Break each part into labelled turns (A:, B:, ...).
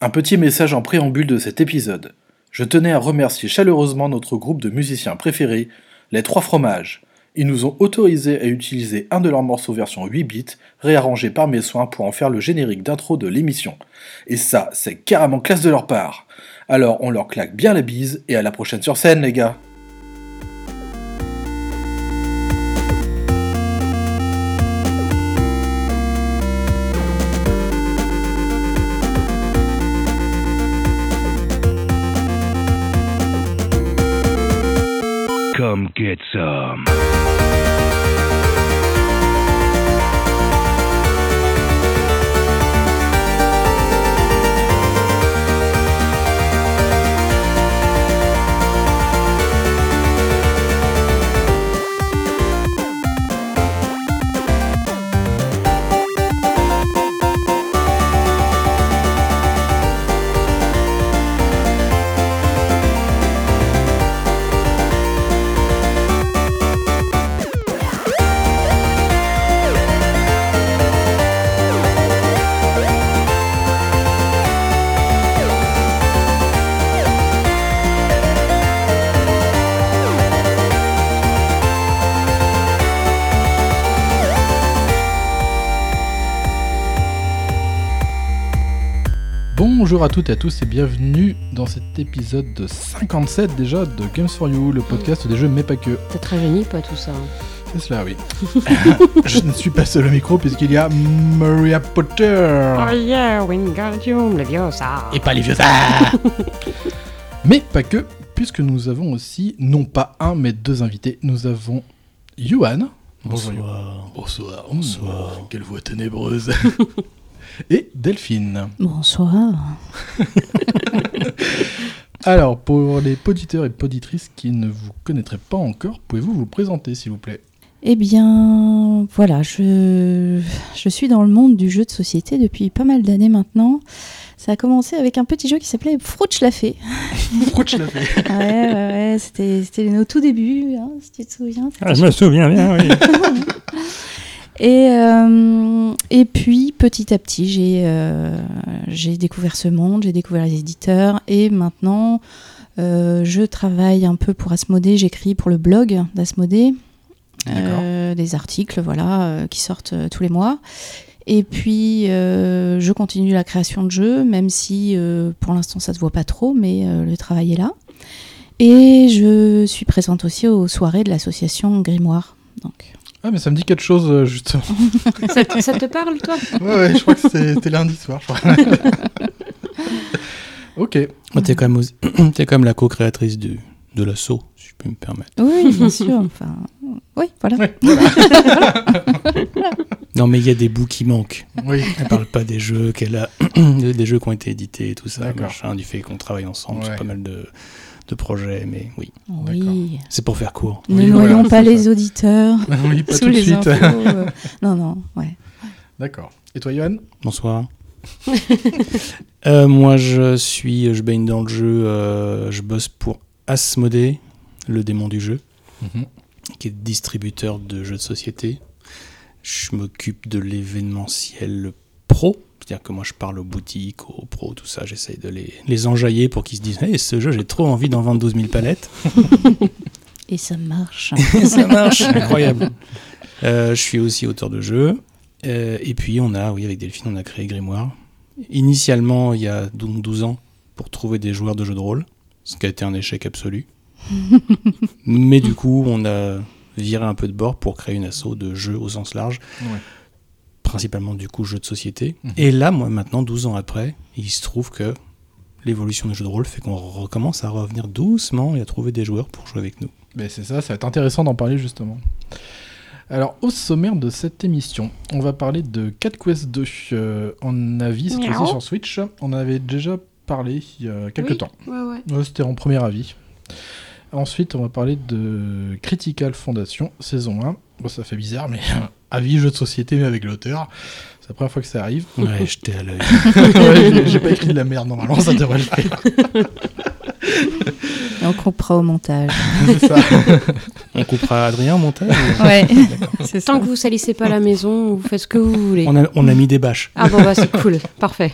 A: Un petit message en préambule de cet épisode. Je tenais à remercier chaleureusement notre groupe de musiciens préférés, les Trois Fromages. Ils nous ont autorisé à utiliser un de leurs morceaux version 8 bits, réarrangé par mes soins pour en faire le générique d'intro de l'émission. Et ça, c'est carrément classe de leur part. Alors on leur claque bien la bise et à la prochaine sur scène les gars.
B: Come get some.
C: Bonjour à toutes et à tous et bienvenue dans cet épisode de 57 déjà de Games for You, le podcast des jeux mais pas que.
D: T'as très réuni pas tout ça. hein.
C: C'est cela oui. Je ne suis pas seul au micro puisqu'il y a Maria Potter.
D: Oh yeah, Wingardium Leviosa.
C: Ah. Et pas les vieux Ah. Mais pas que, puisque nous avons aussi, non pas un, mais deux invités. Nous avons Yuan. Bonjour. Bonsoir. Bonsoir. Bonsoir. Quelle voix ténébreuse. Et Delphine.
E: Bonsoir.
C: Alors, pour les auditeurs et poditrices qui ne vous connaîtraient pas encore, pouvez-vous vous présenter, s'il vous plaît
E: Eh bien, voilà, je, je suis dans le monde du jeu de société depuis pas mal d'années maintenant. Ça a commencé avec un petit jeu qui s'appelait Frouche la fée. Ouais, ouais, ouais, c'était c'était nos tout débuts, hein, si tu te souviens.
F: Ah, je me souviens bien, oui.
E: Et, euh, et puis, petit à petit, j'ai euh, j'ai découvert ce monde, j'ai découvert les éditeurs, et maintenant, euh, je travaille un peu pour Asmodée, j'écris pour le blog d'Asmodée,
C: D'accord.
E: euh, des articles voilà, euh, qui sortent euh, tous les mois. Et puis, euh, je continue la création de jeux, même si euh, pour l'instant, ça se voit pas trop, mais euh, le travail est là. Et je suis présente aussi aux soirées de l'association Grimoire. Donc,
C: Ah, mais ça me dit quelque chose, euh, justement.
D: ça, te- ça te parle toi
C: ouais, ouais, je crois que c'était lundi soir, je crois. ok.
G: Ah, T'es quand, même aussi- t'es quand même la co-créatrice du- de l'assaut, si je peux me permettre.
E: Oui, bien sûr. Enfin, oui, voilà.
C: Ouais.
G: Non, mais il y a des bouts qui manquent.
C: Oui.
G: Elle parle pas des jeux qu'elle a, des jeux qui ont été édités et tout ça,
C: D'accord.
G: machin, du fait qu'on travaille ensemble
C: Ouais.
G: sur pas mal de, de projets, mais oui.
E: Oui.
G: C'est pour faire court.
E: Ne
C: Oui, voilà,
E: noyons
C: c'est
E: pas
C: ça.
E: les auditeurs
C: oui, pas
E: sous
C: tout de
E: les
C: suite.
E: infos, euh. Non, non, ouais.
C: D'accord. Et toi, Johan
G: Bonsoir. Euh, moi, je suis, je baigne dans le jeu, euh, je bosse pour Asmodée, le démon du jeu,
C: Mhm.
G: qui est distributeur de jeux de société. Je m'occupe de l'événementiel pro, c'est-à-dire que moi, je parle aux boutiques, aux pros, tout ça, j'essaye de les, les enjailler pour qu'ils se disent Hey, ce jeu, j'ai trop envie d'en vendre 12 000 palettes.
E: Et ça marche. »
G: Ça marche, incroyable. Euh, je suis aussi auteur de jeux. Euh, et puis, on a, oui, avec Delphine, on a créé Grimoire. Initialement, il y a donc 12 ans, pour trouver des joueurs de jeux de rôle, ce qui a été un échec absolu. Mais du coup, on a viré un peu de bord pour créer une asso de jeux au sens large,
C: Ouais.
G: principalement du coup jeux de société.
C: Mhm.
G: Et là, moi, maintenant, 12 ans après, il se trouve que l'évolution des jeux de rôle fait qu'on recommence à revenir doucement et à trouver des joueurs pour jouer avec nous.
C: Ben, c'est ça, ça va être intéressant d'en parler justement. Alors, au sommaire de cette émission, on va parler de Cat Quest 2 euh, en avis, cette fois-ci
D: Miaou.
C: sur Switch. On en avait déjà parlé il y a quelques
D: Oui.
C: temps.
D: Ouais ouais.
C: Ouais, C'était en premier avis. Ensuite, on va parler de Critical Foundation, saison 1. Bon, ça fait bizarre, mais avis jeu de société, mais avec l'auteur. C'est la première fois que ça arrive.
G: Ouais, j'étais à l'œil.
C: Ouais, j'ai- J'ai pas écrit de la merde, normalement, ça devrait le faire.
E: Et on coupera au montage.
C: C'est ça.
G: On coupera Adrien au montage
E: Ouais.
D: Tant que vous salissez pas la maison, vous faites ce que vous voulez.
G: on, a, on a mis des bâches.
D: Ah bon bah c'est cool, parfait.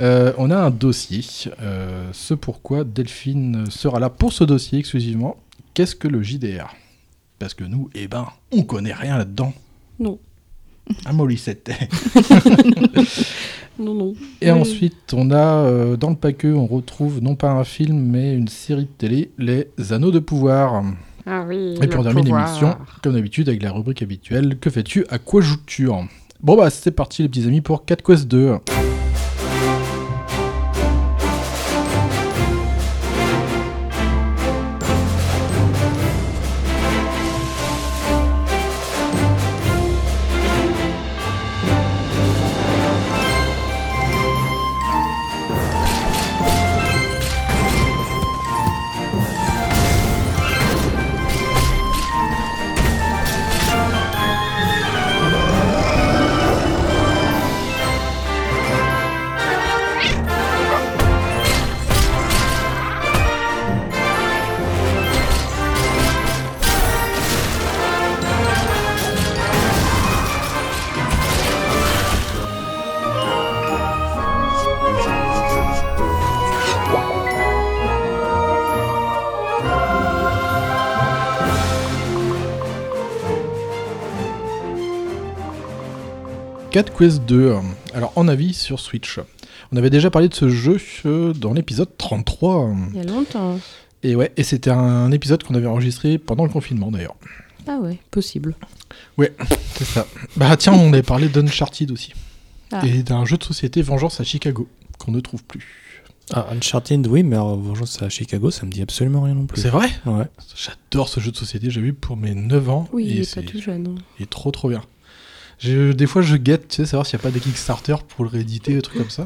C: Euh, on a un dossier. euh, ce pourquoi Delphine sera là pour ce dossier exclusivement. Qu'est-ce que le JDR Parce que nous, eh ben, on connaît rien là-dedans.
B: Non.
C: Un Morissette.
B: Non, non.
C: Et
B: Oui.
C: ensuite, on a euh, dans le paquet, on retrouve non pas un film, mais une série de télé, Les Anneaux de Pouvoir.
D: Ah oui.
C: Et puis on termine l'émission, comme d'habitude, avec la rubrique habituelle Que fais-tu À quoi joues-tu Bon, bah, c'est parti, les petits amis, pour 4 Quest 2. Cat Quest 2. Alors, en avis sur Switch. On avait déjà parlé de ce jeu euh, dans l'épisode 33.
B: Il y a longtemps.
C: Et ouais, et c'était un épisode qu'on avait enregistré pendant le confinement d'ailleurs.
B: Ah ouais, possible.
C: C'est ça. Bah tiens, on avait parlé d'Uncharted aussi.
B: Ah.
C: Et d'un jeu de société Vengeance à Chicago, qu'on ne trouve plus.
G: Ah, Uncharted, oui, mais alors, Vengeance à Chicago, ça me dit absolument rien non plus.
C: vrai
G: Ouais.
C: J'adore ce jeu de société, j'ai vu pour mes 9 ans.
B: Oui,
C: et
B: il est
C: c'est
B: pas tout jeune. hein.
C: il est trop trop bien. Je- des fois je guette, tu sais, savoir s'il n'y a pas des Kickstarter pour le rééditer, des trucs comme ça.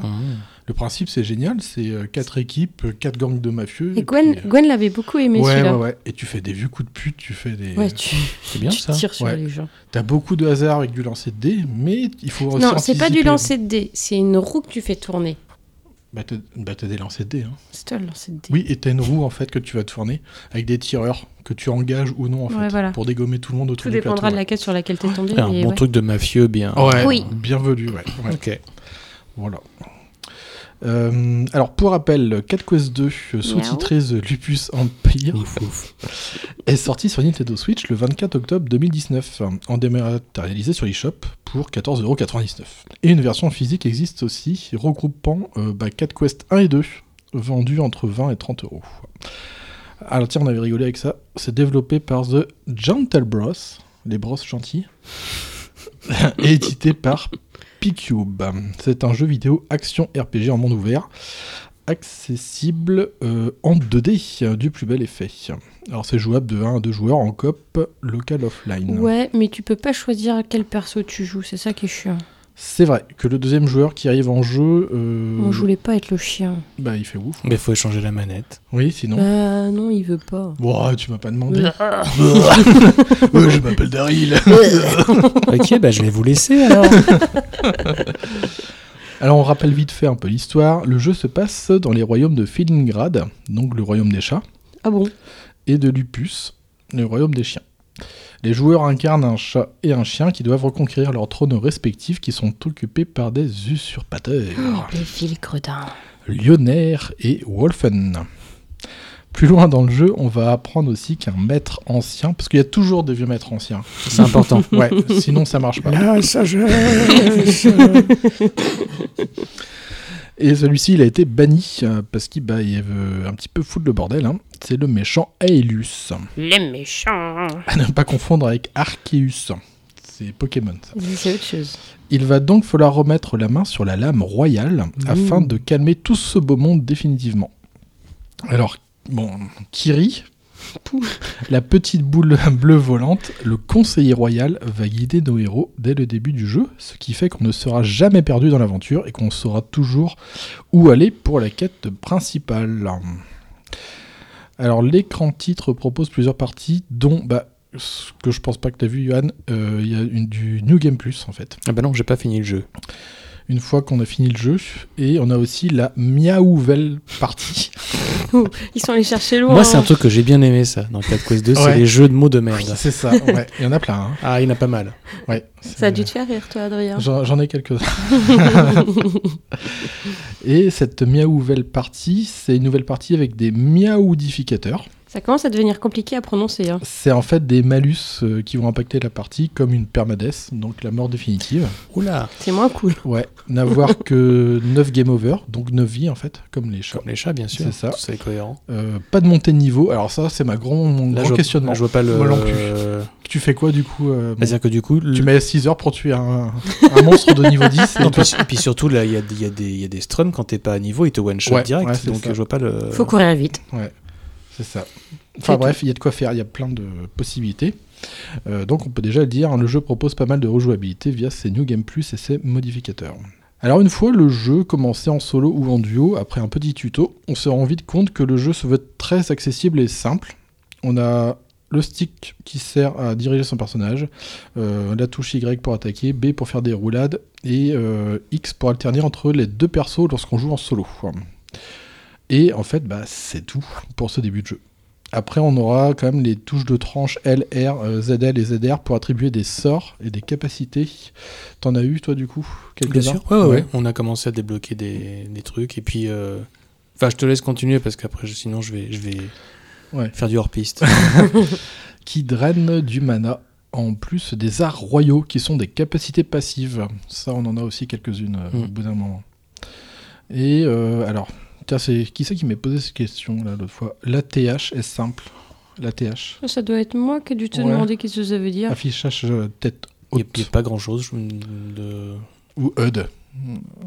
C: Le principe c'est génial, c'est euh, quatre équipes, euh, quatre gangs de mafieux.
B: Et Gwen,
C: puis, euh,
B: Gwen l'avait beaucoup aimé
C: ouais, ouais,
B: celui-là.
C: ouais. Et tu fais des vieux coups de pute, tu fais des.
B: Ouais, tu,
G: C'est bien
B: tu
G: ça.
B: tires sur
C: Ouais.
B: les gens.
C: T'as beaucoup de hasard avec du lancer de dés, mais il faut aussi.
B: Non, c'est pas du
C: anticiper.
B: lancer de dés, c'est une roue que tu fais tourner.
C: Bah t'as bah, t'as des lancers de dés. Hein.
B: C'est toi le lancer de dés.
C: Oui, et t'as une roue en fait que tu vas tourner avec des tireurs que tu engages ou non en
B: Ouais,
C: fait
B: voilà.
C: pour dégommer tout le monde autour
B: Tout
C: du
B: dépendra
C: plateau.
B: de la quête sur laquelle
C: Ah.
B: t'es tombé.
G: Ouais, un
B: mais
G: bon
B: ouais.
G: truc de mafieux bien.
C: Ouais,
B: Oui.
C: bienvenue, ouais. ouais.
G: Ok.
C: Voilà. Euh, alors pour rappel, Cat Quest 2, euh, sous-titré The Lupus Empire,
G: Ouf, ouf.
C: est sorti sur Nintendo Switch le 24 octobre 2019, euh, en dématérialisé sur eShop pour 14,99€. Et une version physique existe aussi, regroupant euh, bah, Cat Quest 1 et 2, vendus entre 20 et 30 euros. Alors Ah, tiens, on avait rigolé avec ça. C'est développé par The Gentle Bros, les brosses gentilles, et édité par P-Cube. C'est un jeu vidéo action RPG en monde ouvert, accessible euh, en 2D, euh, du plus bel effet. Alors c'est jouable de 1 à 2 joueurs en cop local offline.
B: Ouais, mais tu peux pas choisir quel perso tu joues, c'est ça qui est chiant.
C: C'est vrai que le deuxième joueur qui arrive en jeu, euh,
G: Hmm.
B: Moi, je voulais pas être le chien.
C: bah, il fait ouf.
G: Mais faut échanger la manette.
C: Oui, sinon...
B: Bah non, il veut pas.
C: Ouah, tu m'as pas demandé. Ouais, je m'appelle Daryl.
G: ok, bah je vais vous laisser alors.
C: Alors on rappelle vite fait un peu l'histoire. Le jeu se passe dans les royaumes de Felingrad, donc le royaume des chats,
B: Ah bon
C: et de Lupus, le royaume des chiens. Les joueurs incarnent un chat et un chien qui doivent reconquérir leurs trônes respectifs qui sont occupés par des
G: Oh.
C: usurpateurs,
B: Les fils credins.
C: Lionnaire et Wolfen. Plus loin dans le jeu, on va apprendre aussi qu'un maître ancien, parce qu'il y a toujours des vieux maîtres anciens.
G: C'est important.
C: Ouais, sinon Ah, ça marche pas.
G: La sagesse.
C: Et celui-ci, il a été banni euh, parce qu'il bah, il veut un petit peu foutre le bordel. hein. C'est le méchant Aelus.
D: Les méchants.
C: À ne pas confondre avec Arceus. C'est Pokémon, ça.
B: C'est autre chose.
C: Il va donc falloir remettre la main sur la lame royale afin de calmer tout ce beau monde définitivement. Alors, bon, Kiri, la petite boule bleue volante, le conseiller royal va guider nos héros dès le début du jeu, ce qui fait qu'on ne sera jamais perdu dans l'aventure et qu'on saura toujours où aller pour la quête principale. Alors, l'écran titre propose plusieurs parties, dont, bah, ce que je pense pas que tu as vu, Johan, euh, il y a une, du New Game Plus en fait
G: ah bah non, j'ai pas fini le jeu.
C: une fois qu'on a fini le jeu. Et on a aussi la miaouvel partie,
B: Ils sont allés chercher
D: Oh.
B: loin.
G: Moi, c'est un truc que j'ai bien aimé, ça, dans Cat Quest 2, c'est
C: Ouais.
G: les jeux de mots de merde.
C: Oui, c'est ça, ouais. Il y en a plein. hein.
G: Ah, il y en a pas mal.
C: Ouais,
B: Ça a
C: c'est-
B: dû te faire rire, toi, Adrien.
C: J'en j'en ai quelques-uns. Et cette miaouvelle partie, c'est une nouvelle partie avec des miaoudificateurs.
B: Ça commence à devenir compliqué à prononcer. hein.
C: C'est en fait des malus euh, qui vont impacter la partie comme une permadeath, donc la mort définitive.
G: Oula
B: C'est moins cool.
G: Euh.
C: Ouais, n'avoir que 9 game over, donc 9 vies en fait, comme les chats.
G: Comme les chats, bien sûr.
C: C'est ça.
G: Tout est cohérent.
C: Euh, pas de montée de niveau, alors ça c'est ma grand, mon
G: Là,
C: grand
G: je,
C: questionnement.
G: je vois pas le.
C: Moi non plus.
G: euh,
C: Tu fais quoi du coup euh, bon,
G: C'est-à-dire que du coup, le-
C: Tu mets 6 heures pour tuer un, un monstre de niveau 10
G: Non, puis, puis surtout, là, il y a, il y a des, il y a des strums, quand t'es pas à niveau, ils te one-shot
C: Ouais,
G: direct.
C: ouais, c'est
G: donc,
C: ça.
G: je vois pas le.
D: Faut courir vite.
C: C'est ça. Enfin
B: tout.
C: bref, il y a de quoi faire, il y a plein de possibilités. Euh, donc on peut déjà le dire, hein, le jeu propose pas mal de rejouabilité via ses New Game Plus et ses modificateurs. Alors une fois le jeu commencé en solo ou en duo, après un petit tuto, on se rend vite compte que le jeu se veut très accessible et simple. On a le stick qui sert à diriger son personnage, euh, la touche Y pour attaquer, B pour faire des roulades et euh, X pour alterner entre les deux persos lorsqu'on joue en solo. Et en fait, bah, c'est tout pour ce début de jeu. Après, on aura quand même les touches de tranche L, R, euh, ZL et ZR pour attribuer des sorts et des capacités. T'en as eu, toi, du coup
G: Bien
C: quelques-uns
G: sûr. Ouais, ouais, ouais. On a commencé à débloquer des, des trucs. Et puis. euh, Enfin, je te laisse continuer parce qu'après, je- sinon, je vais, je vais
C: Ouais.
G: faire du hors-piste.
C: qui drainent du mana, en plus des arts royaux qui sont des capacités passives. Ça, on en a aussi quelques-unes euh,
G: Mm.
C: au bout d'un moment. Et euh, alors, tiens, c'est qui c'est qui m'a posé cette question là l'autre fois L'ATH est simple. L'ATH.
B: Ça doit être moi qui ai dû te
C: Ouais.
B: demander qu'est-ce que ça veut
G: Ah,
B: dire.
C: Affichage euh, tête
G: Il n'y a,
C: haute
G: il y a pas grand-chose. je me- De...
C: ou HUD.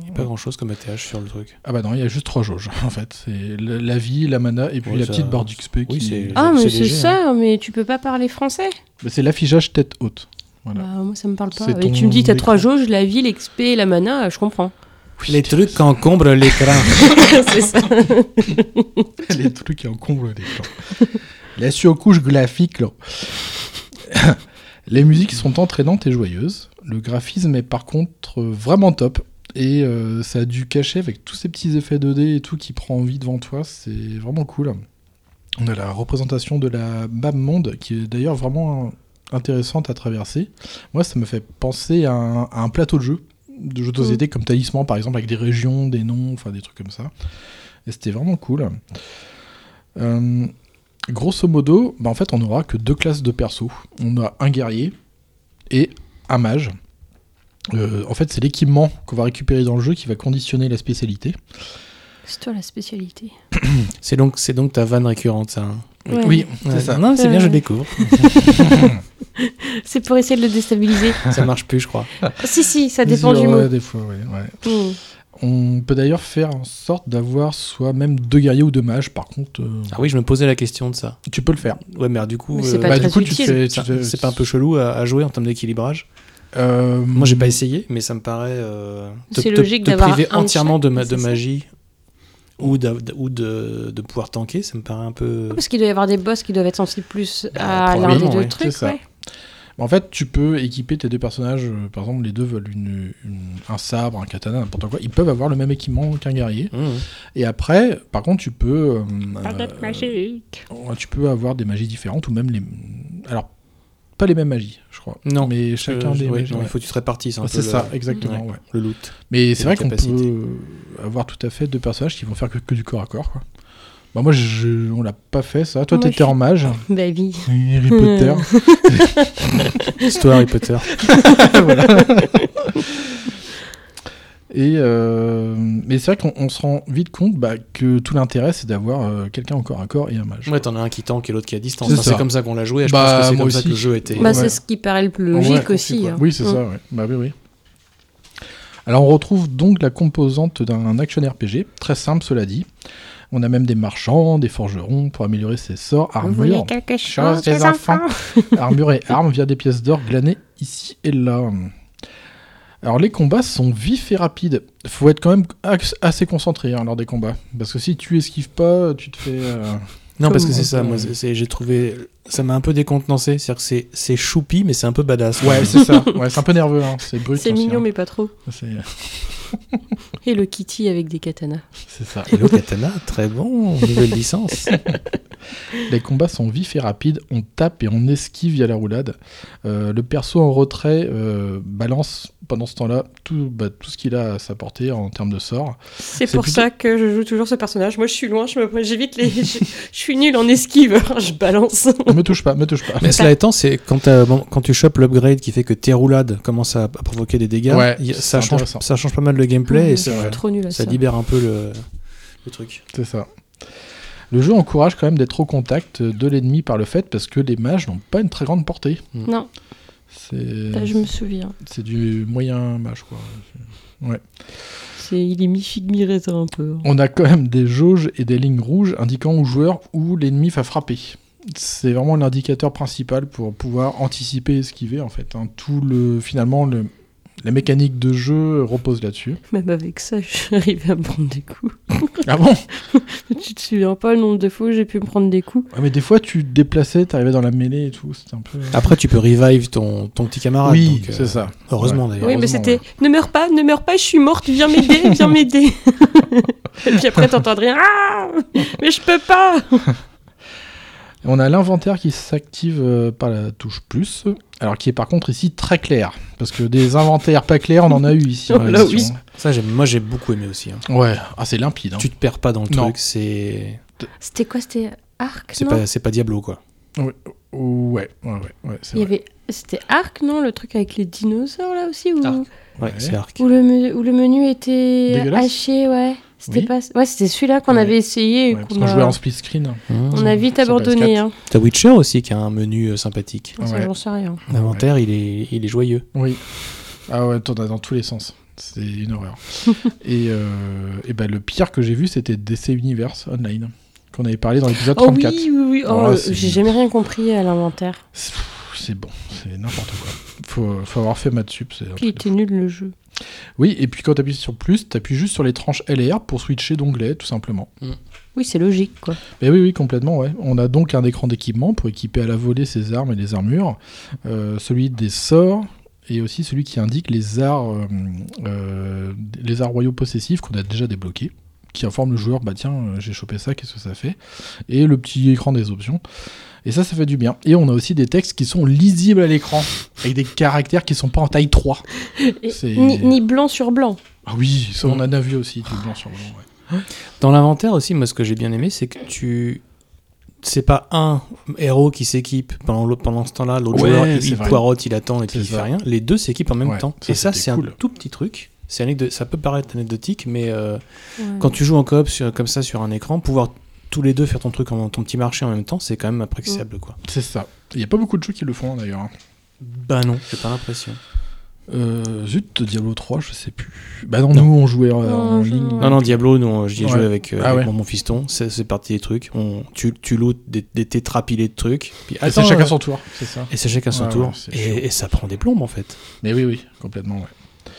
G: il y a Pas grand-chose comme ATH sur le truc.
C: Ah bah non, il y a juste trois jauges en fait. C'est la, la vie, la mana et puis
G: Ouais,
C: la
G: ça-
C: petite barre d'XP
G: oui,
C: qui.
G: c'est-
B: Ah, mais c'est
G: léger, hein.
B: ça, mais tu peux pas parler français
C: Mais Bah, C'est l'affichage tête haute. Voilà.
B: Bah, Moi, ça me parle pas.
C: C'est
B: Et
C: ton
B: tu me dis, t'as
C: écran.
B: trois jauges, la ville, l'XP et la mana, je comprends.
G: Les trucs qui encombrent l'écran.
B: c'est ça.
C: les trucs qui encombrent les gens. La surcouche graphique, là. Les musiques sont entraînantes et joyeuses. Le graphisme est par contre euh, vraiment top. Et euh, ça a dû cacher avec tous ces petits effets 2D et tout qui prend envie devant toi. C'est vraiment cool. On a la représentation de la map monde qui est d'ailleurs vraiment euh, intéressante à traverser. Moi, ça me fait penser à un, à un plateau de jeu, de jeux de société comme Talisman par exemple, avec des régions, des noms, enfin des trucs comme ça. Et c'était vraiment cool. Euh, grosso modo, bah, en fait, on n'aura que deux classes de persos. On a un guerrier et un mage. Euh, en fait, c'est l'équipement qu'on va récupérer dans le jeu qui va conditionner la spécialité.
B: C'est toi la spécialité.
G: C'est donc, c'est donc ta vanne récurrente, ça. hein.
B: Ouais.
C: c'est ça.
G: Non, c'est bien, je
B: Euh.
G: découvre.
B: C'est pour essayer de le déstabiliser.
G: ça marche plus, je crois.
B: si, si, ça dépend
C: Ouais,
B: du mot.
C: des fois, ouais, ouais.
B: Mm.
C: On peut d'ailleurs faire en sorte d'avoir soit même deux guerriers ou deux mages. Par contre, euh,
G: Ah oui, je me posais la question de ça.
C: tu peux le faire.
G: Ouais, mais alors, du coup,
B: Mais c'est
G: euh,
B: pas
G: bah,
B: très
G: du coup, tu
B: utile.
G: fais-
C: Ça,
G: tu- c'est pas un peu chelou à, à jouer en termes d'équilibrage.
C: Euh,
G: Moi, j'ai pas essayé, mais ça me paraît euh, te,
B: C'est
G: te-
B: logique
G: te
B: d'avoir
G: priver
B: un
G: entièrement de, ma-
B: c'est
G: de
B: ça.
G: magie ou, d'a- ou de, de pouvoir tanker. Ça me paraît un peu.
B: Parce qu'il doit y avoir des boss qui doivent être sensibles plus
G: Bah,
C: Ah,
B: à l'un des
G: probablement,
B: deux
G: ouais,
C: c'est
B: trucs.
C: ça.
B: ouais.
C: En fait, tu peux équiper tes deux personnages. euh, Par exemple, les deux veulent une- une- un sabre, un katana, n'importe quoi. Ils peuvent avoir le même équipement qu'un guerrier.
G: Mmh.
C: Et après, par contre, tu peux. euh,
D: Baguette
C: euh,
D: magique.
C: Ouais, tu peux avoir des magies différentes ou même les. Alors, pas les mêmes magies, je crois.
G: Non.
C: mais chacun
G: Euh,
C: des
G: ouais,
C: magies.
G: non,
C: ouais.
G: Il faut que tu te répartisses un
C: Ouais,
G: peu
C: C'est
G: le-
C: ça, exactement. ouais.
G: le loot.
C: Mais c'est
G: les
C: vrai qu'on
G: capacités.
C: peut avoir tout à fait deux personnages qui vont faire que, que du corps à corps. Quoi. Bah, moi, je- on l'a pas fait ça. Toi,
B: Moi,
C: t'étais
B: je-
C: en mage.
B: Baby.
C: Harry Potter.
G: Histoire Harry Potter.
C: Et euh, mais c'est vrai qu'on on se rend vite compte bah, que tout l'intérêt c'est d'avoir euh, quelqu'un au corps à corps et un mage.
G: Ouais, t'en as un qui tank et l'autre qui est à distance.
C: C'est
G: Hein, C'est
C: ça.
G: comme ça qu'on l'a joué. et Je
C: Bah,
G: pense que c'est
C: moi
G: comme ça que
C: aussi.
G: le jeu était.
B: Bah,
C: Ouais.
B: C'est ce qui paraît le plus
C: Ouais,
B: logique
C: on fait
B: aussi.
C: quoi.
B: hein.
C: Oui, c'est
D: Hum.
B: Mm.
C: ça. Ouais. Bah oui, oui. Alors on retrouve donc la composante d'un action RPG, très simple cela dit. On a même des marchands, des forgerons pour améliorer ses sorts,
D: Vous voulez
C: armures,
D: quelque
C: Chose
D: chose,
C: des
D: les enfants
C: armures et armes via des pièces d'or glanées ici et là. Alors les combats sont vifs et rapides. Faut être quand même ax- assez concentré hein, lors des combats, parce que si tu esquives pas, tu te fais. euh,
G: Non, parce que
B: Comment
G: c'est ça,
C: on
G: moi,
C: peut-
G: c'est- c'est- j'ai trouvé. Ça m'a un peu décontenancé. C'est-à-dire que c'est- c'est choupi, mais c'est un peu badass.
C: Ouais, c'est ça. Ouais, c'est un peu nerveux, hein. c'est brut.
B: C'est
C: aussi,
B: mignon,
C: hein.
B: mais pas trop.
C: C'est-
B: Et le kitty avec des katanas.
C: C'est ça.
G: Hello Katana, très bon, nouvelle licence.
C: Les combats sont vifs et rapides, on tape et on esquive via la roulade. Euh, le perso en retrait euh, balance pendant ce temps-là tout, bah, tout ce qu'il a à sa portée en termes de sorts.
D: C'est
C: C'est
D: pour
C: plutôt-
D: ça que je joue toujours ce personnage. Moi, je suis loin, je me- j'évite les. je, je suis nulle en esquive, je balance.
C: me touche pas, me touche
B: Ah,
C: pas.
G: Mais cela étant, c'est quand, t'as- bon, quand tu chopes l'upgrade qui fait que tes roulades commencent à, à provoquer des dégâts,
C: Ouais,
G: y-
C: c'est
G: ça, change,
C: intéressant.
G: ça change pas mal le gameplay et
B: je
G: ça,
B: suis trop nulle à ça.
G: ça libère un peu le, le truc.
C: C'est ça. Le jeu encourage quand même d'être au contact de l'ennemi par le fait parce que les mages n'ont pas une très grande portée.
B: Non.
C: C'est
B: Là, Bah, je me souviens.
C: c'est du moyen mage quoi.
B: C'est il est mi figue mi raisin un peu.
C: On a quand même des jauges et des lignes rouges indiquant aux joueurs où l'ennemi va frapper. C'est vraiment l'indicateur principal pour pouvoir anticiper et esquiver en fait. hein. Tout le finalement le- la mécanique de jeu repose là-dessus.
B: Même avec ça, je suis arrivée à me prendre des coups.
C: Ah bon
B: tu te souviens pas le nombre de fois où j'ai pu me prendre des coups
C: Ah, Mais des fois tu te déplaçais, t'arrivais dans la mêlée et tout. C'était un peu.
G: Après, tu peux revive ton, ton petit camarade.
C: oui,
G: donc, euh,
C: c'est ça.
G: Heureusement d'ailleurs.
D: Oui, mais
C: Heureusement,
D: c'était ne meurs pas, ne meurs pas, je suis morte, viens m'aider, viens m'aider. Et puis après, t'entendrais Ah Mais je peux pas
C: On a l'inventaire qui s'active euh, par la touche plus, alors qui est par contre ici très clair, parce que des inventaires pas clairs, on en a eu ici.
G: Oh
C: dans
G: là,
C: l'émission.
G: Ça, j'aime- moi, j'ai beaucoup aimé aussi. hein.
C: Ouais, ah, c'est limpide. hein.
G: Tu te perds pas dans le
C: Non.
G: truc, c'est
B: C'était quoi C'était Arc
G: c'est pas, c'est pas Diablo quoi.
C: Ouais, ouais, ouais, ouais, c'est
B: Il y
C: vrai.
B: avait. C'était Arc, non Le truc avec les dinosaures là aussi où,
G: Arc. Ouais,
C: Ouais.
G: c'est Arc.
B: où le, me- où le menu était
C: Dégueulasse.
B: haché, ouais. C'était
C: Oui.
B: pas. Ouais, c'était celui-là qu'on
C: Ouais.
B: avait essayé et
C: Ouais, parce
B: qu'on
C: qu'on jouait
B: a...
C: en split screen.
B: on a vite
C: sur
B: abandonné.
C: PS4.
B: Hein.
G: Mmh. T'as Witcher aussi qui a un menu euh, sympathique.
B: Ça,
C: Ouais.
B: J'en sais rien.
G: L'inventaire, il, est, il est joyeux.
C: Oui. Ah ouais, t'en as dans tous les sens. C'est une horreur. et, euh, et ben, le pire que j'ai vu, c'était DC Universe Online, qu'on avait parlé dans l'épisode
B: Oh
C: 34.
B: oui, oui, oui. Oh,
C: Ah, c'est-
B: j'ai jamais rien compris à l'inventaire.
C: C'est pff, c'est bon, c'est n'importe quoi. Faut, faut avoir fait maths sup. c'est un
B: Puis il
C: truc de
B: était nul le jeu.
C: Oui, et puis quand tu appuies sur plus, tu appuies juste sur les tranches L et R pour switcher d'onglet, tout simplement.
B: Oui, c'est logique quoi.
C: Mais Eh oui, oui, complètement, ouais. On a donc un écran d'équipement pour équiper à la volée ses armes et les armures, euh, celui des sorts, et aussi celui qui indique les arts, euh, euh, les arts royaux possessifs qu'on a déjà débloqués, qui informe le joueur, bah tiens, euh, j'ai chopé ça, qu'est-ce que ça fait Et le petit écran des options. Et ça, ça fait du bien. Et on a aussi des textes qui sont lisibles à l'écran, avec des caractères qui sont pas en taille 3.
B: Et
C: C'est-
B: Ni, ni blanc sur blanc.
C: Ah oui, ça on en a vu aussi, du blanc sur blanc, ouais.
G: Dans l'inventaire aussi, moi, ce que j'ai bien aimé, c'est que tu. C'est pas un héros qui s'équipe pendant, l'autre- pendant ce temps-là, l'autre
C: Ouais,
G: joueur il,
C: c'est
G: il
C: vrai.
G: poirote, il attend et puis
C: C'est
G: il
C: ça.
G: fait rien. Les deux s'équipent en même
C: Ouais,
G: temps.
C: ça,
G: et ça,
C: c'était
G: c'est
C: cool.
G: un tout petit truc. C'est anecdo- Ça peut paraître anecdotique, mais euh, quand tu joues en coop sur- comme ça sur un écran, pouvoir tous les deux faire ton truc, en, ton petit marché en même temps, c'est quand même appréciable quoi.
C: C'est ça. Il n'y a pas beaucoup de jeux qui le font hein, d'ailleurs. hein.
G: Bah non, j'ai pas l'impression.
C: Euh, zut, Diablo 3, je sais plus. Bah non, nous on jouait en, en
B: Non, je-
C: ligne.
G: Non, non, Diablo, non, j'y ai
C: Ouais.
G: joué avec, euh,
C: Ah
G: avec
C: ouais.
G: mon- mon fiston, c'est c'est parti des trucs. On, tu, tu lootes des, des tétrapilés de trucs. Puis,
C: Et
G: attends,
C: c'est chacun
G: euh,
C: son tour, c'est ça.
G: Et c'est chacun son
C: Ouais,
G: tour.
C: ouais, c'est chaud.
G: et, et ça prend des plombes en fait.
C: Mais oui, oui, complètement, ouais.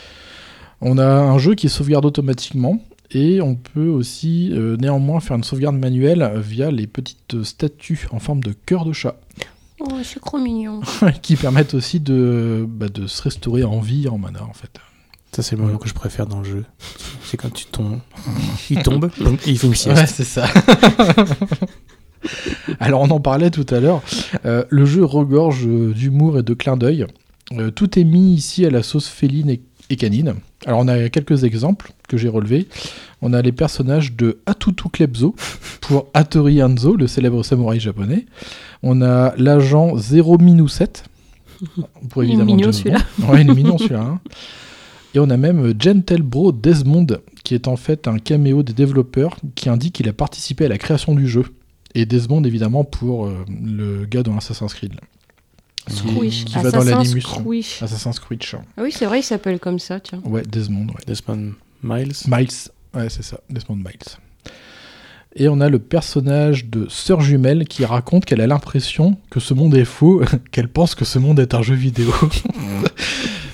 C: On a un jeu qui sauvegarde automatiquement et on peut aussi euh, néanmoins faire une sauvegarde manuelle via les petites statues en forme de cœur de chat
B: Oh, c'est trop mignon.
C: qui permettent aussi de, bah, de se restaurer en vie, en mana en fait.
G: Ça, c'est le moment que je préfère dans le jeu. C'est quand tu tombes. Il tombe, donc il faut une sieste.
C: Ouais, c'est ça. Alors, on en parlait tout à l'heure. Euh, le jeu regorge euh, d'humour et de clins d'œil. Euh, tout est mis ici à la sauce féline et, et canine. Alors, on a quelques exemples que j'ai relevés. On a les personnages de Atutu Klebzo pour Hattori Hanzo, le célèbre samouraï japonais. On a l'agent 0 7. Pour
B: Il est mignon, celui-là.
C: Ouais, il est mignon celui-là. hein. Et on a même Gentle Bro Desmond, qui est en fait un caméo des développeurs qui indique qu'il a participé à la création du jeu. Et Desmond, évidemment, pour euh, le gars dans Assassin's Creed. là. Qui,
B: Squish.
C: qui va dans
B: Assassin
C: l'animus.
B: Squish.
C: Assassin's Creed. hein.
B: Ah oui, c'est vrai, il s'appelle comme ça, tiens.
C: Ouais, Desmond, ouais.
G: Desmond Miles.
C: Miles. Ouais, c'est ça, Desmond Miles. Et on a le personnage de Sœur Jumelle qui raconte qu'elle a l'impression que ce monde est faux, qu'elle pense que ce monde est un jeu vidéo.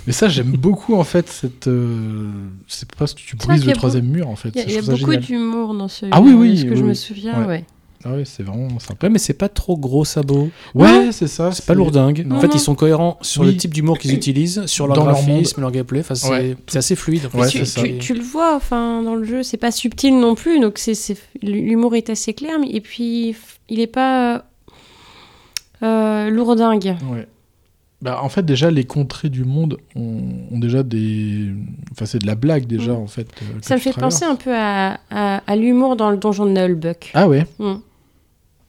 C: Mais ça, j'aime beaucoup en fait. Cette, euh, c'est presque tu
B: C'est vrai
C: brises
B: qu'il y a
C: le troisième mur en fait.
B: Il y a,
C: Je
B: il y a
C: trouve ça
B: beaucoup
C: génial.
B: d'humour dans ce
C: Ah oui,
B: jeu,
C: oui,
B: est-ce que
C: oui,
B: je me
C: oui.
B: souviens,
C: Ouais.
B: ouais.
C: Ah ouais, c'est vraiment sympa.
G: Ouais, mais c'est pas trop gros sabot.
C: Ouais, c'est ça.
G: C'est pas lourdingue.
C: Non.
G: En fait, ils sont cohérents sur
C: Oui.
G: le type d'humour qu'ils utilisent, sur leur
C: Dans leur
G: graphisme, leur, gameplay. Enfin, c'est
C: Ouais.
G: c'est assez fluide. en fait.
C: Ouais,
D: tu,
C: c'est ça.
D: tu- tu le vois, enfin, dans le jeu, c'est pas subtil non plus, donc c'est, c'est- l'humour est assez clair, mais, et puis f- il est pas euh, lourdingue.
C: Ouais. Bah, en fait, déjà, les contrées du monde ont, ont déjà des. Enfin, c'est de la blague, déjà, en fait. euh, que
D: Mm. Ça me
C: tu
D: fait
C: traverses.
D: penser un peu à, à- à l'humour dans le donjon de Nullbuck.
C: Ah ouais
D: Mm.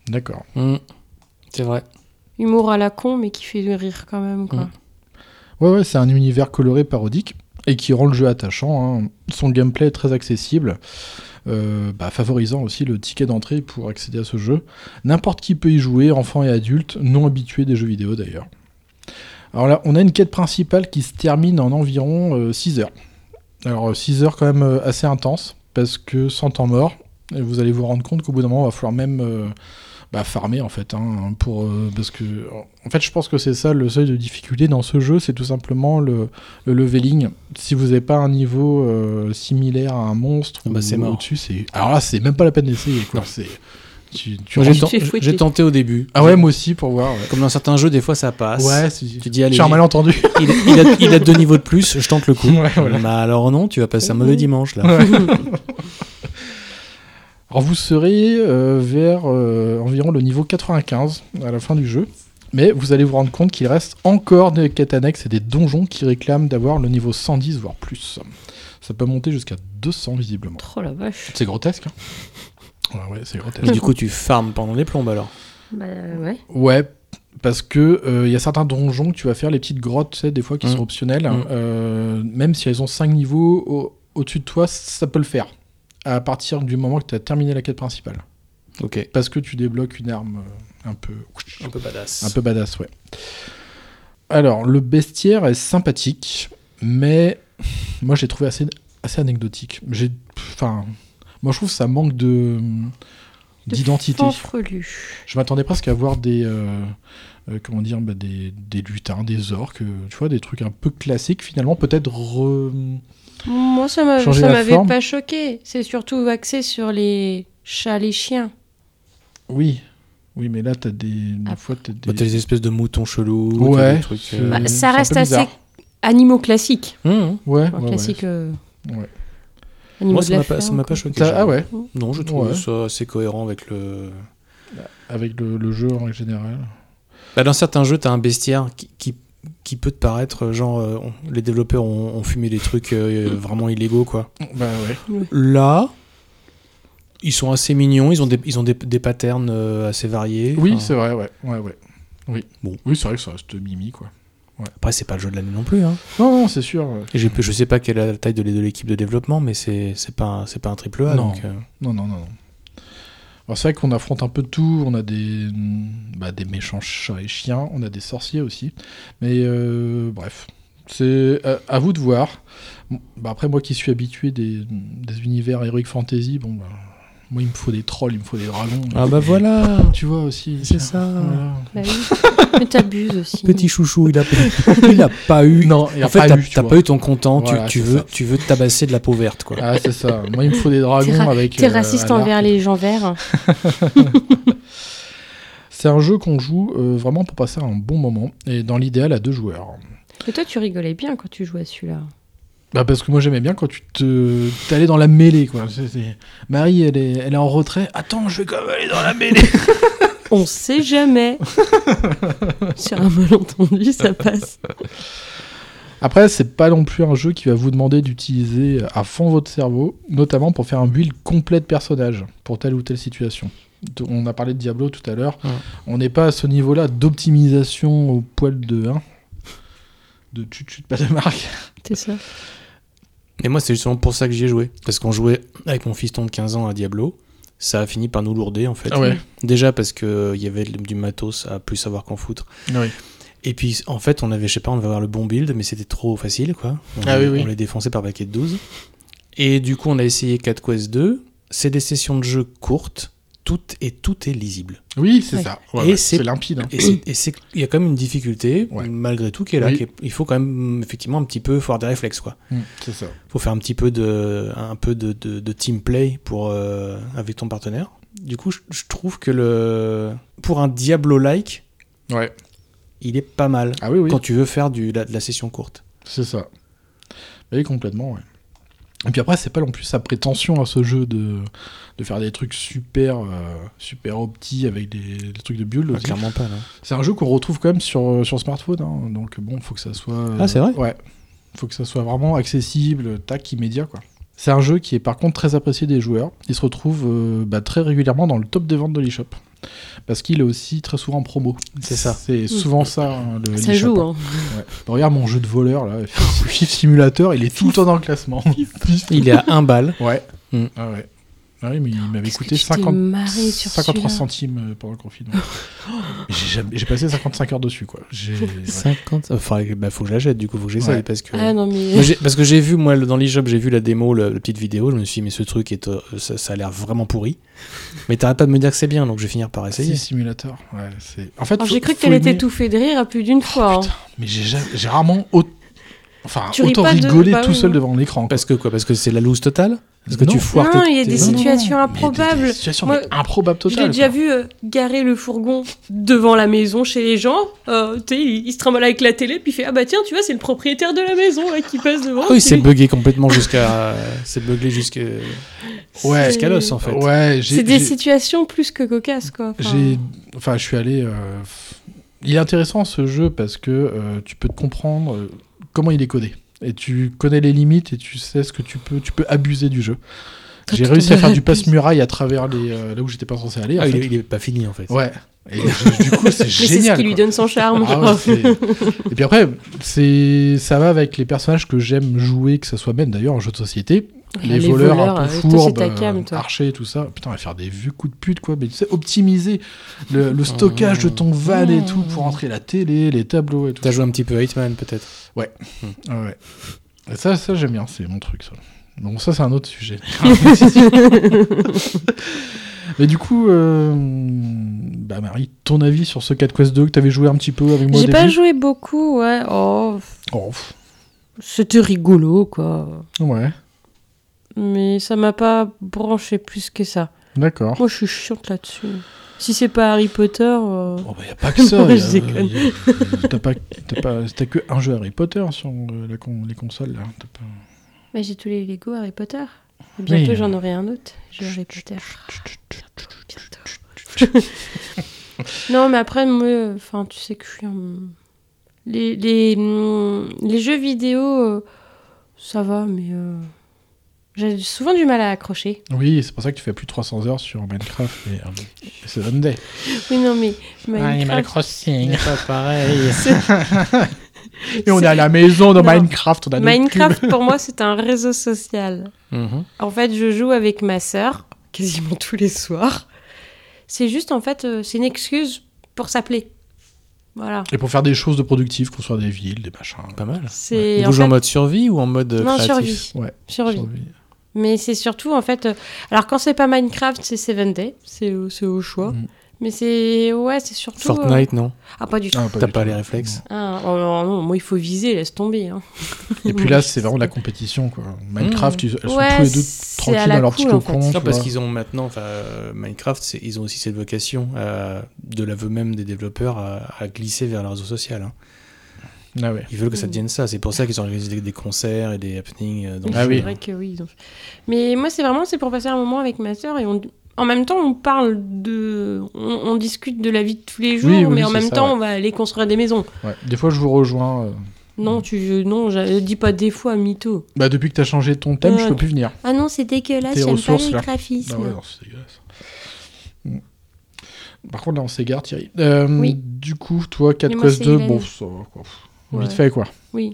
C: D'accord.
G: Mm. C'est vrai.
D: Humour à la con, mais qui fait rire quand même. Quoi.
C: Hmm.
G: Mm.
C: Ouais, ouais, c'est un univers coloré parodique et qui rend le jeu attachant. hein. Son gameplay est très accessible, euh, bah, favorisant aussi le ticket d'entrée pour accéder à ce jeu. N'importe qui peut y jouer, enfants et adultes, non habitués des jeux vidéo d'ailleurs. Alors là, on a une quête principale qui se termine en environ 6 heures. Alors 6 heures quand même euh, assez intense, parce que sans temps mort, et vous allez vous rendre compte qu'au bout d'un moment, il va falloir même euh, bah, farmer en fait, hein, pour, euh, parce que en fait, je pense que c'est ça le seuil de difficulté dans ce jeu, c'est tout simplement le, le leveling. Si vous n'avez pas un niveau euh, similaire à un monstre
G: Ah bah, c'est
C: ou
G: mort.
C: au-dessus, c'est alors là, c'est même pas la peine d'essayer. quoi. C'est tu, tu
G: Moi,
C: rentres-
G: j'ai
D: te fais
G: ten-
D: fouetter.
G: j'ai tenté au début.
C: Ah ouais, moi aussi pour voir. Ouais,
G: Comme dans certains jeux, des fois ça passe.
C: ouais c'est-
G: Tu dis, allez,
C: j'ai un malentendu.
G: il, il a, il a deux niveaux de plus, je tente le coup.
C: Ouais, voilà.
G: Bah, alors non, tu vas passer un mauvais dimanche là.
C: Alors vous serez euh, vers euh, environ le niveau 95 à la fin du jeu, mais vous allez vous rendre compte qu'il reste encore des quêtes annexes et des donjons qui réclament d'avoir le niveau 110 voire plus. Ça peut monter jusqu'à 200 visiblement.
D: Oh la vache.
C: C'est grotesque. hein. ouais, ouais, c'est grotesque.
G: Mais du coup, tu farmes pendant les plombes alors.
D: Bah, ouais.
C: Ouais, parce que il y a certains donjons que tu vas faire, les petites grottes, tu sais, des fois qui
G: Mm.
C: sont optionnelles.
G: Mm.
C: euh, même si elles ont 5 niveaux, au- au-dessus de toi, ça peut le faire. À partir du moment que tu as terminé la quête principale.
G: Ok.
C: Parce que tu débloques une arme euh, un peu,
G: Un peu badass.
C: un peu badass, ouais. Alors, le bestiaire est sympathique, mais moi j'ai trouvé assez, assez anecdotique. J'ai, enfin, moi je trouve que ça manque de d'identité.
D: Fanfrelu.
C: Je m'attendais presque à voir des, euh, euh, comment dire, bah, des, des lutins, des orques, euh, tu vois, des trucs un peu classiques finalement, peut-être re-
D: Moi, ça, m'a-
C: Changer
D: ça
C: la
D: m'avait
C: forme.
D: pas choqué. C'est surtout axé sur les chats, les chiens.
C: Oui, oui, mais là t'as des,
D: Ah.
C: des fois t'as des,
G: Bah, t'as des espèces de moutons chelous.
C: Ouais.
G: t'as des trucs,
C: Bah,
G: euh,
D: Bah,
C: Euh, c'est
D: ça
C: un
D: reste
C: peu
D: assez
C: bizarre.
D: animaux classiques.
G: hum, hum.
C: ouais,
D: Enfin,
C: ouais, ouais.
D: classique. euh,
C: Ouais.
D: animaux
G: Moi,
D: de
G: ça
D: la
G: m'a pas, ça
D: ferme,
G: m'a pas
D: quoi.
G: choqué.
C: T'as- ah
G: j'avoue.
C: ouais,
G: Non, je trouve
C: Ouais.
G: ça assez cohérent avec le.
C: avec le, le jeu en règle générale.
G: Bah, dans certains jeux, t'as un bestiaire qui, qui, qui peut te paraître euh, genre euh, on- les développeurs ont, ont fumé des trucs euh, vraiment illégaux quoi.
C: Bah ouais.
G: Là, ils sont assez mignons, ils ont des, ils ont des, des patterns euh, assez variés.
C: Oui,
G: Enfin,
C: c'est vrai, ouais. ouais, ouais. Oui,
G: Bon.
C: oui c'est vrai que ça reste mimi, quoi.
G: Après, c'est pas le jeu de l'année non euh, plus. Hein.
C: Non, non, c'est sûr. ouais.
G: Et j'ai- je sais pas quelle est la taille de l'é- de l'équipe de développement, mais c'est c'est pas un- c'est pas un triple A.
C: Non.
G: donc, euh,
C: Non, non, non, non. Alors, c'est vrai qu'on affronte un peu de tout. On a des, bah, des méchants chats et chiens. On a des sorciers aussi. Mais euh, bref, c'est à, à vous de voir. Bon, bah, après, moi qui suis habitué des, des univers Heroic Fantasy, bon, bah, moi, il me faut des trolls, il me faut des dragons.
G: Ah bah voilà,
C: Tu vois aussi.
G: c'est ça.
C: Voilà.
D: Bah oui. Mais t'abuses aussi.
G: Petit chouchou, il a, il a pas eu.
C: Non, il y a
G: en fait,
C: pas
G: t'as
C: eu, tu
G: t'as
C: vois.
G: pas eu ton content. tu-
C: Voilà,
G: tu,
C: c'est
G: veux,
C: ça.
G: tu veux te tabasser de la peau verte, quoi.
C: Ah, c'est ça. Moi, il me faut des dragons
D: T'es ra-
C: avec.
D: T'es
C: euh,
D: raciste
C: un arc
D: envers
C: et
D: les gens verts.
C: C'est un jeu qu'on joue euh, vraiment pour passer un bon moment et dans l'idéal à deux joueurs.
D: Mais toi, tu rigolais bien quand tu jouais à celui-là.
C: Bah parce que moi j'aimais bien quand tu te t'allais dans la mêlée quoi. C'est- c'est- Marie elle est elle est en retrait. Attends je vais quand même aller dans la mêlée.
D: On sait jamais. Sur un malentendu, ça passe.
C: Après c'est pas non plus un jeu qui va vous demander d'utiliser à fond votre cerveau, notamment pour faire un build complet de personnage pour telle ou telle situation. De- On a parlé de Diablo tout à l'heure.
G: Ouais.
C: On n'est pas à ce niveau là d'optimisation au poil de hein, de chut pas de marque.
D: C'est ça.
G: Et moi, c'est justement pour ça que j'y ai joué. Parce qu'on jouait avec mon fiston de 15 ans à Diablo. Ça a fini par nous lourder, en
C: Ah
G: fait. Déjà parce qu'il il y avait du matos à plus savoir qu'en foutre.
C: oui.
G: Et puis, en fait, on avait, je sais pas, on devait avoir le bon build, mais c'était trop facile, quoi. On,
C: Ah oui, oui.
G: on les défonçait par paquet de 12. Et du coup, on a essayé 4 Quest 2. C'est des sessions de jeu courtes. Tout est, tout est lisible.
C: Oui, c'est
D: Ouais.
C: ça.
G: Et
C: Ouais, ouais,
G: c'est-
C: c'est limpide. hein.
G: Et c'est- et c'est- il y a quand même une difficulté,
C: Ouais.
G: malgré tout, qui est là.
C: Oui.
G: qui est- il faut quand même, mm, effectivement, un petit peu, faut avoir des réflexes, quoi.
C: Mm, C'est ça.
G: faut faire un petit peu de un peu de, de, de team play pour euh, avec ton partenaire Du coup, je, je trouve que le pour un Diablo-like,
C: Ouais.
G: il est pas mal
C: Ah oui, oui.
G: quand tu veux faire du, la- de la session courte.
C: C'est ça. Mais complètement, ouais. Et puis après, c'est pas non plus sa prétention à ce jeu de, de faire des trucs super, euh, super opti avec des, des trucs de build. aussi.
G: Ah, clairement pas. Là.
C: c'est un jeu qu'on retrouve quand même sur, sur smartphone, hein. donc bon, faut que ça soit. euh,
G: Ah, c'est vrai
C: Ouais. Faut que ça soit vraiment accessible, tac, immédiat, quoi. C'est un jeu qui est par contre très apprécié des joueurs. Il se retrouve euh, bah, très régulièrement dans le top des ventes de l'eShop. Parce qu'il est aussi très souvent en promo.
G: C'est ça.
C: C'est souvent ça, hein, le
D: Ça
C: l'eShop,
D: joue,
C: hein.
D: hein.
C: Ouais. Bah, regarde mon jeu de voleur là, Fif Simulator, il est tout le temps dans le classement.
G: Il est à 1 balle.
C: Ouais.
G: Mm.
C: Ah ouais. Ah oui, mais il m'avait
D: Qu'est-ce que
C: coûté
D: tu t'es
C: 50
D: marré sur
C: 53
D: celui-là.
C: centimes euh, pendant le confinement. j'ai jamais- j'ai passé 55 heures dessus quoi. J'ai- ouais.
G: 50. Enfin, bah, faut que je l'achète, du coup, faut que j'essaye.
C: Ouais.
G: Parce que.
D: Ah non,
G: Moi,
D: mais.
G: j'ai- parce que j'ai vu, moi, le- dans l'eShop, j'ai vu la démo, le- la petite vidéo. Je me suis dit, mais ce truc, est, euh, ça, ça a l'air vraiment pourri. Mais t'arrêtes pas de me dire que c'est bien, donc je vais finir par essayer.
C: Fif Simulator. Ouais, c'est. En fait,
D: Alors,
C: faut-
D: Oh, j'ai cru que
C: faut
D: t'allais
C: aimer-
D: t'étouffer de rire à plus
C: Oh,
D: d'une fois. hein.
C: Putain, mais j'ai ja- j'ai rarement au- enfin
D: Tu ris
C: autant
D: pas de-
C: rigolé
D: bah
C: tout
D: oui,
C: seul
D: non.
C: devant l'écran. quoi.
G: Parce que quoi Parce que c'est la loose totale Parce que
C: Non.
G: tu foires
D: non,
G: tes-
D: il y a
G: tes-
D: des
C: Non, non,
D: situations
C: non, mais des-
D: improbables.
C: Des situations
D: Moi,
C: mais improbables
D: Je l'ai
C: totales.
D: déjà
C: quoi.
D: vu euh, garer le fourgon devant la maison chez les gens. Euh, tu sais, il, il se trimballe avec la télé, puis il fait Ah bah tiens, tu vois, c'est le propriétaire de la maison là, qui passe devant.
G: Ah oui, c'est
D: Puis-
G: bugué complètement jusqu'à. c'est bugué jusqu'à.
C: Ouais.
G: Jusqu'à l'os, en fait.
C: Ouais, j'ai-
D: C'est des
C: j'ai-
D: situations plus que cocasses, quoi. Enfin,
C: J'ai, enfin, je suis allé. euh, f- Il est intéressant ce jeu parce que euh, tu peux te comprendre euh, comment il est codé et tu connais les limites et tu sais ce que tu peux. Tu peux abuser du jeu.
B: Toi,
C: J'ai
B: tu
C: réussi à
B: devrais
C: faire du
B: plus.
C: passe muraille à travers les euh, là où j'étais pas censé aller. en
G: Ah, il,
C: fait.
G: est- il est pas fini, en fait.
C: Ouais. Et je- du coup, c'est
D: Mais c'est ce
C: génial.
D: qui lui
C: quoi.
D: donne son charme.
C: Ah ouais, c'est- et puis après, c'est ça va avec les personnages que j'aime jouer, que ce soit même d'ailleurs en jeu de société, les, voleurs, un peu
D: euh, toi, c'est
C: fourbes,
D: ta cam,
C: euh,
D: toi.
C: archers, tout ça. Putain, on va faire des vieux coups de pute, quoi. Mais tu sais, optimiser le, le stockage de ton van et tout pour entrer la télé, les tableaux et tout.
G: T'as joué un petit peu à Hitman, peut-être
C: Ah ouais. Et ça, ça j'aime bien, c'est mon truc, ça. Bon, ça, c'est un autre sujet. Ah, Mais du coup, euh, bah Marie, ton avis sur ce 4 Quest 2 que t'avais joué un petit peu avec moi au
B: J'ai pas
C: début
B: joué beaucoup, ouais. Oh,
C: Oh, pff,
B: c'était rigolo, quoi.
C: ouais,
B: Mais ça m'a pas branché plus que ça.
C: d'accord.
B: Moi, je suis chiante là-dessus. Si c'est pas Harry Potter. euh,
C: Oh bah y a pas que ça.
B: Moi,
C: y a-
B: je déconne.
C: y a- T'as pas, t'as pas, t'as que un jeu Harry Potter sur euh, la con- les consoles là. t'as pas-
D: Mais j'ai tous les Lego Harry Potter. Et bientôt,
C: Oui.
D: j'en aurai un autre. J'ai Harry Potter. non, mais après, moi, enfin, tu sais que je suis un- Les, les, hum, les jeux vidéo, euh, ça va, mais euh, j'ai souvent du mal à accrocher.
C: Oui, c'est pour ça que tu fais plus de 300 heures sur Minecraft et, euh, et Seven Day.
D: Oui, non, mais
C: Ah,
G: Ah,
D: Minecraft,
C: Crossing.
G: pas pareil.
C: Et on est à la maison dans
D: Non.
C: Minecraft. On a notre
D: Minecraft, pour moi, c'est un réseau social.
C: Mm-hmm.
D: En fait, je joue avec ma sœur quasiment tous les soirs. C'est juste, en fait, euh, c'est une excuse pour s'appeler. Voilà.
C: cube. Et pour faire des choses de productives, construire des villes, des machins.
G: Pas mal.
D: C'est
G: Vous
D: en
G: jouez en
D: fait-
G: mode survie ou en mode euh,
D: non,
G: créatif
D: survie.
C: Ouais,
D: survie. Mais c'est surtout, en fait... euh, Alors, quand c'est pas Minecraft, c'est Seven Day. C'est au, c'est au choix.
C: Mhm.
D: Mais c'est... Ouais, c'est surtout... euh,
G: Fortnite, non
D: Ah, pas du tout.
C: Ah,
G: T'as
C: du
G: pas
C: tout.
G: les réflexes
D: Ah, oh, non, non, moi, il faut viser, laisse tomber. hein.
C: Et puis là, c'est vraiment de la compétition quoi. Minecraft, ils, elles sont
D: Ouais,
C: tous les deux
D: c'est à
C: tranquilles
D: la
C: dans leur
D: cool,
C: petit
D: en fait.
C: cocon. tu
G: Non, parce
C: vois.
G: qu'ils ont maintenant, enfin, euh, Minecraft, c'est- ils ont aussi cette vocation, euh, de l'aveu même des développeurs, à, à glisser vers le réseau social. hein.
C: Ah ouais.
G: Ils veulent que ça devienne ça. C'est pour ça qu'ils ont organisé des- des concerts et des happenings. euh, dans le
C: Ah
G: jeu.
C: oui.
D: C'est vrai que oui. ils ont- Mais moi, c'est vraiment c'est pour passer un moment avec ma sœur et on... en même temps, on parle de, on, on discute de la vie de tous les jours,
C: Oui, oui,
D: mais
C: oui,
D: en
C: c'est
D: même
C: ça,
D: temps,
C: ouais.
D: on va aller construire des maisons.
C: Ouais. Des fois, je vous rejoins. euh,
D: Non, tu, non, je dis pas des fois mytho.
C: Bah depuis que t'as changé ton thème, je
D: Ouais.
C: peux plus venir.
D: Ah non, c'est dégueulasse,
C: Tes j'aime pas ressources, les là.
D: graphismes.
C: Ah ouais, non, c'est dégueulasse. Mm. Par contre, là, on s'égare, Thierry. Euh,
D: Oui.
C: Du coup, toi, 4
D: Mais moi,
C: Quest
D: c'est
C: 2,
D: la-
C: bon, ça va, quoi. Pff,
D: Ouais.
C: Vite fait, quoi.
D: Oui.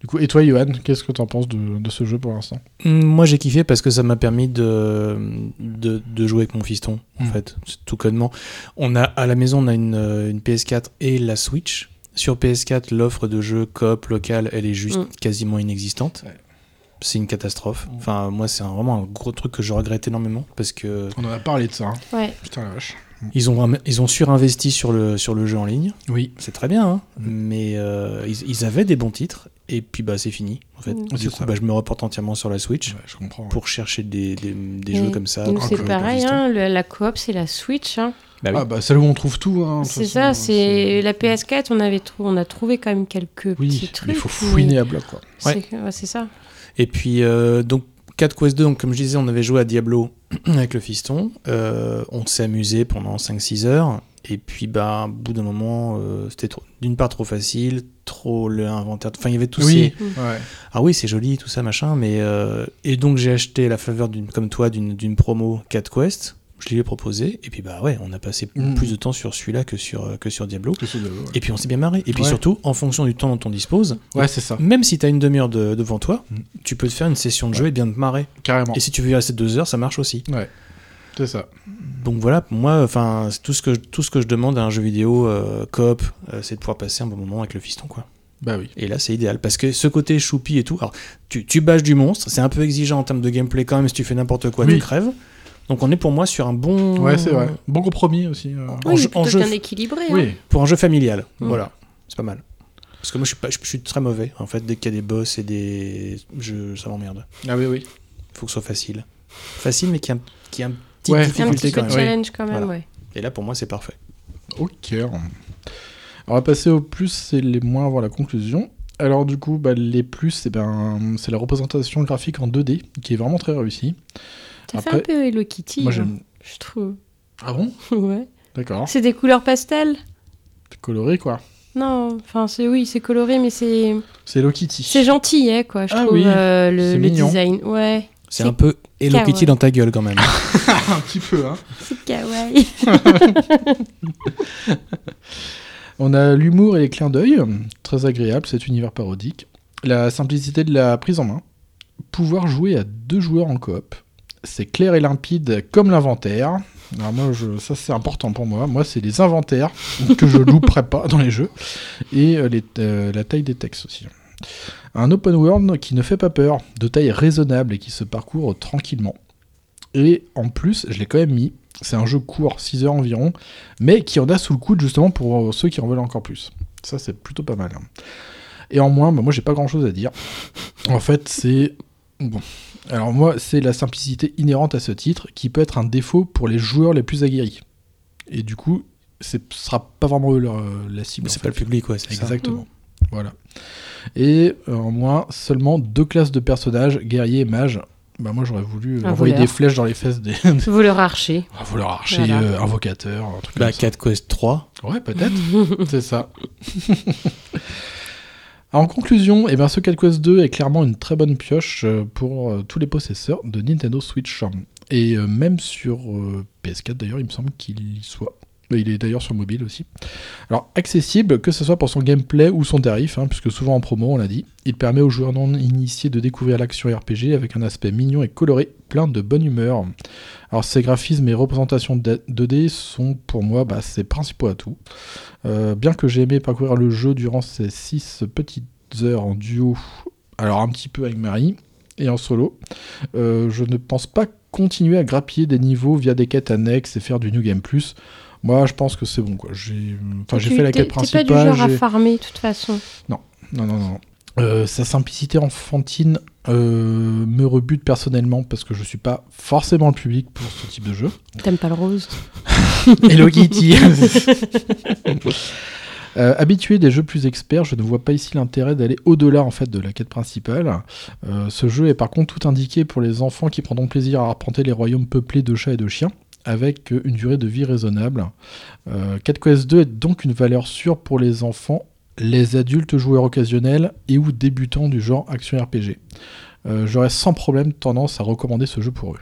C: Du coup, et toi, Johan, qu'est-ce que t'en penses de, de ce jeu pour l'instant
G: Mm, Moi, j'ai kiffé parce que ça m'a permis de, de, de jouer avec mon fiston, en
C: Mm.
G: fait, C'est tout connement. On a, à la maison, on a une, euh, une PS4 et la Switch. Sur PS4, l'offre de jeux coop local, elle est juste
D: Mm.
G: quasiment inexistante.
C: Ouais.
G: C'est une catastrophe. Enfin, moi, c'est un- vraiment un gros truc que je regrette énormément parce que
C: On en a parlé de ça. hein.
D: Ouais.
C: Putain, la vache.
G: ils ont, vraiment- ils ont surinvesti sur le, sur le jeu en ligne.
C: Oui.
G: C'est très bien, hein,
C: Mm.
G: mais euh, ils, ils avaient des bons titres Et puis bah c'est fini en fait.
D: Mm.
C: C'est
G: Du coup
C: ça.
G: bah, je me reporte entièrement sur la Switch
C: Ouais, je comprends.
G: pour chercher des, des- des
D: Mm.
G: jeux comme
C: Ah,
G: ça.
D: Nous,
G: quoi,
D: c'est
G: comme
D: pareil,
G: Persistent.
D: hein, le- la coop, c'est la Switch. hein.
G: Bah oui.
C: Ah bah c'est là où on trouve tout. hein, de toute
D: C'est
C: façon,
D: ça,
C: hein,
D: c'est la PS4, on, avait trou- on a trouvé quand même quelques
C: Oui,
D: petits trucs.
C: mais il faut
D: mais
C: fouiner à bloc quoi.
D: C'est ouais, c'est ça.
G: Et puis euh, donc 4 Quest 2, donc, comme je disais, on avait joué à Diablo avec le fiston. Euh, on s'est amusé pendant 5-6 heures. Et puis bah au bout d'un moment, euh, c'était trop- d'une part trop facile, trop le inventaire. Enfin il y avait tous ces
C: oui, ouais.
G: ah oui, c'est joli, tout ça, machin, mais... euh, Et donc j'ai acheté à la faveur, d'une, comme toi, d'une, d'une promo 4 Quest, je lui ai proposé, et puis bah ouais, on a passé
C: Mm.
G: plus de temps sur celui-là que sur, euh, que sur Diablo,
C: Tout ça, ouais.
G: et puis on s'est bien marré, et puis
C: Ouais.
G: surtout, en fonction du temps dont on dispose,
C: Ouais, c'est ça,
G: même si t'as une demi-heure de- devant toi,
C: Mm.
G: tu peux te faire une session de jeu et bien te marrer,
C: carrément.
G: et si tu veux y rester deux heures, ça marche aussi.
C: C'est ça.
G: Donc voilà, pour moi, enfin, c'est tout ce que, tout ce que je demande à un jeu vidéo euh, coop, euh, c'est de pouvoir passer un bon moment avec le fiston, quoi.
C: Bah oui.
G: Et là, c'est idéal parce que ce côté choupi et tout. Alors, tu, tu bâches du monstre, c'est un peu exigeant en termes de gameplay quand même. Si tu fais n'importe quoi,
C: Oui.
G: tu crèves. Donc, on est pour moi sur un bon.
C: Ouais, c'est vrai. Bon compromis aussi. euh.
G: En
D: Oui,
G: jeu-
D: mais plutôt
G: en jeu-
D: bien équilibré. hein.
C: Oui.
G: Pour un jeu familial.
D: Mm.
G: Voilà, c'est pas mal. Parce que moi, je suis, pas, je, je suis très mauvais en fait. Dès qu'il y a des boss et des. Je, ça m'emmerde.
C: Ah oui, oui.
G: Faut que ce soit facile. Facile, mais qu'il y ait un, qu'il y ait un petit
C: Ouais,
D: Un
G: difficulté
D: petit peu
G: quand
D: de
G: même.
C: Oui.
D: challenge quand même,
G: Voilà.
D: ouais.
G: Et là, pour moi, c'est parfait.
C: Ok. Alors, on va passer aux plus et les moins avant la conclusion. Alors, du coup, bah, les plus, eh ben, c'est la représentation graphique en 2D qui est vraiment très réussie.
D: Ça fait
C: Après-
D: un peu Hello Kitty,
C: Moi,
D: hein,
C: j'aime.
D: je trouve.
C: Ah bon
D: ouais.
C: D'accord.
D: C'est des couleurs pastel
C: C'est coloré, quoi.
D: Non, enfin, c'est oui, c'est coloré, mais c'est
C: C'est Hello Kitty.
D: c'est gentil, hein, quoi. Je
C: Ah
D: trouve
C: oui,
D: euh,
C: c'est
D: le, le
C: mignon.
D: design, ouais,
G: C'est
D: C'est Ah.
G: un peu Hello
D: car-
G: Kitty dans ta gueule quand même.
C: Un petit peu, hein.
D: c'est kawaii.
C: On a l'humour et les clins d'œil, très agréable cet univers parodique. La simplicité de la prise en main. Pouvoir jouer à deux joueurs en coop. C'est clair et limpide comme l'inventaire. Alors moi, je- ça c'est important pour moi. Moi, c'est les inventaires que je louperai pas dans les jeux. Et euh, les- euh, la taille des textes aussi. Un open world qui ne fait pas peur, de taille raisonnable et qui se parcourt tranquillement. Et en plus, je l'ai quand même mis. C'est un jeu court, 6 heures environ mais qui en a sous le coude justement pour euh, ceux qui en veulent encore plus. Ça, c'est plutôt pas mal. hein. Et en moins, bah, moi, j'ai pas grand chose à dire. En fait, c'est. Bon. Alors, moi, c'est la simplicité inhérente à ce titre qui peut être un défaut pour les joueurs les plus aguerris. Et du coup, c'est- ce sera pas vraiment eux leur- la cible. en
G: c'est
C: fait.
G: pas le public, ouais, c'est ça.
C: Exactement. Mmh. Voilà. Et euh, en moins, seulement deux classes de personnages, guerriers et mages. Bah, moi, j'aurais voulu euh,
D: Un
C: envoyer
D: voleur.
C: des flèches dans les fesses des.
D: Voleur archer.
C: un voleur archer,
D: Voilà.
C: euh, invocateur, un truc
G: Bah,
C: comme ça.
G: 4 Quest 3.
C: Ouais, peut-être. C'est ça. En conclusion, eh ben, ce Cat Quest 2 est clairement une très bonne pioche euh, pour euh, tous les possesseurs de Nintendo Switch. Et euh, même sur euh, PS4 d'ailleurs, il me semble qu'il y soit. Mais Il est d'ailleurs sur mobile aussi. Alors accessible, que ce soit pour son gameplay ou son tarif, hein, puisque souvent en promo on l'a dit, il permet aux joueurs non initiés de découvrir l'action RPG avec un aspect mignon et coloré, plein de bonne humeur. Alors ces graphismes et représentations 2D sont pour moi bah, ses principaux atouts. Euh, bien que j'ai aimé parcourir le jeu durant ces 6 petites heures en duo, alors un petit peu avec Marie et en solo, euh, je ne pense pas continuer à grappiller des niveaux via des quêtes annexes et faire du New Game Plus. Moi, je pense que c'est bon quoi. J'ai enfin, j'ai
D: Tu-
C: fait la
D: t'es-
C: quête
D: T'es pas du
C: principale.
D: genre à
C: j'ai-
D: farmer, de toute façon.
C: non, non, non. Euh, sa simplicité enfantine euh, me rebute personnellement parce que je suis pas forcément le public pour ce type de jeu.
D: T'aimes pas le rose
C: Hello Kitty Euh, habitué des jeux plus experts, je ne vois pas ici l'intérêt d'aller au-delà en fait de la quête principale. Euh, ce jeu est par contre tout indiqué pour les enfants qui prendront plaisir à arpenter les royaumes peuplés de chats et de chiens, avec euh, une durée de vie raisonnable. Euh, Cat Quest 2 est donc une valeur sûre pour les enfants, les adultes joueurs occasionnels et ou débutants du genre action RPG. Euh, J'aurais sans problème tendance à recommander ce jeu pour eux.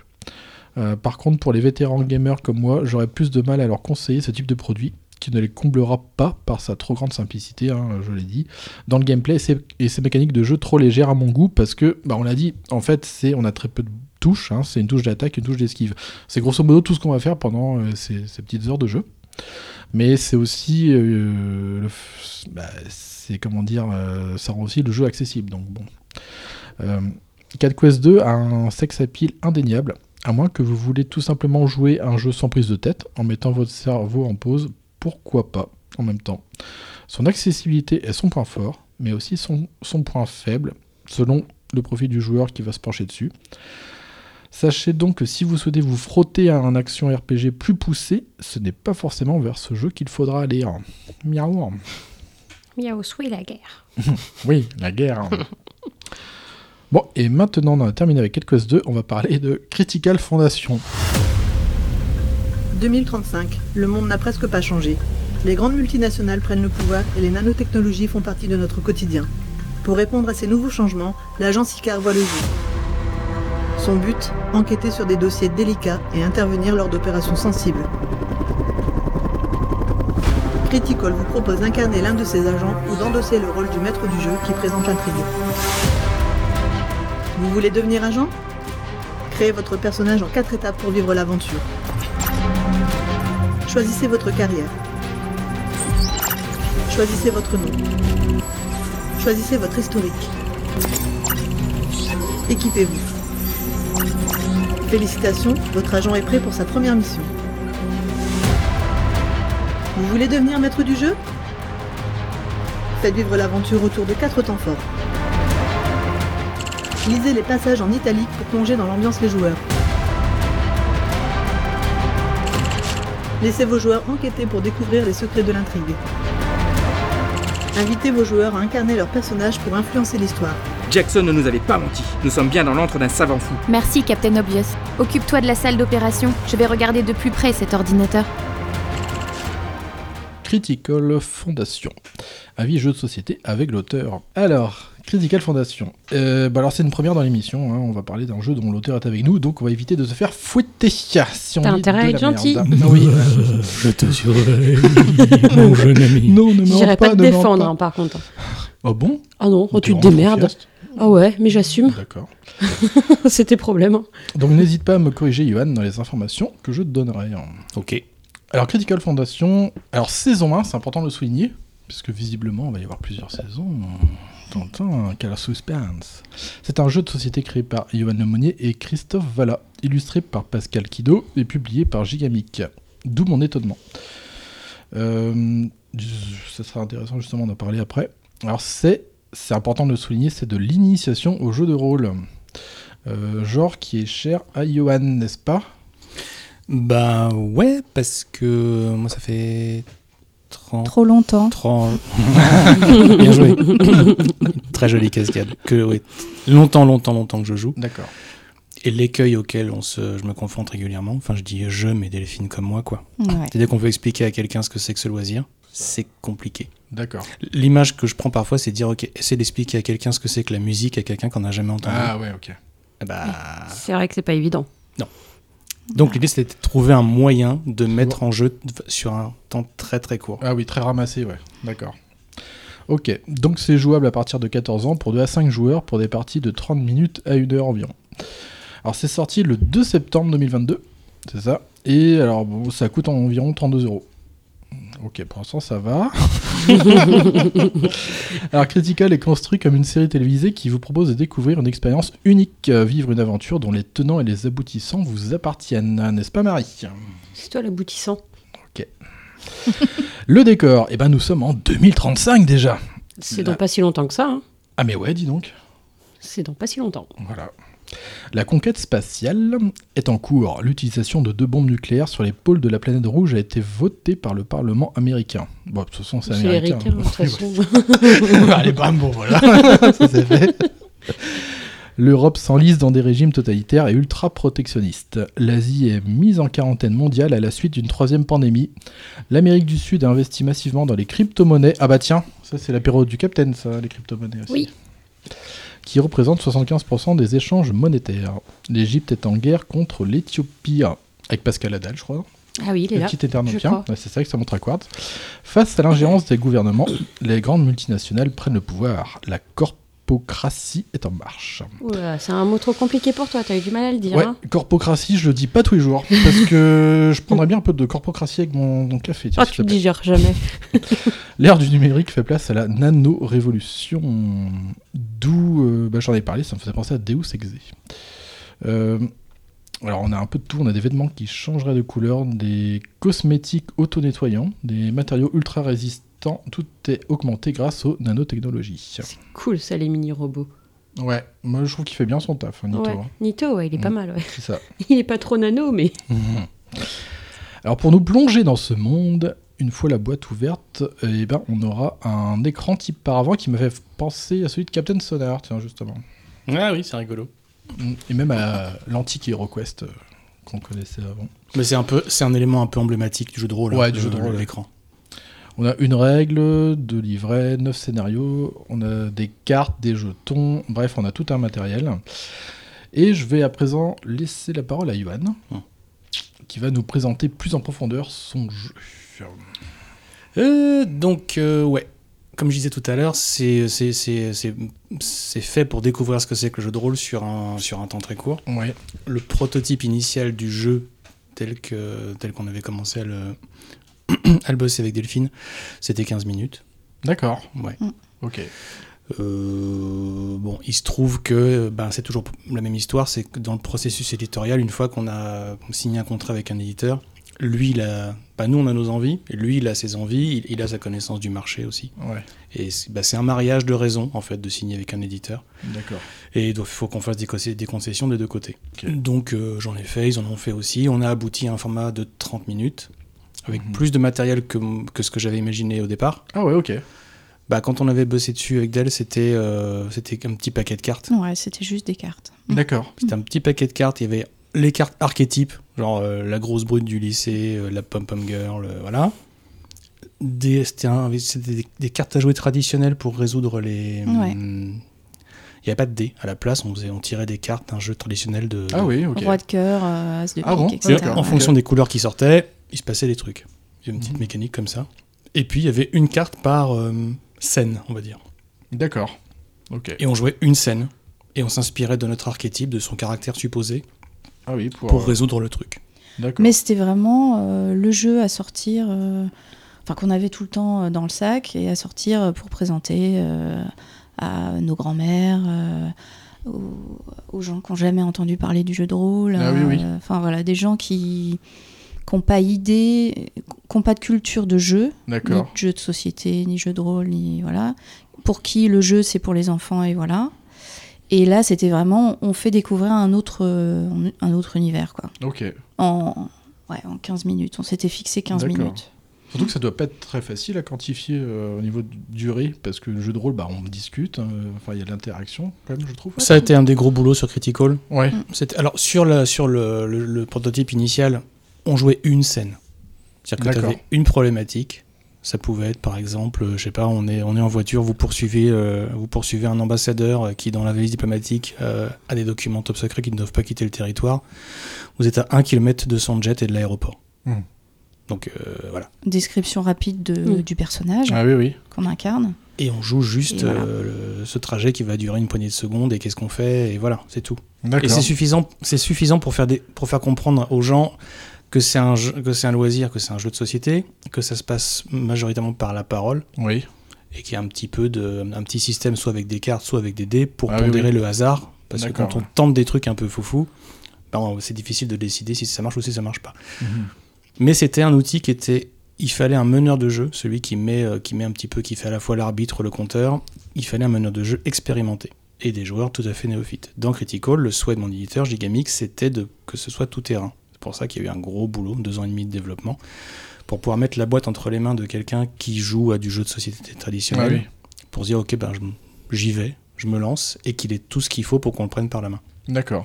C: Euh, par contre, pour les vétérans gamers comme moi, j'aurais plus de mal à leur conseiller ce type de produit qui ne les comblera pas par sa trop grande simplicité, hein, je l'ai dit, dans le gameplay et ses, et ses mécaniques de jeu trop légères à mon goût, parce que, bah, on l'a dit, en fait, c'est on a très peu de touches, hein, c'est une touche d'attaque, une touche d'esquive. C'est grosso modo tout ce qu'on va faire pendant euh, ces, ces petites heures de jeu. Mais c'est aussi, euh, le f- bah, c'est comment dire, euh, ça rend aussi le jeu accessible. Donc bon, euh, Cat Quest 2 a un sex appeal indéniable. À moins que vous voulez tout simplement jouer à un jeu sans prise de tête, en mettant votre cerveau en pause, pourquoi pas en même temps. Son accessibilité est son point fort, mais aussi son, son point faible, selon le profil du joueur qui va se pencher dessus. Sachez donc que si vous souhaitez vous frotter à un action RPG plus poussé, ce n'est pas forcément vers ce jeu qu'il faudra aller. hein. Miaou.
D: Miaou, oui, la guerre.
C: Oui, la guerre. hein. bon, et maintenant, on a terminé avec Quelques 2, on va parler de Critical Foundation.
F: 2035, le monde n'a presque pas changé. Les grandes multinationales prennent le pouvoir et les nanotechnologies font partie de notre quotidien. Pour répondre à ces nouveaux changements, l'agence ICAR voit le jour. Son but Enquêter sur des dossiers délicats et intervenir lors d'opérations sensibles. Critical vous propose d'incarner l'un de ses agents ou d'endosser le rôle du maître du jeu qui présente l'intrigue. Vous voulez devenir agent Créez votre personnage en quatre étapes pour vivre l'aventure. Choisissez votre carrière. Choisissez votre nom. Choisissez votre historique. Équipez-vous. Félicitations, votre agent est prêt pour sa première mission. Vous voulez devenir maître du jeu Faites vivre l'aventure autour de quatre temps forts. Lisez les passages en italique pour plonger dans l'ambiance des joueurs. Laissez vos joueurs enquêter pour découvrir les secrets de l'intrigue. Invitez vos joueurs à incarner leur personnage pour influencer l'histoire.
H: Jackson ne nous avait pas menti. Nous sommes bien dans l'antre d'un savant fou.
I: Merci, Captain Obvious. Occupe-toi de la salle d'opération. Je vais regarder de plus près cet ordinateur.
C: Critical Foundation. Avis jeu de société avec l'auteur. Alors, Critical Foundation. Euh, bah alors c'est une première dans l'émission, hein. on va parler d'un jeu dont l'auteur est avec nous, donc on va éviter de se faire fouetter. Si on
B: T'as
C: dit
B: intérêt à
C: de la
B: être gentil.
C: merde. Non, oui.
G: Je te surveille, mon jeune ami.
C: non, ne me
B: J'irai pas,
C: rends pas,
B: te
C: ne me rends
B: défendre,
C: pas.
B: hein, par contre.
C: Ah bon
B: Ah non, oh, tu
C: Ok,
B: te
C: on est
B: démerdes.
C: enthousiaste.
B: Ah ouais, mais j'assume.
C: D'accord.
B: C'est tes problèmes. hein.
C: Donc n'hésite pas à me corriger, Johan, dans les informations que je te donnerai. hein.
G: Ok.
C: Alors, Critical Foundation, alors saison 1, c'est important de le souligner, parce que visiblement, on va y avoir plusieurs saisons. euh, Tintin, quel suspense C'est un jeu de société créé par Johan Lemonnier et Christophe Valla, illustré par Pascal Kido et publié par Gigamic. D'où mon étonnement. Euh, ça sera intéressant justement d'en parler après. Alors c'est, c'est important de le souligner, c'est de l'initiation au jeu de rôle. Euh, genre qui est cher à Johan, n'est-ce pas
G: Bah ouais, parce que moi ça fait 30...
E: Trop longtemps.
G: 30... Bien joué. Très jolie cascade. Que, oui, longtemps, longtemps, longtemps que je joue.
C: D'accord.
G: Et l'écueil auquel on se, je me confronte régulièrement, enfin je dis je, mais Delphine comme moi, quoi.
E: Ouais.
G: C'est-à-dire qu'on veut expliquer à quelqu'un ce que c'est que ce loisir, c'est compliqué.
C: D'accord.
G: L'image que je prends parfois, c'est de dire, ok, essaie d'expliquer à quelqu'un ce que c'est que la musique à quelqu'un qu'on n'a jamais entendu.
C: Ah ouais, ok.
G: Bah,
B: C'est vrai que c'est pas évident.
G: Donc l'idée c'était de trouver un moyen de mettre en jeu t- sur un temps très très court.
C: Ah oui, très ramassé, ouais. D'accord. Ok, donc c'est jouable à partir de 14 ans pour 2 à 5 joueurs pour des parties de 30 minutes à 1 heure environ. Alors c'est sorti le 2 septembre 2022, c'est ça. Et alors bon, ça coûte environ 32 euros. Ok, pour l'instant ça va. alors Critical est construit comme une série télévisée qui vous propose de découvrir une expérience unique, euh, vivre une aventure dont les tenants et les aboutissants vous appartiennent, n'est-ce pas Marie
B: C'est toi l'aboutissant.
C: Le décor, eh ben nous sommes en 2035 déjà.
B: C'est
C: Bah.
B: dans pas si longtemps que ça. hein.
C: Ah mais ouais, dis donc.
B: C'est dans pas si longtemps.
C: Voilà. La conquête spatiale est en cours. L'utilisation de deux bombes nucléaires sur les pôles de la planète rouge a été votée par le Parlement américain. Bon, de toute façon, c'est
B: C'est les
C: américain.
B: ricains, de toute façon.
C: Allez, bam, bon, voilà. Ça, c'est fait. L'Europe s'enlise dans des régimes totalitaires et ultra-protectionnistes. L'Asie est mise en quarantaine mondiale à la suite d'une troisième pandémie. L'Amérique du Sud a investi massivement dans les crypto-monnaies. Ah bah tiens, ça c'est la période du Capitaine, ça, les crypto-monnaies aussi.
B: Oui.
C: Qui représentent 75% des échanges monétaires. L'Égypte est en guerre contre l'Éthiopie. Avec Pascal Adal, je crois.
B: Ah oui, il est
C: Le
B: là.
C: petit éternopien,
B: crois.
C: Ouais, c'est ça que ça montre à Quartz. Face à l'ingérence des gouvernements, les grandes multinationales prennent le pouvoir. La corpocratie est en marche.
B: Oula, c'est un mot trop compliqué pour toi, t'as eu du mal à le dire.
C: Ouais,
B: hein.
C: corpocratie, je le dis pas tous les jours, parce que je prendrais bien un peu de corpocratie avec mon, mon café. tiens,
B: Ah,
C: s'il
B: tu
C: te
B: le
C: plaît.
B: digères jamais.
C: L'ère du numérique fait place à la nano-révolution, d'où euh, bah, j'en ai parlé, ça me faisait penser à Deus Exe. Euh, Alors on a un peu de tout, on a des vêtements qui changeraient de couleur, des cosmétiques auto-nettoyants, des matériaux ultra résistants, tout est augmenté grâce aux nanotechnologies.
B: C'est cool ça, les mini-robots.
C: Ouais, moi je trouve qu'il fait bien son taf, hein, Nito.
B: Ouais.
C: hein.
B: Nito, ouais, il est pas
C: Mm.
B: mal. Ouais.
C: C'est ça.
B: Il est pas trop nano, mais.
C: Mhm. Alors pour nous plonger dans ce monde, une fois la boîte ouverte, eh ben, on aura un écran type paravent qui m'avait penser à celui de Captain Sonar, tiens justement.
G: Ah oui, c'est rigolo.
C: Mm, Et même à l'antique HeroQuest euh, qu'on connaissait avant.
G: Mais c'est un peu, c'est un élément un peu emblématique du jeu de rôle.
C: Ouais, du jeu de
G: euh,
C: rôle, ouais.
G: L'écran.
C: On a une règle, deux livrets, neuf scénarios, on a des cartes, des jetons, bref, on a tout un matériel. Et je vais à présent laisser la parole à Yohan,
G: Hmm.
C: qui va nous présenter plus en profondeur son jeu.
G: Euh, donc, euh, ouais. Comme je disais tout à l'heure, c'est c'est- c'est- c'est- c'est fait pour découvrir ce que c'est que le jeu de rôle sur un, sur un temps très court.
C: Ouais,
G: Le prototype initial du jeu, tel que tel qu'on avait commencé à le, à le bosser avec Delphine, c'était 15 minutes.
C: d'accord,
G: Ouais.
C: ok.
G: Euh, bon, il se trouve que ben, c'est toujours la même histoire, c'est que dans le processus éditorial, une fois qu'on a signé un contrat avec un éditeur, lui, il a, ben, nous, on a nos envies, et lui, il a ses envies, il, il a sa connaissance du marché aussi.
C: Ouais,
G: Et c'est ben, c'est un mariage de raison, en fait, de signer avec un éditeur.
C: d'accord.
G: Et il faut qu'on fasse des, cossi- des concessions des deux côtés.
C: Ok.
G: Donc euh, j'en ai fait, ils en ont fait aussi. On a abouti à un format de 30 minutes, avec
C: Mhm.
G: plus de matériel que, que ce que j'avais imaginé au départ.
C: Ah ouais, ok.
G: Bah, quand on avait bossé dessus avec Dell, c'était euh, c'était un petit paquet de cartes.
E: Ouais, c'était juste des cartes.
C: D'accord.
G: C'était un petit paquet de cartes. Il y avait les cartes archétypes, genre euh, la grosse brute du lycée, euh, la pom-pom girl, euh, voilà. Des- C'était un- c'était des, des cartes à jouer traditionnelles pour résoudre les.
E: Ouais.
G: hum, il n'y avait pas de dés. À la place, on, faisait, on tirait des cartes d'un jeu traditionnel de.
C: Ah oui, ok.
E: Roi de cœur, euh, as de pique,
C: Ah bon
E: etc.
G: Et en
E: Ouais.
G: fonction des couleurs qui sortaient, il se passait des trucs. Il y avait une petite
C: Mhm.
G: mécanique comme ça. Et puis, il y avait une carte par euh, scène, on va dire.
C: D'accord. Ok.
G: Et on jouait une scène. Et on s'inspirait de notre archétype, de son caractère supposé,
C: Ah oui, pour.
G: pour
C: euh,
G: résoudre le truc.
C: D'accord.
E: Mais c'était vraiment euh, le jeu à sortir, euh, enfin qu'on avait tout le temps euh, dans le sac et à sortir euh, pour présenter euh, à nos grands-mères, euh, aux, aux gens qui n'ont jamais entendu parler du jeu de rôle.
C: Ah oui, oui.
E: euh, Enfin voilà, des gens qui n'ont pas idée, qui n'ont pas de culture de jeu, ni de
C: D'accord.
E: jeu de société, ni jeu de rôle, ni voilà. Pour qui le jeu c'est pour les enfants et voilà. Et là, c'était vraiment, on fait découvrir un autre, euh, un autre univers quoi
C: Ok.
E: en, ouais, en 15 minutes. On s'était fixé 15
C: D'accord.
E: minutes.
C: Surtout que ça doit pas être très facile à quantifier euh, au niveau de durée, parce que le jeu de rôle, bah, on discute, euh, enfin, il y a de l'interaction, quand même, je trouve. Mm.
G: Ça a été un des gros boulots sur Critical.
C: Ouais.
G: C'était- Alors, sur, la, sur le, le- le prototype initial, on jouait une scène. C'est-à-dire que tu
C: D'accord.
G: une problématique. Ça pouvait être, par exemple, euh, je sais pas, on est, on est en voiture, vous poursuivez, euh, vous poursuivez un ambassadeur euh, qui, dans la valise diplomatique, euh, a des documents top secrets qui ne doivent pas quitter le territoire. Vous êtes à 1 km de son jet et de l'aéroport.
C: Hmm.
G: Donc, euh, voilà.
E: Description rapide de-
B: Mm.
E: du personnage
C: Ah oui, oui.
E: qu'on incarne.
G: Et on joue juste
E: Et voilà.
G: euh, le- ce trajet qui va durer une poignée de secondes et qu'est-ce qu'on fait, et voilà, c'est tout. Et
C: D'accord.
G: c'est suffisant, c'est suffisant pour faire des, pour faire comprendre aux gens que c'est un jeu- que c'est un loisir, que c'est un jeu de société, que ça se passe majoritairement par la parole
C: Oui.
G: et qu'il y a un petit peu de, un petit système soit avec des cartes, soit avec des dés pour
C: Ah oui,
G: pondérer le hasard. Parce que
C: D'accord,
G: quand on tente des trucs un peu foufou, ben, on- c'est difficile de décider si ça marche ou si ça marche pas.
C: Mm-hmm.
G: Mais c'était un outil qui était. Il fallait un meneur de jeu, celui qui met, euh, qui met un petit peu, qui fait à la fois l'arbitre, le compteur. Il fallait un meneur de jeu expérimenté et des joueurs tout à fait néophytes. Dans Critical, le souhait de mon éditeur Gigamix, c'était de, que ce soit tout terrain. C'est pour ça qu'il y a eu un gros boulot, deux ans et demi de développement, pour pouvoir mettre la boîte entre les mains de quelqu'un qui joue à du jeu de société traditionnel,
C: Ah oui.
G: pour se dire ok ben je- j'y vais, je me lance et qu'il ait tout ce qu'il faut pour qu'on le prenne par la main.
C: D'accord.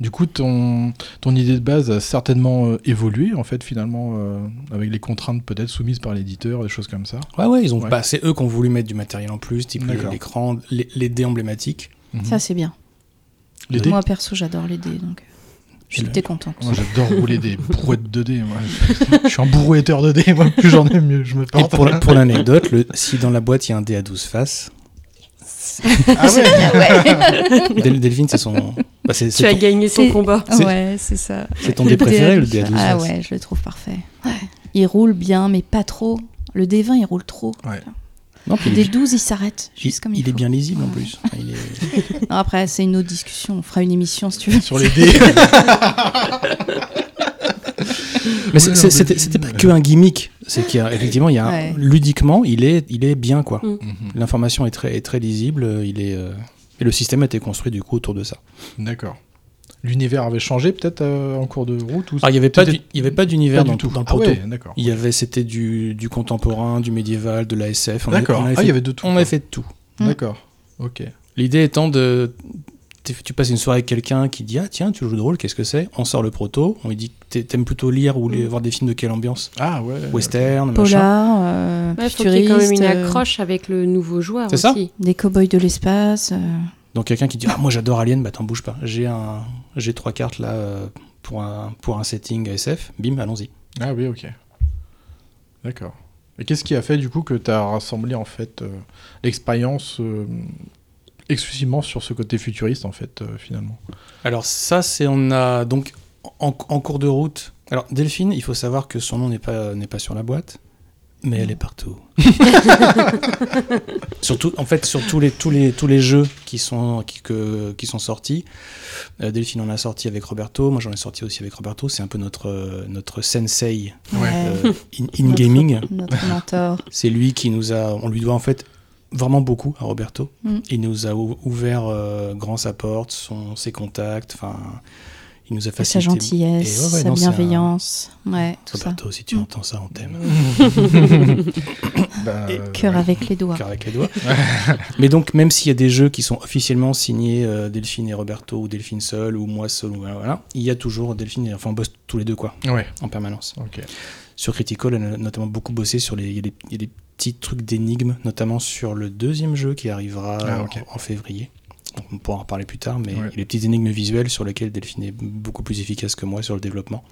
C: Du coup, ton, ton idée de base a certainement euh, évolué, en fait, finalement, euh, avec les contraintes peut-être soumises par l'éditeur, des choses comme ça.
G: Ouais ouais, ils ont
C: Ouais.
G: bah, c'est eux qui ont voulu mettre du matériel en plus, type
C: D'accord.
G: l'écran, les, les dés emblématiques.
C: Mhm.
E: Ça, c'est bien.
C: les dés
E: Moi, perso, j'adore les dés. Donc, j'étais contente.
C: Moi, j'adore rouler des brouettes de dés. Moi. Je suis un brouetteur de dés. Moi, plus j'en ai, mieux je me
G: Et
C: porte.
G: pour la- pour l'anecdote, le- si dans la boîte il y a un dé à 12 faces,
C: Ah ouais
G: Del- Delphine, c'est son. bah, c'est
B: Tu
G: c'est
B: as
G: ton,
B: gagné son
E: C'est-
B: combat.
G: C'est-
E: Ouais, c'est ça.
G: c'est ton dé préféré, le dé à 12
E: Ah
G: faces.
E: ouais, je le trouve parfait. Il roule bien, mais pas trop. Le D20, il roule trop.
C: Ouais.
G: Non, puis il,
E: Des
G: est,
E: 12, il s'arrête.
G: il,
E: Juste comme il,
G: il est
E: faut.
G: bien lisible en
E: Ouais.
G: plus. Enfin, il est-
E: Non, après, c'est une autre discussion. On fera une émission si tu veux.
C: Sur les dés.
G: Mais c'est-
C: Ouais,
G: c'est-
C: non,
G: c'était
C: mais-
G: c'était pas que un gimmick. C'est qu'il y a- effectivement, il y a un-
E: Ouais.
G: ludiquement, il est, il est bien quoi.
D: Mm.
C: Mhm.
G: L'information est très, est très lisible. euh, Il est euh, et le système a été construit du coup autour de ça.
C: D'accord. L'univers avait changé peut-être euh, en cours de route ou
G: Ah, il y avait pas,
C: Tout
G: d'u- il y avait pas d'univers
C: Pas
G: dans,
C: du tout.
G: dans le
C: ah
G: proto.
C: ouais, d'accord.
G: Il y avait, c'était du, du contemporain, du médiéval, de la SF. On avait-
C: D'accord. Ah,
G: on avait
C: il y
G: fait-
C: avait de tout.
G: on
C: quoi.
G: avait fait de tout.
E: Mm.
C: D'accord. Ok.
G: L'idée étant de. t'es- Tu passes une soirée avec quelqu'un qui dit Ah, tiens, tu joues de rôle, qu'est-ce que c'est On sort le proto, on lui dit T'es- T'aimes plutôt lire ou les- voir des films de quelle ambiance
C: Ah ouais.
G: Western, machin.
E: Polar, euh,
D: Ouais, faut qu'il y ait
E: futuriste,
D: quand même une
E: euh,
D: accroche avec le nouveau joueur
G: C'est ça
D: aussi.
E: des cow-boys de l'espace. euh,
G: Donc quelqu'un qui dit Ah, moi j'adore Alien, bah t'en bouge pas. J'ai un, j'ai trois cartes là euh, pour un, pour un setting SF, bim, allons-y.
C: Ah oui, ok. D'accord. Et qu'est-ce qui a fait du coup que tu as rassemblé en fait euh, l'expérience euh, exclusivement sur ce côté futuriste en fait euh, finalement
G: Alors ça, c'est on a donc en, en cours de route. Alors Delphine, il faut savoir que son nom n'est pas n'est pas sur la boîte, mais elle est partout. Surtout, en fait, sur tous les tous les tous les jeux qui sont qui, que- qui sont sortis. euh, Delphine en a sorti avec Roberto. Moi, j'en ai sorti aussi avec Roberto. C'est un peu notre euh, notre sensei
C: Ouais.
G: euh, in, in gaming.
E: Notre mentor.
G: C'est lui qui nous a. On lui doit en fait vraiment beaucoup à Roberto.
E: Mm.
G: Il nous a ou- ouvert euh, grand sa porte, son, ses contacts. Enfin, il nous a
E: Sa
G: facilité.
E: gentillesse,
G: Et ouais, ouais,
E: sa
G: non, c'est un-
E: bienveillance. Ouais, tout ça. Mm.
G: Roberto, si tu entends ça, on t'aime.
C: Bah, euh,
E: Cœur
C: ouais.
E: avec les doigts.
G: Car avec les doigts. Mais donc, même s'il y a des jeux qui sont officiellement signés euh, Delphine et Roberto, ou Delphine seul, ou moi seul, ou voilà, voilà, il y a toujours Delphine. et- Enfin, on bosse tous les deux, quoi,
C: Ouais.
G: en permanence.
C: Ok.
G: Sur Critical, elle a notamment beaucoup bossé sur les, il y a des- il y a des petits trucs d'énigmes, notamment sur le deuxième jeu qui arrivera
C: Ah,
G: en-
C: ok.
G: en, février. Donc, On pourra en reparler plus tard, mais
C: Ouais.
G: il y a des petites énigmes visuelles sur lesquelles Delphine est beaucoup plus efficace que moi sur le développement.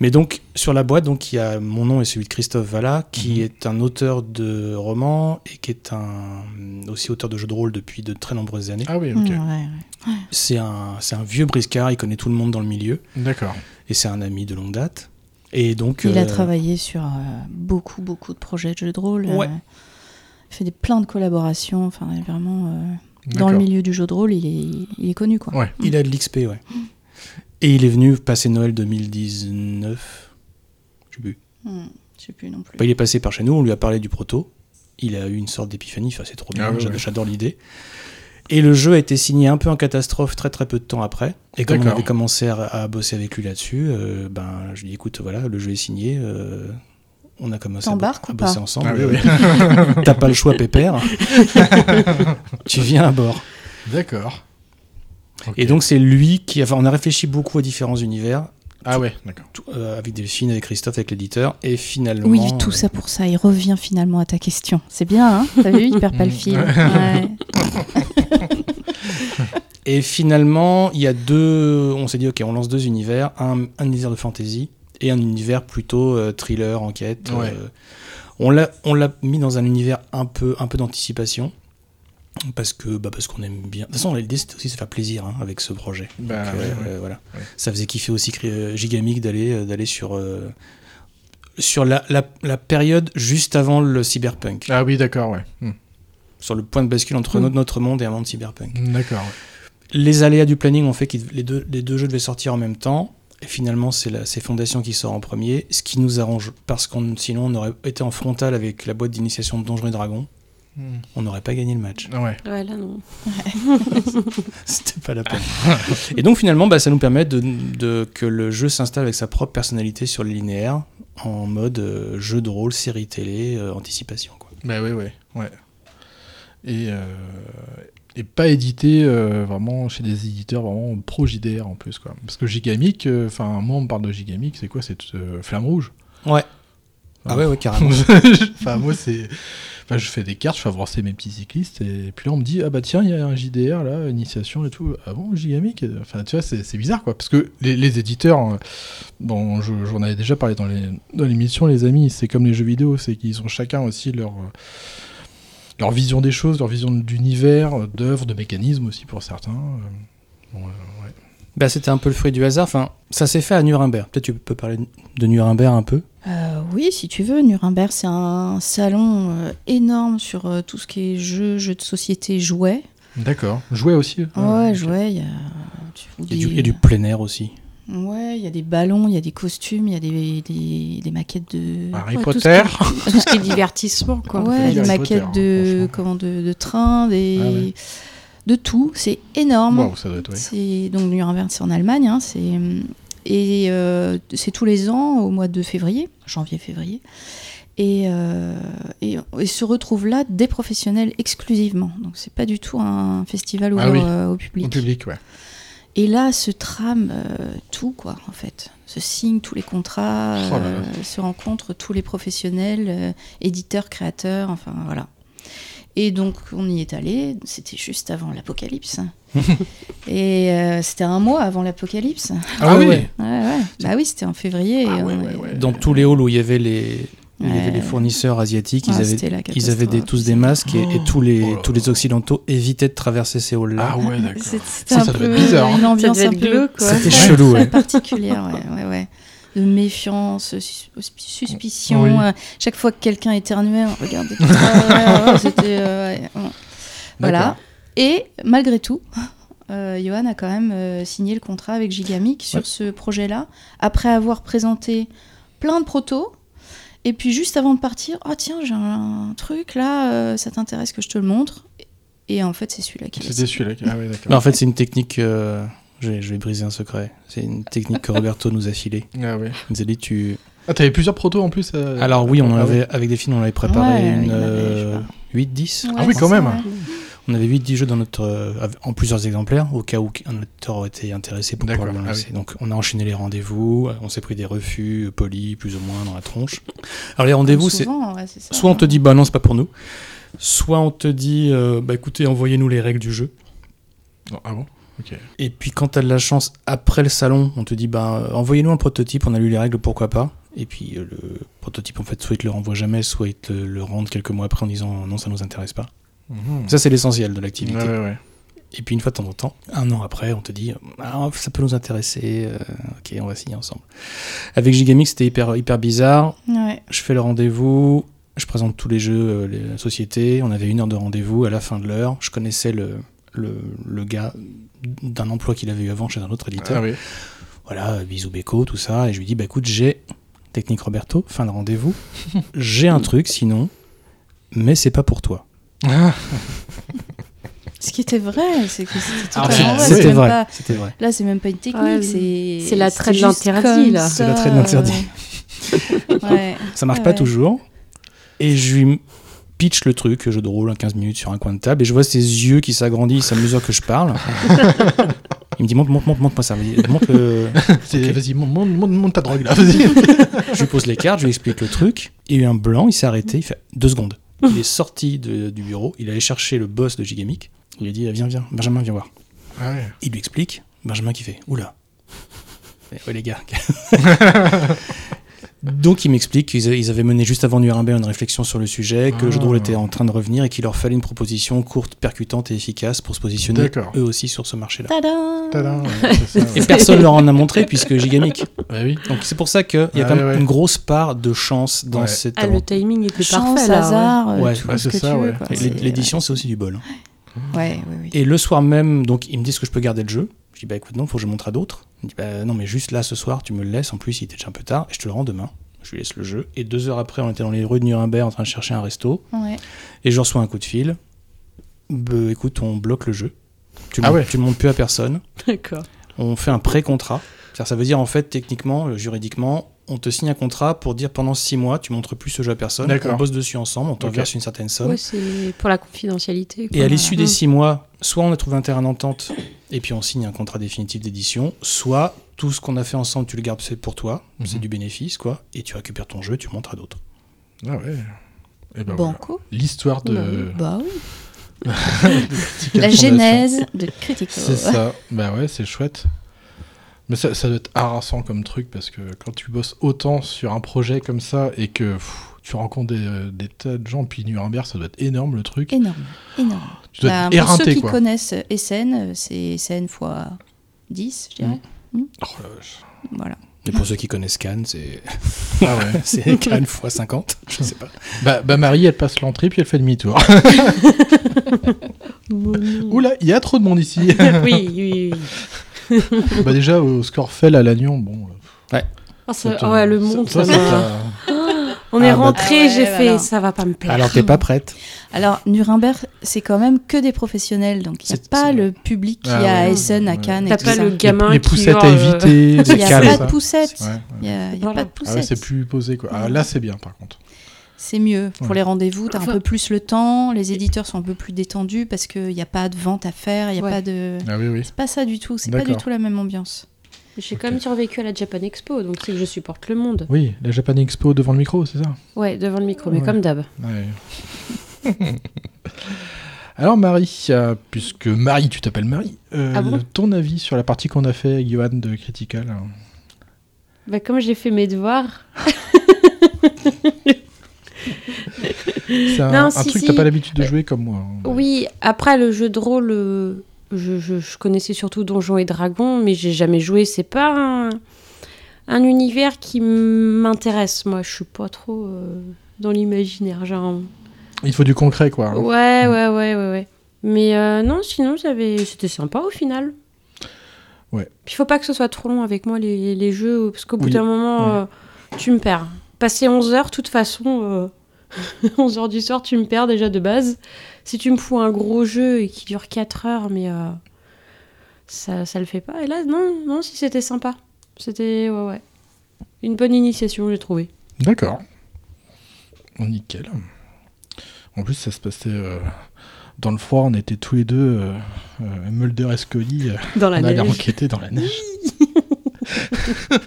G: Mais donc, sur la boîte, donc, il y a mon nom et celui de Christophe Valla, qui
C: Mhm.
G: est un auteur de romans et qui est un, aussi auteur de jeux de rôle depuis de très nombreuses années.
C: Ah oui,
E: Mmh,
C: ok.
E: ouais, ouais.
G: C'est un, c'est un vieux briscard, il connaît tout le monde dans le milieu
C: D'accord.
G: et c'est un ami de longue date. Et donc,
E: Il a
G: euh,
E: travaillé sur euh, beaucoup, beaucoup de projets de jeux de rôle.
G: Ouais.
E: euh, fait des, plein de collaborations. Enfin, il est vraiment, euh, dans
C: D'accord.
E: le milieu du jeu de rôle, il est, il est connu, quoi.
C: Ouais.
G: Il a de l'XP, ouais. Et il est venu passer Noël 2019. Je sais plus.
E: Hmm, je sais plus non plus.
G: Bah, il est passé par chez nous, on lui a parlé du proto. Il a eu une sorte d'épiphanie, enfin, c'est trop bien,
C: Ah ouais,
G: j'ad-
C: ouais.
G: j'adore l'idée. Et le jeu a été signé un peu en catastrophe très très peu de temps après. Et comme on
C: D'accord.
G: avait commencé à, à bosser avec lui là-dessus, euh, ben, je lui ai dit écoute, voilà, le jeu est signé. euh, on a commencé à, bo-
E: T'embarques
G: à
E: ou
G: bosser
E: pas
G: ensemble.
C: Ah oui, oui.
G: T'as pas le choix, pépère. tu viens à bord.
C: D'accord. Ok.
G: Et donc, c'est lui qui. Enfin, on a réfléchi beaucoup aux différents univers.
C: ah ouais, d'accord.
G: tout- euh, avec Delphine, avec Christophe, avec l'éditeur, et finalement.
E: Oui, tout ça pour ça. Il revient finalement à ta question. C'est bien, hein T'as vu, il perd
G: Mm.
E: pas le fil. Ouais.
G: Et finalement, il y a deux. On s'est dit, ok, on lance deux univers, un, un univers de fantasy et un univers plutôt euh, thriller, enquête.
C: Ouais.
G: euh, on l'a, on l'a mis dans un univers un peu, un peu d'anticipation. Parce que, bah, parce qu'on aime bien. De toute façon, l'idée c'était aussi de se faire plaisir hein, avec ce projet.
C: Bah,
G: Donc,
C: ouais,
G: euh,
C: ouais.
G: euh, voilà.
C: Ouais.
G: Ça faisait kiffer aussi Cri- euh, Gigamic d'aller euh, d'aller sur euh, sur la, la, la période juste avant le cyberpunk,
C: Ah oui, d'accord, ouais. Hmm.
G: sur le point de bascule entre no- notre monde et un monde cyberpunk.
C: D'accord. ouais.
G: Les aléas du planning ont fait que les deux, les deux jeux devaient sortir en même temps. Et finalement, c'est la- c'est Fondation qui sort en premier, ce qui nous arrange, parce qu'on sinon on aurait été en frontal avec la boîte d'initiation de Donjons et Dragons.
C: Hmm.
G: On n'aurait pas gagné le match.
C: Ah ouais.
D: Ouais, là non.
G: C'était pas la peine. et donc finalement, bah, ça nous permet de, de- que le jeu s'installe avec sa propre personnalité sur le linéaire, en mode euh, jeu de rôle, série télé, euh, anticipation. Quoi.
C: Bah oui, ouais. ouais. Et, euh, et pas édité euh, vraiment chez des éditeurs vraiment pro JDR en plus quoi. Parce que Gigamic, euh, enfin moi on me parle de Gigamic, c'est quoi cette euh, flamme rouge
G: Ouais. Ah ouais, ouais, carrément.
C: Enfin moi c'est, enfin je fais des cartes, je fais avancer mes petits cyclistes et puis là on me dit ah bah tiens il y a un JDR là, initiation et tout. Ah bon Gigamic Enfin tu vois c'est c'est bizarre quoi. Parce que les, les éditeurs, euh, bon je- j'en avais déjà parlé dans les dans l'émission les amis, c'est comme les jeux vidéo, c'est qu'ils ont chacun aussi leur euh, leur vision des choses, leur vision d'univers, euh, d'œuvres, de mécanismes aussi pour certains. euh. Bon, euh, ouais.
G: bah, C'était un peu le fruit du hasard. Enfin, ça s'est fait à Nuremberg. Peut-être tu peux parler de Nuremberg un peu.
E: Euh, oui, si tu veux. Nuremberg, c'est un salon euh, énorme sur euh, tout ce qui est jeux, jeux de société, jouets.
C: D'accord. Jouer aussi euh,
E: ouais, jouets, il y a. tu- ou
G: Il y, a du- il y
E: des-
G: a du plein air aussi.
E: Ouais, il y a des ballons, il y a des costumes, il y a des, des, des maquettes de.
C: Harry
B: Ouais, tout ce
C: Potter
B: Tout ce qui est divertissement, quoi.
E: ouais,
C: Harry
E: des
C: Potter,
E: maquettes de,
C: franchement.
E: comment, de, de train, des.
C: Ah ouais.
E: De tout, c'est énorme.
C: Waouh, ça doit être, oui.
E: C'est donc Nuremberg, c'est en Allemagne. hein, c'est et euh, c'est tous les ans au mois de février, janvier-février. Et, euh, et, et se retrouvent là des professionnels exclusivement. Donc c'est pas du tout un festival
C: Ah
E: ouvert
C: oui,
E: euh, au
C: Au
E: public.
C: public, ouais.
E: Et là se trame euh, tout quoi en fait. Se signent tous les contrats,
C: Oh là là.
E: euh, se rencontrent tous les professionnels, euh, éditeurs, créateurs, enfin voilà. Et donc on y est allé. C'était juste avant l'apocalypse. et euh, c'était un mois avant l'apocalypse.
C: Ah, oui
G: ouais.
E: Ouais, ouais. Bah oui, c'était en février.
C: Ah
E: et on est-
G: Dans tous les halls où il y avait les, où il y avait les fournisseurs asiatiques,
E: Ah,
G: ils
E: c'était
G: avaient,
E: la
G: ils avaient des,
E: catastrophe.
G: tous des masques et, et tous, les,
C: Oh là
G: tous les Occidentaux évitaient de traverser ces halls-là.
C: Ah ouais,
E: C'est-
C: d'accord.
E: C'était
C: Ça,
E: un
C: ça devait
E: peu
C: être bizarre, hein.
E: une ambiance
D: devait
E: un
D: être
E: peu
D: glauque, ouais.
G: C'était
E: très-
G: chelou,
E: très
G: ouais.
E: particulière, ouais, ouais, ouais. De méfiance, sus- susp- suspicion.
C: Oui.
E: euh, chaque fois que quelqu'un éternuait, on regardait. Ah, ouais, ouais, ouais, c'était, euh, ouais, ouais. Voilà. Et malgré tout, euh, Johan a quand même euh, signé le contrat avec Gigamic sur
G: Ouais.
E: ce projet-là, après avoir présenté plein de protos. Et puis juste avant de partir, ah tiens, j'ai un, truc là, euh, ça t'intéresse que je te le montre Et en fait, c'est celui-là qui l'a
C: C'était celui-là. qui- Ah ouais,
G: Mais en
C: d'accord.
G: fait, c'est une technique. euh, je, vais, je vais briser un secret. C'est une technique que Roberto nous a filée.
C: Ah ouais.
G: Il nous a dit tu.
C: Ah, t'avais plusieurs protos en plus euh,
G: Alors, oui, on en
C: ah
G: avait, avec des films, on en avait préparé
E: Ouais, il
G: une, euh,
E: y en avait, je sais pas.
G: 8-10.
E: Ouais,
C: Ah oui,
E: c'est
C: quand
E: ça,
C: même.
E: ouais.
G: On avait 8-10 jeux dans notre, euh, av- en plusieurs exemplaires, au cas où un auteur aurait été intéressé pour
C: D'accord,
G: pouvoir le
C: ah
G: lancer. Donc on a enchaîné les rendez-vous, on s'est pris des refus euh, polis, plus ou moins, dans la tronche. Alors les rendez-vous, c'est
E: Souvent, euh, ouais, c'est ça.
G: soit on te dit bah non, c'est pas pour nous, soit on te dit euh, bah écoutez, envoyez-nous les règles du jeu.
C: Non, ah bon Ok.
G: Et puis quand t'as de la chance, après le salon, on te dit bah euh, envoyez-nous un prototype, on a lu les règles, pourquoi pas. Et puis euh, le prototype, en fait, soit ils te le renvoient jamais, soit ils te le rendent quelques mois après en disant non, ça nous intéresse pas.
C: Mhm. Ah
G: Ça, c'est l'essentiel de l'activité.
C: Ouais, ouais, ouais.
G: Et puis une fois de temps en temps, un an après, on te dit ah, ça peut nous intéresser, euh, ok, on va signer ensemble. Avec Gigamix, c'était hyper, hyper bizarre.
E: Ouais.
G: Je fais le rendez-vous, je présente tous les jeux, euh, les sociétés. On avait une heure de rendez-vous à la fin de l'heure. Je connaissais le, le, le gars d'un emploi qu'il avait eu avant chez un autre éditeur.
C: Ah oui.
G: Voilà, euh, bisous Beko, tout ça. Et je lui dis bah écoute, j'ai technique Roberto, fin de rendez-vous. j'ai un truc sinon, mais c'est pas pour toi.
E: Ce qui était vrai, c'est que c'était
G: Alors,
E: totalement
C: Ah, c'est- c'était
E: vrai, Ah, c'est même
G: vrai.
E: pas-
G: C'était vrai.
E: là, c'est même pas une technique,
D: Ouais,
E: c'est.
D: c'est la traite de
E: juste
D: l'interdit,
E: comme
D: là.
E: ça,
G: C'est la traite de
E: euh,
G: l'interdit.
E: ouais.
G: Ça marche
E: Ouais,
G: pas
E: ouais.
G: toujours. Et je lui pitch le truc, jeu de rôle, en 15 minutes sur un coin de table, et je vois ses yeux qui s'agrandissent à mesure que je parle. Il me dit monte, monte, monte, monte, moi ça. Monte le...
C: C'est-
G: Ok.
C: Vas-y, monte, monte, monte, monte ta drogue là, vas-y.
G: Je lui pose les cartes, je lui explique le truc. Il y a eu un blanc, il s'est arrêté, il fait deux secondes. Il est sorti de- du bureau, il allait chercher le boss de Gigamic. Il lui a dit viens, viens, Benjamin, viens voir.
C: ah ouais.
G: Il lui explique, Benjamin qui fait Oula Eh Ouais, les gars. Donc, il m'explique qu'ils a- ils avaient mené juste avant Nuremberg une réflexion sur le sujet, que le jeu de
C: Ah.
G: rôle était en train de revenir et qu'il leur fallait une proposition courte, percutante et efficace pour se positionner
C: D'accord.
G: eux aussi sur ce marché-là.
E: Tadam
C: Tadam, ouais, c'est ça, ouais.
G: Et personne leur en a montré puisque Gigamic.
C: Bah oui.
G: Donc, c'est pour ça qu'il y a
C: Ah,
G: quand même
C: ouais, ouais.
G: une grosse part de chance dans
C: Ouais.
G: cette.
D: Ah, le timing était
E: Chance,
D: parfait, là.
E: hasard, euh,
G: Ouais,
E: tout
C: ouais,
E: ce
C: c'est
E: que
C: ça,
E: tu veux,
C: ouais.
E: quoi.
G: Et
E: C'est-
G: L'édition, Ah, c'est aussi du bol. hein.
E: Ouais, ouais, ouais.
G: Et le soir même, donc, il me dit est-ce que je peux garder le jeu Je dis bah écoute, non, faut que je le montre à d'autres. Il me dit bah non, mais juste là ce soir, tu me le laisses. En plus, il était déjà un peu tard et je te le rends demain. Je lui laisse le jeu. Et deux heures après, on était dans les rues de Nuremberg en train de chercher un resto.
E: Ouais.
C: Ah,
G: Et je reçois un coup de fil. Bah écoute, on bloque le jeu. Tu le
C: Ah
G: montes-
C: ouais.
G: tu le montes plus à personne.
D: D'accord.
G: On fait un pré-contrat. C'est-à-dire, Ça veut dire en fait, techniquement, euh, juridiquement, on te signe un contrat pour dire pendant six mois, tu montres plus ce jeu à personne.
C: D'accord.
G: On bosse dessus ensemble, on te
C: Ok.
G: reverse une certaine somme.
D: Ouais, c'est pour la confidentialité. quoi.
G: Et à l'issue
D: Mm.
G: des six mois, soit on a trouvé un terrain d'entente et puis on signe un contrat définitif d'édition, soit tout ce qu'on a fait ensemble, tu le gardes c'est pour toi, c'est
C: Mhm.
G: du bénéfice, quoi, et tu récupères ton jeu, tu montres à d'autres.
C: Ah ouais. Euh, Et ben voilà.
E: Banco
C: L'histoire de.
E: Bah oui.
C: Critical
E: La
C: Fondation.
E: genèse de Critico.
C: C'est ça. Bah ouais, c'est chouette. Mais ça, ça doit être harassant comme truc parce que quand tu bosses autant sur un projet comme ça et que pff, tu rencontres des, euh, des tas de gens, puis Nuremberg, ça doit être énorme le truc.
E: Énorme, énorme.
C: tu dois
E: Bah,
C: être
E: pour ceux
C: éreinté
E: qui
C: quoi.
E: connaissent euh, SN, euh, c'est SN fois 10, je dirais.
C: Oh la vache.
E: Voilà.
G: Mais pour ceux qui connaissent Cannes, c'est
C: Ah ouais.
G: c'est Cannes x 50, je sais pas.
C: bah, bah, Marie, elle passe l'entrée puis elle fait demi-tour. Oula, il y a trop de monde ici.
D: oui, oui, oui.
C: bah déjà au score fell à Lannion, bon. euh,
D: Ah, ça-
C: ça te-
D: ah ouais, le monde, ça,
C: ça
D: m'a-
C: t'a-
D: On est
G: Ah, bah,
D: rentré,
E: ouais,
D: j'ai
E: bah
D: fait,
E: non.
D: ça va pas me plaire.
G: Alors t'es pas prête
E: Alors, Nuremberg, c'est quand même que des professionnels, donc il n'y a
G: C'est-
E: pas
G: c'est-
E: le public qu'il y
C: Ah
E: a à
C: ouais.
E: Essen, à
C: Ouais.
E: Cannes et
D: T'as
E: tout
D: pas
E: ça.
D: le gamin
C: les
D: qui
C: poussettes à
D: hurle, euh,
C: éviter.
E: Il n'y
C: les
E: a
G: calme,
C: câbles,
E: pas
G: ça.
E: de poussette.
C: Ouais, ouais.
E: Il n'y a, il y a
D: Voilà.
E: pas de
C: Ah ouais,
E: poussette.
C: c'est plus posé quoi. Ah, là c'est bien par contre.
E: c'est mieux. Pour
C: Ouais.
E: les rendez-vous, tu as
D: Enfin-
E: un peu plus le temps, les éditeurs sont un peu plus détendus parce qu'il n'y a pas de vente à faire, il n'y a
D: Ouais.
E: pas de.
C: Ah oui oui.
E: C'est pas ça du tout, c'est pas du
C: D'accord.
E: tout la même ambiance.
D: J'ai quand même survécu à la Japan Expo, donc c'est que je supporte le monde.
C: Oui, la Japan Expo devant le micro, c'est ça.
D: Ouais, devant le micro, mais
C: Ouais.
D: comme d'hab.
C: Ouais. Alors Marie, euh, puisque Marie, tu t'appelles Marie, euh,
D: Ah bon
C: ton avis sur la partie qu'on a fait avec Johan de Critical hein.
D: Bah, comme j'ai fait mes devoirs,
C: C'est un,
D: Non,
C: un
D: si,
C: truc que
D: si.
C: t'as pas l'habitude de jouer comme moi. hein.
D: oui, après le jeu de rôle, euh, je, je- je connaissais surtout Donjons et Dragons, mais j'ai jamais joué. C'est pas un, un univers qui m'intéresse, moi. Je suis pas trop euh, dans l'imaginaire, genre.
C: Il faut du concret quoi. hein.
D: Ouais, ouais, ouais, ouais, ouais. Mais euh, non, sinon, j'avais... c'était sympa au final.
C: Ouais.
D: Puis il faut pas que ce soit trop long avec moi, les, les jeux, parce qu'au bout
C: Oui,
D: d'un moment,
C: ouais.
D: euh, tu me perds. Passer 11 heures, de toute façon, 11 heures du soir, tu me perds déjà de base. Si tu me fous un gros jeu et qui dure 4 heures, mais euh, ça, ça le fait pas. Et là, non, non, si c'était sympa. C'était, ouais, ouais. Une bonne initiation, j'ai trouvé.
C: D'accord. Bon, nickel. En plus, ça se passait euh, dans le froid. On était tous les deux, euh, euh, Mulder et Scully. euh,
D: Dans la
C: on allait
D: neige.
C: enquêter dans la neige.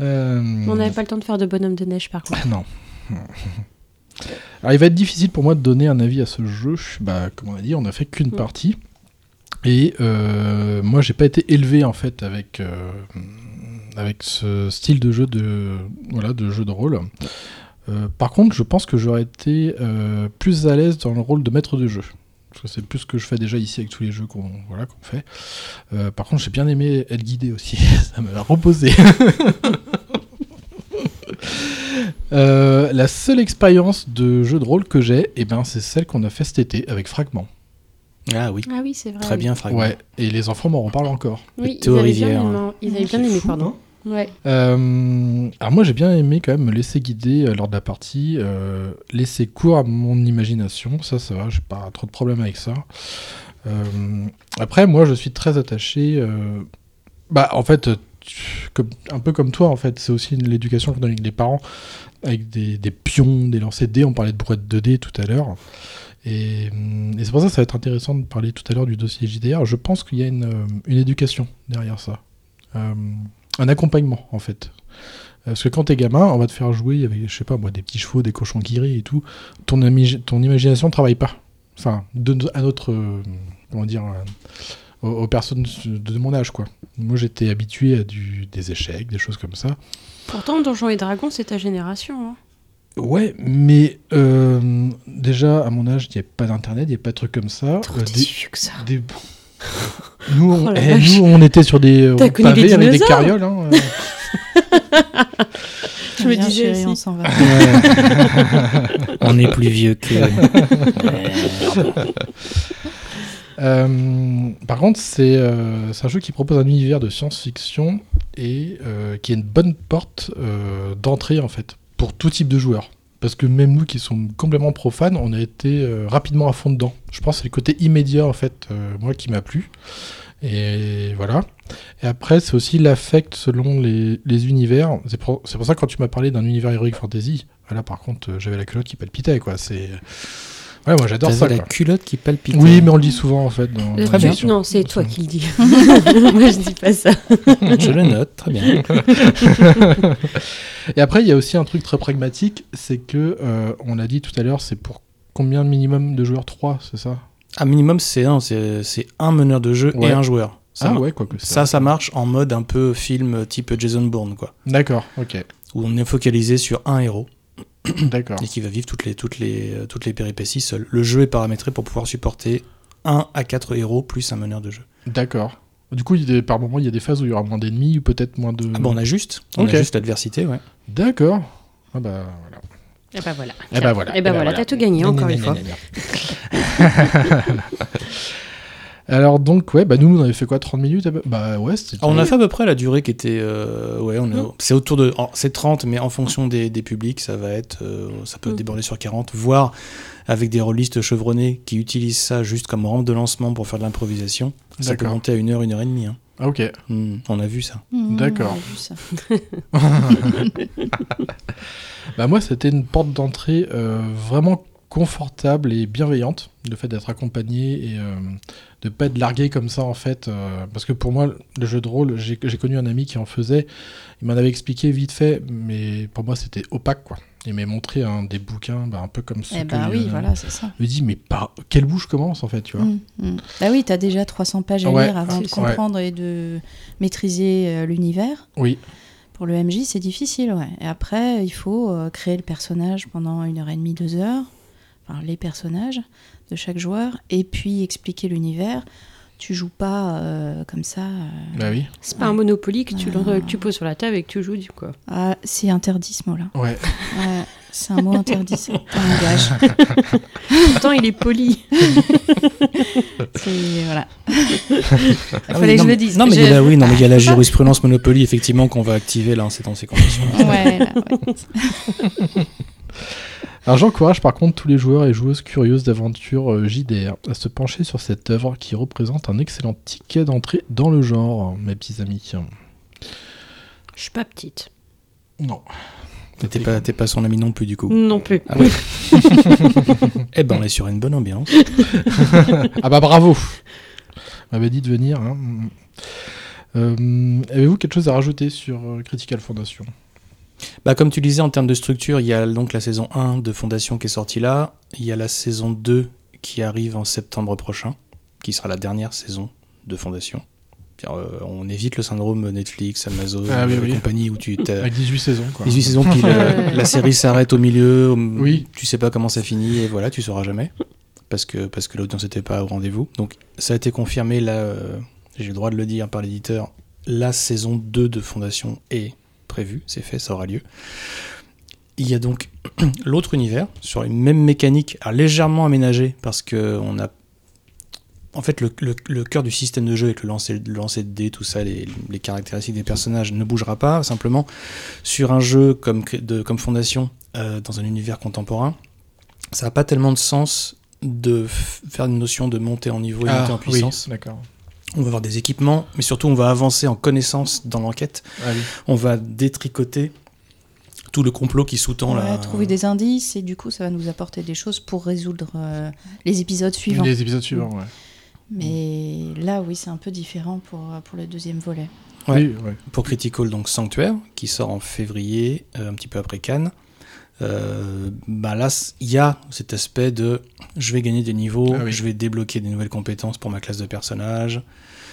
C: Euh,
D: On n'avait pas le temps de faire de bonhomme de neige, par contre.
C: Ah Non. Alors, il va être difficile pour moi de donner un avis à ce jeu. Bah, comme on a dit, on n'a fait qu'une
D: Mm.
C: partie. Et euh, moi, j'ai pas été élevé en fait avec euh, avec ce style de jeu de voilà de jeu de rôle. Euh, par contre, je pense que j'aurais été euh, plus à l'aise dans le rôle de maître de jeu. Parce que c'est plus ce que je fais déjà ici avec tous les jeux qu'on voilà, qu'on fait. Euh, par contre, j'ai bien aimé être guidé aussi. Ça m'a reposé. Euh, la seule expérience de jeu de rôle que j'ai, eh ben, c'est celle qu'on a fait cet été avec Fragment.
G: Ah oui,
D: Ah oui, c'est vrai.
G: très
D: oui.
G: bien Fragment.
C: Ouais, et les enfants m'en reparlent encore.
D: Oui, ils
G: Théo
D: avaient
G: Rivière.
D: bien aimé, ils avaient bien
C: C'est
D: aimé,
C: fou,
D: pardon.
C: hein.
D: Ouais.
C: Euh, alors moi j'ai bien aimé quand même me laisser guider euh, lors de la partie, euh, laisser cours à mon imagination, ça ça va, j'ai pas trop de problème avec ça. Euh, après moi je suis très attaché, euh, bah en fait tu- comme- un peu comme toi en fait, c'est aussi une- l'éducation qu'on donne avec les parents, avec des, des pions, des lancers de dés, on parlait de boîte de dés tout à l'heure. Et, euh, et c'est pour ça que ça va être intéressant de parler tout à l'heure du dossier JDR, je pense qu'il y a une, euh, une éducation derrière ça. Euh, un accompagnement en fait. Euh, Parce que quand t'es gamin, on va te faire jouer avec, je sais pas moi, des petits chevaux, des cochons guiris et tout. Ton, ami- ton imagination travaille pas. Enfin, de, à notre. euh, comment dire. euh, aux, aux personnes de mon âge, quoi. Moi, j'étais habitué à du, des échecs, des choses comme ça.
D: Pourtant, Donjons et Dragons, c'est ta génération. hein.
C: Ouais, mais euh, déjà, à mon âge, il n'y a pas d'internet, il n'y a pas de trucs comme ça.
D: Trop
C: Euh,
D: t'es si vieux que ça.
C: des- Nous, on,
D: Oh la
C: eh,
D: vache.
C: nous, on était sur des euh,
D: T'as connu
C: pavés
D: les
C: avec des
D: dinosaures
C: carrioles. hein, euh.
D: Je me
E: Viens,
D: disais
E: chérie,
D: aussi.
E: on s'en va.
G: On est plus vieux que.
C: Euh, par contre, c'est euh, c'est un jeu qui propose un univers de science-fiction et euh, qui est une bonne porte euh, d'entrée en fait pour tout type de joueurs. Parce que même nous qui sommes complètement profanes, on a été euh, rapidement à fond dedans. Je pense que c'est le côté immédiat en fait, euh, moi qui m'a plu. Et voilà. Et après, c'est aussi l'affect selon les, les univers. C'est pour, c'est pour ça que quand tu m'as parlé d'un univers heroic fantasy, là par contre, euh, j'avais la culotte qui palpitait quoi. C'est ouais, moi j'adore
G: T'avais
C: ça.
G: la
C: quoi.
G: culotte qui palpite.
C: Oui, mais on le dit souvent en fait. Dans,
D: Euh,
C: dans
G: bien.
C: l'émission.
D: Non, c'est toi qui le dis. Moi, je dis pas ça.
G: Je le note, très bien.
C: Et après, il y a aussi un truc très pragmatique, c'est que euh, on l'a dit tout à l'heure, c'est pour combien de minimum de joueurs 3, c'est ça
G: Un minimum, c'est un, c'est c'est un meneur de jeu
C: Ouais.
G: et un joueur. Ça,
C: Ah
G: mar-
C: ouais, quoi que ça.
G: ça, ça marche en mode un peu film type Jason Bourne, quoi.
C: D'accord, ok,
G: Où on est focalisé sur un héros
C: d'accord.
G: et qui va vivre toutes les, toutes les, euh, toutes les péripéties seul. Le jeu est paramétré pour pouvoir supporter un à quatre héros plus un meneur de jeu.
C: D'accord. Du coup, il y a des- par moment, il y a des phases où il y aura moins d'ennemis, ou peut-être moins de.
G: Ah bah, on ajuste. On
C: Ok.
G: ajuste l'adversité, ouais.
C: D'accord. Ah bah voilà.
B: Eh ben voilà.
C: Eh ben voilà.
B: Eh ben voilà, t'as tout gagné, encore une fois.
C: Alors donc, ouais, bah nous, on avait fait quoi 30 minutes à peu- Bah ouais, c'était.
G: Ah, on a fait à peu près la durée qui était. euh, ouais, on a- c'est autour de. en- C'est 30, mais en fonction des, des publics, ça va être. euh, ça peut
B: Mm.
G: déborder sur 40, voire avec des rôlistes chevronnés qui utilisent ça juste comme rampe de lancement pour faire de l'improvisation. Ça peut
C: D'accord.
G: monter à une heure, une heure et demie. hein.
C: Ah ok.
G: Mm, On a vu ça.
E: Mmh,
C: D'accord.
E: on a vu ça.
C: Bah moi, c'était une porte d'entrée euh, vraiment confortable et bienveillante. Le fait d'être accompagné et euh, de pas être largué comme ça, en fait. euh, parce que pour moi, le jeu de rôle, j'ai j'ai connu un ami qui en faisait. Il m'en avait expliqué vite fait, mais pour moi, c'était opaque, quoi. Il m'a montré hein, des bouquins, bah, un peu comme ça.
E: Eh bah oui, voilà, c'est ça.
C: Je me dis, mais par quelle bouche commence, en fait, tu vois
E: Mm, mm. Bah oui, t'as déjà 300 pages à
C: Ouais.
E: lire avant de
C: ça.
E: comprendre et de maîtriser euh, l'univers.
C: Oui.
E: Pour le MJ, c'est difficile, ouais. Et après, il faut euh, créer le personnage pendant une heure et demie, deux heures. Enfin, les personnages de chaque joueur. Et puis expliquer l'univers. Tu joues pas euh, comme ça. euh.
C: Bah oui.
B: C'est pas un Monopoly que tu, l'en- que tu poses sur la table et que tu joues, du quoi.
E: Ah, c'est interdit ce mot-là.
C: Ouais.
E: Ouais, c'est un mot interdit, c'est un langage.
B: Pourtant, il est poli.
E: C'est- Voilà.
G: Il
B: fallait que je le dise.
G: Ah Non, mais il y a
B: Je-
G: la, oui, non, mais il y a la jurisprudence Monopoly, effectivement, qu'on va activer là hein, en ces temps ces conditions.
E: Ouais, là, ouais.
C: Alors j'encourage par contre tous les joueurs et joueuses curieuses d'aventure euh, JDR à se pencher sur cette œuvre qui représente un excellent ticket d'entrée dans le genre, mes petits amis.
B: Je suis pas petite.
C: Non.
G: T'es pas, t'es pas son ami non plus, du
C: Mm.
G: coup.
B: Non plus.
G: Ah ouais. eh ben, on est sur une bonne ambiance.
C: Ah bah bravo On m'avait dit de venir. hein. Euh, Avez-vous quelque chose à rajouter sur euh, Critical Foundation
G: Bah, comme tu disais, en termes de structure, il y a donc la saison 1 de Fondation qui est sortie là. Il y a la saison 2 qui arrive en septembre prochain, qui sera la dernière saison de Fondation. C'est-à-dire, euh, on évite le syndrome Netflix, Amazon
C: Ah oui,
G: et
C: oui.
G: compagnie où tu t'as-
C: Avec 18 saisons quoi.
G: 18 saisons, puis la, la série s'arrête au milieu.
C: Oui.
G: Tu sais pas comment ça finit, et voilà, tu sauras jamais. Parce que, parce que l'audience n'était pas au rendez-vous. Donc, ça a été confirmé, là, euh, j'ai le droit de le dire par l'éditeur. La saison 2 de Fondation est prévue, c'est fait, ça aura lieu. Il y a donc l'autre univers, sur les mêmes mécaniques, alors légèrement aménagé, parce que on a. En fait, le, le- le cœur du système de jeu avec le lancer, le lancer de dés, tout ça, les- les caractéristiques des personnages ne bougera pas. Simplement, sur un jeu comme, cré- de- comme fondation euh, dans un univers contemporain, ça n'a pas tellement de sens de f- faire une notion de montée en niveau et montée en puissance.
C: Ah, Oui, d'accord.
G: On va avoir des équipements, mais surtout on va avancer en connaissance dans l'enquête.
C: Ah oui.
G: On va détricoter tout le complot qui sous-tend
E: On
G: la...
E: va trouver des indices et du coup, ça va nous apporter des choses pour résoudre euh, les épisodes suivants.
C: Les épisodes suivants, ouais.
E: Mais là, oui, c'est un peu différent pour, euh, pour le deuxième volet.
G: Ouais.
C: Oui, ouais.
G: Pour Critical, donc Sanctuaire, qui sort en février, euh, un petit peu après Cannes. Euh, bah là, c- il y a cet aspect de je vais gagner des niveaux,
C: Ah oui.
G: je vais débloquer des nouvelles compétences pour ma classe de personnage.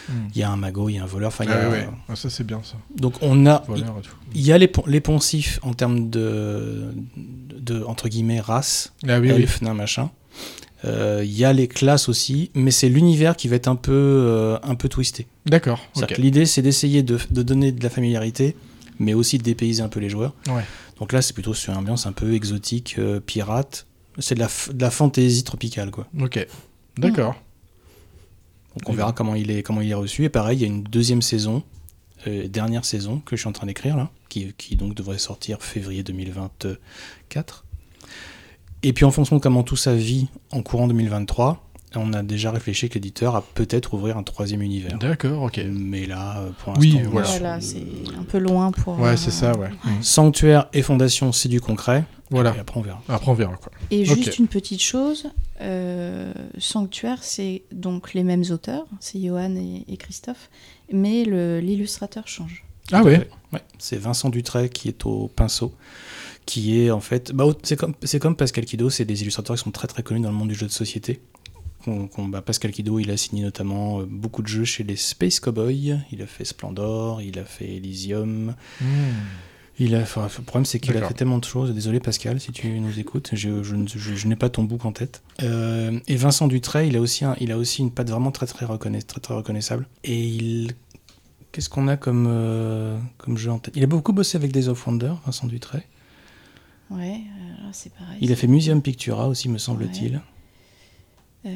C: Mm.
G: Il y a un magot, il y a un voleur. enfin, il y
C: Ah
G: a-
C: oui, ouais. Ah, ça c'est bien ça.
G: Donc on a,
C: Voleur et tout.
G: il y a les, pon- les poncifs en termes de, de entre guillemets race,
C: Ah oui, oui.
G: elfe, nain, machin. Euh, Il y a les classes aussi, mais c'est l'univers qui va être un peu, euh, un peu twisté.
C: D'accord.
G: C'est-à-dire
C: ok.
G: que L'idée, c'est d'essayer de, de donner de la familiarité, mais aussi de dépayser un peu les joueurs.
C: Ouais.
G: Donc là, c'est plutôt sur une ambiance un peu exotique, euh, pirate. C'est de la, f- de la fantaisie tropicale, quoi.
C: Ok. D'accord.
G: Donc on verra comment il est, comment il est reçu. Et pareil, il y a une deuxième saison, euh, dernière saison que je suis en train d'écrire là, qui, qui donc devrait sortir février 2024. Et puis en fonction de comment tout ça vit en courant 2023, on a déjà réfléchi que l'éditeur a peut-être ouvrir un troisième univers.
C: D'accord, ok.
G: Mais là, euh, pour
C: Oui,
G: l'instant, on est
C: voilà.
G: sur
E: Voilà,
G: le-
E: c'est un peu loin pour. euh,
C: Ouais, c'est ça, ouais.
G: Sanctuaire et fondation, c'est du concret.
C: Voilà.
G: Et après, on verra.
C: Après on verra quoi.
E: Et
C: Ok.
E: juste une petite chose, euh, Sanctuaire, c'est donc les mêmes auteurs, c'est Johan et, et Christophe, mais le- l'illustrateur change.
C: Ah ouais.
G: Ouais. C'est Vincent Dutray qui est au pinceau, qui est en fait. Bah, c'est comme, c'est comme Pascal Kido, c'est des illustrateurs qui sont très très connus dans le monde du jeu de société. Qu'on- qu'on- bah, Pascal Kido, il a signé notamment euh, beaucoup de jeux
E: Hmm.
G: chez les Space Cowboys. Il a fait Splendor, il a fait Elysium, Il a, enfin, le problème, c'est qu'il a
J: D'accord.
G: fait tellement de choses. Désolé, Pascal, si tu nous écoutes, je, je ne- je- je n'ai pas ton bouc en tête. Euh, et Vincent Dutray, il a aussi, un- il a aussi une patte vraiment très très, reconna- très, très reconnaissable. Et il, qu'est-ce qu'on a comme, euh, comme jeu en tête Il a beaucoup bossé avec Days of Wonder, Vincent Dutray.
E: Ouais, euh, là, c'est pareil.
G: Il a fait Museum Pictura aussi, me semble-t-il.
E: Euh,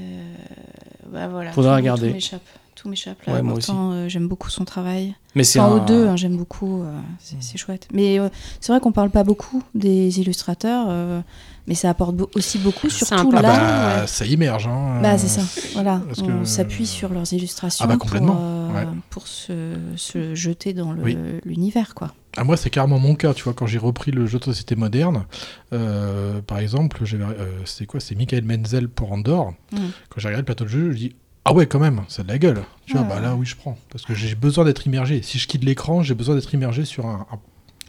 E: bah voilà.
G: Faudra
E: tout-
G: regarder.
E: Tout m'échappe. Tout m'échappe là.
G: Ouais, moi
E: Pourtant, euh, j'aime beaucoup son travail.
G: Mais c'est
E: enfin,
G: un-
E: aux deux, hein, j'aime beaucoup. euh, c'est c'est chouette. Mais euh, c'est vrai qu'on parle pas beaucoup des illustrateurs, euh, mais ça apporte beau- aussi beaucoup, surtout
C: Ah
E: là.
C: bah,
E: ouais.
C: ça immerge. Hein.
E: Bah, c'est ça. Voilà.
C: Parce
E: On
C: que-
E: s'appuie sur leurs illustrations
C: Ah bah, complètement,
E: pour, euh,
C: ouais.
E: pour se, se jeter dans le-
C: Oui.
E: l'univers, quoi.
C: Ah, moi, c'est carrément mon cas, tu vois, quand j'ai repris le jeu de société moderne, euh, par exemple, j'avais, euh, c'est quoi, c'est Michael Menzel pour Andorre.
E: Mm.
C: Quand j'ai regardé le plateau de jeu, je dis ah ouais, quand même, ça a de la gueule. Tu vois,
E: Ah.
C: bah là, oui, je prends, parce que j'ai besoin d'être immergé. Si je quitte l'écran, j'ai besoin d'être immergé sur un, un-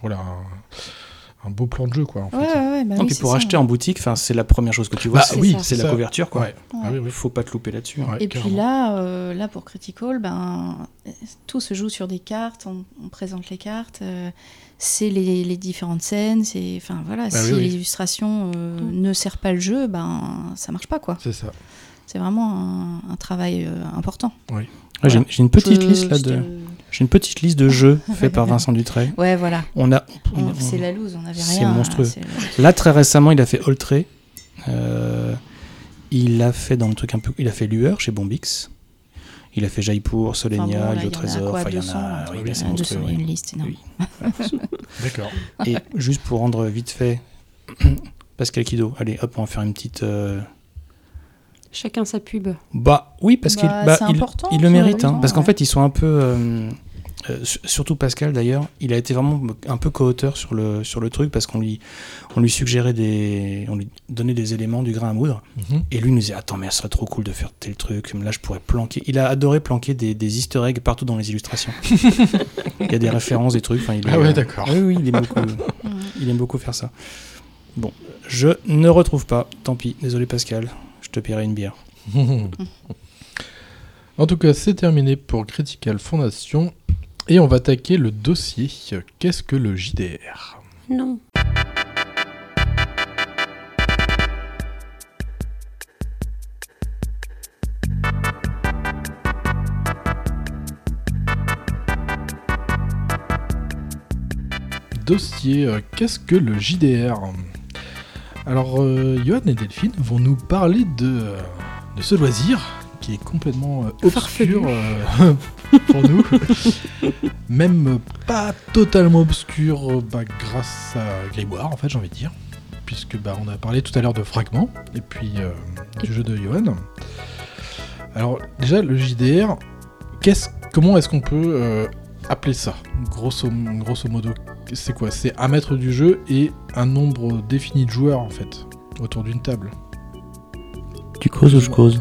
C: voilà, un, un beau plan de jeu, quoi. En
E: Ouais, ouais,
C: fait.
E: ouais, bah
G: non,
E: oui,
G: puis
E: c'est
G: pour
E: ça.
G: acheter en boutique, enfin, c'est la première chose que tu vois.
C: Bah
G: c'est-
E: oui,
G: c'est
C: ça.
G: la couverture, quoi.
C: Ouais. Ah oui, oui.
G: Faut pas te louper là-dessus. hein.
C: Ouais,
E: Et puis
C: carrément.
E: là, euh, là pour Critical, ben, tout se joue sur des cartes, on, on présente les cartes, euh, c'est les, les différentes scènes, c'est, enfin voilà,
C: Bah
E: si
C: oui, oui.
E: l'illustration euh, ne sert pas le jeu, ben ça marche pas quoi.
C: C'est ça.
E: C'est vraiment un, un travail euh, important.
G: Ouais, j'ai- J'ai une petite
E: Je-
G: liste là
E: je
G: de,
E: te-
G: j'ai une petite liste de jeux faits par Vincent Dutray.
E: Ouais voilà,
G: On a,
E: On-
G: on-
E: c'est la loose, on avait rien.
G: c'est monstrueux.
E: c'est la loose.
G: Là, très récemment, il a fait Oltré. Euh, il a fait dans le truc un peu. Il a fait Lueur chez Bombix. Il a fait Jaipur,
E: Enfin, bon,
G: Solenia,
E: là,
G: Lieu
E: il y en a
G: Trésor.
E: quoi,
G: Enfin, il y en
E: 200, un
G: a.
E: truc,
G: oui, là, c'est
E: euh, 200,
G: monstrueux,
E: il y a
G: oui.
E: une liste énorme.
G: Oui.
C: D'accord.
G: Et juste pour rendre vite fait, Pascal Kido, allez, hop, on va faire une petite. euh,
D: Chacun sa pub.
G: Bah oui, parce qu'il
E: Bah,
G: bah,
E: c'est
G: il,
E: important,
G: il le
E: c'est
G: mérite. hein,
E: important,
G: parce qu'en
E: ouais.
G: fait, ils sont un peu. euh, euh, su- surtout Pascal d'ailleurs, il a été vraiment un peu co-auteur sur le, sur le truc parce qu'on lui, on lui suggérait des. On lui donnait des éléments du grain à moudre.
C: Mhm.
G: Et lui nous disait Attends, mais ça serait trop cool de faire tel truc. Là, je pourrais planquer. Il a adoré planquer des, des easter eggs partout dans les illustrations. il y a des références, des trucs. enfin, il
C: Ah
G: est,
C: ouais,
G: euh,
C: d'accord.
G: Oui, oui, il aime beaucoup, il aime beaucoup faire ça. Bon, je ne retrouve pas. Tant pis. Désolé, Pascal. Je te paierai une bière.
C: en tout cas, c'est terminé pour Critical Fondation. Et on va attaquer le dossier. Qu'est-ce que le JDR
D: Non.
C: Dossier, euh, qu'est-ce que le JDR Alors, euh, Johan et Delphine vont nous parler de, euh, de ce loisir qui est complètement euh, obscur euh, pour nous. Même euh, pas totalement obscur euh, bah, grâce à Grégoire, en fait, j'ai envie de dire. Puisque bah, on a parlé tout à l'heure de Fragments et puis euh, du jeu de Johan. Alors, déjà, le JDR, qu'est-ce- comment est-ce qu'on peut euh, appeler ça grosso, grosso modo, c'est quoi C'est un maître du jeu et un nombre défini de joueurs en fait autour d'une table.
G: Tu causes ou je cause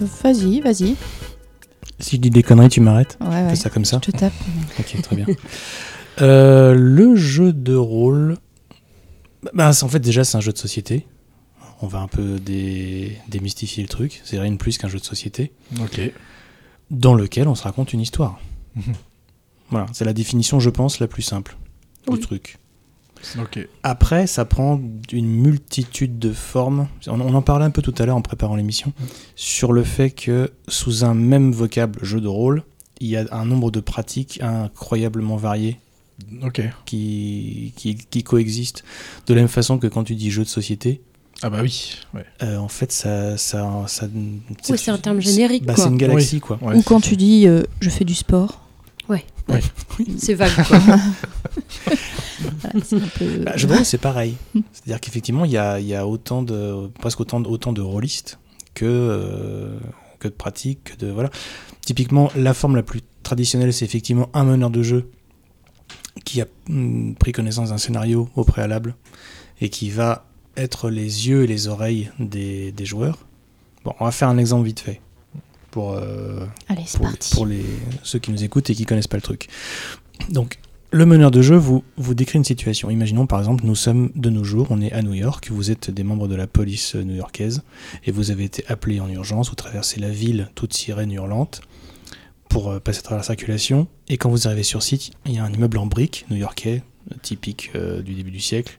E: Vas-y, vas-y.
G: Si je dis des conneries, tu m'arrêtes.
E: Ouais, ouais.
G: Fais ça comme ça.
E: Je te tape.
G: Ok, très bien. Euh, le jeu de rôle. Bah, bah, c'est- en fait, déjà, c'est un jeu de société. On va un peu dé- démystifier le truc. C'est rien de plus qu'un jeu de société
C: Ok.
G: dans lequel on se raconte une histoire.
C: Mhm.
G: voilà, c'est la définition, je pense, la plus simple
D: Oui.
G: du truc.
C: Ok.
G: Après, ça prend une multitude de formes. On, on en parlait un peu tout à l'heure en préparant l'émission sur le fait que sous un même vocable jeu de rôle, il y a un nombre de pratiques incroyablement variées
C: Ok.
G: qui, qui, qui coexistent. De la même façon que quand tu dis jeu de société,
C: Ah bah oui. Ouais.
G: euh, en fait, ça. ça, ça
D: Oui, c'est un terme générique,
G: bah,
D: quoi.
G: C'est une galaxie, quoi.
C: Ouais,
E: Ou
C: c'est
E: quand
C: ça.
E: tu dis euh, je fais du sport.
D: C'est vague, quoi.
E: Voilà, c'est un peu-
G: Bah, je pense que c'est pareil. C'est-à-dire qu'effectivement, il y a, il y a autant de, presque autant de, autant de rôlistes que, euh, que de pratiques. Que de, voilà. Typiquement, la forme la plus traditionnelle, c'est effectivement un meneur de jeu qui a hum, pris connaissance d'un scénario au préalable et qui va être les yeux et les oreilles des, des joueurs. Bon, on va faire un exemple vite fait pour, euh,
E: Allez, c'est
G: pour,
E: parti.
G: pour les, ceux qui nous écoutent et qui connaissent pas le truc. Donc, le meneur de jeu vous, vous décrit une situation. Imaginons par exemple, nous sommes de nos jours, on est à New York, vous êtes des membres de la police euh, new-yorkaise et vous avez été appelé en urgence, vous traversez la ville toute sirène hurlante pour euh, passer à travers la circulation. Et quand vous arrivez sur site, il y a un immeuble en briques new-yorkais euh, typique euh, du début du siècle,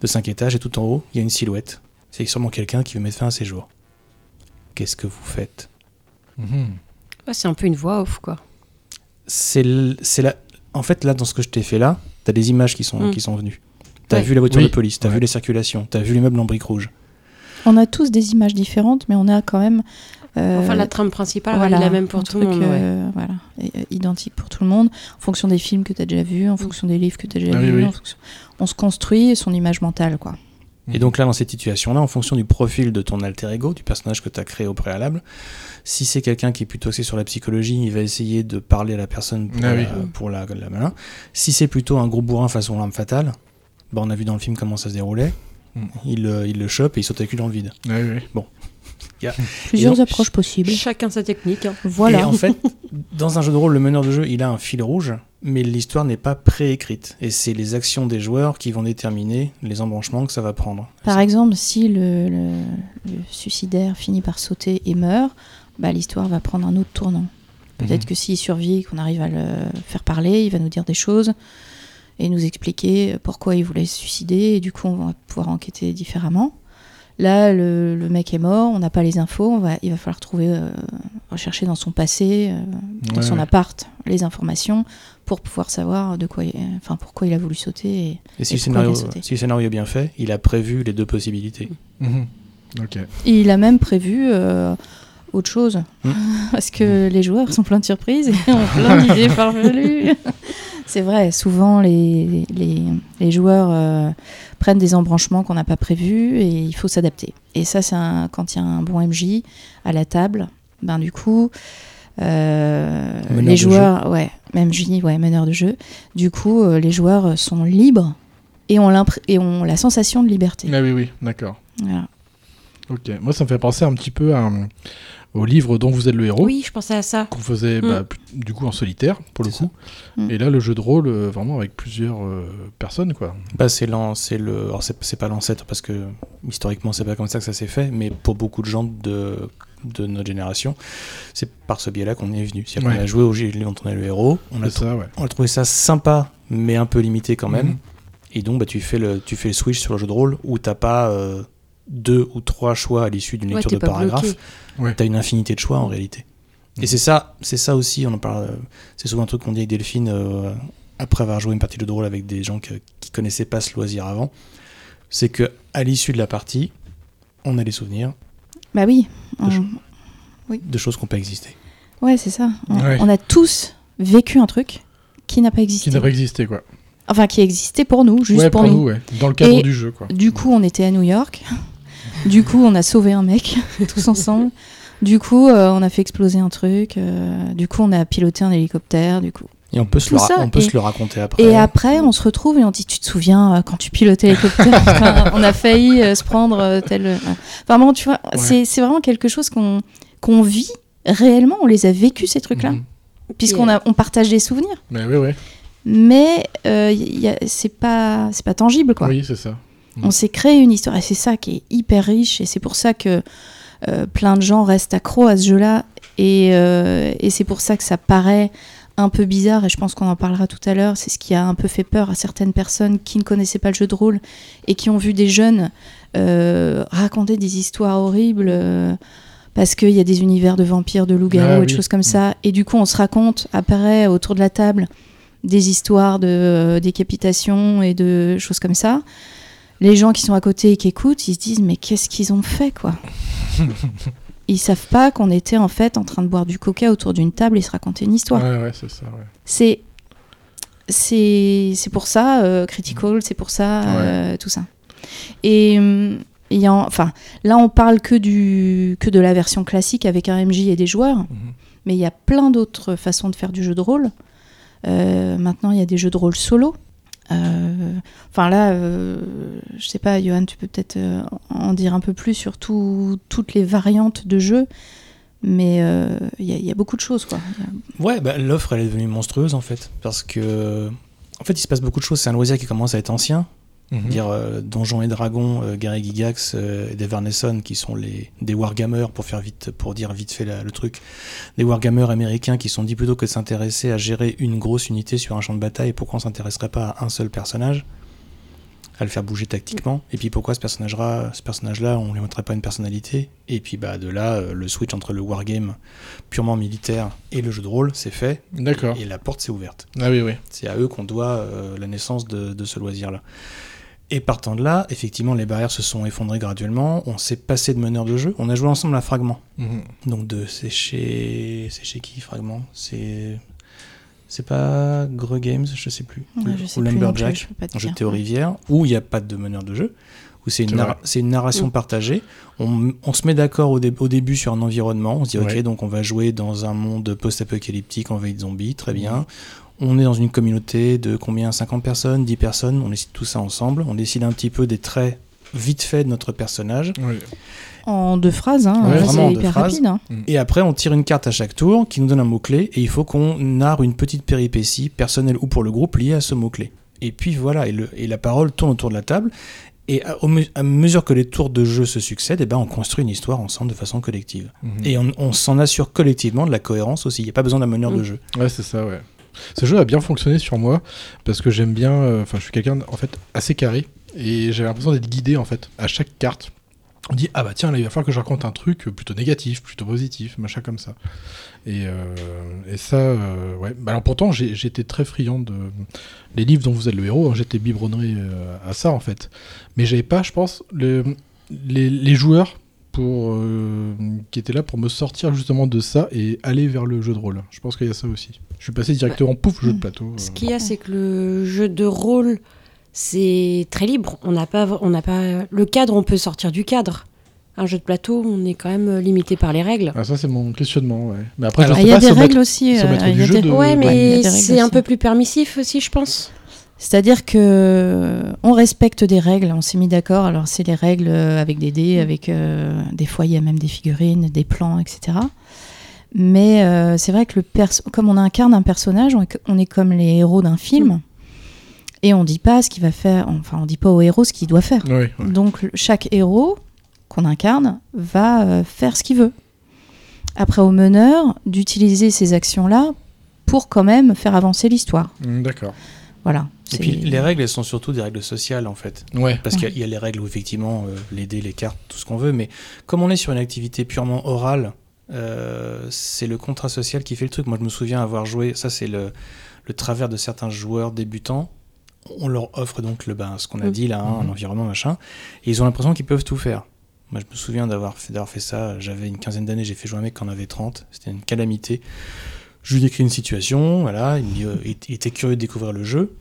G: de 5 étages, et tout en haut, il y a une silhouette. C'est sûrement quelqu'un qui veut mettre fin à ses jours. Qu'est-ce que vous faites
C: Mhm.
B: Ouais, c'est un peu une voix off, quoi.
G: C'est l- c'est la... En fait, là, dans ce que je t'ai fait là, t'as des images qui sont,
B: Mm.
G: qui sont venues. T'as
B: Ouais.
G: vu la voiture
C: Oui.
G: de police, t'as
C: Ouais.
G: vu les circulations, t'as vu les meubles en briques rouges.
E: On a tous des images différentes, mais on a quand même. euh,
B: Enfin, la trame principale, elle est la même pour
E: un
B: tout le
E: truc,
B: monde. ouais.
E: euh, voilà, et, euh, identique pour tout le monde, en fonction des films que tu as déjà vus,
B: Mm.
E: en fonction des livres que tu as déjà
C: Ah oui,
E: vus.
C: oui.
E: en fonction- On se construit son image mentale, quoi.
C: Mm.
G: Et donc là, dans cette situation-là, en fonction du profil de ton alter ego, du personnage que tu as créé au préalable, si c'est quelqu'un qui est plutôt axé sur la psychologie, il va essayer de parler à la personne pour,
C: Ah
G: la,
C: oui.
G: pour la, la malin. Si c'est plutôt un gros bourrin façon l'arme fatale, bah on a vu dans le film comment ça se déroulait,
C: Mm.
G: il, euh, il le chope et il saute avec lui dans le vide.
C: Ah oui, oui.
E: Plusieurs
G: donc-
E: approches possibles.
B: Chacun sa technique. hein.
G: Et
E: Voilà.
G: en fait, dans un jeu de rôle, le meneur de jeu, il a un fil rouge, mais l'histoire n'est pas préécrite. Et c'est les actions des joueurs qui vont déterminer les embranchements que ça va prendre.
E: Par exemple, si le, le- le suicidaire finit par sauter et meurt, bah, l'histoire va prendre un autre tournant.
C: Mhm.
E: Peut-être que s'il survit, et qu'on arrive à le faire parler, il va nous dire des choses et nous expliquer pourquoi il voulait se suicider, et du coup, on va pouvoir enquêter différemment. Là, le, le mec est mort, on n'a pas les infos, on va, il va falloir trouver, euh, rechercher dans son passé, euh, dans
C: Ouais,
E: son
C: Mhm. ouais.
E: appart, les informations pour pouvoir savoir de quoi, il- enfin pourquoi il a voulu sauter. et-
G: Et si,
E: Et pourquoi il a
G: le scénario,
E: sauté
G: si le scénario est bien fait, il a prévu les deux possibilités.
C: Mhm. Ok.
E: Et il a même prévu euh, autre chose.
G: Hmm.
E: Parce que les joueurs sont pleins de surprises et ont plein d'idées farfelues. C'est vrai, souvent les, les, les joueurs euh, prennent des embranchements qu'on n'a pas prévus et il faut s'adapter. Et ça, c'est un- quand il y a un bon MJ à la table, ben du coup, euh,
G: Meneur de
E: les joueurs, ouais, MJ, ouais, meneur de jeu, du coup, euh, les joueurs sont libres et ont, l'impr- et ont la sensation de liberté.
C: Ah oui, oui, d'accord.
E: Voilà.
C: Ok. Moi, ça me fait penser un petit peu à, euh, au livre dont vous êtes le héros.
B: Oui, je pensais à ça.
C: qu'on faisait
B: Mm.
C: bah, pu- du coup en solitaire pour le
G: C'est
C: coup
E: Mm.
C: et là le jeu de rôle euh, vraiment avec plusieurs euh, personnes quoi
G: Bah, c'est l'an- c'est le, alors c'est, c'est pas l'ancêtre parce que historiquement c'est pas comme ça que ça s'est fait, mais pour beaucoup de gens de, de notre génération, c'est par ce biais-là qu'on est venu. C'est-à-dire
C: Ouais.
G: qu'on a joué au jeu dont on est le héros, on a,
C: c'est ça ouais
G: on a trouvé ça sympa, mais un peu limité quand même.
C: Mhm.
G: Et donc bah, tu fais le, tu fais le switch sur le jeu de rôle où t'as pas euh, deux ou trois choix à l'issue d'une
B: Ouais,
G: lecture
B: t'es
G: de
B: pas bloqué.
G: paragraphe.
C: Ouais. Mhm.
G: T'as une infinité de choix en réalité. Et c'est ça, c'est ça aussi. On en parle. euh, C'est souvent un truc qu'on dit avec Delphine euh, après avoir joué une partie de drôle avec des gens que- qui connaissaient pas ce loisir avant. C'est que à l'issue de la partie, on a des souvenirs
E: Bah oui.
G: De cho-
E: on-
G: de choses qui n'ont pas existé.
E: Ouais, c'est ça. On,
C: Ouais.
E: on a tous vécu un truc qui n'a pas
C: qui
E: existé.
C: n'a pas existé quoi
E: Enfin, qui existait pour nous, juste
C: ouais,
E: pour nous.
C: ouais. dans le cadre
E: Et
C: du jeu quoi
E: Du coup, on était à New York. du coup, on a sauvé un mec, tous ensemble. Du coup, euh, on a fait exploser un truc. euh, du coup, on a piloté un hélicoptère. Du coup.
G: Et
B: Mm.
G: on peut se,
E: Tout
G: le, ra-
E: ça
G: on peut
E: est-
G: se le raconter après.
E: Et après, on se retrouve et on dit Tu te souviens euh, quand tu pilotais l'hélicoptère Enfin, On a failli euh, se prendre euh, tel. euh, Enfin, vraiment, tu vois, c'est- c'est vraiment quelque chose qu'on qu'on vit réellement. On les a vécus, ces trucs-là.
C: Mhm.
E: Puisqu'on a- on partage des souvenirs.
C: mais ouais ouais
E: mais euh, y- y a- c'est pas c'est pas tangible quoi.
C: oui c'est ça
E: On s'est créé une histoire et c'est ça qui est hyper riche et c'est pour ça que euh, plein de gens restent accros à ce jeu-là et, euh, et c'est pour ça que ça paraît un peu bizarre et je pense qu'on en parlera tout à l'heure. C'est ce qui a un peu fait peur à certaines personnes qui ne connaissaient pas le jeu de rôle et qui ont vu des jeunes euh, raconter des histoires horribles. euh, parce qu'il y a des univers de vampires, de loups-garous
C: Ah
E: et de
C: oui.
E: choses comme ça. Et du coup, on se raconte, après, autour de la table, des histoires de euh, décapitations et de choses comme ça. Les gens qui sont à côté et qui écoutent, ils se disent mais qu'est-ce qu'ils ont fait quoi Ils savent pas qu'on était en fait en train de boire du coca autour d'une table et se raconter une histoire.
C: ouais ouais c'est ça ouais.
E: C'est c'est c'est pour ça euh, critical, c'est pour ça euh, tout ça. Et hum, il y a en- enfin là on parle que du que de la version classique avec un MJ et des joueurs, mais il y a plein d'autres façons de faire du jeu de rôle. Euh, maintenant il y a des jeux de rôle solo. Euh, Enfin là, euh, je sais pas, Johan, tu peux peut-être euh, en dire un peu plus sur tout- toutes les variantes de jeu, mais euh, il y, a- il y a beaucoup de choses quoi. Il y a-
G: Ouais, bah, l'offre elle est devenue monstrueuse en fait, parce que en fait il se passe beaucoup de choses. C'est un loisir qui commence à être ancien,
C: Mhm.
G: dire euh, Donjons et Dragons, euh, Gary Gigax euh, et Dave Arneson, qui sont les, des wargamers, pour, faire vite, pour dire vite fait la- le truc, des wargamers américains qui se sont dit plutôt que de s'intéresser à gérer une grosse unité sur un champ de bataille, pourquoi on s'intéresserait pas à un seul personnage à le faire bouger tactiquement, et puis pourquoi ce personnage-là, ce personnage-là, on ne lui mettrait pas une personnalité, et puis bah de là, euh, le switch entre le wargame purement militaire et le jeu de rôle, c'est fait,
C: D'accord.
G: et la porte s'est ouverte.
C: Ah oui, oui.
G: C'est à eux qu'on doit euh, la naissance de, de ce loisir-là. Et partant de là, effectivement, les barrières se sont effondrées graduellement. On s'est passé de meneur de jeu. On a joué ensemble à Fragment.
C: Mhm.
G: Donc de c'est chez c'est chez qui Fragment C'est c'est pas Greux Games, je sais plus.
E: Ouais, je sais
G: ou
E: plus non plus,
G: Lumberjack,
E: je peux pas te
G: en jeu de
E: dire.
G: thé aux rivières, où il n'y a pas de meneur de jeu, où c'est
C: C'est
G: une,
C: vrai.
G: narra- c'est une narration partagée. On, on se met d'accord au, dé- au début sur un environnement. On se dit ok,
C: Ouais.
G: donc on va jouer dans un monde post-apocalyptique envahi de zombies, très
C: Mm.
G: bien. On est dans une communauté de combien 50 personnes, 10 personnes. On décide tout ça ensemble. On décide un petit peu des traits vite faits de notre personnage.
C: Mhm. Oui.
E: En deux phrases, hein,
G: Ouais,
E: là,
G: vraiment en
E: c'est
G: deux
E: hyper
G: phrases.
E: rapide. hein.
G: Et après, on tire une carte à chaque tour qui nous donne un mot-clé et il faut qu'on narre une petite péripétie, personnelle ou pour le groupe, liée à ce mot-clé. Et puis voilà, et, le- et la parole tourne autour de la table. Et à, au mu- à mesure que les tours de jeu se succèdent, eh ben, on construit une histoire ensemble de façon collective.
C: Mmh.
G: Et on, on s'en assure collectivement de la cohérence aussi. Il n'y a pas besoin d'un meneur de jeu.
C: Ouais, c'est ça, ouais. Ce jeu a bien fonctionné sur moi parce que j'aime bien. euh, Enfin, je suis quelqu'un en fait assez carré et j'avais l'impression d'être guidé en fait à chaque carte. On dit ah bah tiens là il va falloir que je raconte un truc plutôt négatif, plutôt positif, machin comme ça. Et, euh, et ça, euh, ouais. Bah, alors pourtant j'ai- j'étais très friand de les livres dont vous êtes le héros. hein, j'étais biberonné euh, à ça en fait, mais j'avais pas, je pense, le- les, les joueurs pour euh, qui étaient là pour me sortir justement de ça et aller vers le jeu de rôle. Je pense qu'il y a ça aussi. Je suis passé directement pouf jeu de plateau.
B: Ce
C: euh.
B: qu'il y a, c'est que le jeu de rôle, c'est très libre. On n'a pas, on n'a pas le cadre. On peut sortir du cadre. Un jeu de plateau, on est quand même limité par les règles.
C: Ah, ça, c'est mon questionnement, ouais. Mais après, je
E: Ah,
C: sais
E: Il y
C: pas
E: a des
C: si on va
E: règles
C: être-
E: aussi.
C: se
E: euh,
C: mettre au
E: il y a
C: jeu
E: des-
C: de-
B: Ouais,
E: il y a
B: mais
E: des règles
B: c'est un
E: aussi.
B: peu plus permissif aussi, je pense.
E: C'est-à-dire que euh, on respecte des règles, on s'est mis d'accord. Alors c'est les règles euh, avec des dés, avec euh, des fois il y a même des figurines, des plans, etc. Mais euh, c'est vrai que le perso- comme on incarne un personnage, on est, on est comme les héros d'un film, et on dit pas ce qu'il va faire. Enfin, on dit pas au héros ce qu'il doit faire.
C: Ouais, ouais.
E: Donc le- chaque héros qu'on incarne va euh, faire ce qu'il veut. Après au meneur d'utiliser ces actions-là pour quand même faire avancer l'histoire.
C: Mm, D'accord.
E: Voilà.
G: Et
E: C'est-
G: puis les règles, elles sont surtout des règles sociales en fait.
C: Ouais.
G: Parce qu'il y a- il y a les règles où effectivement euh, les dés, les cartes, tout ce qu'on veut, mais comme on est sur une activité purement orale, euh, c'est le contrat social qui fait le truc. Moi je me souviens avoir joué, ça c'est le, le travers de certains joueurs débutants. On leur offre donc le, ben, ce qu'on a dit là, hein, un environnement machin, et ils ont l'impression qu'ils peuvent tout faire. Moi je me souviens d'avoir fait, d'avoir fait ça, j'avais une quinzaine d'années, j'ai fait jouer un mec qui en avait 30, c'était une calamité. Je lui décris une situation, voilà, il, me dit, euh, il- il était curieux de découvrir le jeu.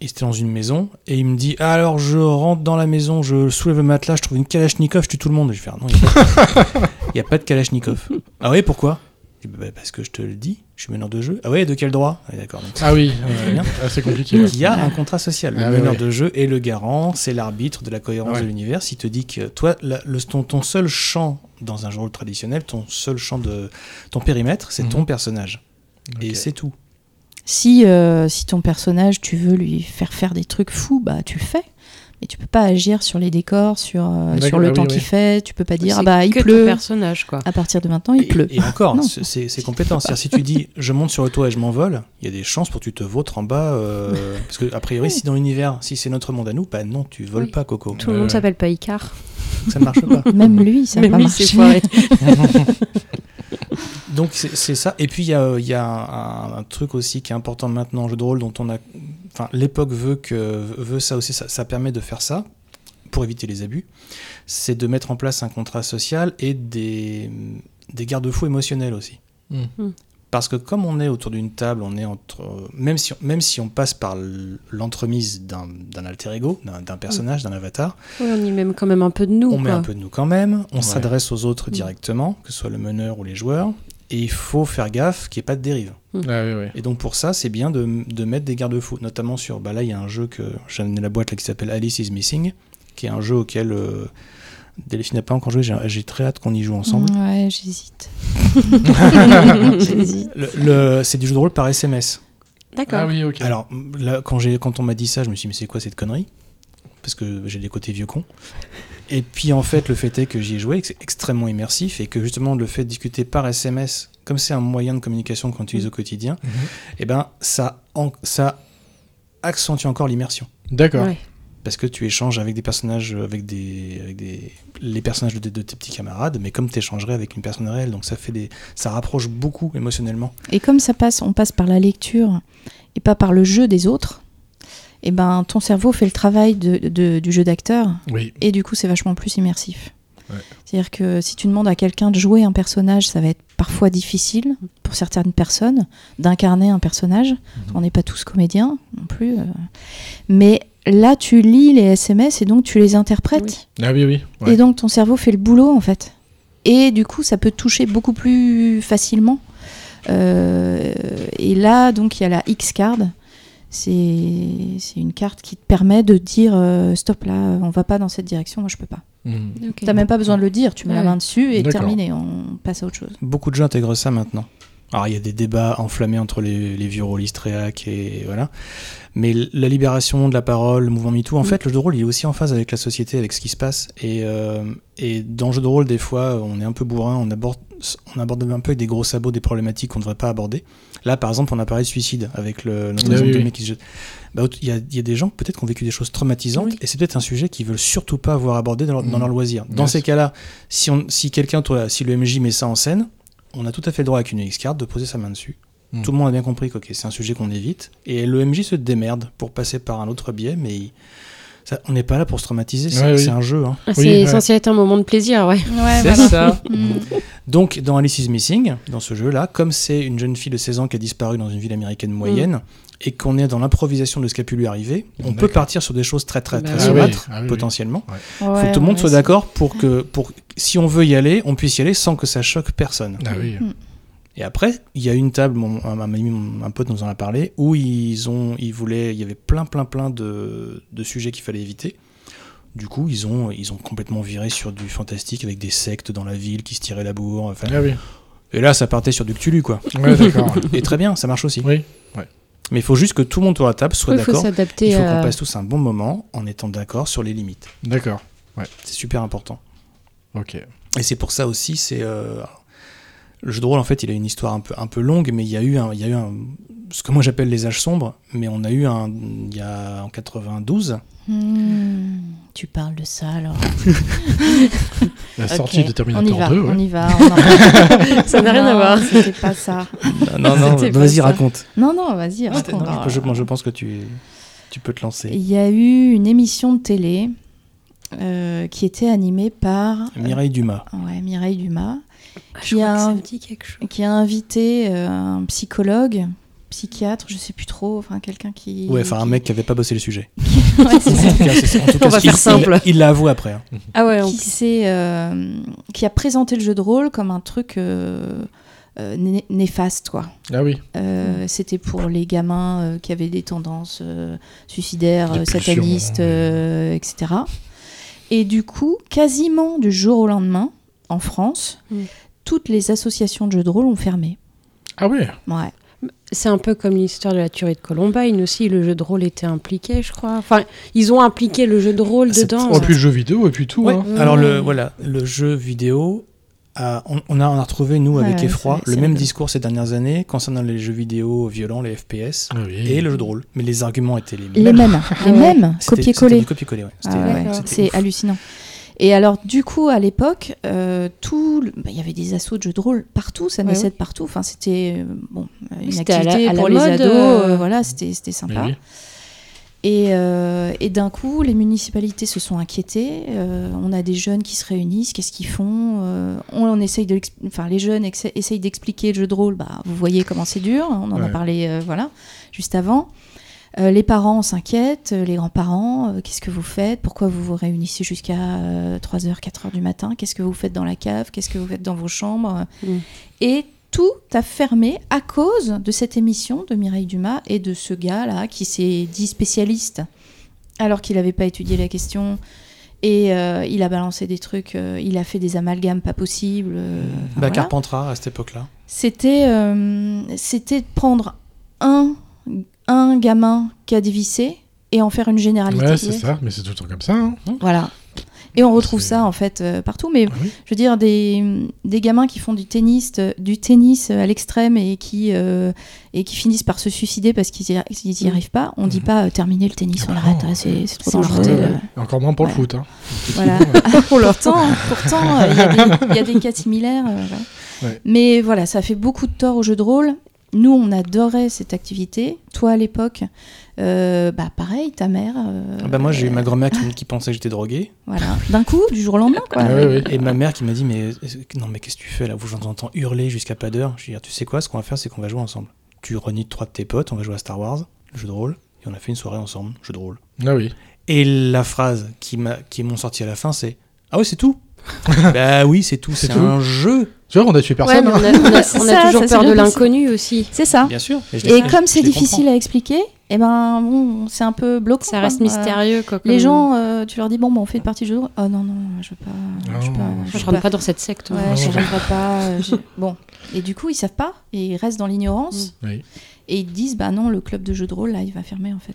G: Il était dans une maison et il me dit Ah, Alors je rentre dans la maison, je soulève le matelas, je trouve une Kalachnikov, je tue tout le monde. Je fais Ah Non, il n'y a, pas- il y a pas de Kalachnikov. Ah oui, pourquoi Je dis, Bah, Parce que je te le dis, je suis meneur de jeu. Ah ouais, de quel droit Ah, D'accord. donc-
C: Ah oui,
G: Très bien.
C: Ah, c'est compliqué.
G: Donc il y a un contrat social. Le
C: Ah,
G: meneur
C: ouais,
G: de jeu est le garant, c'est l'arbitre de la cohérence
C: Ouais.
G: de l'univers. S'il te dit que toi, la- le, ton, ton seul champ dans un jeu de rôle traditionnel, ton seul champ de ton périmètre, c'est
C: Mhm.
G: ton personnage. Et
C: Ok.
G: c'est tout.
E: Si, euh, si ton personnage, tu veux lui faire faire des trucs fous, bah tu le fais. Mais tu peux pas agir sur les décors, sur, euh,
C: D'accord,
G: bah
E: sur le
C: ah oui,
E: temps
C: oui.
E: qu'il fait. Tu peux pas dire
B: C'est
E: ah bah il
B: que ton
E: pleut.
B: personnage, quoi.
E: À partir de maintenant, il
G: et,
E: pleut.
G: et encore,
E: Non.
G: c'est- c'est c'est compétent. C'est-à-dire, si tu dis je monte sur le toit et je m'envole, il y a des chances pour que tu te vautres en bas. euh, parce que, a priori, si dans l'univers, si c'est notre monde à nous, bah non, tu voles
B: Oui.
G: pas, Coco.
B: Tout le
C: Ouais,
B: monde
C: ouais.
B: s'appelle pas Icar.
G: Ça ne marche pas.
E: Même lui, ça va
B: Même
E: pas
B: lui,
E: marcher.
B: c'est foiré.
G: Donc c'est c'est ça. Et puis il y a, euh, il y a un, un- un truc aussi qui est important maintenant en jeu de rôle dont on a, enfin l'époque veut que veut ça aussi. Ça, ça permet de faire ça pour éviter les abus. C'est de mettre en place un contrat social et des des garde-fous émotionnels aussi.
C: Mm.
B: Mm.
G: Parce que comme on est autour d'une table, on est entre euh, même si même si on passe par l- l'entremise d'un d'un alter ego, d'un- d'un personnage, d'un avatar,
B: Ouais, on y met quand même un peu de nous,
G: on met
B: quoi.
G: un peu de nous quand même, on
C: Ouais.
G: s'adresse aux autres directement, que ce soit le meneur ou les joueurs, et il faut faire gaffe qu'il n'y ait pas de dérive.
C: Ah oui, oui.
G: Et donc pour ça, c'est bien de, de mettre des garde-fous, notamment sur, bah là il y a un jeu que j'ai amené la boîte là, qui s'appelle Alice is Missing, qui est un jeu auquel euh, Delphine n'a pas encore joué, j'ai- j'ai très hâte qu'on y joue ensemble.
E: Ouais, j'hésite. J'hésite.
G: Le- le- c'est du jeu de rôle par SMS.
B: D'accord.
C: Ah oui, ok.
G: Alors là, quand, j'ai- quand on m'a dit ça, je me suis dit mais c'est quoi cette connerie parce que j'ai des côtés vieux cons. Et puis en fait, le fait est que j'y ai joué, que c'est extrêmement immersif et que justement le fait de discuter par SMS, comme c'est un moyen de communication qu'on utilise au quotidien, et ben ça, en- ça accentue encore l'immersion
C: D'accord.
B: Ouais.
G: parce que tu échanges avec des personnages, euh, avec des, avec des les personnages de, tes- de tes petits camarades, mais comme tu échangerais avec une personne réelle, donc ça fait des, ça rapproche beaucoup émotionnellement.
E: Et comme ça passe, on passe par la lecture et pas par le jeu des autres, et ben ton cerveau fait le travail de- de- du jeu d'acteur
C: Oui.
E: et du coup c'est vachement plus immersif.
C: Ouais.
E: C'est-à-dire que si tu demandes à quelqu'un de jouer un personnage, ça va être parfois difficile pour certaines personnes d'incarner un personnage. On n'est pas tous comédiens non plus. euh. Mais là, tu lis les SMS et donc tu les interprètes.
C: Ah oui, oui.
E: Et donc ton cerveau fait le boulot en fait. Et du coup, ça peut toucher beaucoup plus facilement. Euh, et là, donc, il y a la X-Card. C'est c'est une carte qui te permet de dire euh, stop là, on va pas dans cette direction, moi je peux pas.
C: Mhm.
E: T'as même pas besoin de le dire, tu mets la
B: Ouais.
E: main dessus et
C: D'accord.
E: terminé, on passe à autre chose.
G: Beaucoup de gens intègrent ça maintenant. Alors il y a des débats enflammés entre les, les vieux rôlistes réac et voilà, mais l- la libération de la parole, le mouvement
C: Mm.
G: MeToo, en fait, le jeu de rôle il est aussi en phase avec la société, avec ce qui se passe. Et, euh, et dans le jeu de rôle, des fois, on est un peu bourrin, on aborde, on aborde un peu avec des gros sabots des problématiques qu'on ne devrait pas aborder. Là, par exemple, on a parlé de suicide avec le notre
C: Ah oui,
G: exemple de
C: oui.
G: mec qui se jette. Bah, il y, a- il y a des gens peut-être qui ont vécu des choses traumatisantes et c'est peut-être un sujet qu'ils veulent surtout pas avoir abordé dans leur, dans
C: Mhm.
G: leur loisir. Dans
C: Yes.
G: ces cas-là, si, on- si quelqu'un, toi, si le MJ met ça en scène, on a tout à fait le droit avec une X-Card de poser sa main dessus.
C: Mhm.
G: Tout le monde a bien compris que ok, c'est un sujet qu'on évite et le MJ se démerde pour passer par un autre biais, mais il- ça- on n'est pas là pour se traumatiser, c'est
C: Ouais, oui.
G: c'est un jeu. hein.
B: Ah,
C: Oui,
B: c'est
C: ouais.
B: censé être un moment de plaisir, ouais.
G: C'est ça.
E: Mm.
G: Donc, dans Alice is Missing, dans ce jeu-là, comme c'est une jeune fille de 16 ans qui a disparu dans une ville américaine moyenne, et qu'on est dans l'improvisation de ce qui a pu lui arriver, on peut
C: D'accord.
G: partir sur des choses très, très,
B: Bah
G: très
B: oui.
G: saumâtres,
C: Ah oui, ah oui,
G: potentiellement.
E: Ouais,
G: Faut que tout le monde
E: ouais,
G: soit
E: c'est-
G: d'accord pour que, pour, si on veut y aller, on puisse y aller sans que ça choque personne.
C: Ah oui.
G: Et après, il y a une table, mon, un, un ami, mon- un pote nous en a parlé, où ils ont, ils voulaient, il y avait plein, plein, plein de, de sujets qu'il fallait éviter. Du coup, ils ont, ils ont complètement viré sur du fantastique avec des sectes dans la ville qui se tiraient la bourre. Enfin,
C: Ah oui.
G: et là, ça partait sur du Cthulhu, quoi.
C: Ouais, d'accord.
G: Et très bien, ça marche aussi.
C: Oui.
G: Mais il faut juste que tout le monde autour de la table soit
B: Il faut
G: d'accord. Il
B: s'adapter
G: faut
B: à.
E: euh,
G: qu'on passe tous un bon moment en étant d'accord sur les limites.
C: D'accord.
G: C'est super important.
C: Ok.
G: Et c'est pour ça aussi, c'est. euh, Le jeu de rôle, en fait, il a une histoire un peu, un peu longue, mais il y a eu, un, il y a eu un, ce que moi j'appelle les âges sombres, mais on a eu un. Il y a en 92.
E: Mm. Tu parles de ça alors.
C: La sortie
E: Ok,
C: de
E: on y va,
C: Terminator 2, ouais.
E: On y va. on en-
B: Ça n'a rien à
E: Non,
B: voir.
E: C'était pas ça.
G: Non, non,
B: C'était pas
G: vas-y,
B: ça.
G: raconte.
E: Non, non, vas-y.
G: Non,
E: raconte.
G: je, je- je pense que tu, tu peux te lancer.
E: Il y a eu une émission de télé euh, qui était animée par euh,
G: Mireille Dumas.
E: ouais, Mireille Dumas,
B: Ah,
E: qui a un-
B: dit quelque chose.
E: qui a invité euh, un psychologue, psychiatre, je sais plus trop, enfin quelqu'un qui.
G: Ouais, enfin, un
E: qui-
G: mec qui avait pas bossé le sujet.
E: Ouais, c'est ça.
G: En tout cas, c'est- en tout
B: On
G: cas,
B: va
G: il-
B: faire
G: il-
B: simple.
G: Il l'a avoué après. hein.
B: Ah ouais, on-
E: qui, s'est, euh, qui a présenté le jeu de rôle comme un truc euh, euh, né- néfaste, quoi.
C: Ah oui.
E: Euh, C'était pour les gamins euh, qui avaient des tendances euh, suicidaires,
C: Des
E: euh,
C: pulsions,
E: satanistes,
C: ouais.
E: euh, etc. Et du coup, quasiment du jour au lendemain, en France,
B: Mm.
E: toutes les associations de jeux de rôle ont fermé.
C: Ah oui.
E: Ouais.
B: c'est un peu comme l'histoire de la tuerie de Columbine aussi. Le jeu de rôle était impliqué, je crois. Enfin, ils ont impliqué le jeu de rôle
G: C'est-
B: dedans.
C: Oh, puis le jeu vidéo et puis tout.
G: Ouais,
C: hein.
G: Alors le voilà, le jeu vidéo, a- on, on a, on a retrouvé nous avec
E: Ouais,
G: effroi
E: c'est-
G: le
E: c'est
G: même
E: rigolo.
G: discours ces dernières années concernant les jeux vidéo violents, les FPS
C: Ah oui.
G: et le jeu de rôle. Mais les arguments étaient les mêmes.
E: Les mêmes, les mêmes,
G: C'était- c'était
E: copier-coller.
G: du copier-coller, ouais. C'était-
E: Ah ouais,
G: c'était
E: c'est
G: ouf.
E: hallucinant. Et alors, du coup, à l'époque, euh, tout, le- bah, il y avait des assauts de jeux de rôle partout, ça
B: Ouais,
E: naissait
B: ouais.
E: de partout. Enfin, c'était euh, bon, une
B: c'était à la-
E: activité
B: à la
E: pour les
B: mode,
E: ados.
B: euh,
E: euh, voilà, c'était c'était
C: Mais
E: sympa.
C: Ah oui.
E: Et, euh, et d'un coup, les municipalités se sont inquiétées. euh, on a des jeunes qui se réunissent. Qu'est-ce qu'ils font Euh, on, on essaye de, l'expl- enfin, les jeunes ex- essayent d'expliquer le jeu de rôle. Bah, vous voyez comment c'est dur. hein, On en a
C: Ouais.
E: parlé, euh, voilà, juste avant. Euh, les parents s'inquiètent, euh, les grands-parents, euh, qu'est-ce que vous faites Pourquoi vous vous réunissez jusqu'à euh, 3h, 4h du matin Qu'est-ce que vous faites dans la cave Qu'est-ce que vous faites dans vos chambres
B: Mm.
E: Et tout a fermé à cause de cette émission de Mireille Dumas et de ce gars-là qui s'est dit spécialiste alors qu'il n'avait pas étudié la question. Et euh, il a balancé des trucs, euh, il a fait des amalgames pas possibles. euh, enfin,
G: Bah,
E: voilà.
G: Carpentras à cette époque-là.
E: C'était euh, c'était de prendre un, un gamin qui a dévissé et en faire une généralité.
C: Ouais, c'est ça, mais c'est tout le temps comme ça. hein.
E: Voilà. Et on retrouve
C: C'est-
E: ça en fait euh, partout, mais
C: Ah oui.
E: je veux dire des, des gamins qui font du tennis, euh, du tennis à l'extrême et qui euh, et qui finissent par se suicider parce qu'ils n'y arrivent pas. On dit pas euh, terminer le tennis, on
C: Ah
E: arrête,
C: Mm. non,
E: hein, c'est c'est trop
D: c'est
E: dangereux.
D: mortel.
E: euh,
C: Et Encore moins pour le
E: Ouais.
C: foot. hein.
E: voilà. pourtant, pourtant, euh, il y a des- il y, a des cas similaires. euh, voilà.
C: Ouais.
E: Mais voilà, ça fait beaucoup de tort au jeu de rôle. Nous, on adorait cette activité. Toi, à l'époque, euh, bah pareil, ta mère. euh,
G: Ah bah moi j'ai eu ma grand-mère qui, qui pensait que j'étais drogué
E: Voilà. D'un coup, du jour au lendemain, quoi.
C: Ah, ouais, ouais.
G: et ma mère qui m'a dit mais est-ce que- non mais qu'est-ce que tu fais là vous j'entends hurler jusqu'à pas d'heure je lui ai dit tu sais quoi ce qu'on va faire c'est qu'on va jouer ensemble tu renies trois de tes potes on va jouer à Star Wars le jeu de rôle et on a fait une soirée ensemble jeu de rôle
C: Ah oui.
G: Et la phrase qui m'a qui m'ont sorti à la fin, c'est Ah ouais, c'est tout Bah oui, c'est tout,
C: C'est
G: c'est
C: tout.
G: un jeu
C: Tu vois, on a tué
D: Ouais,
C: personne.
D: mais on
C: hein.
D: a, on a-
E: C'est
D: on a
E: ça,
D: toujours
E: ça, c'est
D: peur de
E: bien pensé.
D: l'inconnu aussi.
E: C'est ça.
G: Bien sûr je les
E: Ah. Et
G: comprends,
E: comme
G: je
E: c'est
G: les
E: difficile
G: comprends.
E: à expliquer, eh ben bon, c'est un peu bloqué.
D: Ça reste mystérieux. Quoi,
E: les
D: comme-
E: gens, euh, tu leur dis bon, bah, on fait une partie de jeu. de rôle. Oh non non, je veux pas. je veux
C: Non,
E: pas.
C: je
E: veux
D: Je rentre pas dans cette secte. moi.
E: Ouais, je
G: Ah,
C: Ouais.
E: rentrerai pas. euh, j'ai- bon. Et du coup, ils savent pas et ils restent dans l'ignorance.
C: Oui.
E: Et ils te disent bah non, le club de jeux de rôle là, il va fermer en fait.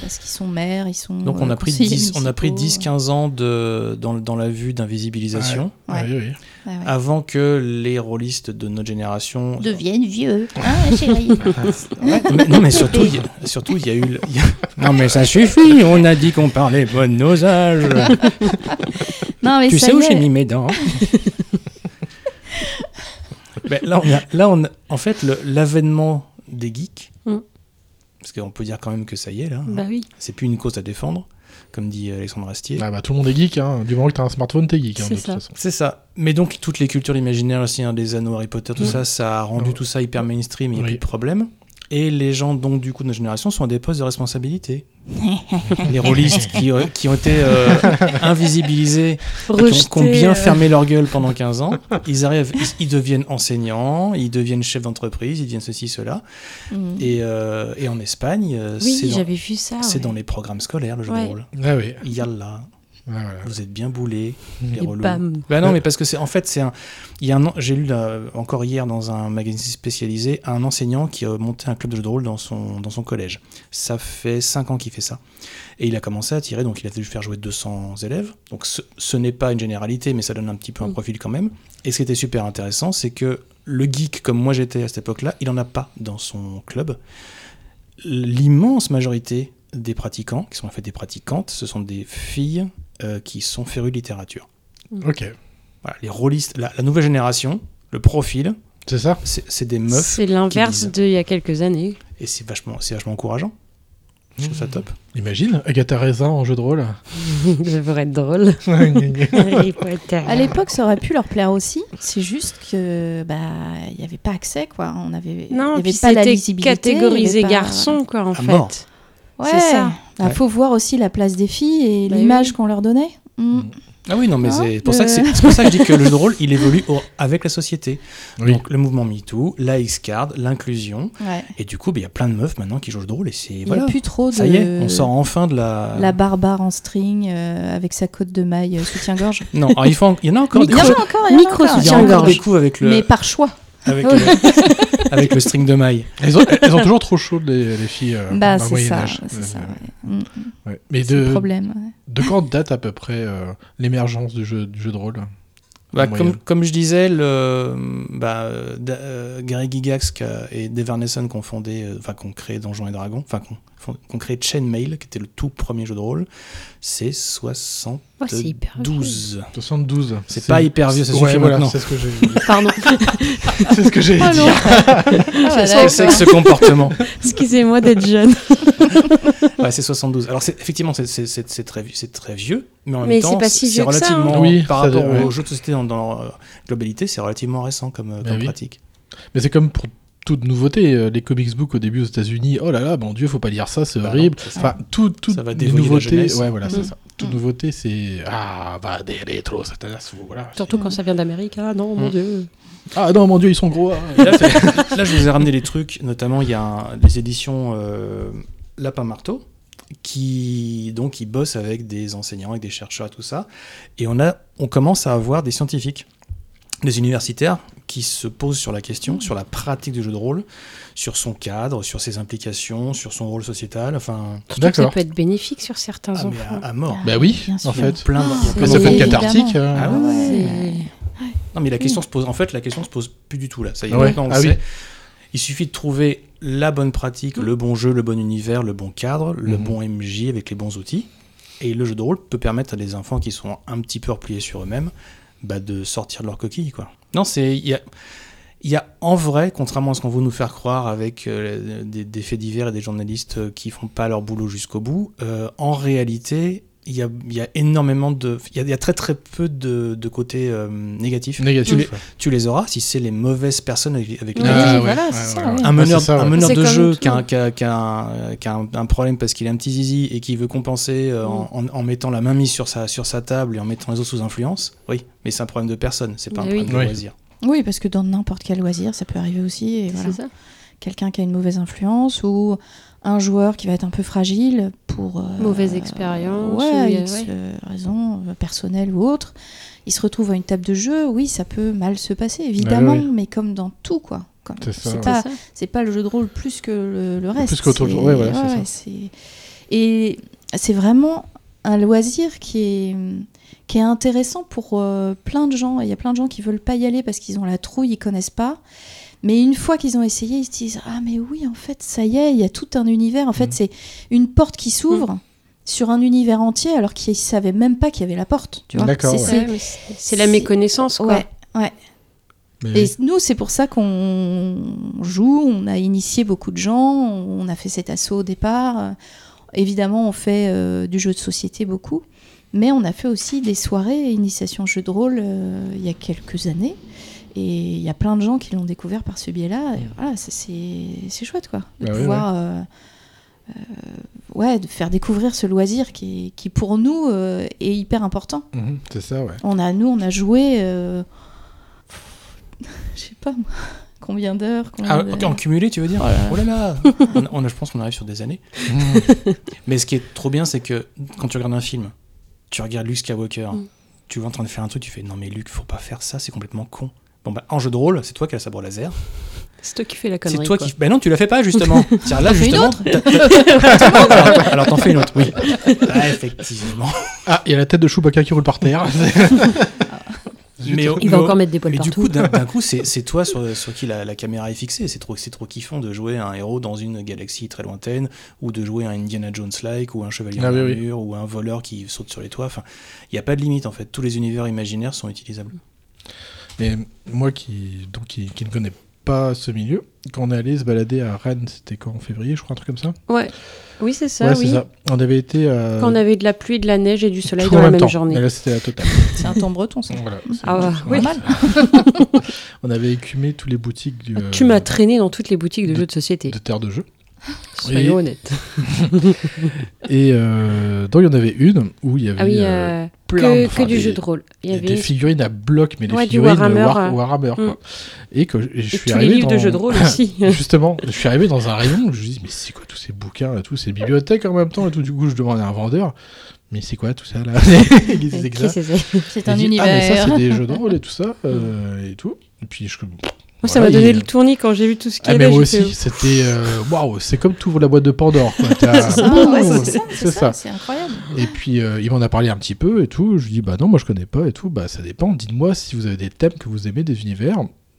E: Parce qu'ils sont maires, ils sont.
G: Donc
E: euh,
G: on a pris
E: conseillers
G: 10, on a pris
E: municipaux.
G: 10 15 ans de dans, dans la vue d'invisibilisation
E: Ouais.
C: hein. Ah Oui, oui.
E: Ouais, ouais.
G: avant que les rôlistes de notre génération
E: Deviennent vieux. Ah, chérie.
G: Ouais, mais- non mais surtout il y a- surtout il y a eu le- il y a- Non mais ça suffit, on a dit qu'on parlait pas de nos âges.
E: non mais
G: tu
E: Ah, ça
G: sais
E: y
G: où
E: est.
G: j'ai mis mes dents Ben, là, on a- là, on a- en fait, le- l'avènement des geeks,
K: Mm.
G: parce qu'on peut dire quand même que ça y est, là, hein.
K: Bah oui.
G: c'est plus une cause à défendre, comme dit Alexandre Astier.
C: Ah bah, tout le monde est geek. Hein. Du moment que t'as un smartphone, t'es geek. Hein,
K: C'est
C: de toute
K: ça.
C: façon.
G: C'est ça. Mais donc, toutes les cultures imaginaires aussi, hein, les anneaux Harry Potter, tout
C: Mm.
G: ça, ça a rendu
C: Ouais.
G: tout ça hyper mainstream, il n'y a
C: Oui.
G: plus de problème. Et les gens, donc, du coup, de notre génération, sont à des postes de responsabilité. les rôlistes qui, euh, qui ont été euh, invisibilisés qui ont- qui ont,
K: Rejeté,
G: bien
K: euh,
G: fermé leur gueule pendant 15 ans. Ils arrivent, ils, ils deviennent enseignants, ils deviennent chefs d'entreprise, ils deviennent ceci, cela.
E: Mm.
G: Et, euh, et en Espagne, euh, c'est
D: Oui,
G: dans,
D: j'avais vu ça.
G: c'est
D: ouais.
G: dans les programmes scolaires, le jeu
D: Ouais.
G: de rôle.
C: Ah oui.
G: Yallah,
C: Ah, voilà.
G: vous êtes bien boulés,
C: Mm.
G: les
D: Et
G: relous.
D: bam.
G: Bah non, mais parce que c'est en fait, c'est un. Il y a un an- j'ai lu là, encore hier dans un magazine spécialisé un enseignant qui a monté un club de jeu de rôle dans son, dans son collège. Ça fait 5 ans qu'il fait ça. Et il a commencé à tirer, donc il a dû faire jouer 200 élèves. Donc ce, ce n'est pas une généralité, mais ça donne un petit peu un
D: Mm.
G: profil quand même. Et ce qui était super intéressant, c'est que le geek, comme moi j'étais à cette époque-là, il n'en a pas dans son club. L'immense majorité des pratiquants, qui sont en fait des pratiquantes, ce sont des filles euh, qui sont férues de littérature.
C: Ok.
G: Voilà, les rôlistes, la, la nouvelle génération, le profil,
C: C'est ça
G: c'est c'est des meufs
D: C'est l'inverse
G: disent.
D: d'il y a quelques années.
G: et c'est vachement, c'est vachement encourageant. Je trouve ça
E: Mmh.
G: top.
C: Imagine, Agatha Raisin en jeu de rôle.
D: ça pourrait être drôle. Harry Potter.
E: À l'époque, ça aurait pu leur plaire aussi. C'est juste que bah il n'y avait pas accès quoi. On avait il y
K: Non,
E: avait
K: puis
E: pas la
K: c'était
E: lisibilité. il y avait
K: catégorisé
E: pas-
K: garçon, quoi, en
G: À mort.
K: fait.
E: Ouais.
K: C'est ça.
E: Bah,
G: Ouais.
E: Faut voir aussi la place des filles et
K: Bah
E: l'image
K: oui.
E: qu'on leur donnait. Mm.
G: Ah oui, non, mais
E: Ah,
G: c'est pour, ça que
E: euh.
G: c'est c'est pour ça que je dis que le jeu de rôle, il évolue au- avec la société.
C: Oui.
G: Donc le mouvement MeToo, la X-Card, l'inclusion.
E: Ouais.
G: Et du coup, ben, il y a plein de meufs maintenant qui jouent au jeu de rôle et c'est.
E: Il n'y
G: Voilà.
E: a plus trop de
G: Ça y est, on euh, sort enfin de la.
E: la barbare en string euh, avec sa côte de maille euh, soutien-gorge.
G: Non, alors, il, faut en- il y en a encore
E: Il
G: des
E: y en
G: coups.
E: a encore, il y en a
D: Micro
E: encore.
G: Il y en a encore des
D: Tiens-gorge.
G: coups avec
E: Mais
G: le,
E: par choix.
G: avec, le- avec le string de maille.
C: Elles ont, elles ont toujours trop chaud, les, les filles. euh, dans
E: bah
C: le
E: c'est ça,
C: Moyen-Âge.
E: c'est ça. ouais. Mm.
C: Ouais. Mais
G: euh,
E: C'est le
C: de,
E: problème. ouais.
G: ah,
C: de quand date à peu près euh, l'émergence du jeu, du jeu de rôle
G: Bah,
C: Moyen.
G: comme, comme je disais, le, bah, euh, Da- euh, Gary Gygax qui a- et Dave Arneson qui ont fondé, euh, enfin, qui ont créé Donjons et Dragons, enfin, qui ont fond- qui ont créé Chainmail, qui était le tout premier jeu de rôle, c'est
K: Ah,
D: Oh, c'est hyper
G: 72.
C: 72.
G: C'est pas hyper vieux, ça
C: Ouais,
G: suffit
C: voilà,
G: maintenant.
C: C'est ce que j'ai
D: Pardon.
C: c'est ce que j'ai
E: Ah,
C: dit.
G: Qu'est-ce que c'est que ce comportement
D: Excusez-moi d'être jeune.
G: Ouais, c'est 72. Alors, c'est- effectivement, c'est- c'est c'est- c'est très, vieux- c'est très vieux, mais en
K: Mais
G: même
K: c'est
G: temps,
K: pas si
G: c'est
K: vieux que ça, hein.
G: relativement,
C: Oui,
G: par
C: ça
G: rapport
C: dé- ouais.
G: aux jeux de société dans, dans leur euh, globalité, c'est relativement récent comme, euh,
C: Bah
G: comme
C: oui.
G: pratique.
C: Mais c'est comme pour toute nouveauté, euh, les comics book au début aux États-Unis, oh là là, bon Dieu, faut pas lire ça, c'est
G: Bah non,
C: horrible.
G: c'est ça.
C: Enfin, tout, tout
G: Ça va
C: les
G: dévoyer la
C: nouveautés,
G: jeunesse.
C: ouais, voilà, c'est
E: Mm.
C: ça. Toute
E: Mm.
C: nouveauté, c'est ah bah des rétro satanas, voilà.
D: Surtout quand ça vient d'Amérique.
E: hein.
D: Ah non, mon
G: Mm.
D: Dieu.
C: Ah non, mon Dieu, ils sont gros.
G: Et Là, c'est- là, je vous ai ramené les trucs, notamment il y a un- les éditions euh, Lapin Marteau qui donc ils bossent avec des enseignants, avec des chercheurs et tout ça, et on a, on commence à avoir des scientifiques, des universitaires qui se pose sur la question, sur la pratique du jeu de rôle, sur son cadre, sur ses implications, sur son rôle sociétal. Enfin,
L: D'accord. Ça peut être bénéfique sur certains
G: Ah, mais
L: enfants.
G: à, à mort.
C: Bah oui,
E: Bien sûr.
C: en fait.
G: Plein de-
E: Ah,
G: plein
C: ça
G: de-
C: peut être
E: évidemment.
C: cathartique. euh,
G: Ah ouais.
E: ouais.
G: Non, mais la question se pose. En fait, la question se pose plus du tout là. Ça y est,
C: Ah ouais
G: maintenant, on
C: Ah
G: sait.
C: oui.
G: Il suffit de trouver la bonne pratique, le bon jeu, le bon univers, le bon cadre, le
C: Mhm.
G: bon MJ avec les bons outils. Et le jeu de rôle peut permettre à des enfants qui sont un petit peu repliés sur eux-mêmes bah, de sortir de leur coquille. Quoi. Non, c'est. Il y a, il y a en vrai, contrairement à ce qu'on veut nous faire croire avec euh, des, des faits divers et des journalistes euh, qui font pas leur boulot jusqu'au bout, euh, en réalité, il y a, il y a énormément de. Il y a, il y a très très peu de, de côtés euh, négatifs.
C: Négatif.
G: Tu les, tu les auras si c'est les mauvaises personnes avec, avec
E: Oui,
G: lesquelles
C: Ah ouais,
E: voilà,
C: ouais,
E: c'est
C: ouais,
E: ça,
C: ouais.
E: ouais.
G: un meneur,
C: c'est ça,
G: un
C: ouais.
G: meneur
D: C'est
G: de
D: comme
G: jeu
D: tout.
G: qui a, un- qui a- qui a un- qui a un, un problème parce qu'il a un petit zizi et qui veut compenser euh, en,
D: Mm.
G: en- en mettant la main mise sur sa, sur sa table et en mettant les autres sous influence, oui, mais c'est un problème de personne, c'est pas un
D: Mais oui.
G: problème de
C: Oui.
G: loisir.
E: Ah, Oui, parce que dans n'importe quel loisir, ça peut arriver aussi. et voilà.
D: C'est ça.
E: Quelqu'un qui a une mauvaise influence ou un joueur qui va être un peu fragile pour. euh,
D: Mauvaise expérience, ou il y
E: Ouais,
D: a-
E: X
D: ouais.
E: euh, raison euh, personnelle ou autre. Il se retrouve à une table de jeu, oui, ça peut mal se passer, évidemment,
C: Ah oui.
E: mais comme dans tout, quoi. Comme-
C: C'est ça, ouais.
E: pas,
D: C'est ça.
E: c'est pas le jeu de rôle plus que le, le reste.
C: Plus qu'autre
E: c'est-
C: chose, ouais, voilà, c'est
E: c'est- Et c'est vraiment un loisir qui est, qui est intéressant pour euh, plein de gens. Et Il y a plein de gens qui veulent pas y aller parce qu'ils ont la trouille, ils connaissent pas. Mais une fois qu'ils ont essayé, ils se disent Ah, mais oui, en fait, ça y est, il y a tout un univers. En fait,
C: Mhm.
E: c'est une porte qui s'ouvre sur un univers entier alors qu'ils savaient même pas qu'il y avait la porte. Tu vois
C: D'accord,
E: C'est-
C: ouais.
E: c'est-
D: Ouais, mais c'est- c'est la
E: c'est-
D: méconnaissance, quoi.
E: Ouais, ouais.
C: Mais
E: Et
C: oui.
E: nous, c'est pour ça qu'on joue, on a initié beaucoup de gens, on a fait cet assaut au départ. Euh, Évidemment, on fait euh, du jeu de société beaucoup, mais on a fait aussi des soirées initiation jeu de rôle euh, il y a quelques années. Et il y a plein de gens qui l'ont découvert par ce biais-là. Et voilà, ça, c'est c'est chouette, quoi. De
C: Bah oui,
E: pouvoir. euh, euh, ouais, de faire découvrir ce loisir qui, est- qui pour nous, euh, est hyper important.
C: Mhm, C'est ça, ouais.
E: On a, nous, on a joué, euh, je sais pas moi, combien d'heures combien
G: Ah,
E: de-
G: ok, en cumulé, tu veux dire
E: Oh là là.
G: Oh là là on, on a- Je pense qu'on arrive sur des années.
D: Mm.
G: Mais ce qui est trop bien, c'est que quand tu regardes un film, tu regardes Luke Skywalker,
D: Mm.
G: tu vois en train de faire un truc, tu fais Non, mais Luke, faut pas faire ça, c'est complètement con. Bon, bah, en jeu de rôle, c'est toi qui as le sabre laser.
L: C'est toi qui fais la
G: C'est
L: connerie.
G: toi
L: quoi.
G: qui. Ben non, tu l'as fait pas, justement. Tiens, là,
E: fais une
G: justement.
E: autre.
G: t'as- t'as- alors, alors, t'en fais une autre, oui. Ah, effectivement.
C: Ah, il y a la tête de Chewbacca qui roule par terre. Zut.
G: Mais, oh. au-
L: Il va
G: mais au-
L: encore mettre des poils
G: mais du
L: partout.
G: coup, d'un d'un coup, c'est c'est toi sur, sur qui la, la caméra est fixée. C'est trop, c'est trop kiffant de jouer un héros dans une galaxie très lointaine, ou de jouer un Indiana Jones-like, ou un chevalier
C: Ah
G: en
C: oui, oui.
G: armure, ou un voleur qui saute sur les toits. Enfin, il n'y a pas de limite en fait. Tous les univers imaginaires sont utilisables.
C: Mais moi qui, donc, qui, qui ne connais pas ce milieu, quand on est allé se balader à Rennes, c'était quand En février, je crois, un truc comme ça
D: Ouais. Oui, c'est ça,
C: Ouais,
D: oui.
C: c'est ça. On avait été. euh,
D: Quand on avait de la pluie, de la neige et du soleil
C: tout
D: dans
C: en
D: la
C: même
D: même
C: temps.
D: journée.
C: Et là, c'était la totale.
E: C'est un temps breton, ça.
C: Voilà, c'est-
D: Ah ouais,
C: c'est
D: oui.
C: normal. on avait écumé toutes les boutiques du, euh,
L: Tu m'as traîné dans toutes les boutiques de
C: de-
L: jeux de société.
C: de terre de jeu.
L: Soyons honnêtes.
C: Et euh, donc, il y en avait une où il y avait
D: Ah oui,
C: euh,
D: euh,
C: plein de-
D: que,
C: enfin,
D: que du
C: des-
D: jeu de rôle. Il y
C: des
D: avait
C: figurines à bloc, mais des
D: Ouais, du
C: figurines
D: Warhammer,
C: War-
D: euh,
C: Warhammer, quoi.
D: mm.
C: Et que je, je suis
L: et tous les
C: arrivé
L: livres de
C: dans-
L: jeux de rôle aussi.
C: Justement, je suis arrivé dans un rayon où je me dis mais c'est quoi tous ces bouquins et tout, ces bibliothèques en même temps et tout. Du coup, je demandais à un vendeur mais c'est quoi tout ça là Il disait
L: Qui
C: que ça.
L: c'est ça
E: C'est
C: Il
E: un
C: dit,
E: univers.
C: Ah mais ça c'est des jeux de rôle et tout ça euh, et tout. Et puis je
D: Moi, ça
C: Voilà,
D: m'a donné
C: il-
D: le tournis quand j'ai vu tout ce qu'il
C: ah
D: y
C: mais
D: avait.
C: moi
D: j'ai fait,
C: aussi, c'était euh, waouh, c'est comme tout la boîte de Pandore quoi. T'as-
E: Ah, ouais,
C: Boum,
E: c'est ça, c'est ça, c'est incroyable.
C: Et puis euh, il m'en a parlé un petit peu et tout. Je lui dis bah non moi je connais pas et tout. Bah ça dépend. Dites-moi si vous avez des thèmes que vous aimez des univers.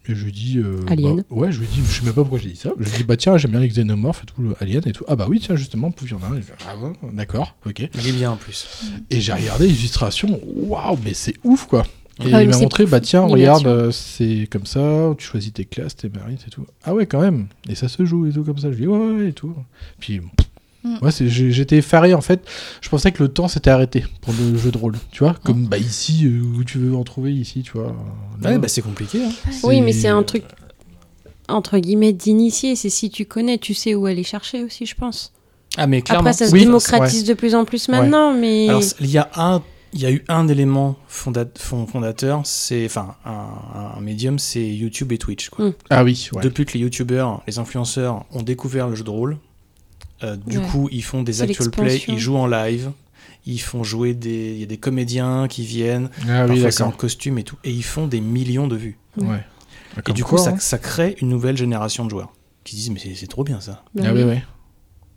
C: Et je lui dis euh,
L: Alien.
C: bah, ouais je lui dis je sais même pas pourquoi j'ai dit ça. Je lui dis bah tiens j'aime bien les xénomorphes et tout le Alien et tout. Ah bah oui tiens justement pouf il y en a un. Et je fais, Ah bon, d'accord ok.
G: Il est bien en plus.
C: Et j'ai regardé l'illustration. Waouh mais c'est ouf quoi. Et
E: Ah
C: il
E: oui, mais
C: m'a
E: c'est
C: montré, bah tiens,
E: l'immersion.
C: regarde, euh, c'est comme ça, tu choisis tes classes, tes marines et tout. Ah ouais, quand même. Et ça se joue et tout comme ça. Je lui dis, ouais, ouais, ouais, et tout. Puis, pff,
E: Mm.
C: ouais, c'est- j'ai- j'étais effaré en fait. Je pensais que le temps s'était arrêté pour le jeu de rôle. Tu vois, comme bah ici, euh, où tu veux en trouver ici, tu vois. euh, là,
G: Ouais, bah, c'est compliqué. hein.
D: Oui, mais c'est un truc entre guillemets d'initié. C'est si tu connais, tu sais où aller chercher aussi, je pense.
G: Ah mais clairement.
D: Après, ça se
C: Oui,
D: démocratise de plus en plus maintenant, mais bah
G: Alors, il y a un, il y a eu un élément fonda- fond- fondateur, c'est enfin un, un médium, c'est YouTube et Twitch. Quoi.
C: Ah oui, ouais.
G: Depuis que les youtubeurs, les influenceurs ont découvert le jeu de rôle, euh, du
D: Ouais.
G: coup, ils font des
D: C'est
G: actual play,
D: l'expansion.
G: ils jouent en live, ils font jouer des, il y a des comédiens qui viennent,
C: Ah oui,
G: parfois c'est en
C: d'accord.
G: costume et tout, et ils font des millions de vues.
C: Ouais.
G: Et du coup, ça,
C: hein.
G: ça crée une nouvelle génération de joueurs qui se disent mais c'est- c'est trop bien ça.
B: Bah Ah oui. oui, oui.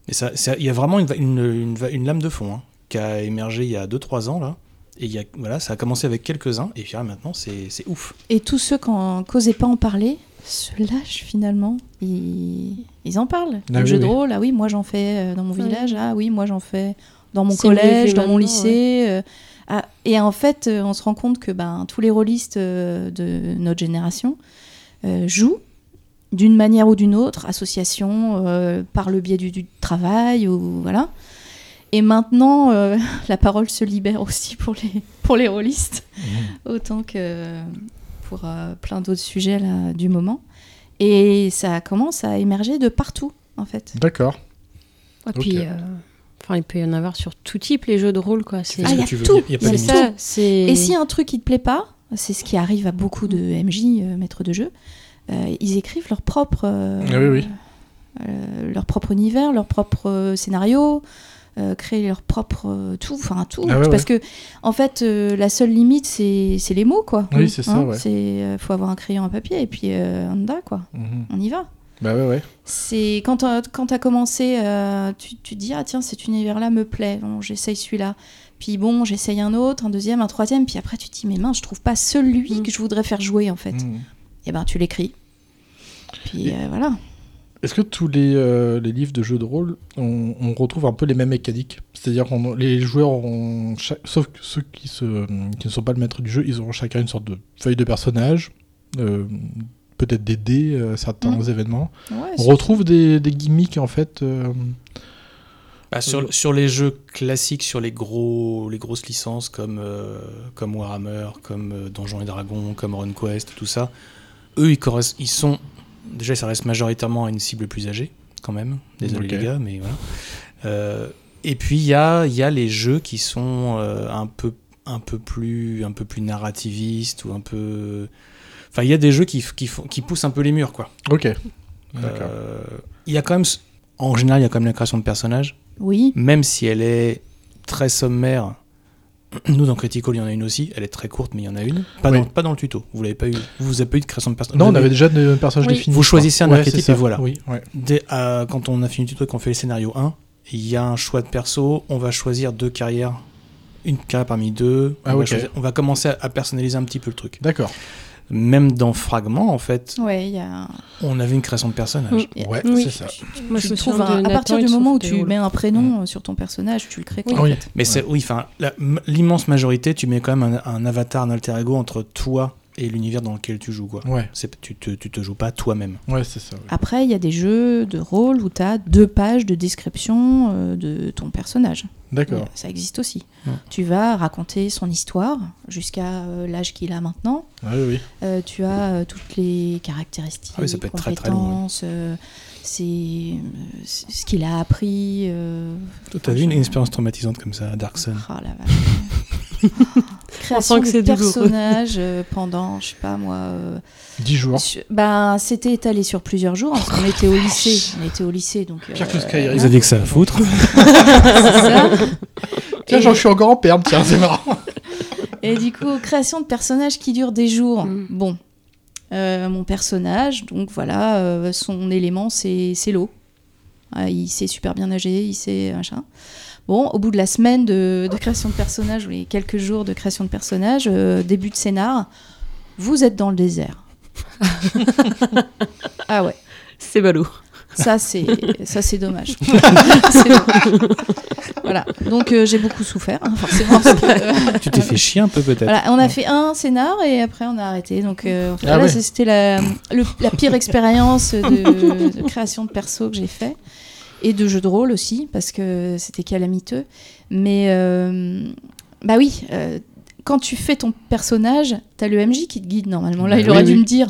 G: Et ça, ça- il y a vraiment une, va- une- une va- une lame de fond hein, qui a émergé il y a 2-3 ans là. Et il y a, voilà, ça a commencé avec quelques-uns et puis ah, maintenant c'est c'est ouf.
E: Et tous ceux qui n'osaient pas en parler se lâchent finalement. Ils, ils en parlent.
G: Ah
E: le
G: oui,
E: jeu de
G: oui.
E: rôle, ah oui, moi j'en fais euh, dans mon
B: Ouais.
E: village, ah oui, moi j'en fais dans mon
B: C'est mieux
E: collège,
B: fait
E: dans
B: maintenant,
E: mon lycée. euh, ah, et en fait, euh, on se rend compte que ben, tous les rôlistes euh, de notre génération euh, jouent d'une manière ou d'une autre, association, euh, par le biais du, du travail, ou voilà. Et maintenant, euh, la parole se libère aussi pour les, pour les rôlistes, autant que pour euh, plein d'autres sujets là, du moment. Et ça commence à émerger de partout, en fait.
J: D'accord.
B: Et puis, euh, enfin, il peut y en avoir sur tout type les jeux de rôle, quoi. C'est
E: Ah, il y a tout. il y a tout. Et si hein, un truc qui te plaît pas, c'est ce qui arrive à beaucoup de MJ, euh, maîtres de jeu, euh, ils écrivent leur propre, euh,
J: Ah oui, oui.
E: euh, leur propre univers, leur propre euh, scénario, euh, créer leur propre euh, tout, enfin tout.
J: Ah ouais,
E: Parce que en fait, euh, la seule limite, c'est c'est les mots, quoi.
J: Oui, c'est ça, ouais.
E: C'est euh, faut avoir un crayon, un papier, et puis euh, on y va, quoi.
J: Mhm.
E: On y va.
J: Bah ouais, ouais.
E: C'est quand t'as- quand t'as commencé, euh, tu, tu te dis ah tiens cet univers-là me plaît, bon j'essaye celui-là, puis bon j'essaye un autre, un deuxième, un troisième, puis après tu te dis mais mince je trouve pas
J: Mm.
E: celui que je voudrais faire jouer en fait.
C: Mhm.
E: Et ben tu l'écris. Puis euh, voilà.
J: Est-ce que tous les, euh, les livres de jeux de rôle, on, on retrouve un peu les mêmes mécaniques C'est-à-dire que les joueurs ont, cha- sauf que ceux qui, se, qui ne sont pas le maître du jeu, ils auront chacun une sorte de feuille de personnage, euh, peut-être des dés, euh, certains
E: Mm.
J: événements.
E: Ouais,
J: on
E: surtout-
J: retrouve des, des gimmicks en fait. euh,
G: Bah, sur, sur les jeux classiques, sur les, gros, les grosses licences comme, euh, comme Warhammer, comme euh, Donjons et Dragons, comme RunQuest, tout ça, eux, ils, corres- ils sont. Déjà, ça reste majoritairement à une cible plus âgée, quand même. Désolé
J: Ok.
G: les gars, mais voilà. Euh, et puis, il y a, il y a les jeux qui sont euh, un, peu, un, peu plus, un peu plus narrativistes ou un peu. Enfin, il y a des jeux qui, f- qui, font- qui poussent un peu les murs, quoi.
J: Ok.
G: D'accord. Il y a quand même. ce- En général, il y a quand même la création de personnages
E: Oui.
G: même si elle est très sommaire, nous dans Critical, il y en a une aussi, elle est très courte, mais il y en a une. Pas,
J: Oui.
G: dans, pas dans le tuto, vous l'avez pas eu. Vous n'avez pas eu de création de personnage.
J: Non,
G: Vous
J: on
G: avez-
J: avait déjà des personnages
G: Oui.
J: définis.
G: Vous
J: je crois.
G: choisissez un
J: Ouais,
G: archétype
J: c'est ça.
G: et voilà.
J: Oui, ouais.
G: Dès- euh, quand on a fini le tuto et qu'on fait le scénario 1, il y a un choix de perso, on va choisir deux carrières, une carrière parmi deux.
J: Ah,
G: on, va
J: ok.
G: choisir- on va commencer à, à personnaliser un petit peu le truc.
J: D'accord.
G: Même dans Fragment, en fait,
E: Ouais, il y a.
G: on avait une création de personnage.
E: Mm.
J: Ouais,
B: Oui.
J: c'est ça.
B: Moi,
E: tu
B: je me
E: trouves
B: souviens
E: un-
B: de
E: à partir
B: Nathan et
E: du
B: de
E: moment où
B: Sophie
E: tu
B: Roule.
E: mets un prénom euh, sur ton personnage, tu le crées. quoi,
J: Mm.
E: en
J: Oui.
E: fait.
G: Mais c'est oui, enfin, la- m- l'immense majorité, tu mets quand même un, un avatar, un alter ego entre toi et l'univers dans lequel tu joues, quoi.
J: Ouais,
G: C'est- Tu te, tu te joues pas toi-même.
J: ouais c'est ça. ouais.
E: Après, il y a des jeux de rôle où tu as deux pages de description euh, de ton personnage.
J: D'accord.
E: Ça existe aussi.
G: Ouais.
E: Tu vas raconter son histoire jusqu'à euh, l'âge qu'il a maintenant.
J: Ah oui, oui.
E: Euh, tu as euh, toutes les caractéristiques,
G: Ah oui, ça peut être très, très long,
E: compétences, euh, c'est euh, c'est- ce qu'il a appris. euh,
G: Toi, t'as vu une, une expérience traumatisante comme ça à Dark Sun
E: ah, la vache. Création
B: On sent que
E: de
B: c'est douloureux.
E: personnage euh, pendant, je sais pas moi, euh,
J: 10 jours.
E: sur- ben, c'était étalé sur plusieurs jours. On était au lycée. On était au lycée, donc.
J: Pire que
E: euh,
J: Skyrim.
G: Ils avaient que ça à foutre.
E: c'est ça.
J: Tiens, j'en suis encore en perme, tiens, c'est marrant.
E: Et du coup, création de personnages qui durent des jours.
B: Mm.
E: Bon. Euh, mon personnage, donc voilà, euh, son élément, c'est c'est l'eau. Ah, il sait super bien nager, il sait machin. Bon, au bout de la semaine de, de création de personnage, ou les quelques jours de création de personnage, euh, début de scénar, vous êtes dans le désert. ah ouais,
B: C'est ballot.
E: ça c'est ça c'est dommage. C'est dommage. Voilà, donc euh, j'ai beaucoup souffert, hein, forcément. parce que-
G: tu t'es fait chier un peu peut-être.
E: voilà, on a fait un scénar et après on a arrêté. Donc euh, en fait,
J: Ah
E: là,
J: ouais.
E: ça, c'était la, le- la pire expérience de, de création de perso que j'ai fait et de jeu de rôle aussi parce que c'était calamiteux. Mais euh, bah oui, euh, quand tu fais ton personnage, t'as le MJ qui te guide normalement. Là, il
J: Oui,
E: aurait dû
J: oui.
E: me dire.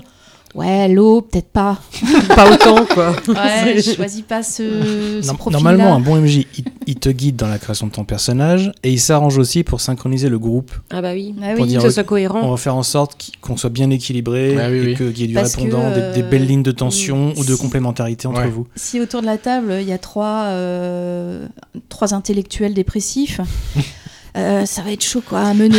E: Ouais, l'eau, peut-être pas.
B: Pas autant, quoi.
E: Ouais, je choisis pas ce, Euh, ce
G: Norm-
E: profil-là.
G: Normalement, hein, un bon MJ, il, il te guide dans la création de ton personnage et il s'arrange aussi pour synchroniser le groupe.
B: Ah bah oui.
E: Ah oui,
G: pour dire,
B: Que ce soit
G: On
B: cohérent.
G: va faire en sorte qu'il- qu'on soit bien équilibré
J: Ah oui,
G: et
J: oui.
G: que- qu'il y ait du
E: Parce que,
G: répondant, des- des,
E: euh,
G: belles lignes de tension ou de
E: si-
G: complémentarité entre
J: Ouais.
G: vous.
E: Si autour de la table, il y a trois, euh, trois intellectuels dépressifs, euh, ça va être chaud quoi à mener.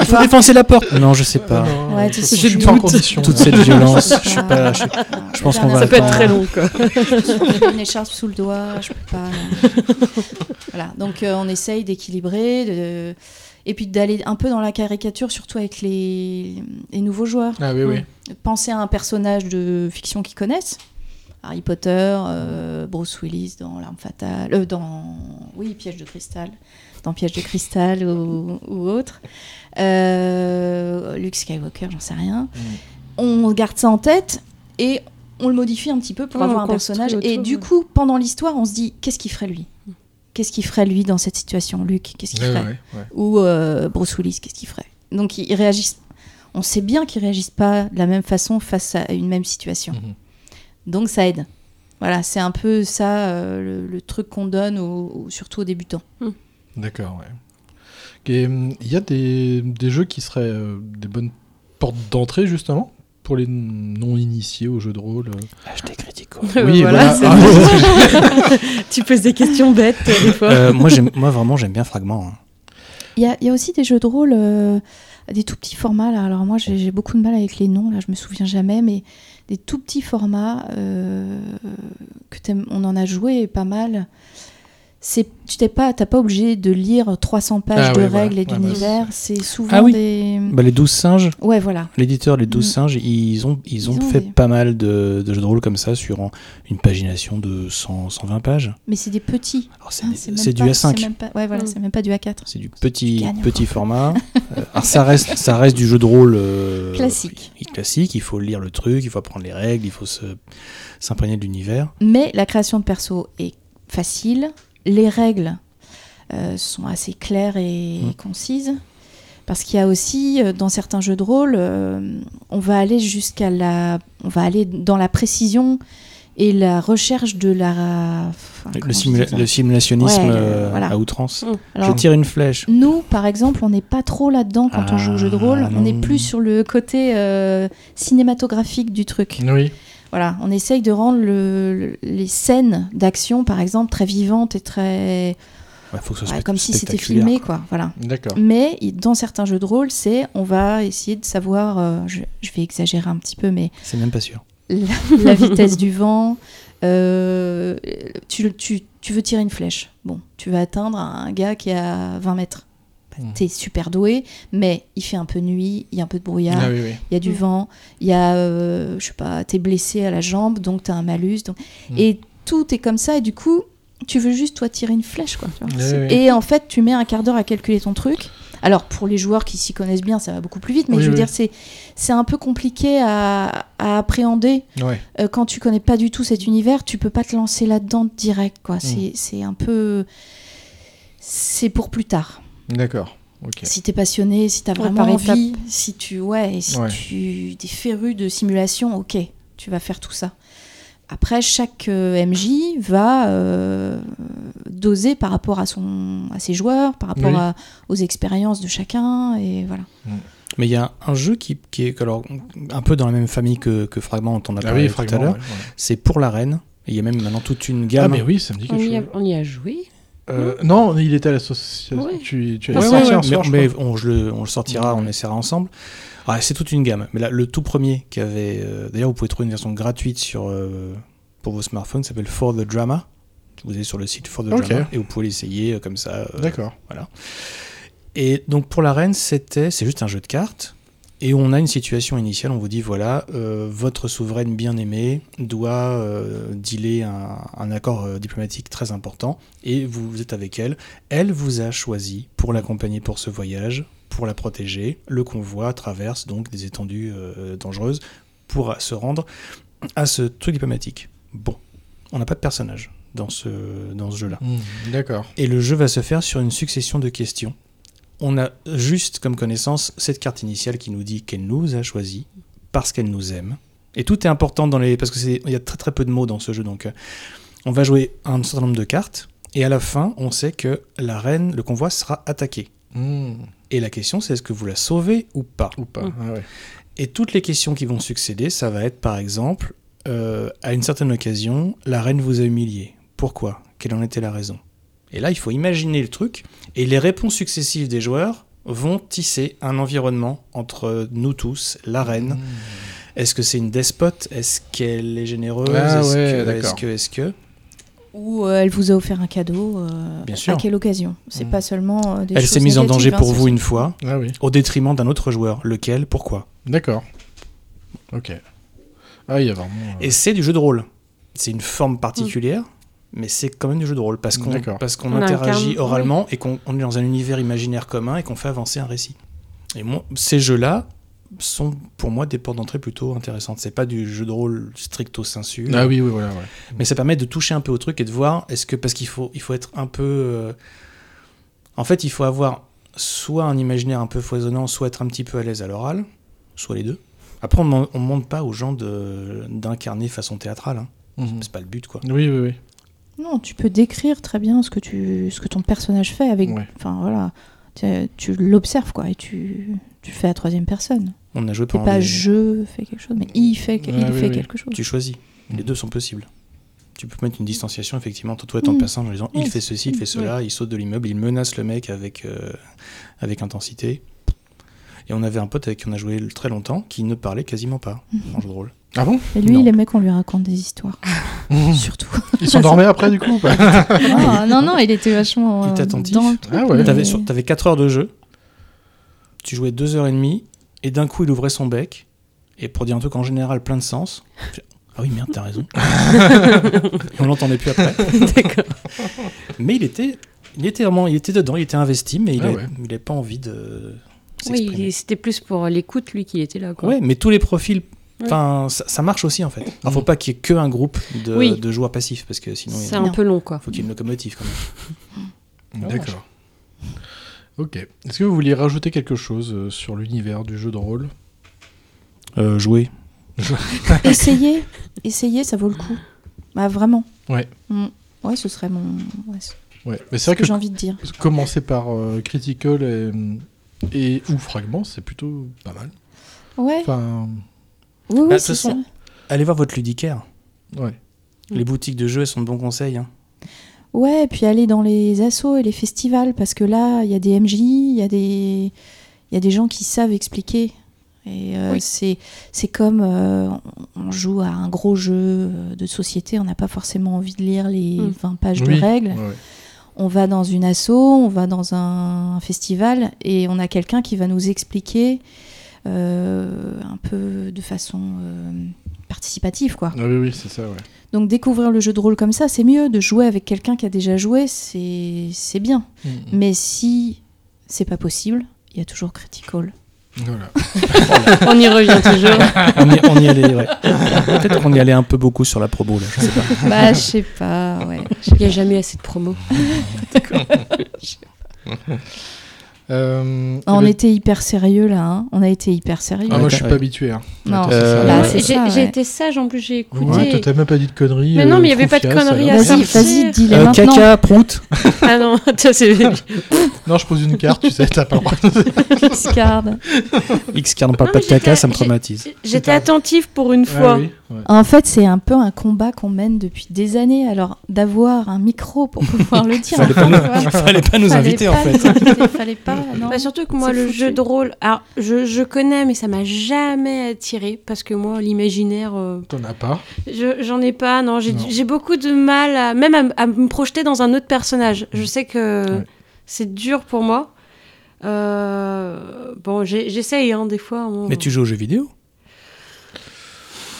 G: Il faut défoncer la porte. Non, je sais
J: Ah.
G: pas.
E: Ouais, tu sais,
G: je suis
E: je
G: pas en
E: doute.
G: condition. Toute cette violence, je suis pas là. Je, je pense qu'on va.
D: Ça peut être
G: attendre.
D: très long, quoi.
E: J'ai une écharpe sous le doigt, je peux pas. euh. voilà, donc euh, on essaye d'équilibrer, de... et puis d'aller un peu dans la caricature, surtout avec les, les nouveaux joueurs.
J: Ah oui, oui.
E: Penser à un personnage de fiction qu'ils connaissent. Harry Potter, euh, Bruce Willis dans L'Arme Fatale, euh, dans oui Piège de cristal, dans Piège de cristal ou, ou autre, Euh, Luke Skywalker, j'en sais rien.
D: Mm.
E: On garde ça en tête et on le modifie un petit peu pour
D: Ouais,
E: avoir
D: on
E: un
D: construit
E: personnage.
D: autour,
E: Et
D: ouais.
E: du
D: Mm.
E: coup, pendant l'histoire, on se dit qu'est-ce qu'il ferait lui Qu'est-ce qu'il ferait lui dans cette situation, Luke Qu'est-ce qu'il
J: Ouais,
E: ferait
J: ouais, ouais.
E: Ou euh, Bruce Willis, qu'est-ce qu'il ferait Donc ils ils réagissent. On sait bien qu'ils réagissent pas de la même façon face à une même situation.
J: Mhm.
E: Donc ça aide. Voilà, c'est un peu ça euh, le, le truc qu'on donne aux- aux- surtout aux débutants.
J: D'accord, ouais. Et, hum, Il y a des, des jeux qui seraient euh, des bonnes portes d'entrée, justement, pour les non-initiés au jeu de rôle. euh.
G: Achetez Critico.
J: Oui, voilà,
D: voilà,
J: ah,
D: c'est- tu poses des questions bêtes euh, des fois.
G: Euh, moi, j'aime- moi, vraiment, j'aime bien Fragment. hein.
E: Il y a, il y a aussi des jeux de rôle, euh, des tout petits formats. Là. Alors moi, j'ai j'ai beaucoup de mal avec les noms, là, je me souviens jamais, mais des tout petits formats euh, que t'aimes- on en a joué pas mal. C'est, tu t'es pas, t'as pas obligé de lire 300 pages
J: Ah
E: de
J: oui, voilà.
E: règles et
J: Ouais, bah,
E: d'univers. c'est souvent
G: Ah oui.
E: des.
G: Bah, les 12 singes,
E: Ouais, voilà.
G: l'éditeur Les 12
E: Mm.
G: singes, ils ont, ils ont
E: Ils ont
G: fait
E: des-
G: pas mal de, de jeux de rôle comme ça sur en- une pagination de 100, 120 pages.
E: Mais c'est des petits.
G: Alors, c'est
E: hein,
G: des-
E: même
G: c'est du
E: pas-
G: A5.
E: c'est même pas- ouais, voilà,
D: Mm.
E: c'est même pas du A4.
G: C'est du petit,
E: gagne
G: petit format. Euh, alors ça reste, ça reste du jeu de rôle euh,
E: Classique.
G: i- Classique. Il faut lire le truc, il faut apprendre les règles, il faut se- s'imprégner de l'univers.
E: Mais la création de perso est facile, les règles euh, sont assez claires et
G: Mm.
E: concises, parce qu'il y a aussi, euh, dans certains jeux de rôle, euh, on va aller jusqu'à la... On va aller dans la précision et la recherche de la... enfin, comment
G: Le,
E: je dis
G: simula-
E: ça
G: le simulationnisme
E: Ouais, le-
G: euh,
E: voilà.
G: à outrance. Je
E: Alors, Mm.
G: tire une flèche.
E: nous, par exemple, on n'est pas trop là-dedans quand on joue au jeu de
G: Ah,
E: rôle, on est
G: non.
E: plus sur le côté euh, cinématographique du truc.
J: Oui.
E: Voilà, on essaye de rendre le- le- les scènes d'action, par exemple, très vivantes et très.
G: Ouais, faut que ce
E: ouais,
G: soit
E: comme si c'était
G: spectaculaire.
E: filmé, quoi. Voilà.
J: D'accord.
E: Mais il- dans certains jeux de rôle, c'est on va essayer de savoir, euh, je, je vais exagérer un petit peu, mais
G: C'est même pas sûr.
E: la, la vitesse du vent. euh, tu, tu- tu veux tirer une flèche. Bon, tu vas atteindre un gars qui est à 20 mètres. Bah,
G: Hmm.
J: Mhm.
E: T'es super doué, mais il fait un peu nuit, il y a un peu de brouillard
J: Ah oui, oui.
E: il y a du
D: Mm.
E: vent, il y a, euh, je sais pas, t'es blessé à la jambe, donc t'as un malus. Donc...
J: Mm.
E: Et tout est comme ça, et du coup, tu veux juste, toi, tirer une flèche, quoi. tu vois.
J: Ouais, ouais.
E: Et en fait, tu mets un quart d'heure à calculer ton truc. Alors, pour les joueurs qui s'y connaissent bien, ça va beaucoup plus vite, mais
J: Oui,
E: je veux
J: oui.
E: dire, c'est, c'est un peu compliqué à, à appréhender.
J: Ouais.
E: Euh, quand tu connais pas du tout cet univers, tu peux pas te lancer là-dedans direct,
J: Mm.
E: quoi. C'est, c'est un peu... C'est pour plus tard.
J: D'accord. Ok.
E: Si t'es passionné, si t'as
D: Ouais,
E: vraiment
D: par
E: envie, si tu ouais, et si
J: Ouais.
E: tu des férus de simulation, ok, tu vas faire tout ça. Après, chaque euh, MJ va euh, doser par rapport à son à ses joueurs, par rapport
J: Oui.
E: à- aux expériences de chacun, et voilà.
G: Mais il y a un jeu qui, qui est alors, un peu dans la même famille que, que Fragment dont on a
J: Ah
G: parlé
J: oui,
G: tout à
J: fragment.
G: l'heure.
J: ouais, ouais.
G: C'est pour la reine. Et Il y a même maintenant toute une
J: Ah,
G: gamme.
J: mais oui, ça me dit
D: on,
J: quelque
D: y a,
J: chose.
D: on y a joué.
J: Euh, non, il était à l'association.
D: Ouais.
J: Tu, tu
G: Ouais,
J: as
G: ouais,
J: sorti
G: ouais,
J: un
G: mais-
J: soir, je
G: mais
J: crois.
G: on, je le, on le sortira,
J: Ouais, ouais.
G: on essaiera ensemble. Ah, c'est toute une gamme. Mais là, le tout premier qui avait. euh, D'ailleurs, vous pouvez trouver une version gratuite sur, euh, pour vos smartphones, ça s'appelle For the Drama. Vous allez sur le site For the
J: Ok.
G: Drama et vous pouvez l'essayer euh, comme ça. euh,
J: D'accord.
G: et donc pour la reine, c'était c'est juste un jeu de cartes. Et on a une situation initiale, on vous dit voilà, euh, votre souveraine bien-aimée doit euh, dealer un, un accord euh, diplomatique très important, et vous, vous êtes avec elle. Elle vous a choisi pour l'accompagner pour ce voyage, pour la protéger. Le convoi traverse donc des étendues euh, dangereuses pour se rendre à ce truc diplomatique. Bon, on n'a pas de personnage dans ce, dans ce jeu-là.
J: Hmm, D'accord.
G: Et le jeu va se faire sur une succession de questions. On a juste comme connaissance cette carte initiale qui nous dit qu'elle nous a choisi parce qu'elle nous aime. Et tout est important dans les parce que c'est il y a très très peu de mots dans ce jeu donc euh, on va jouer un certain nombre de cartes et à la fin on sait que la reine le convoi sera attaqué.
J: Hmm,
G: Et la question c'est est-ce que vous la sauvez ou pas
J: Ou pas.
D: Hmm.
J: Ah ouais.
G: et toutes les questions qui vont succéder, ça va être par exemple, euh, à une certaine occasion, la reine vous a humilié. Pourquoi Quelle en était la raison Et là, il faut imaginer le truc. Et les réponses successives des joueurs vont tisser un environnement entre nous tous, la
J: Mmh.
G: reine. Est-ce que c'est une despote Est-ce qu'elle est généreuse
J: Ah ouais,
G: Est-ce que, est-ce
J: d'accord.
G: que, est-ce que
E: Ou euh, elle vous a offert un cadeau euh,
G: Bien sûr. Hmm.
E: À quelle occasion C'est pas seulement euh, des
G: Elle
E: choses
G: s'est mise en danger
E: négatives, hein,
G: pour
E: ce
G: vous
E: sont-
G: une fois,
J: Ah oui.
G: au détriment d'un autre joueur. Lequel Pourquoi
J: D'accord. Ok. Ah, il y a vraiment. euh,
G: Et c'est du jeu de rôle. C'est une
D: Hmm.
G: forme particulière, mais c'est quand même du jeu de rôle parce qu'on
J: D'accord.
G: parce qu'on
D: On incarne,
G: interagit
D: oui.
G: oralement et qu'on on est dans un univers imaginaire commun et qu'on fait avancer un récit. Et moi, ces jeux-là sont pour moi des portes d'entrée plutôt intéressantes. C'est pas du jeu de rôle stricto sensu,
J: Ah oui, oui, voilà. ouais.
G: mais ça permet de toucher un peu au truc et de voir est-ce que parce qu'il faut il faut être un peu euh, en fait, il faut avoir soit un imaginaire un peu foisonnant, soit être un petit peu à l'aise à l'oral, soit les deux. Après, on ne montre pas aux gens de- d'incarner façon théâtrale. hein.
J: Mhm.
C: Mm.
G: C'est pas le but, quoi.
J: Oui, oui, oui.
E: Non, tu peux décrire très bien ce que tu, ce que ton personnage fait avec.
J: Ouais.
E: Enfin voilà, tu, tu l'observes quoi et tu, tu le fais à la troisième personne.
G: On a joué
E: C'est
G: pendant
E: pas
G: des-
E: je fais quelque chose, mais il fait, que-
J: Ah,
E: il
J: oui,
E: fait
J: oui.
E: quelque chose.
G: Tu choisis.
E: Mm.
G: Les deux sont possibles. Tu peux mettre une distanciation, effectivement, entre toi et ton
E: Mhm.
G: personnage en disant il
E: Ouais, Mm.
G: fait ceci, il fait
E: ouais.
G: cela, il saute de l'immeuble, il menace le mec avec, euh, avec intensité. Et on avait un pote avec qui on a joué très longtemps qui ne parlait quasiment pas
E: Mm.
G: en jeu de rôle.
J: Ah bon
E: Et lui,
G: Non. Hum.
E: il aimait qu'on lui raconte des histoires,
G: Mhm.
E: surtout.
J: Ils s'endormaient après, du coup ou pas
E: non, non, non, il était vachement.
G: Il
E: euh,
G: était attentif.
E: dans le truc,
J: Ah ouais.
E: mais-
G: T'avais, sur- t'avais 4 heures de jeu, tu jouais 2 heures et demie, et d'un coup il ouvrait son bec, et pour dire un truc en général plein de sens, je- ah oui merde t'as raison. et on l'entendait plus après. Mais il était, il était vraiment, il était dedans, il était investi, mais il
J: Ah
G: n'avait
J: ouais.
G: pas envie de
D: Oui,
G: s'exprimer.
D: il- c'était plus pour l'écoute, lui, qu'il était là. Quoi.
G: Ouais, mais tous les profils, enfin ça, ça marche aussi en fait. Il faut pas qu'il y ait que un groupe de,
D: Mm. Oui.
G: de joueurs passifs, parce que sinon
D: c'est
G: il
D: un
E: Non.
D: peu long, quoi.
G: faut qu'il y ait une locomotive quand même.
J: Ah, D'accord. Ok. Est-ce que vous vouliez rajouter quelque chose euh, sur l'univers du jeu de rôle
G: jouer.
E: Essayez, essayez, ça vaut le coup. Bah vraiment.
J: Ouais.
E: Mm. Ouais, ce serait mon. ouais, c'est
J: Ouais. Mais c'est
E: ce
J: vrai
E: que
J: que,
E: j'ai envie de dire.
J: commencer par euh, Critical et, et ou Fragment, c'est plutôt pas mal.
E: Ouais.
J: Enfin,
E: Oui, oui,
G: Bah, de
E: c'est
G: toute
E: ça.
G: façon, allez voir votre ludicaire.
J: ouais.
D: Mm.
G: Les boutiques de jeux, elles sont de bons conseils. hein.
E: Ouais, et puis aller dans les assos et les festivals, parce que là, il y a des MJ, il y, a des- il y a des gens qui savent expliquer. Et euh, c'est c'est comme euh, on on joue à un gros jeu euh, de société, on n'a pas forcément envie de lire les
D: Mm.
E: 20 pages
J: Oui.
E: de règles.
J: Ouais, ouais.
E: On va dans une asso, on va dans un, un festival, et on a quelqu'un qui va nous expliquer euh, un peu de façon euh, participative, quoi.
J: Ah oui, oui, c'est ça, ouais.
E: Donc découvrir le jeu de rôle comme ça, c'est mieux. De jouer avec quelqu'un qui a déjà joué, c'est c'est bien.
J: Mm.
E: Mais si c'est pas possible, il y a toujours Critical.
J: Voilà.
D: On y revient toujours.
G: Ah, on, y, on y allait, ouais. Peut-être qu'on y allait un peu beaucoup sur la promo, là, je sais pas.
E: bah je sais pas, ouais.
D: Il n'y a jamais assez de promos.
J: Euh,
E: Ah, on
J: le-
E: était hyper sérieux là, hein. on a été hyper sérieux.
J: Ah, moi, je suis
G: Ouais. Euh,
J: pas habitué. Hein.
E: non,
J: c'est ça.
E: Bah,
J: Ouais.
E: c'est
D: J'ai
E: ça,
D: j'ai
E: ouais.
D: été sage, en plus, j'ai écouté.
J: Ouais, toi, t'as même pas dit de conneries.
D: Mais non,
J: euh,
D: mais il y avait pas de
J: Frontières, ça
D: conneries
J: va.
D: à ça.
E: Vas-y, vas-y, dis-les maintenant.
G: Euh, caca, prout
D: Ah non, ça, c'est- non,
J: Non, je pose une carte, tu sais, t'as pas le droit.
E: Discard.
G: X car on parle
D: Non,
G: pas
D: mais
G: de caca,
D: j'étais-
G: ça me
D: j'ai-
G: traumatise.
D: j'étais attentive pour une
J: Ah
D: fois.
J: oui, ouais.
E: En fait, c'est un peu un combat qu'on mène depuis des années. Alors d'avoir un micro pour pouvoir le dire.
G: Fallait pas
E: enfin,
G: Il
E: tu vois.
G: fallait pas nous
E: Fallait
G: inviter, en
E: pas
G: fait.
E: nous inviter, fallait pas, non.
D: Bah, surtout que moi,
E: C'est
D: le
E: foutu.
D: jeu de rôle, alors, je, je connais, mais ça m'a jamais attiré parce que moi, l'imaginaire, euh,
J: T'en as pas.
D: je- j'en ai pas. Non, j'ai
J: Non.
D: j'ai beaucoup de mal, à, même à, m- à me projeter dans un autre personnage. Je sais que
J: Ouais.
D: c'est dur pour moi. Euh, bon, j'ai- j'essaye hein, des fois. on-
G: Mais tu joues aux jeux vidéo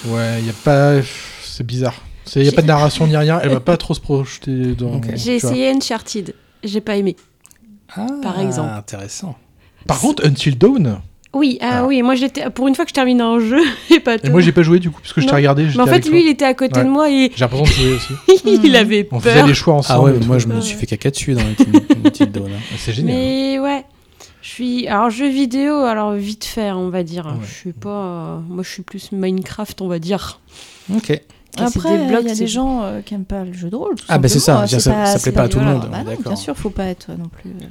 J: Ouais, il y a pas. pff, C'est bizarre. Il y a pas de narration ni rien. Elle va pas trop se projeter dans.
G: Ok.
J: tu
D: J'ai
J: vois.
D: essayé Uncharted, j'ai pas aimé.
G: ah,
D: Par exemple.
G: intéressant.
J: Par contre, Until Dawn.
D: Oui, ah,
J: Ah.
D: oui, moi j'étais pour une fois que je termine un jeu et pas tout.
J: Et moi, j'ai pas joué du coup, parce que je t'ai
D: Non.
J: regardé.
D: mais en
J: j'étais
D: fait,
J: avec
D: lui,
J: toi.
D: il était à côté
J: Ouais.
D: de moi et
J: J'ai l'impression de jouer aussi.
D: il avait
J: On faisait
D: peur.
J: les choix
G: Ah
J: ensemble.
G: ouais,
J: et
G: moi
J: tout.
G: je me
D: Ouais.
G: suis fait caca dessus dans Until Dawn. hein.
J: C'est génial.
D: Mais ouais, je suis. Alors, jeux vidéo, alors vite fait, on va dire.
J: Ouais.
D: Je suis pas. euh, Moi, je suis plus Minecraft, on va dire.
G: Ok.
D: Casser
E: Après,
D: des
E: il
D: blocs,
E: y a
D: Ah, c'est-
E: des gens euh, qui aiment pas le jeu de rôle. tout
G: Ah, bah, c'est
E: simplement.
G: ça, ça- ça
E: c'est
G: plaît pas à tout le
E: voilà,
G: monde, hein,
E: bah non,
G: d'accord.
E: bien sûr, faut pas être non plus. euh,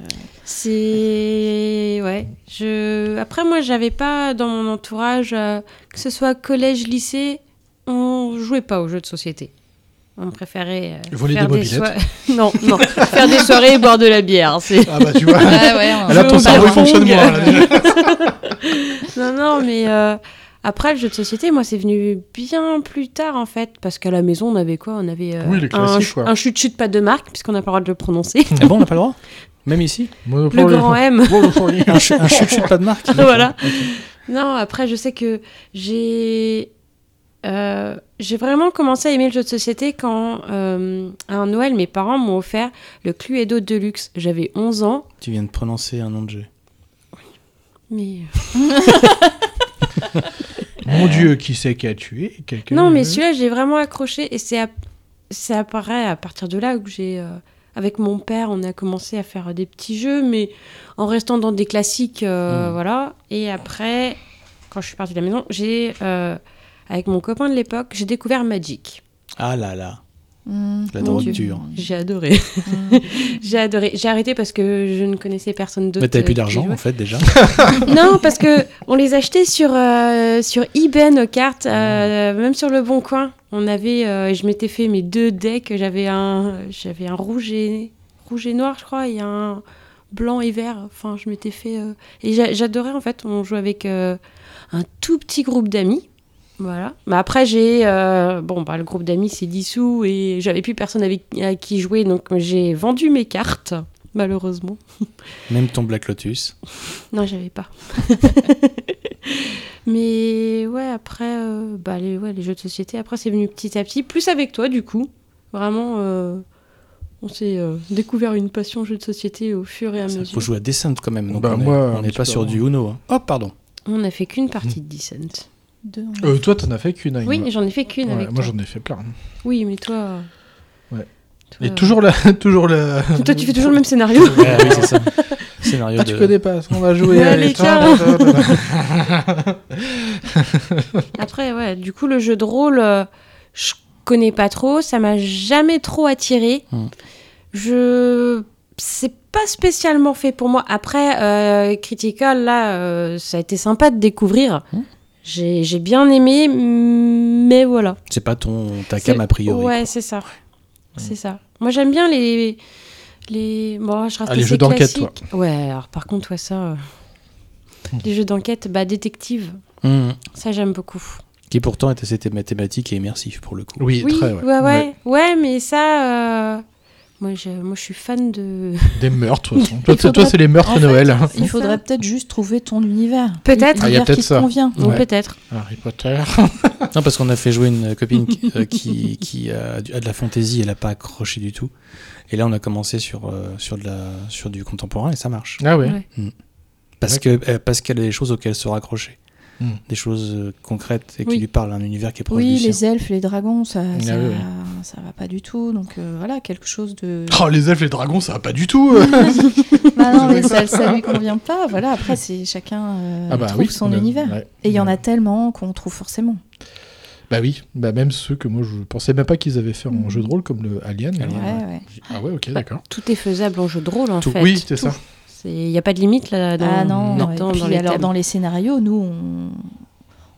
D: C'est. Ouais. Je... Après, moi, j'avais pas dans mon entourage, euh, que ce soit collège, lycée, on jouait pas aux jeux de société. On préférait euh,
C: Voler
D: faire
C: des
D: soirées.
C: mobilettes.
D: non, non, faire des soirées et boire de la bière. c'est-
C: Ah bah tu vois.
E: Ouais, ouais, on-
C: Là ton
D: on
C: cerveau il
D: balance.
C: fonctionne moins. là, déjà.
D: non, non, mais euh, après le jeu de société, moi, c'est venu bien plus tard en fait, parce qu'à la maison, on avait quoi On avait euh,
C: Oui, les
D: un,
C: classiques, quoi.
D: un chute-chute pas de marque, puisqu'on n'a pas le droit de le prononcer.
G: Ah bon, on n'a pas le droit Même ici
D: le
C: Monopoly.
D: grand M.
C: Monopoly.
G: Un ch- un chute-chute pas de marque
D: voilà. Non, après, je sais que j'ai. euh, j'ai vraiment commencé à aimer le jeu de société quand, euh, à un Noël, mes parents m'ont offert le Cluedo Deluxe. J'avais 11 ans,
G: Tu viens de prononcer un nom de jeu.
D: mais. euh,
C: Mon Dieu, qui c'est qui a tué quelqu'un
D: Non, mais
C: euh,
D: celui-là, j'ai vraiment accroché et c'est à... c'est apparaît à partir de là où j'ai. euh, Avec mon père, on a commencé à faire des petits jeux, mais en restant dans des classiques, euh,
G: Mm.
D: voilà. Et après, quand je suis partie de la maison, j'ai, euh, avec mon copain de l'époque, j'ai découvert Magic.
G: Ah là là,
D: Mm,
E: Mmh.
G: la
D: Mon
G: drogue
D: Dieu.
G: dure.
D: J'ai adoré.
E: Mmh.
D: j'ai adoré. J'ai arrêté parce que je ne connaissais personne d'autre. euh,
G: Mais t'avais plus
D: qui
G: d'argent
D: jouait.
G: en fait déjà.
D: Non, parce que on les achetait sur euh, sur eBay nos cartes, euh, même sur le Bon Coin. On avait, euh, je m'étais fait mes deux decks. J'avais un, j'avais un rouge et rouge et noir, je crois, et un blanc et vert. Enfin, je m'étais fait euh, et j'a- j'adorais en fait. On jouait avec euh, un tout petit groupe d'amis. Voilà. Mais après, j'ai. euh, bon, bah, le groupe d'amis s'est dissous et j'avais plus personne avec, à qui jouer, donc j'ai vendu mes cartes, malheureusement.
G: Même ton Black Lotus.
D: Non, j'avais pas. Mais ouais, après, euh, bah, les, ouais, les jeux de société, après, c'est venu petit à petit, plus avec toi, du coup. Vraiment, euh, on s'est euh, découvert une passion jeu de société au fur et à
G: Il
D: mesure.
G: faut jouer à Descent quand même. Donc
C: Bah,
G: on est-
C: moi, un
G: on n'est
C: petit
G: pas
C: peu
G: sur
C: avant.
G: du Uno. hein. Oh pardon.
D: On n'a fait qu'une partie de Descent.
E: Deux, on-
C: Euh, toi, t'en as fait qu'une. Aïma.
D: Oui, j'en ai fait qu'une
C: Ouais,
D: avec
C: Mmh. Moi,
D: toi.
C: j'en ai fait plein.
D: Oui, mais toi... euh,
C: Ouais.
D: toi,
C: Et
D: euh,
C: toujours la, toujours la.
D: Toi, tu fais toujours le même scénario.
G: Ouais, oui, c'est ça. Scénario
C: Ah,
G: de...
C: tu connais pas, on va jouer.
D: Ouais,
C: allez,
D: les
C: tiens.
D: Après, ouais, du coup, le jeu de rôle, euh, je connais pas trop, ça m'a jamais trop attiré.
G: Hmm.
D: Je. C'est pas spécialement fait pour moi. Après, euh, Critical, là, euh, ça a été sympa de découvrir.
G: Hmm.
D: J'ai j'ai bien aimé, mais voilà.
G: C'est pas ton ta
D: C'est-
G: cam a priori.
D: Ouais, c'est ça. C'est ça. Moi, j'aime bien les. Les... Bon, je reste
C: Ah, les
D: assez
C: jeux d'enquête,
D: classique. Ouais, alors par contre, toi, ça. euh, Les jeux d'enquête, bah, détective,
G: quoi. Mhm.
D: ça, j'aime beaucoup.
G: Qui pourtant est assez thé- mathématique et immersif pour le coup.
C: Oui,
D: Oui,
C: très.
D: ouais, ouais, ouais. mais ça, euh, moi, je, moi, je suis fan de.
C: Des meurtres. de toute façon. Toi,
E: Il faut
C: c'est- toi,
E: pas-
C: c'est les meurtres
E: en
C: à
E: fait,
C: Noël.
E: Il faudrait peut-être juste trouver ton univers.
D: Peut-être.
C: Ah, il y a
E: L'univers
C: peut-être
E: qui
C: ça.
E: te convient.
D: Donc,
C: Ouais.
D: Peut-être.
C: Harry Potter.
G: Non, parce qu'on a fait jouer une copine qui, euh, qui, qui a, du- a de la fantaisie, elle n'a pas accroché du tout. Et là, on a commencé sur, euh, sur, de la, sur du contemporain et ça marche.
C: Ah ouais.
G: Parce que euh, parce qu'elle a des choses auxquelles se raccrocher.
C: Hmm.
G: Des choses euh, concrètes et qui
D: Oui.
G: lui parlent, un univers qui est proche
E: Oui,
G: du sien.
E: les elfes, les dragons, ça,
C: Ah
E: ça,
C: oui, oui.
E: ça va pas du tout. Donc euh, voilà, quelque chose de.
C: Oh, les elfes, les dragons, ça va pas du tout. euh.
E: bah non, mais ça, ça lui convient pas. Voilà, après, c'est chacun euh,
G: Ah bah
E: trouve son
C: Ah bah on a-
E: univers.
C: ouais.
E: Et il y en a tellement qu'on trouve forcément.
C: Bah oui, bah même ceux que moi je pensais même pas qu'ils avaient fait en jeu de rôle comme le Alien.
E: Mm. Ouais, Bah,
C: Alien,
E: ouais.
C: ouais. Ah ouais, ok, d'accord.
D: Tout est faisable en jeu de rôle, en
C: Tout-
D: fait.
C: oui, c'est ça.
D: Il n'y a pas de limite là. Dans...
E: Ah non,
D: dans-
E: et
D: dans-
E: puis
D: dans les
E: alors
D: thèmes.
E: dans les scénarios, nous, on,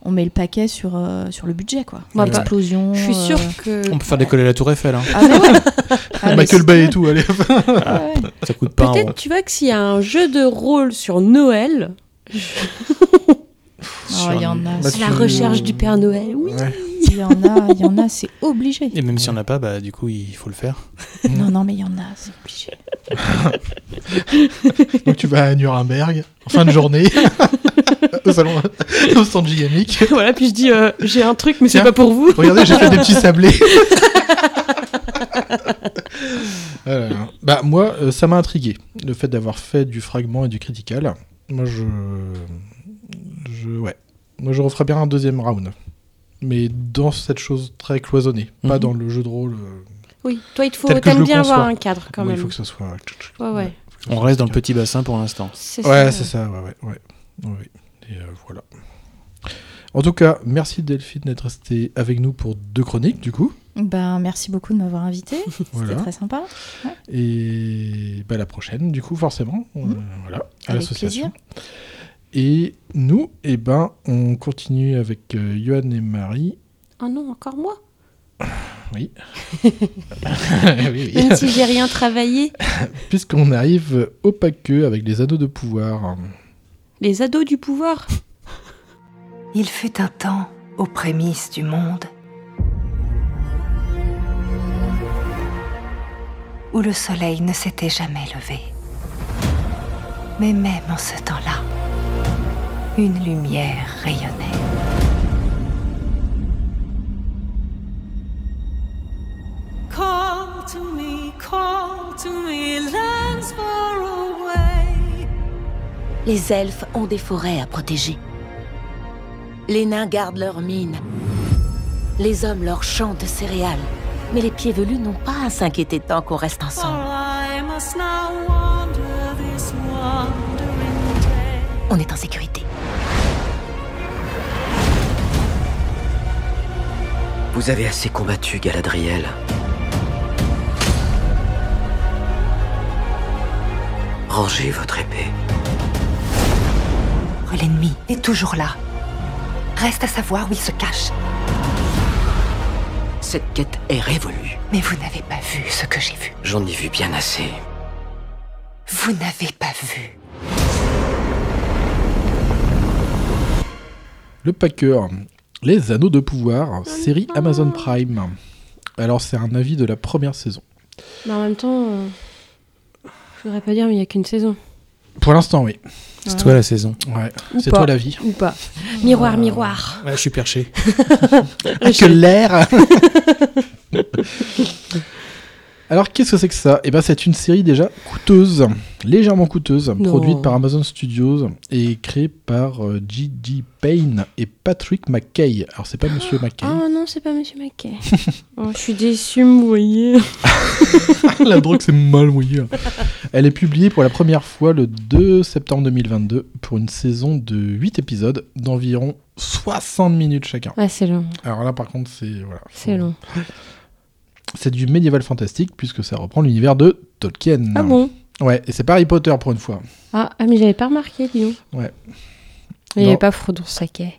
E: on met le paquet sur, euh, sur le budget, quoi.
D: Moi, pas-
E: L'explosion.
D: bah, Je suis sûre
E: euh,
D: que.
G: On peut faire décoller la tour Eiffel, hein.
E: Ah, mais ouais. Ah, mais
C: Bah, Michael
E: si-
C: Bay Ah, et tout, allez.
E: ouais, ouais.
G: ça coûte pas un rond.
D: Peut-être, tu vois, que s'il y a un jeu de rôle sur Noël,
E: Oh, Il y en a,
C: Bah,
D: c'est la
C: tu-
D: recherche du Père Noël. Oui.
E: il y en a, il y en a, c'est obligé.
G: Et même si on n'a pas, bah, du coup, il faut le faire.
E: Non, non, mais il y en a, c'est obligé.
C: Donc tu vas à Nuremberg, en fin de journée, au salon, au stand gigamique.
D: voilà, puis je dis, euh, j'ai un truc, mais c'est
C: Tiens.
D: pas pour vous.
C: Regardez, j'ai fait des petits sablés. Euh, bah moi, euh, ça m'a intrigué le fait d'avoir fait du fragment et du critical. Moi, je, je, ouais, moi je referais bien un deuxième round, mais dans cette chose très cloisonnée, pas
G: Mhm.
C: dans le jeu de rôle. euh,
D: Oui, toi, il te faut.
C: Tel que je
D: T'aimes
C: le
D: bien avoir
C: conçois.
D: un cadre quand
C: oui,
D: même.
C: Il faut que ça soit.
D: Ouais, ouais.
C: faut que ça
G: On
C: soit
G: reste dans
C: critical.
G: le petit bassin pour l'instant.
D: C'est
C: Ouais,
D: ça.
C: c'est ça, ouais, ouais, ouais. Ouais, ouais. Et euh, voilà. En tout cas, merci Delphine d'être restée avec nous pour deux chroniques, du coup.
E: Ben, merci beaucoup de m'avoir invité. C'était
C: Voilà.
E: très sympa.
C: Et bah, la prochaine, du coup, forcément, euh, voilà, à
E: Avec
C: l'association. Et nous, eh
D: Ah
C: ben, on continue avec euh, Johan et Marie.
D: Oh non, encore moi
C: Oui.
M: oui, oui. Même si j'ai rien travaillé.
C: Puisqu'on arrive au paqueux avec les ados de pouvoir.
M: Les ados du pouvoir.
I: Il fut un temps aux prémices du monde où le soleil ne s'était jamais levé. Mais même en ce temps-là, une lumière rayonnait.
N: Call to me, call to me, lands far away.
F: Les elfes ont des forêts à protéger. Les nains gardent leurs mines. Les hommes leurs champs de céréales. Mais les pieds velus n'ont pas à s'inquiéter tant qu'on reste ensemble.
N: For I must now wander this wandering day.
F: On est en sécurité.
O: Vous avez assez combattu, Galadriel. Rangez votre épée.
I: Oh, L'ennemi est toujours là. Reste à savoir où il se cache.
O: Cette quête est révolue.
I: Mais vous n'avez pas vu ce que j'ai vu.
O: J'en ai vu bien assez.
I: Vous n'avez pas vu.
C: Le Packer, Les Anneaux de Pouvoir, série Amazon Prime. Alors, c'est un avis de la première saison.
D: Mais en même temps, euh, je voudrais pas dire, mais il n'y a qu'une saison.
C: Pour l'instant, oui.
G: C'est toi la saison.
C: Ouais.
D: Ou
C: C'est
D: pas.
C: toi la vie.
D: Ou pas. Miroir, miroir.
G: Ouais, je suis perché.
D: Ah,
C: que l'air Alors, qu'est-ce que c'est que ça Eh ben, c'est une série déjà coûteuse, légèrement coûteuse,
D: Non.
C: produite par Amazon Studios et créée par euh, G.G. Payne et Patrick McKay. Alors, c'est pas Monsieur McKay.
D: Ah non, c'est pas Monsieur Mackay. Oh, je suis déçue, vous voyez.
C: la drogue, c'est mal mouillé. Elle est publiée pour la première fois le 2 septembre 2022 pour une saison de 8 épisodes d'environ 60 minutes chacun.
D: Ouais, Ah, c'est long,
C: Alors là, par contre, c'est voilà.
D: c'est long.
C: C'est du médiéval fantastique puisque ça reprend l'univers de Tolkien.
D: Ah bon
C: Ouais, et c'est pas Harry Potter pour une fois.
D: ah, ah, mais j'avais pas remarqué, dis donc.
C: Ouais.
D: Mais Il n'y
C: Non.
D: avait pas Frodon Saquet.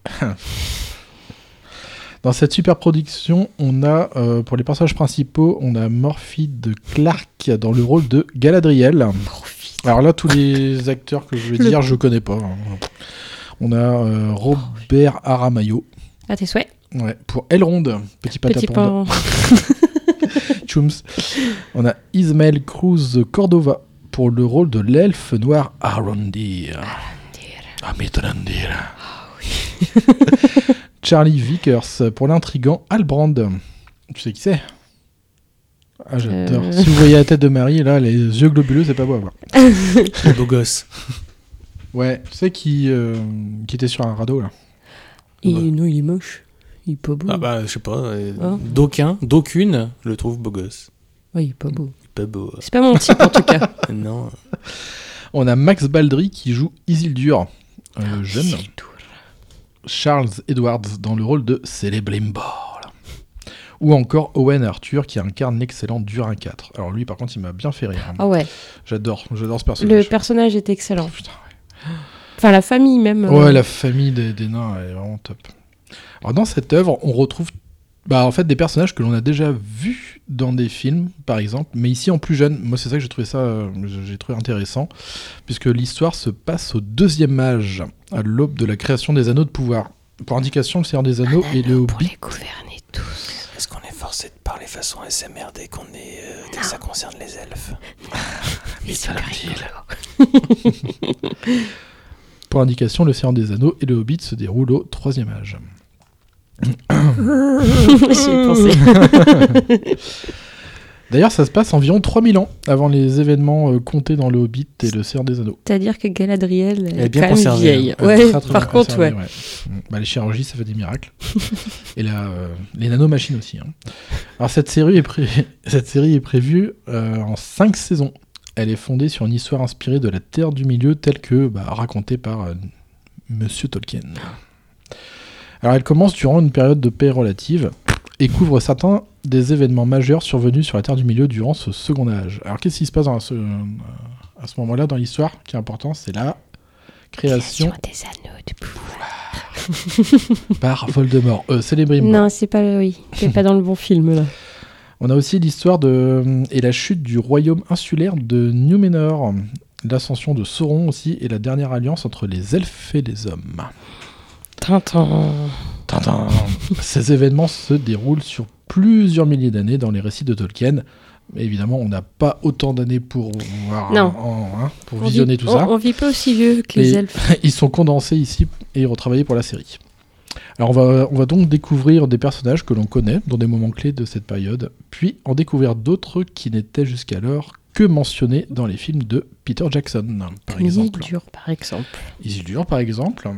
C: Dans cette super production, on a euh, pour les personnages principaux, on a Morphy de Clark dans le rôle de Galadriel. Alors là, tous les acteurs que je vais
D: Le-
C: dire, je connais pas. hein. On a euh, Robert Aramayo
D: À tes souhaits.
C: ouais, pour Elrond, petit
D: Petit
C: patapon.
D: pain.
C: Chums. On a Ismaël Cruz Cordova pour le rôle de l'elfe noir Arondir. Amitrandir. Ah Charlie Vickers pour l'intrigant Albrand. Tu sais qui c'est Ah, j'adore.
D: Euh.
C: Si vous voyez la tête de Marie, là, les yeux globuleux, c'est pas beau à voir.
G: Le beau gosse.
C: Ouais, tu sais qui, euh, qui était sur un radeau, là
D: Et non, il est moche. Il est pas beau.
G: Ah bah, je sais pas. euh,
D: Ah.
G: D'aucuns, d'aucune le trouve beau gosse.
D: Ouais, il est pas beau.
G: Pas beau.
D: C'est pas mon type en tout cas.
G: euh, Non.
C: On a Max Baldry qui joue Isildur,
D: Ah,
C: euh, jeune. Charles Edwards dans le rôle de Celebrimbor. Ou encore Owen Arthur qui incarne l'excellent Durin 4. Alors lui, par contre, il m'a bien fait rire.
D: Ah ouais.
C: J'adore, j'adore ce
D: Le
C: personnage. Oh,
D: personnage est excellent.
C: Putain, ouais.
D: Enfin, la famille même. euh,
C: Ouais, la famille des, des nains elle est vraiment top. Alors dans cette œuvre, on retrouve bah, en fait des personnages que l'on a déjà vus dans des films, par exemple, mais ici en plus jeune. Moi, c'est ça que j'ai trouvé ça, euh, j'ai trouvé intéressant, puisque l'histoire se passe au deuxième âge, à l'aube de la création des anneaux de pouvoir. Pour indication, le Seigneur des Anneaux
I: Ah,
C: et le
D: Pour
C: Hobbit.
D: les gouverner tous.
G: Est-ce qu'on est forcé de parler façon SMR dès qu'on est dès que ça concerne les elfes
D: Mais c'est rigolo.
C: Pour indication, le Seigneur des Anneaux et le Hobbit se déroulent au troisième âge.
D: J'y ai pensé.
C: D'ailleurs, ça se passe environ 3000 ans avant les événements euh, comptés dans le Hobbit et le Seigneur des Anneaux.
D: C'est-à-dire que Galadriel elle
G: Elle est
D: est
G: bien
D: quand même
G: conservée,
D: vieille.
G: hein. Elle
D: Ouais,
C: Très, très
D: par
C: bien
D: contre,
C: conservé,
D: ouais.
C: Mm. Bah, les chirurgies, ça fait des miracles. Et là, euh, les nanomachines aussi. hein. Alors, cette série est, pré- cette série est prévue euh, en cinq saisons. Elle est fondée sur une histoire inspirée de la Terre du Milieu, telle que bah, racontée par euh, Monsieur Tolkien. Alors, elle commence durant une période de paix relative et couvre certains des événements majeurs survenus sur la Terre du Milieu durant ce second âge. Alors, qu'est-ce qui se passe dans ce- euh, à ce moment-là dans l'histoire qui est important C'est la création
D: des anneaux de pouvoir.
C: par Voldemort. Euh, Célébrim.
D: Non, c'est pas oui. C'est pas dans le bon film là.
C: On a aussi l'histoire de euh, et la chute du royaume insulaire de Numenor, l'ascension de Sauron aussi et la dernière alliance entre les elfes et les hommes.
D: Tintin.
C: Tintin. Ces événements se déroulent sur plusieurs milliers d'années dans les récits de Tolkien. Mais évidemment, on n'a pas autant d'années pour, voir,
D: Non.
C: en- hein, pour
D: On
C: visionner
D: vit-
C: tout
D: on-
C: ça.
D: on vit pas aussi vieux que les
C: Et
D: elfes.
C: Ils sont condensés ici et retravaillés pour la série. Alors on va, on va donc découvrir des personnages que l'on connaît dans des moments clés de cette période, puis en découvrir d'autres qui n'étaient jusqu'alors que mentionnés dans les films de Peter Jackson, par
D: Comme
C: exemple.
D: Isildur, par exemple.
C: Isildur, par exemple.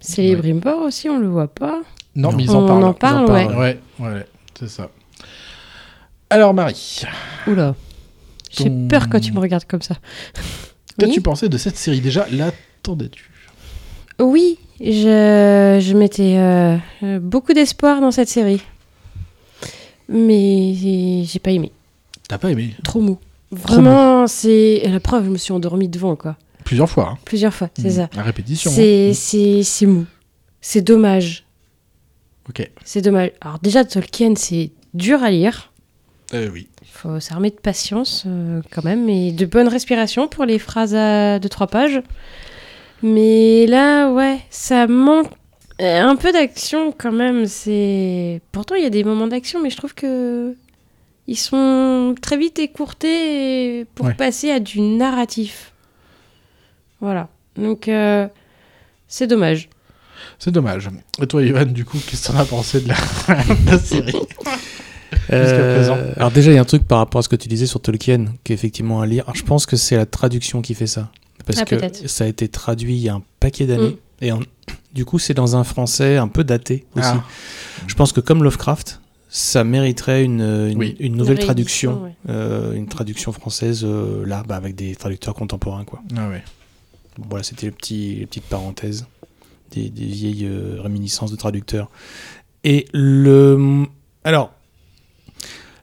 D: Célébrimbor aussi, on le voit pas.
C: Non, mais ils
D: On
C: en parlent.
D: en
C: ils
D: parle,
C: en
D: ouais.
C: parlent. Ouais, ouais, c'est ça. Alors Marie,
D: Oula. J'ai
C: Ton-
D: peur quand tu me regardes comme ça.
C: qu'as-tu pensé de cette série déjà L'attendais-tu
D: Oui, je, je mettais euh, euh, beaucoup d'espoir dans cette série. Mais j'ai pas aimé.
C: T'as pas aimé
D: Trop mou.
C: Trop
D: Vraiment, c'est. La preuve, je me suis endormie devant, quoi.
C: Plusieurs fois. hein.
D: Plusieurs fois, c'est
C: Mm.
D: ça.
C: La répétition,
D: C'est
C: hein.
D: c'est- c'est mou. C'est dommage.
C: Ok.
D: C'est dommage. Alors, déjà, Tolkien, c'est dur à lire.
C: Euh, oui.
D: faut s'armer de patience euh, quand même et de bonne respiration pour les phrases à de trois pages. Mais là, ouais, ça manque euh, un peu d'action quand même. C'est pourtant il y a des moments d'action, mais je trouve que ils sont très vite écourtés et- pour
P: Ouais.
D: passer à du narratif. Voilà. Donc euh, c'est dommage.
C: C'est dommage. Et toi, Ivan, du coup, qu'est-ce que t'en as pensé de la, de la série Jusqu'à
G: Euh,
C: présent.
G: Alors déjà, il y a un truc par rapport à ce que tu disais sur Tolkien, qui est effectivement à lire. Alors, je pense que c'est la traduction qui fait ça. Parce
D: Ah,
G: que
D: peut-être.
G: ça a été traduit il y a un paquet d'années. Et en- du coup, c'est dans un français un peu daté aussi.
C: Ah.
G: Je pense que comme Lovecraft, ça mériterait une, une,
C: Oui.
G: une nouvelle
C: Une réédition,
G: traduction. euh, une traduction française, euh, là, bah, avec des traducteurs contemporains. Quoi.
C: Ah ouais.
G: Bon, voilà, c'était les, petits, les petites parenthèses, des, des vieilles euh, réminiscences de traducteurs. Et le. Alors,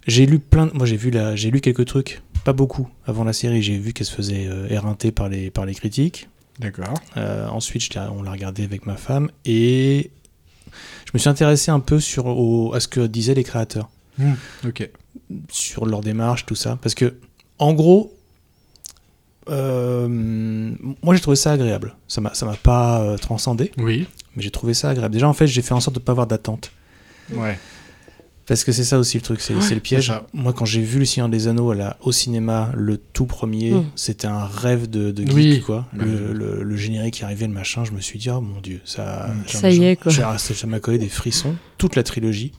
G: j'ai lu plein. de- Moi, j'ai vu la... j'ai lu quelques trucs, pas beaucoup avant la série. J'ai vu qu'elle se faisait euh, éreinter par les par les critiques.
C: D'accord.
G: Euh, ensuite, je l'ai- on l'a regardé avec ma femme et je me suis intéressé un peu sur au- à ce que disaient les créateurs
C: Hmm, Ok.
G: sur leur démarche, tout ça. Parce que, en gros, euh, moi j'ai trouvé ça agréable. Ça m'a ça m'a pas euh, transcendé.
C: Oui.
G: Mais j'ai trouvé ça agréable. Déjà, en fait, j'ai fait en sorte de pas avoir d'attente.
C: Ouais.
G: Parce que c'est ça aussi le truc, c'est
C: Ouais,
G: c'est le piège.
C: c'est ça.
G: Moi, quand j'ai vu Le Seigneur des Anneaux à la- au cinéma, le tout premier,
C: Mm.
G: c'était un rêve de, de geek,
C: Oui.
G: quoi.
C: Bah
G: Le, le- le générique qui arrivait, le machin, je me suis dit, oh mon dieu, ça. j'en-
D: Ça y est,
G: j'en-
D: quoi.
G: j'ai- ah, Ça ça m'a collé des frissons, toute la trilogie.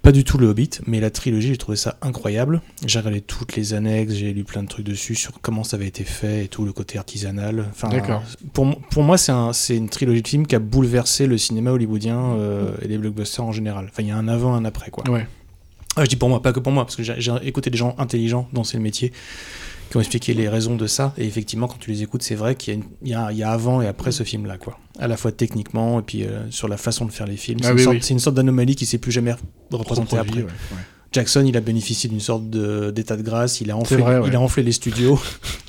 G: Pas du tout le Hobbit, mais la trilogie, j'ai trouvé ça incroyable. J'ai regardé toutes les annexes, j'ai lu plein de trucs dessus sur comment ça avait été fait et tout, le côté artisanal. Enfin,
C: D'accord.
G: Pour, mo- pour moi, c'est un- c'est une trilogie de films qui a bouleversé le cinéma hollywoodien euh, et les blockbusters en général. Enfin, il y a un avant, un après, quoi.
C: Ouais.
G: Ah, je dis pour moi, pas que pour moi, parce que j'ai j'ai écouté des gens intelligents dans ces métiers qui ont expliqué les raisons de ça. Et effectivement, quand tu les écoutes, c'est vrai qu'il y, a une- il y a- il y a avant et après ce film-là, quoi. À la fois techniquement et puis euh, sur la façon de faire les films.
C: Ah
G: C'est une
C: oui,
G: sorte-
C: oui.
G: c'est une sorte d'anomalie qui s'est plus jamais représentée après.
C: Reproduit, ouais, ouais.
G: Jackson, il a bénéficié d'une sorte de- d'état de grâce, il a, enflé,
C: C'est vrai, ouais.
G: il a enflé les studios,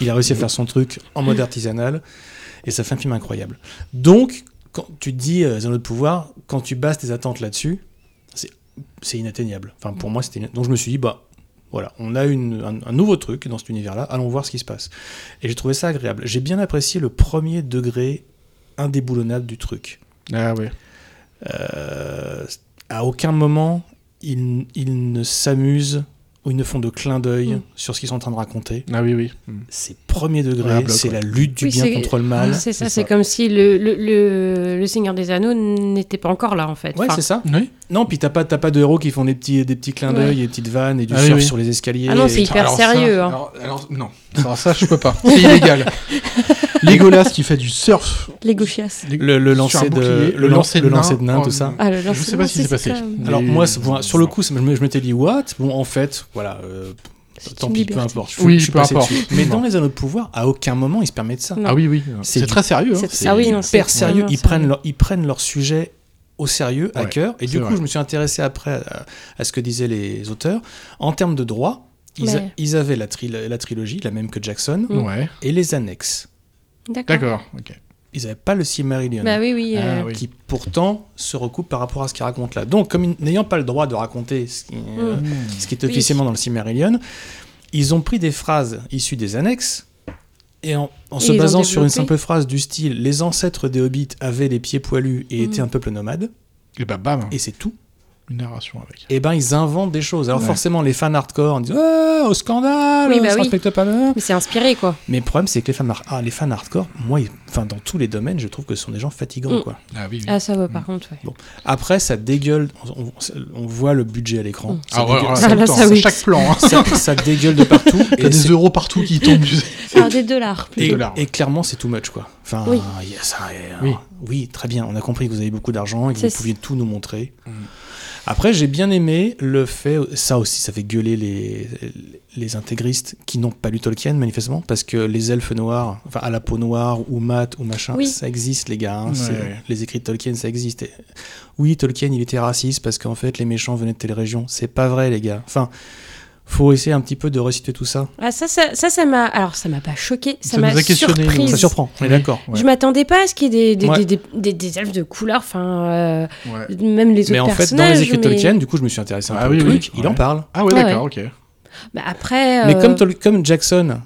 G: il a réussi à faire son truc en mode artisanal, et ça fait un film incroyable. Donc, quand tu te dis euh, Zone de pouvoir, quand tu bases tes attentes là-dessus, c'est- c'est inatteignable. Enfin, pour moi, c'était. ina- Donc, je me suis dit, bah, voilà, on a une- un, un nouveau truc dans cet univers-là, allons voir ce qui se passe. Et j'ai trouvé ça agréable. J'ai bien apprécié le premier degré indéboulonnable du truc.
C: Ah ouais.
G: Euh, à aucun moment ils, ils ne s'amusent ou ils ne font de clin d'œil
D: Mm.
G: sur ce qu'ils sont en train de raconter.
C: Ah oui, oui.
G: C'est premier degré,
C: Ouais, à bloc,
G: c'est
C: ouais.
G: la lutte du
D: Oui,
G: bien
D: c'est-
G: contre le mal.
D: oui, C'est ça, c'est comme si le, le, le, le Seigneur des Anneaux n'était pas encore là en fait.
G: Ouais,
D: Enfin,
G: c'est ça. Non, puis t'as pas, t'as pas de héros qui font des petits, des petits clins d'œil
D: Ouais.
G: et des petites vannes et du
C: Ah oui,
G: surf
C: oui.
G: sur les escaliers.
D: Ah non,
G: et-
D: c'est hyper
G: Alors ça,
D: sérieux. hein.
C: Alors, alors, non. Alors ça, je peux pas. C'est illégal. Legolas qui fait du surf.
D: Les gauchias.
G: le, le
C: Sur un
G: lancer de
C: bouclier,
G: le lancer, le lancer de nain,
C: en-
G: tout ça.
D: Ah, le lancer
C: oh, Je
D: de
C: sais pas
D: nain,
C: ce qui s'est
D: c'est
C: passé.
D: ça.
G: Alors
C: Mais-
G: moi, c'est- voilà, sur le coup, ça me- je m'étais dit what Bon, en fait, voilà. euh, tant
C: une
G: pis, peu
C: liberté.
G: importe. Je suis,
C: Oui,
G: je suis
C: peu
G: passé
C: importe.
G: dessus. Mais
C: Non.
G: dans les anneaux de pouvoir, à aucun moment ils se permettent ça.
C: Non. Ah oui, oui. C'est
G: du-
C: très sérieux, hein. C'est-
G: C'est
C: ah oui, non,
G: hyper
C: c'est
G: sérieux.
C: vraiment
G: Ils prennent leur, ils prennent leur sujet au sérieux, à
C: Ouais,
G: cœur. Et
C: c'est
G: du coup,
C: vrai.
G: je me suis intéressé après à, à ce que disaient les auteurs en termes de droit. Ils, a-
D: Mais-
G: ils avaient la, tri- la trilogie, la même que Jackson,
D: Mm.
C: Ouais.
G: et les annexes.
D: D'accord.
C: ok.
G: ils n'avaient pas le Silmarillion.
D: Bah oui, oui, euh,
G: Qui pourtant se recoupe par rapport à ce qu'il raconte là. Donc, comme ils- n'ayant pas le droit de raconter ce qui, euh,
D: Mm.
G: ce qui est
D: Oui.
G: officiellement dans le Silmarillion, ils ont pris des phrases issues des annexes et en, en
D: Et
G: se
D: ils ont
G: basant sur une
D: développé.
G: simple phrase du style Les ancêtres des hobbits avaient les pieds poilus et
D: Mm.
G: étaient un peuple nomade.
C: Et bah bam
G: Et c'est tout.
C: Une narration avec.
G: Et ben ils inventent des choses. Alors
C: Ouais.
G: forcément, les fans hardcore en disent Ah, au scandale,
D: Oui,
G: on
D: bah
G: se
D: oui.
G: respecte pas. là.
D: Mais c'est inspiré, quoi.
G: Mais le problème, c'est que les fans, har- ah, les fans hardcore, moi, ils- enfin, dans tous les domaines, je trouve que ce sont des gens fatigants.
D: Mm.
G: Quoi.
D: Ah, ça va,
G: Mm.
D: par contre, ouais.
G: Bon. Après, ça dégueule. On, on- on voit le budget à l'écran.
D: Mm.
G: Ça
C: Ah ouais,
G: dégueule-
C: ouais,
G: ça-
C: tout le temps,
G: ça-
C: c'est chaque plan, hein.
G: ça, ça dégueule de partout.
C: T'as des
G: c'est-
C: euros partout qui tombent.
D: Ah, des dollars,
G: Et,
D: plutôt.
G: et clairement, c'est too much, quoi. Enfin,
D: Oui.
G: il y a ça, et, euh, oui.
D: Oui.
G: très bien. On a compris que vous avez beaucoup d'argent et que
D: C'est
G: vous pouviez tout nous montrer. Après, j'ai bien aimé le fait, ça aussi, ça fait gueuler les, les intégristes qui n'ont pas lu Tolkien, manifestement, parce que les elfes noirs, enfin, à la peau noire ou mat ou machin,
D: Oui.
G: ça existe, les gars. hein.
C: Ouais,
G: C'est-
C: ouais.
G: Les écrits de Tolkien, ça existe. Et- oui, Tolkien, il était raciste parce qu'en fait, les méchants venaient de telle région. C'est pas vrai, les gars. Enfin, faut essayer un petit peu de reciter tout ça.
D: Ah, ça, ça, ça, ça m'a. Alors, ça m'a pas choqué, ça,
G: Ça
D: m'a
G: nous a questionnés, nous.
D: surprise.
G: Ça surprend, on est d'accord, ouais.
D: Je m'attendais pas à ce qu'il y ait des, des,
G: Ouais.
D: des, des, des- des elfes de couleur, enfin, euh,
G: Ouais.
D: même les autres
G: mais en fait, dans
D: personnages.
G: les écrits de
D: mais-
G: Tolkien, du coup, je me suis intéressé un
C: Ah
G: peu
C: oui,
G: au
C: oui,
G: truc. Il en
C: ouais.
G: parle.
C: Ah ouais,
D: Ouais,
C: d'accord,
D: ouais.
C: ok.
D: Bah, après.
G: Mais
D: euh,
G: comme, Tol- comme Jackson,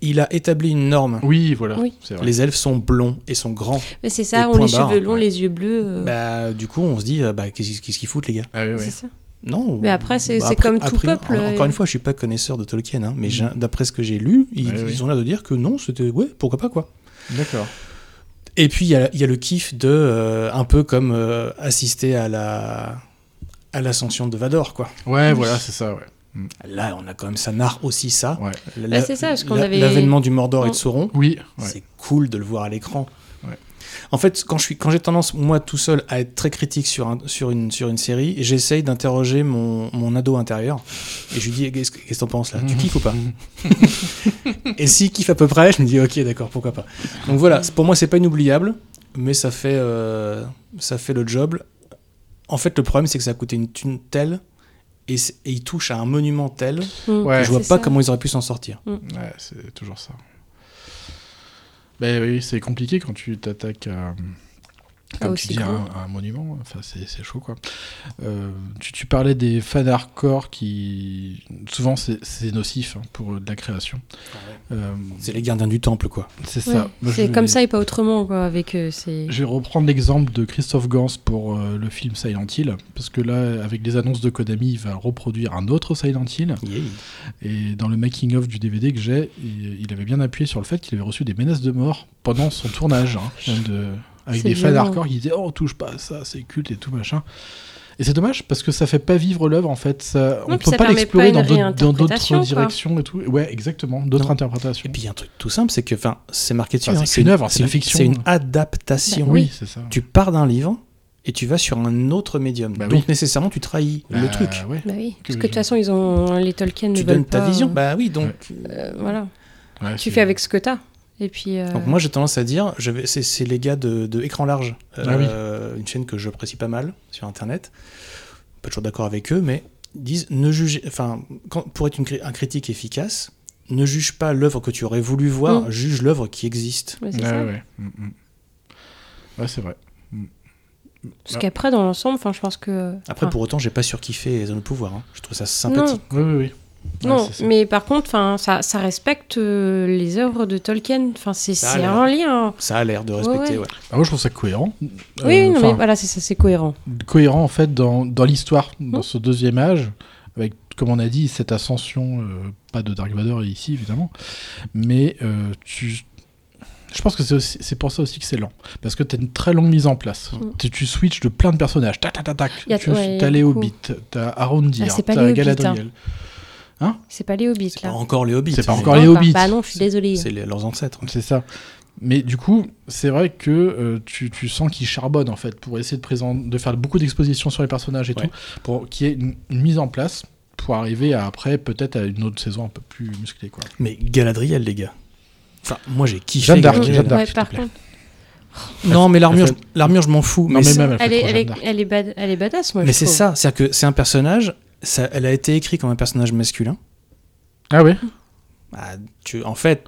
G: il a établi une norme.
C: Oui, voilà.
D: Oui.
C: c'est vrai.
G: Les elfes sont blonds et sont grands.
D: mais c'est
G: Et
D: ça, on
G: point
D: les
G: barre.
D: cheveux longs, les yeux bleus. euh,
G: Bah, du coup, on se dit, euh, bah, qu'est-ce qu'est-ce qu'ils foutent, les gars
C: Ah
D: C'est ça.
G: Non.
D: Mais après, c'est-
G: bah,
D: c'est
G: après-
D: comme tout
G: après,
D: peuple,
G: en- encore
D: euh. Mm.
G: une fois, je suis pas connaisseur de Tolkien, hein, mais j'ai- d'après ce que j'ai lu, ils,
C: Ouais,
G: ils
C: ouais.
G: ont l'air de dire que non, c'était. Ouais, pourquoi pas, quoi.
C: D'accord.
G: Et puis il y a, il y a le kiff de euh, un peu comme euh, assister à la à l'ascension de Vador quoi.
C: Ouais, voilà, c'est ça, ouais.
G: Là, on a quand même ça narre aussi ça. La-
D: Bah, c'est ça, parce qu'on
G: la-
D: avait-
G: l'avènement du Mordor et
D: On-
G: de Sauron.
C: Oui, ouais.
G: c'est cool de le voir à l'écran. En fait, quand je suis, quand j'ai tendance moi tout seul à être très critique sur un- sur une sur une série, j'essaye d'interroger mon, mon ado intérieur et je lui dis qu'est-ce que qu'est-ce que t'en penses là,
C: Mhm.
G: tu kiffes ou pas Et s'il kiffe à peu près, je me dis ok d'accord pourquoi pas. Donc voilà, c'est- pour moi c'est pas inoubliable, mais ça fait euh, ça fait le job. En fait, le problème c'est que ça a coûté une thune telle et, c'est- et il touche à un monument tel. que
C: Ouais.
G: je vois pas
C: C'est ça.
G: comment ils auraient pu s'en sortir.
C: Ouais, c'est toujours ça. Ben oui, c'est compliqué quand tu t'attaques à.
D: Ah,
C: Comme
D: aussi
C: tu dis, à
D: gros.
C: un, à un monument, hein. enfin, c'est c'est chaud quoi. Euh, tu, tu parlais des fans hardcore qui. Souvent, c'est c'est nocif hein, pour euh, de la création. Euh,
G: C'est les gardiens du temple quoi.
C: C'est
D: Hmm. ouais.
C: ça. Moi,
D: C'est
C: je
D: comme
C: vais-
D: ça et pas autrement, quoi, avec euh, ces.
C: Je vais reprendre l'exemple de Christophe Gans pour euh, le film Silent Hill, parce que là, avec les annonces de Konami, il va reproduire un autre Silent Hill. Et dans le making-of du DVD que j'ai, il, il avait bien appuyé sur le fait qu'il avait reçu des menaces de mort pendant son tournage, hein, même de- avec
Q: C'est
C: des fans
Q: violent.
C: hardcore qui disaient Oh, on touche pas à ça, c'est culte et tout machin. Et c'est dommage parce que ça fait pas vivre l'œuvre en fait. Ça- on
D: Non, puis
C: peut
D: ça
C: pas
D: permet
C: l'explorer dans
D: pas une
C: d'autres- dans
D: réinterprétation,
C: d'autres
D: quoi.
C: directions et tout. Ouais, exactement, d'autres interprétations.
G: Et puis il y a un truc tout simple, c'est que enfin, c'est marqué dessus.
C: Enfin,
G: hein,
C: c'est qu'une œuvre, c'est de la
G: une-
C: fiction.
G: C'est une adaptation.
C: Bah oui, Oui. c'est ça.
G: Tu pars d'un livre et tu vas sur un autre médium. Donc nécessairement, tu trahis le
C: Bah,
G: truc.
C: ouais.
D: Bah oui, parce
G: Que
D: que de toute façon, ils ont les Tolkien. ne
G: Tu
D: veulent
G: donnes ta
D: pas,
G: vision.
D: euh,
G: Bah oui, donc.
D: euh, voilà.
C: Ouais,
D: tu
G: c'est-
D: fais avec ce que t'as. Et puis. euh,
G: Donc moi, j'ai tendance à dire, je vais- c'est c'est les gars de, de Écran Large,
C: Ah
G: euh, une chaîne que j'apprécie pas mal sur Internet. Pas toujours d'accord avec eux, mais ils disent ne jugez, enfin, quand- pour être une cri- un critique efficace, ne juge pas l'œuvre que tu aurais voulu voir,
C: Mm.
G: juge l'œuvre qui existe.
D: Ouais, c'est
C: Ouais,
D: ça.
C: ouais. Mm, mm. Ouais, c'est vrai. Mm.
D: Parce qu'après, dans l'ensemble, enfin, je pense que. enfin,
G: Après, pour autant, j'ai pas surkiffé les zones de pouvoir. hein. Je trouve ça sympathique.
C: Oui, oui, oui.
D: non, mais par contre, enfin, ça, ça respecte euh, les œuvres de Tolkien. Enfin, c'est
G: Ça a
D: c'est
G: l'air.
D: un lien.
G: Ça a l'air de respecter, ouais.
D: ouais.
C: Ah, moi, je trouve ça cohérent. Euh,
D: Oui, non, mais bah-
C: enfin,
D: voilà, c'est ça, c'est cohérent.
C: cohérent en fait dans, dans l'histoire,
D: Mmh.
C: dans ce deuxième âge, avec, comme on a dit, cette ascension, euh, pas de Dark Vador ici évidemment, mais euh, tu. Je pense que c'est aussi- c'est pour ça aussi que c'est lent. Parce que tu as une très longue mise en place.
D: Mm.
C: Tu, tu switches de plein de personnages. Tac, tac, tac, tac.
D: Y a-
C: Tu
D: ouais,
C: as
D: y a
C: les
D: beaucoup.
C: Hobbits, tu as Arondir,
D: Ah, c'est
C: tu
D: pas les Hobbits,
C: Galadriel.
D: C'est pas les Hobbits, là.
G: Encore les hobbits.
C: C'est pas
G: mais-
C: encore les Hobbits.
D: Bah non, je suis désolée.
G: C'est les- leurs ancêtres.
C: C'est ça. Mais du coup, c'est vrai que euh, tu, tu sens qu'ils charbonnent en fait pour essayer de, présent- de faire beaucoup d'expositions sur les personnages et tout, pour qu'il y ait une, une mise en place pour arriver à, après peut-être à une autre saison un peu plus musclée. Quoi.
G: Mais Galadriel, les gars. Enfin, moi j'ai kiffé.
C: Jeanne d'Arc,
G: Galadriel.
C: Jeanne d'Arc,
D: Mm, Ouais,
C: s'il te
D: par
C: plaît.
D: contre.
G: Non, mais l'armure,
C: Elle
G: je- l'armure, je m'en fous.
C: Non, mais
G: c'est-
C: même,
D: Elle est, elle, est, elle, est bad- elle est badass, moi.
G: Mais
D: je
G: c'est
D: trouve.
G: ça, c'est-à-dire que c'est un personnage, ça, elle Ah a été écrite comme un personnage masculin.
C: Ah oui
G: tu, Bah, En fait,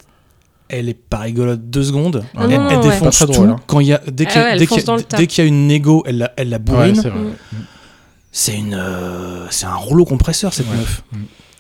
G: elle est pas rigolote deux secondes.
D: Ah
G: elle
D: non,
G: elle
D: ouais.
G: défonce
D: Pas très
G: tout.
D: drôle, hein.
G: Quand il y a, dès
D: Ah
G: qu'il y a-
D: ouais, elle
G: dès qu'il y a-
D: fonce dans le tas.
G: dès qu'il y a une négo, elle la, elle la bourrine.
D: c'est vrai, ouais. Mm.
G: c'est une, euh, c'est un rouleau compresseur cette meuf.
C: Mm.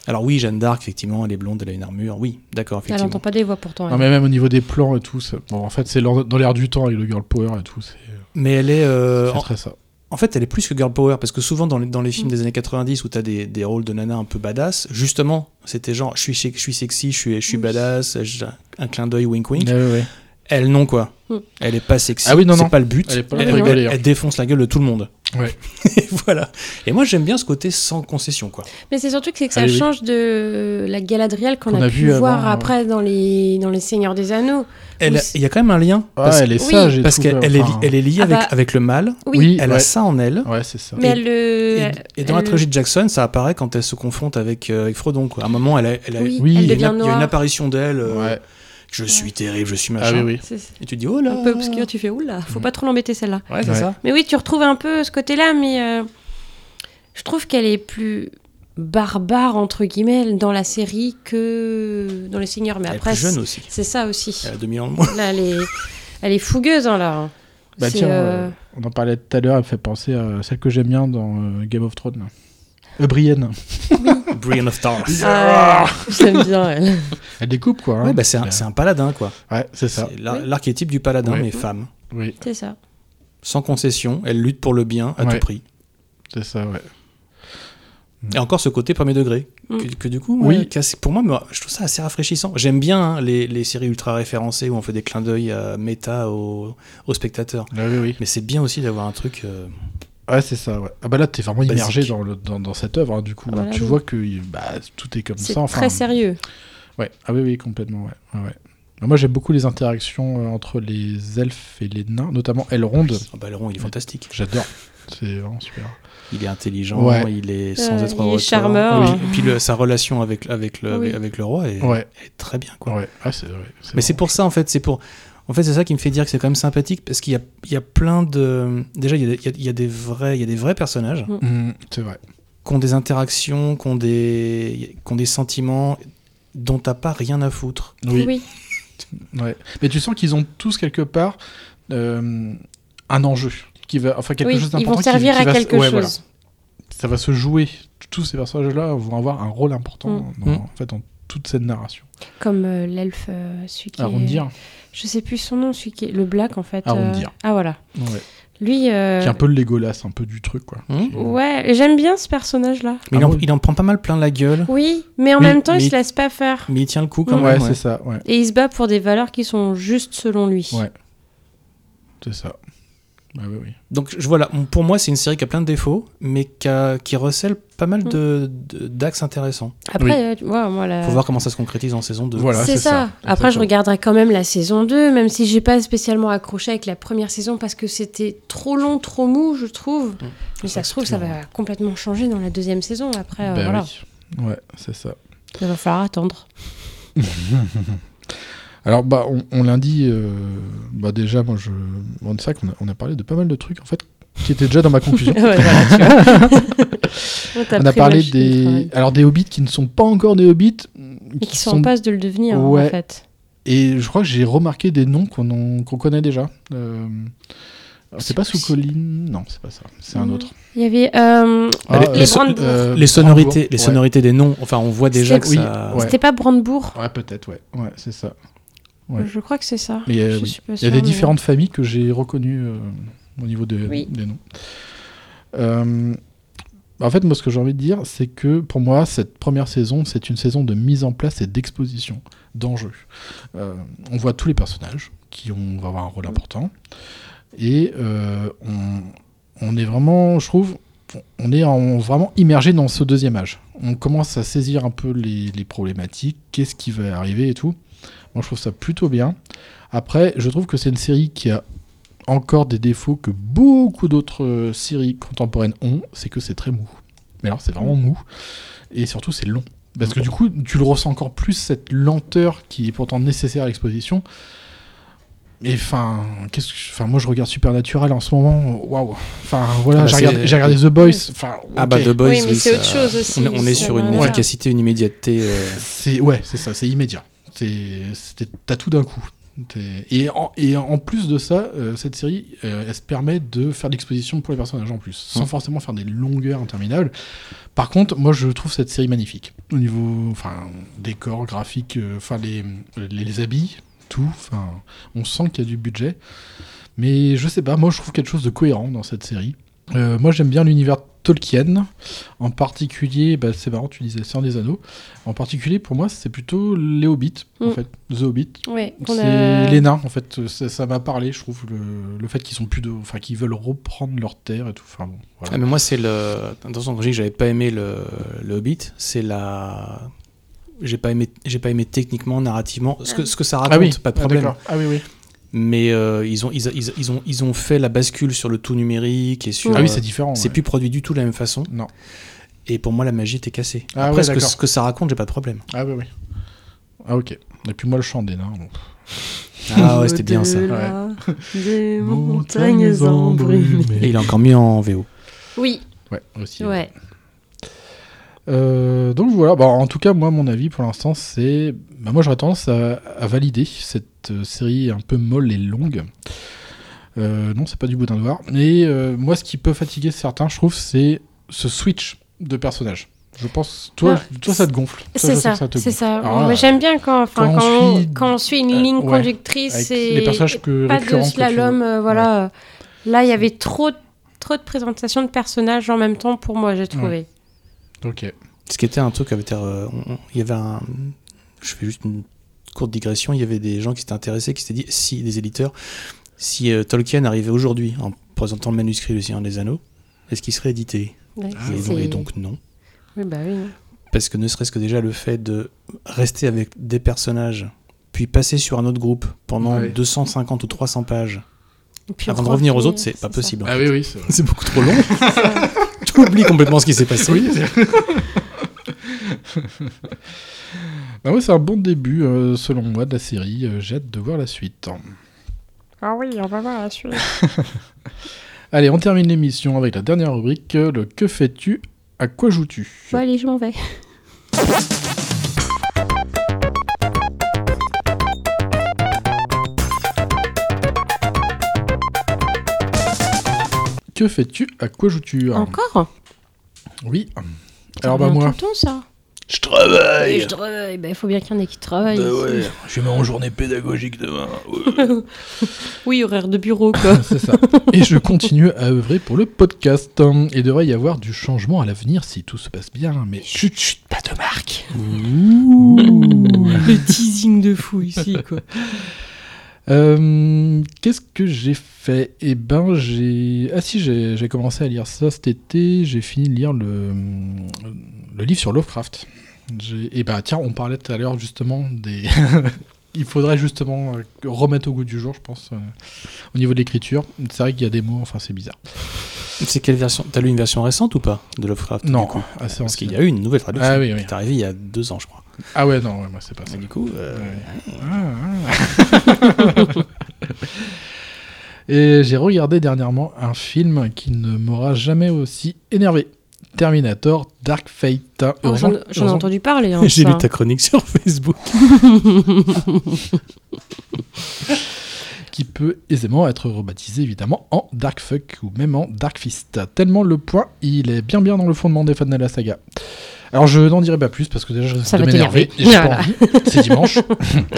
G: Alors oui, Jeanne d'Arc, effectivement, elle est blonde, elle a une armure. Oui, d'accord,
D: Elle
G: effectivement.
D: n'entend pas des voix pourtant.
C: Non,
D: elle.
C: mais même au niveau des plans et tout, ça- bon, en fait, c'est l'or- dans l'air du temps avec le girl power et tout. c'est-
G: Mais elle est. euh,
C: C'est
G: en,
C: très ça.
G: en fait, elle est plus que girl power parce que souvent dans les, dans les films
C: Mm.
G: des années 90 où t'as des, des rôles de nana un peu badass, justement, c'était genre je suis, che- je suis sexy, je suis, je suis badass, je- un clin d'œil wink wink.
C: Ouais, ouais, ouais.
G: Elle non quoi.
C: Mm.
G: Elle est pas sexy.
C: Ah oui, non,
G: c'est
C: non.
G: pas le but.
C: Elle est pas là pour rigoler, hein.
G: elle défonce la gueule de tout le monde.
C: Ouais.
G: Et voilà. Et moi j'aime bien ce côté sans concession quoi.
D: Mais c'est surtout que c'est que ça
G: Allez, oui.
D: change de la Galadriel qu'on
G: Qu'on
D: a,
G: a
D: pu
G: vu
D: voir
G: avant, ouais.
D: après dans les dans les Seigneurs des Anneaux.
G: Elle
D: Où
G: a-
D: c'est-
G: Il y a quand même un lien.
C: Ah,
G: parce-
C: elle est sage et
G: Parce
C: tout,
G: qu'elle elle est, li-
C: enfin.
G: elle est liée
D: Ah
G: avec,
D: bah,
G: avec le mal.
D: oui. Oui,
G: Elle a
C: ouais.
G: ça en elle.
C: Ouais, c'est ça.
D: Mais
G: Et-
D: elle le- elle-
G: Et dans la
D: elle-
G: trilogie de Jackson, ça apparaît quand elle se confronte avec, euh, avec Frodon. Quoi. À un moment, elle, a- elle a-
D: Oui,
G: il y a
D: elle
G: une
D: devient
G: ap- Il y a
D: noire.
G: une apparition d'elle. euh, Je suis terrible, je suis
C: Ah
G: machin.
D: C'est- c'est
G: Et tu dis, oh là.
D: Un peu obscur, tu Bah, fais oula, faut pas trop l'embêter celle-là.
G: Ouais, c'est Ouais. ça.
D: Mais oui, tu retrouves un peu ce côté-là, mais euh, je trouve qu'elle est plus barbare entre guillemets dans la série que dans les Seigneurs. Mais
G: Elle est
D: après,
G: plus jeune
D: c'est-
G: aussi.
D: C'est ça aussi.
G: Elle a 2000 ans de moins.
D: Là, elle est, elle est fougueuse hein, là.
C: Bah
D: C'est,
C: tiens,
D: euh,
C: euh, on en parlait tout à l'heure, elle me fait penser à celle que j'aime bien dans euh, Game of Thrones. là. Euh, Brienne.
G: Brienne of Tarth.
D: Ah, j'aime bien elle.
C: Elle découpe quoi. hein.
G: Ouais, bah, c'est un, c'est un paladin, quoi.
C: Ouais, c'est ça.
G: l'ar- L'archétype du paladin,
C: Oui.
G: mais femme.
C: Oui.
D: C'est ça.
G: Sans concession, elle lutte pour le bien à
C: Ouais.
G: tout prix.
C: C'est ça, ouais.
G: Et encore ce côté premier degré,
C: Mm.
G: que, que du coup,
C: Oui.
G: euh, qu'assez- pour moi, moi, je trouve ça assez rafraîchissant. J'aime bien hein, les, les séries ultra référencées où on fait des clins d'œil euh, méta aux, aux spectateurs.
C: Bah
G: Mais c'est bien aussi d'avoir un truc. euh,
C: Ouais, c'est ça, ouais. Ah bah là, t'es vraiment
G: Basique.
C: immergé dans, le, dans, dans cette œuvre, hein, du coup.
D: Ah bah là,
C: tu
D: oui.
C: vois que il- bah, tout est comme
D: C'est
C: ça. Enfin,
D: très sérieux.
C: Ouais. Ah oui, oui, complètement, ouais. ouais, ouais. Alors Moi, j'aime beaucoup les interactions euh, entre les elfes et les nains, notamment Elrond.
G: Ah bah, Elrond, il est fantastique.
C: J'adore. C'est vraiment super.
G: Il est intelligent,
C: Ouais.
G: il est sans
D: Euh,
G: être
D: il est
G: retors.
D: charmeur.
G: Oui.
D: Hein.
G: Et puis le- sa relation avec, avec, le,
D: Oui.
G: avec, avec le roi est,
C: Ouais.
G: est très bien. Quoi.
C: Ouais, ah, c'est vrai.
G: Mais c'est pour ça, en fait, c'est pour. En fait, c'est ça qui me fait dire que c'est quand même sympathique parce qu'il y a, il y a plein de. Déjà, il y a, des- il y a- il y a des vrais, il y a des vrais personnages
D: Mm.
C: Mm, c'est vrai.
G: qui ont des interactions, qui ont des, qui ont des sentiments dont t'as pas rien à foutre.
D: Oui.
C: Ouais. Mais tu sens qu'ils ont tous quelque part euh, un enjeu qui va, enfin quelque
D: Oui,
C: chose
D: ils vont
C: d'important. qui-
D: servir
C: qui
D: à
C: va se-
D: quelque
C: ouais, voilà.
D: chose.
C: Ça va se jouer. Tous ces personnages-là vont avoir un rôle important
D: Mm.
C: dans,
G: Mm.
C: en fait, dans toute cette narration.
D: Comme euh, l'elfe, euh, celui qui. est-
C: Arrondir.
D: Je sais plus son nom, celui qui est. Le Black, en fait. euh,
C: Arrondir.
D: Ah, voilà.
C: Ouais.
D: Lui. euh,
C: Qui est un peu le Legolas, un peu du truc quoi. Qui-
D: Ouais, et j'aime bien ce personnage-là.
G: Hmm Mais
C: Ah
G: il, en, il en prend pas mal plein la gueule.
D: Oui, mais en
G: Mais-
D: même temps, il
G: mais-
D: se laisse pas faire.
G: Mais il tient le coup quand
C: Mm.
G: même.
C: Ouais, c'est ça, ouais.
D: Et il se bat pour des valeurs qui sont justes selon lui.
C: Ouais. C'est ça. Bah oui, oui.
G: Donc je, voilà, on- pour moi, c'est une série qui a plein de défauts, mais qui, a- qui recèle pas
D: Mm.
G: mal de- de- d'axes intéressants.
D: Après, euh, tu vois, moi, la-
G: Faut voir comment ça se concrétise en saison 2.
C: Voilà,
D: c'est ça. Après, je regarderai quand même la saison 2, même si j'ai pas spécialement accroché avec la première saison parce que c'était trop long, trop mou, je trouve. Mais ça se trouve, ça va complètement changer dans la deuxième saison. Après, euh,
C: Bah
D: voilà.
C: oui. Ouais, c'est ça.
D: Il va falloir attendre.
C: Alors bah on, on lundi euh, bah déjà moi je bon, c'est vrai qu'on a, on a parlé de pas mal de trucs en fait qui étaient déjà dans ma conclusion.
D: Ouais, voilà, tu vois. On t'a
C: on a
D: pris
C: parlé
D: machine de
C: des
D: travail.
C: alors des hobbits qui ne sont pas encore des hobbits
D: Et qui sont en passe de le devenir, hein, en
C: Ouais.
D: fait.
C: Et je crois que j'ai remarqué des noms qu'on en- qu'on connaît déjà. Euh, alors, C'est pas sous colline, non, c'est pas ça, c'est un autre.
D: Mhm. Il y avait euh,
C: Ah,
G: les,
C: euh,
G: les so-
C: Brandebourg.
G: euh, les
C: Brandebourg,
G: sonorités, les
C: ouais.
G: sonorités des noms, enfin on voit déjà que
D: C'était-
G: ça...
D: oui, C'était pas Brandebourg
C: Ouais, peut-être, ouais, ouais, c'est ça. Ouais.
D: Je crois que c'est ça.
C: Mais, euh,
D: Je
C: oui.
D: suis
C: Il
D: pas
C: y a
D: sûre,
C: des
D: mais-
C: différentes familles que j'ai reconnues euh, au niveau de-
D: Oui.
C: des noms. Euh, en fait, moi, ce que j'ai envie de dire, c'est que pour moi, cette première saison, c'est une saison de mise en place et d'exposition, d'enjeu. Euh, on voit tous les personnages qui ont, vont avoir un rôle important. Et euh, on, on est vraiment, je trouve, on est en- vraiment immergé dans ce deuxième âge. On commence à saisir un peu les, les problématiques, qu'est-ce qui va arriver et tout. Moi, je trouve ça plutôt bien. Après, je trouve que c'est une série qui a encore des défauts que beaucoup d'autres euh, séries contemporaines ont, c'est que c'est très mou. Mais alors, c'est vraiment mou. Et surtout, c'est long. Parce que du coup, tu le ressens encore plus, cette lenteur qui est pourtant nécessaire à l'exposition. Mais enfin, qu'est-ce que, enfin, moi je regarde Supernatural en ce moment. Waouh. Enfin voilà,
G: Ah bah,
C: j'ai regardé,
G: c'est-
C: j'ai regardé The Boys. Enfin,
G: Ah bah
C: ok.
G: The Boys,
D: Oui, mais c'est
G: ça-
D: autre chose aussi,
G: On, on est
D: ça
G: sur
D: va
G: une
D: là.
G: efficacité, une immédiateté. euh,
C: C'est ouais, c'est ça, c'est immédiat. t'es- c'était- t'as tout d'un coup. T'es- Et en, et en plus de ça, euh, cette série, euh, elle se permet de faire de l'exposition pour les personnages en plus, sans
R: Mhm.
C: forcément faire des longueurs interminables. Par contre, moi, je trouve cette série magnifique. Au niveau enfin, décor, graphique, euh, enfin, les, les, les habits, tout. Enfin, on sent qu'il y a du budget. Mais je sais pas, moi, je trouve quelque chose de cohérent dans cette série. Euh, moi, j'aime bien l'univers Tolkien. En particulier, bah, c'est marrant, tu disais Seigneur des Anneaux. En particulier, pour moi, c'est plutôt les Hobbits, en
D: Mm.
C: fait. The Hobbit.
D: Ouais, qu'on
C: c'est
D: a-
C: les nains, en fait. Ça ça m'a parlé, je trouve, le, le fait qu'ils sont plus de. Enfin, qu'ils veulent reprendre leur terre et tout. Enfin, bon, voilà.
G: Ah, mais moi, c'est le. Attention, quand je dis que j'avais pas aimé le, le Hobbit, c'est la. J'ai pas, aimé... j'ai pas aimé techniquement, narrativement, ce que, ce que ça raconte,
C: Ah oui,
G: pas de
C: ah,
G: problème.
C: d'accord. Ah oui, oui.
G: Mais euh, ils, ont, ils, ils- ils ont, ils ont fait la bascule sur le tout numérique et sur.
C: Ah oui,
G: euh,
C: c'est différent,
G: C'est
C: ouais.
G: plus produit du tout de la même façon.
C: Non.
G: Et pour moi, la magie était cassée.
C: Ah
G: Après,
C: ouais,
G: ce, que,
C: d'accord.
G: ce que ça raconte, j'ai pas de problème.
C: Ah oui, oui. Ah, ok. Et puis, moi, le chant des nains. bon.
G: Ah ouais, c'était bien ça.
C: Ouais.
D: Des
C: montagnes embrumées.
G: Et il est encore mieux en VO.
D: Oui.
C: Ouais, aussi.
D: Ouais.
C: Euh, donc voilà, Bah, en tout cas, moi, mon avis pour l'instant, c'est. bah, moi, j'aurais tendance à, à valider cette euh, série un peu molle et longue. Euh, non, c'est pas du boudin noir. Mais euh, moi, ce qui peut fatiguer certains, je trouve, c'est ce switch de personnages. Je pense. Toi,
D: Ah,
C: toi ça te gonfle.
D: C'est
C: je sais
D: ça,
C: que te
D: c'est
C: gonfle.
D: ça.
C: Ah,
D: Moi, J'aime bien quand, enfin,
C: quand on
D: quand, on
C: suit-
D: quand on suit une ligne
C: ouais,
D: conductrice
C: avec
D: et,
C: les personnages que-
D: et pas de
C: récurrents que tu veux.
D: slalom. euh, voilà. Euh, Là, il y avait trop, de- trop de présentations de personnages en même temps pour moi, j'ai trouvé.
C: Ok.
G: Ce qui était un truc qui avait été, euh, on- on- il y avait un. Je fais juste une courte digression. Il y avait des gens qui s'étaient intéressés, qui s'étaient dit si, des éditeurs, si euh, Tolkien arrivait aujourd'hui en présentant le manuscrit du Seigneur des Anneaux, est-ce qu'il serait édité
D: Ouais,
I: Ah,
G: et,
D: c'est-
G: et Ah, donc non.
D: Oui, bah oui. non.
G: Parce que ne serait-ce que déjà le fait de rester avec des personnages, puis passer sur un autre groupe pendant
C: Ouais.
G: 250 ou 300 pages,
D: Et puis
G: avant de revenir aux
D: revenir,
G: autres, c'est pas possible. en
C: Ah
G: fait.
C: oui, oui, c'est vrai.
G: C'est beaucoup trop long. tu oublies complètement ce qui s'est passé.
C: Oui, Bah ouais, c'est un bon début, euh, selon moi, de la série. Euh, J'ai hâte de voir la suite.
D: Ah oui, on va voir la suite.
C: Allez, on termine l'émission avec la dernière rubrique euh, le Que fais-tu À quoi joues-tu
D: bon, allez, je m'en vais.
C: Que fais-tu À quoi joues-tu
D: Encore
C: Oui. Alors, bah,
D: revient
C: moi.
D: tout le temps, ça.
C: Je
D: Et Je travaille. Bah, Il faut bien qu'il y en ait qui travaillent.
C: Bah
D: ici.
C: ouais, je vais en journée pédagogique demain.
D: oui, horaire de bureau, quoi.
C: C'est ça. Et je continue à œuvrer pour le podcast. Il devrait y avoir du changement à l'avenir si tout se passe bien. Mais chut, chut, pas de marque.
D: Le teasing de fou ici, quoi.
C: Euh, Qu'est-ce que j'ai fait Eh ben, j'ai. Ah si, j'ai j'ai commencé à lire ça cet été. J'ai fini de lire le, le livre sur Lovecraft. J'ai- Eh ben, tiens, on parlait tout à l'heure justement des. Il faudrait justement euh, remettre au goût du jour, je pense, euh, au niveau de l'écriture. C'est vrai qu'il y a des mots, enfin, c'est bizarre.
G: C'est quelle version T'as lu une version récente ou pas de Lovecraft
C: Non,
G: du coup
C: assez
G: Parce qu'il y a
C: ancienne.
G: eu une nouvelle traduction
C: Ah oui, oui.
G: qui est arrivée il y a deux ans, je crois.
C: Ah ouais, non, ouais, moi, c'est pas ça.
G: Et du coup, euh, Ah,
C: Et j'ai regardé dernièrement un film qui ne m'aura jamais aussi énervé. Terminator Dark Fate.
D: Oh,
C: Heureusement-
D: J'en j'en ai
C: heureusement-
D: entendu parler. hein,
G: j'ai
D: ça.
G: lu ta chronique sur Facebook.
C: qui peut aisément être rebaptisé évidemment en Dark Fuck ou même en Dark Fist. Tellement le point, il est bien bien dans le fondement des fans de la saga. Alors je n'en dirai pas plus parce que déjà je risque
D: Ça
C: de
D: va
C: m'énerver.
D: t'énerver.
C: et j'ai pas
D: Voilà.
C: envie. C'est dimanche.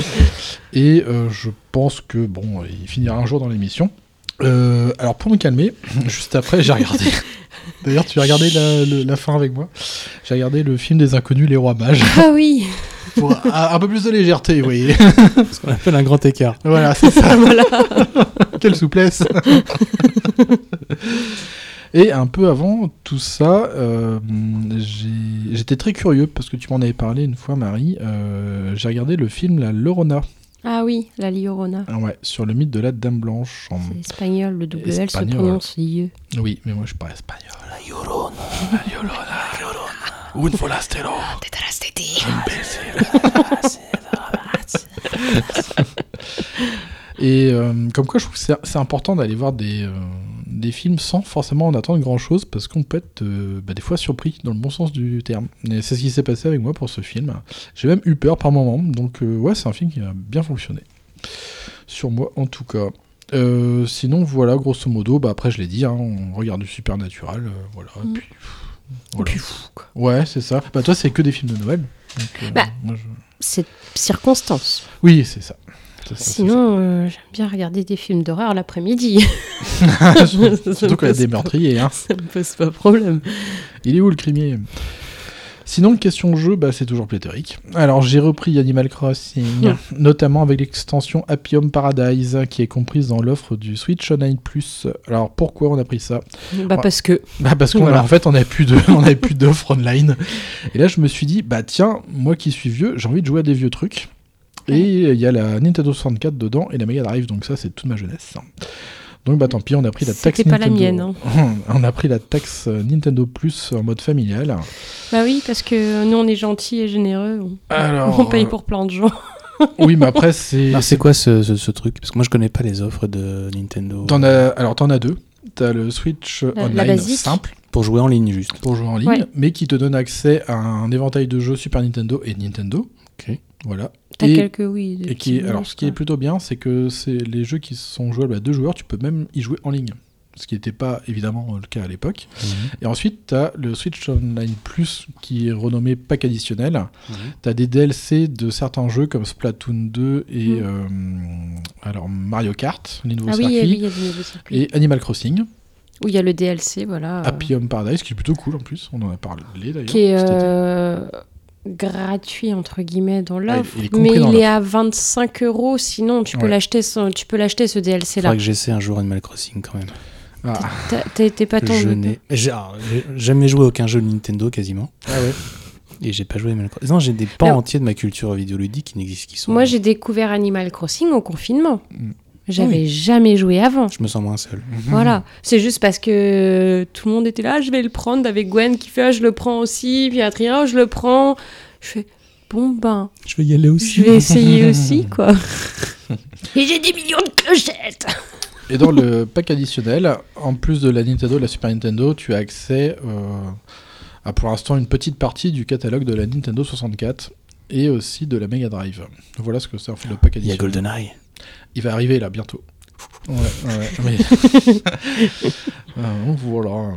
C: et euh, je pense que bon, il finira un jour dans l'émission. Euh, alors pour me calmer, juste après j'ai regardé. D'ailleurs tu as regardé la, le- la fin avec moi. J'ai regardé le film des inconnus, les rois mages.
D: Ah oui
C: Pour un, un peu plus de légèreté, vous voyez.
G: Ce qu'on appelle un grand écart.
C: Voilà, c'est ça. Quelle souplesse. Et un peu avant tout ça, euh, j'ai- j'étais très curieux parce que tu m'en avais parlé une fois, Marie. euh, j'ai regardé le film La Llorona
D: Ah oui, la Liorona.
C: ah ouais, sur le mythe de la Dame Blanche. en-
D: C'est espagnol, le double L se
C: Espagnol.
D: prononce IE.
C: Oui, mais moi je parle espagnol. La Llorona. La Llorona. La Llorona. Un forastero. Et euh, comme quoi, je trouve que c'est- c'est important d'aller voir des, euh, des films sans forcément en attendre grand-chose, parce qu'on peut être euh, bah, des fois surpris, dans le bon sens du terme. Et c'est ce qui s'est passé avec moi pour ce film. J'ai même eu peur par moments, donc euh, ouais, c'est un film qui a bien fonctionné. Sur moi, en tout cas. Euh, sinon, voilà, grosso modo, bah, après je l'ai dit, hein, on regarde du Supernatural, euh, voilà, et
D: Mm.
C: puis... pff, voilà. Ouais, c'est ça. Bah toi, c'est que des films de Noël. donc, euh,
D: Bah,
C: moi, je-
D: C'est circonstance.
C: Oui, c'est ça. C'est ça, c'est
D: Sinon, euh, j'aime bien regarder des films d'horreur l'après-midi.
C: ça. Surtout qu'il y a des meurtriers. Hein.
D: Ça me pose pas problème.
C: Il est où le crimier Sinon, question jeu, bah, c'est toujours pléthorique. Alors, j'ai repris Animal Crossing,
D: Ouais.
C: notamment avec l'extension Happy Home Paradise, qui est comprise dans l'offre du Switch Online Plus. Alors, pourquoi on a pris ça
D: Bah, parce que.
C: Bah, parce qu'on
D: Voilà.
C: a- en fait, on n'avait plus de- on avait plus d'offres online. Et là, je me suis dit, bah tiens, moi qui suis vieux, j'ai envie de jouer à des vieux trucs. Et il y a la Nintendo 64 dedans et la Mega Drive, donc ça, c'est toute ma jeunesse. Donc bah tant pis, on a pris la
D: C'était
C: taxe
D: pas la
C: Nintendo.
D: mienne, hein.
C: on a pris la taxe euh, Nintendo Plus en mode familial.
D: Bah oui, parce que nous, on est gentils et généreux. On,
C: Alors,
D: on paye
C: euh,
D: pour plein de gens.
C: Oui, mais après c'est
G: Alors, c'est quoi ce, ce- ce truc Parce que moi, je connais pas les offres de Nintendo.
C: T'en as, alors t'en as deux. T'as le Switch
D: La- la
C: Online
D: basique.
C: simple
G: Pour jouer en ligne, juste.
C: pour jouer en ligne,
D: Ouais.
C: mais qui te donne accès à un éventail de jeux Super Nintendo et Nintendo.
G: Ok.
C: Voilà.
D: T'as
C: Et-
D: quelques, oui. des
C: et qui,
D: petits
C: alors,
D: bonus,
C: ce qui est plutôt bien, c'est que c'est les jeux qui sont jouables à deux joueurs, tu peux même y jouer en ligne. Ce qui n'était pas évidemment euh, le cas à l'époque. Et ensuite, tu as le Switch Online Plus qui est renommé pack additionnel. Tu as des DLC de certains jeux comme Splatoon 2 et euh, alors Mario Kart, les nouveaux
D: Mhm. Ah oui,
C: circuits.
D: oui, il y a des nouveaux circuits.
C: Et Animal Crossing,
D: Où il y a le DLC, voilà. euh,
C: Happy Home Paradise, qui est plutôt cool en plus. On en a parlé d'ailleurs.
D: qui est
C: cet été.
D: euh, gratuit entre guillemets dans l'offre,
C: Ah, il est compris
D: mais
C: dans
D: il est à 25 euros. Sinon, tu peux
G: Ouais.
D: l'acheter. sans- Tu peux l'acheter ce DLC là.
G: Faudrait que j'essaie un jour Animal Crossing quand même.
C: Ah.
D: T'as- t'as- T'es pas tombé.
G: Je n'ai j'ai- alors, j'ai jamais joué à aucun jeu Nintendo quasiment.
C: Ah ouais
G: Et j'ai pas joué à Animal Crossing. Non, j'ai des pans
D: Alors-
G: entiers de ma culture vidéoludique qui n'existent, qui sont.
D: Moi, j'ai découvert Animal Crossing au confinement.
C: Mm. Ah
D: J'avais
G: Oui.
D: jamais joué avant.
G: Je me sens moins seul.
C: Mmh.
D: Voilà, c'est juste parce que tout le monde était là, je vais le prendre avec Gwen qui fait ah, je le prends aussi, puis Adrien oh, je le prends. Je fais bon ben,
G: Je vais y aller aussi.
D: je vais essayer aussi quoi. Et j'ai des millions de clochettes.
C: Et dans le pack additionnel, en plus de la Nintendo et la Super Nintendo, tu as accès euh, à pour l'instant une petite partie du catalogue de la Nintendo 64 et aussi de la Mega Drive. Voilà ce que c'est en fait le pack
G: Il y a
C: additionnel.
G: GoldenEye.
C: Il va arriver là bientôt. Ouais, ouais, oui. Euh, voilà.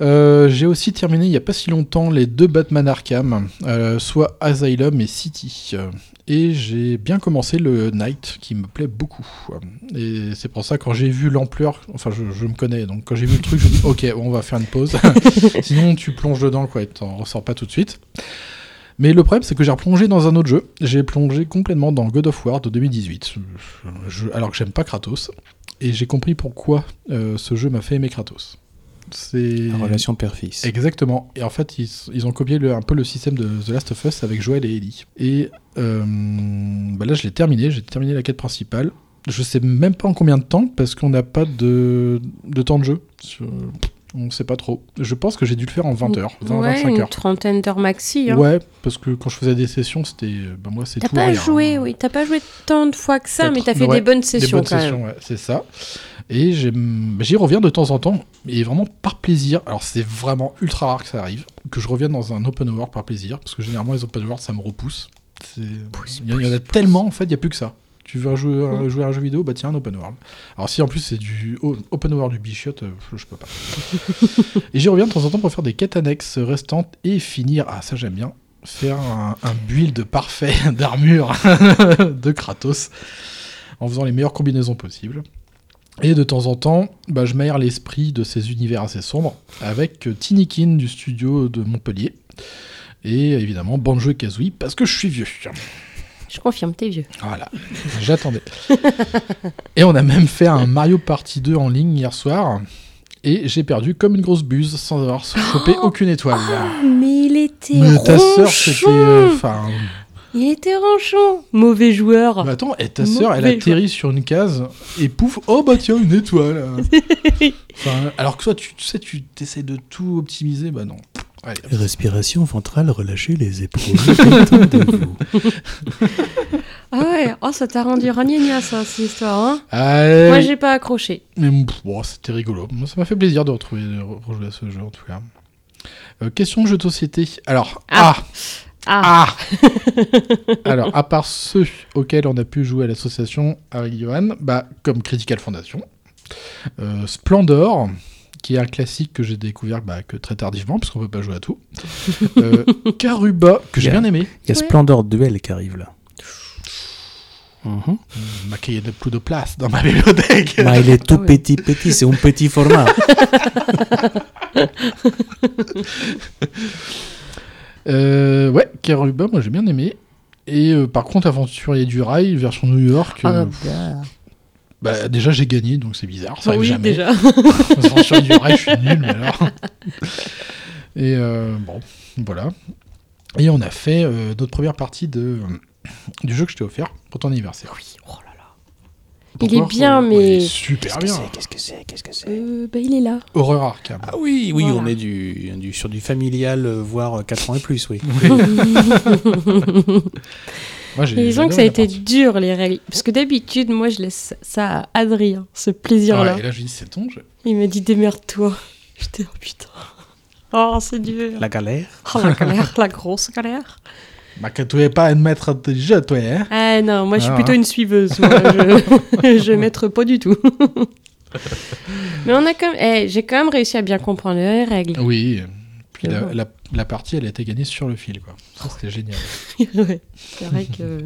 C: Euh, J'ai aussi terminé il n'y a pas si longtemps les deux Batman Arkham, euh, soit Asylum et City. Euh, Et j'ai bien commencé le Night qui me plaît beaucoup. Et c'est pour ça quand j'ai vu l'ampleur, enfin je, je me connais, donc quand j'ai vu le truc, je me dis ok, bon, on va faire une pause. Sinon tu plonges dedans quoi, et t'en ressors pas tout de suite. Mais le problème, c'est que j'ai replongé dans un autre jeu. J'ai plongé complètement dans God of War de 2018. Je- alors que j'aime pas Kratos. Et j'ai compris pourquoi euh, ce jeu m'a fait aimer Kratos. C'est.
G: La relation père-fils.
C: Exactement. Et en fait, ils, ils ont copié le- un peu le système de The Last of Us avec Joel et Ellie. Et euh, bah là, je l'ai terminé. J'ai terminé la quête principale. Je sais même pas en combien de temps parce qu'on n'a pas de, de temps de jeu. Je- On sait pas trop. Je pense que j'ai dû le faire en 20 heures, 20
D: ouais,
C: 25
D: une
C: heures.
D: trentaine d'heures maxi. hein.
C: Ouais, parce que quand je faisais des sessions, c'était. euh, Ben moi, c'est
D: T'as
C: tout. ou
D: pas
C: rien.
D: joué, oui, t'as pas joué tant de fois que ça, mais t'as fait
C: Ouais,
D: des bonnes sessions
C: bonnes
D: quand
C: sessions,
D: même.
C: ouais, c'est ça. Et j'aime- j'y reviens de temps en temps, et vraiment par plaisir. Alors, c'est vraiment ultra rare que ça arrive, que je revienne dans un open world par plaisir, parce que généralement, les open world, ça me repousse. C'est- Il y, en- il y en a tellement, en fait, il n'y a plus que ça. Tu veux jouer,
D: Mm.
C: à- jouer à un jeu vidéo, bah tiens, un open world. Alors, si en plus c'est du o- open world du bichiote, euh, je peux pas. et j'y reviens de temps en temps pour faire des quêtes annexes restantes et finir, ah ça j'aime bien, faire un, un build parfait d'armure de Kratos en faisant les meilleures combinaisons possibles. Et de temps en temps, bah, je m'aère l'esprit de ces univers assez sombres avec euh, Tinikin du studio de Montpellier. Et évidemment, Banjo et Kazooie, parce que je suis vieux.
D: Je confirme, t'es vieux.
C: Voilà, j'attendais. et on a même fait un Mario Party 2 en ligne hier soir. Et j'ai perdu comme une grosse buse sans avoir chopé aucune étoile.
D: Ah, Mais il était
C: Mais ta sœur, c'était.
D: ronchon.
C: euh, Enfin.
D: Il était ronchon. Mauvais joueur.
C: Mais attends, et ta sœur, elle
D: Oh. Mauvais
C: atterrit sur une case et pouf, oh bah tiens, une étoile. Enfin, alors que toi, tu, tu sais, tu essaies de tout optimiser, bah non.
G: Respiration ventrale, relâchez les épaules.
D: Ah ouais, oh, ça t'a rendu ragnagna, ça, cette histoire. Hein
C: Allez.
D: Moi, j'ai pas accroché.
C: Mais pff, bon, c'était rigolo. Moi, ça m'a fait plaisir de retrouver, de re- rejouer à ce jeu en tout cas. Euh, question jeu de société. Alors, ah,
D: Ah,
C: Alors, à part ceux auxquels on a pu jouer à l'association avec Johan, bah, comme Critical Foundation, euh, Splendor, qui est un classique que j'ai découvert bah, que très tardivement, parce qu'on peut pas jouer à tout, euh, Karuba, que j'ai
G: Il y a-
C: bien aimé,
G: Il y a Splendor Duel qui arrive là. Mhm.
C: ma cahier de plus de place dans ma bibliothèque.
G: Bah, il est tout petit, petit, c'est un petit format.
C: Euh, ouais, Karuba, moi j'ai bien aimé. Et euh, par contre, Aventurier du Rail, version New York.
D: Ah,
C: euh,
D: bah.
C: pff, bah, déjà, j'ai gagné, donc c'est bizarre. Ça
D: Ah
C: arrive
D: oui,
C: jamais.
D: déjà.
C: Aventurier du Rail, je suis nul, mais alors. Et euh, bon, voilà. Et on a fait euh, notre première partie de, du jeu que je t'ai offert pour ton anniversaire. Oui, oh là là.
D: Il est bien, mais.
C: Super bien.
G: Qu'est-ce que c'est Qu'est-ce que c'est
D: Euh, bah, il est là.
C: Horreur Arkham.
G: Ah oui, oui,
D: Voilà.
G: on est du, du- sur du familial, euh, voire 4 ans et plus, oui.
C: Moi,
D: Et disons que ça a été dur, les règles. Parce que d'habitude, moi, je laisse ça à Adrien, ce plaisir-là.
C: Ah ouais, et là, je lui dis, c'est ton jeu.
D: Il m'a dit démerde-toi. J'étais oh putain. Oh, c'est dur.
G: La galère.
D: Oh, la galère, la grosse galère.
C: Bah, que tu es pas un maître de jeu, toi, hein
D: Ah non, moi je suis
C: Ah.
D: plutôt une suiveuse. moi, je je vais mettre pas du tout. Mais on a quand même, eh, j'ai quand même réussi à bien comprendre les règles.
C: Oui. Puis
D: C'est
C: la,
D: bon.
C: la- la partie, elle a été gagnée sur le fil, quoi. Ça, c'était génial.
D: Ouais, c'est vrai que.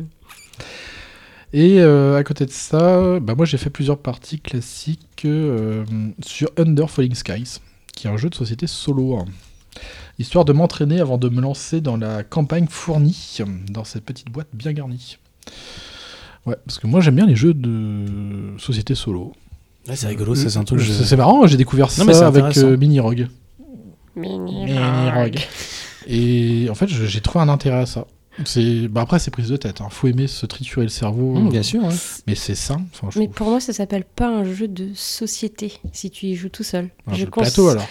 C: Et euh, à côté de ça, bah, moi, j'ai fait plusieurs parties classiques euh, sur Under Falling Skies, qui est un jeu de société solo. hein. Histoire de m'entraîner avant de me lancer dans la campagne fournie, dans cette petite boîte bien garnie. Ouais, parce que moi j'aime bien les jeux de société solo.
G: Ouais, c'est rigolo, ça, c'est un truc. je-
C: C'est c'est marrant, hein, j'ai découvert
G: Non, mais c'est
C: ça avec
G: intéressant.
C: euh, Mini Rogue.
D: Mini
C: Et en fait, je- j'ai trouvé un intérêt à ça. C'est, bah après, c'est prise de tête. hein. Faut aimer se triturer le cerveau.
G: Mmh, bien sûr, ouais.
C: Mais c'est sain. Enfin, je
D: Mais
C: trouve.
D: pour moi, ça s'appelle pas un jeu de société si tu y joues tout seul.
C: Un jeu de
D: cons-
C: plateau, alors.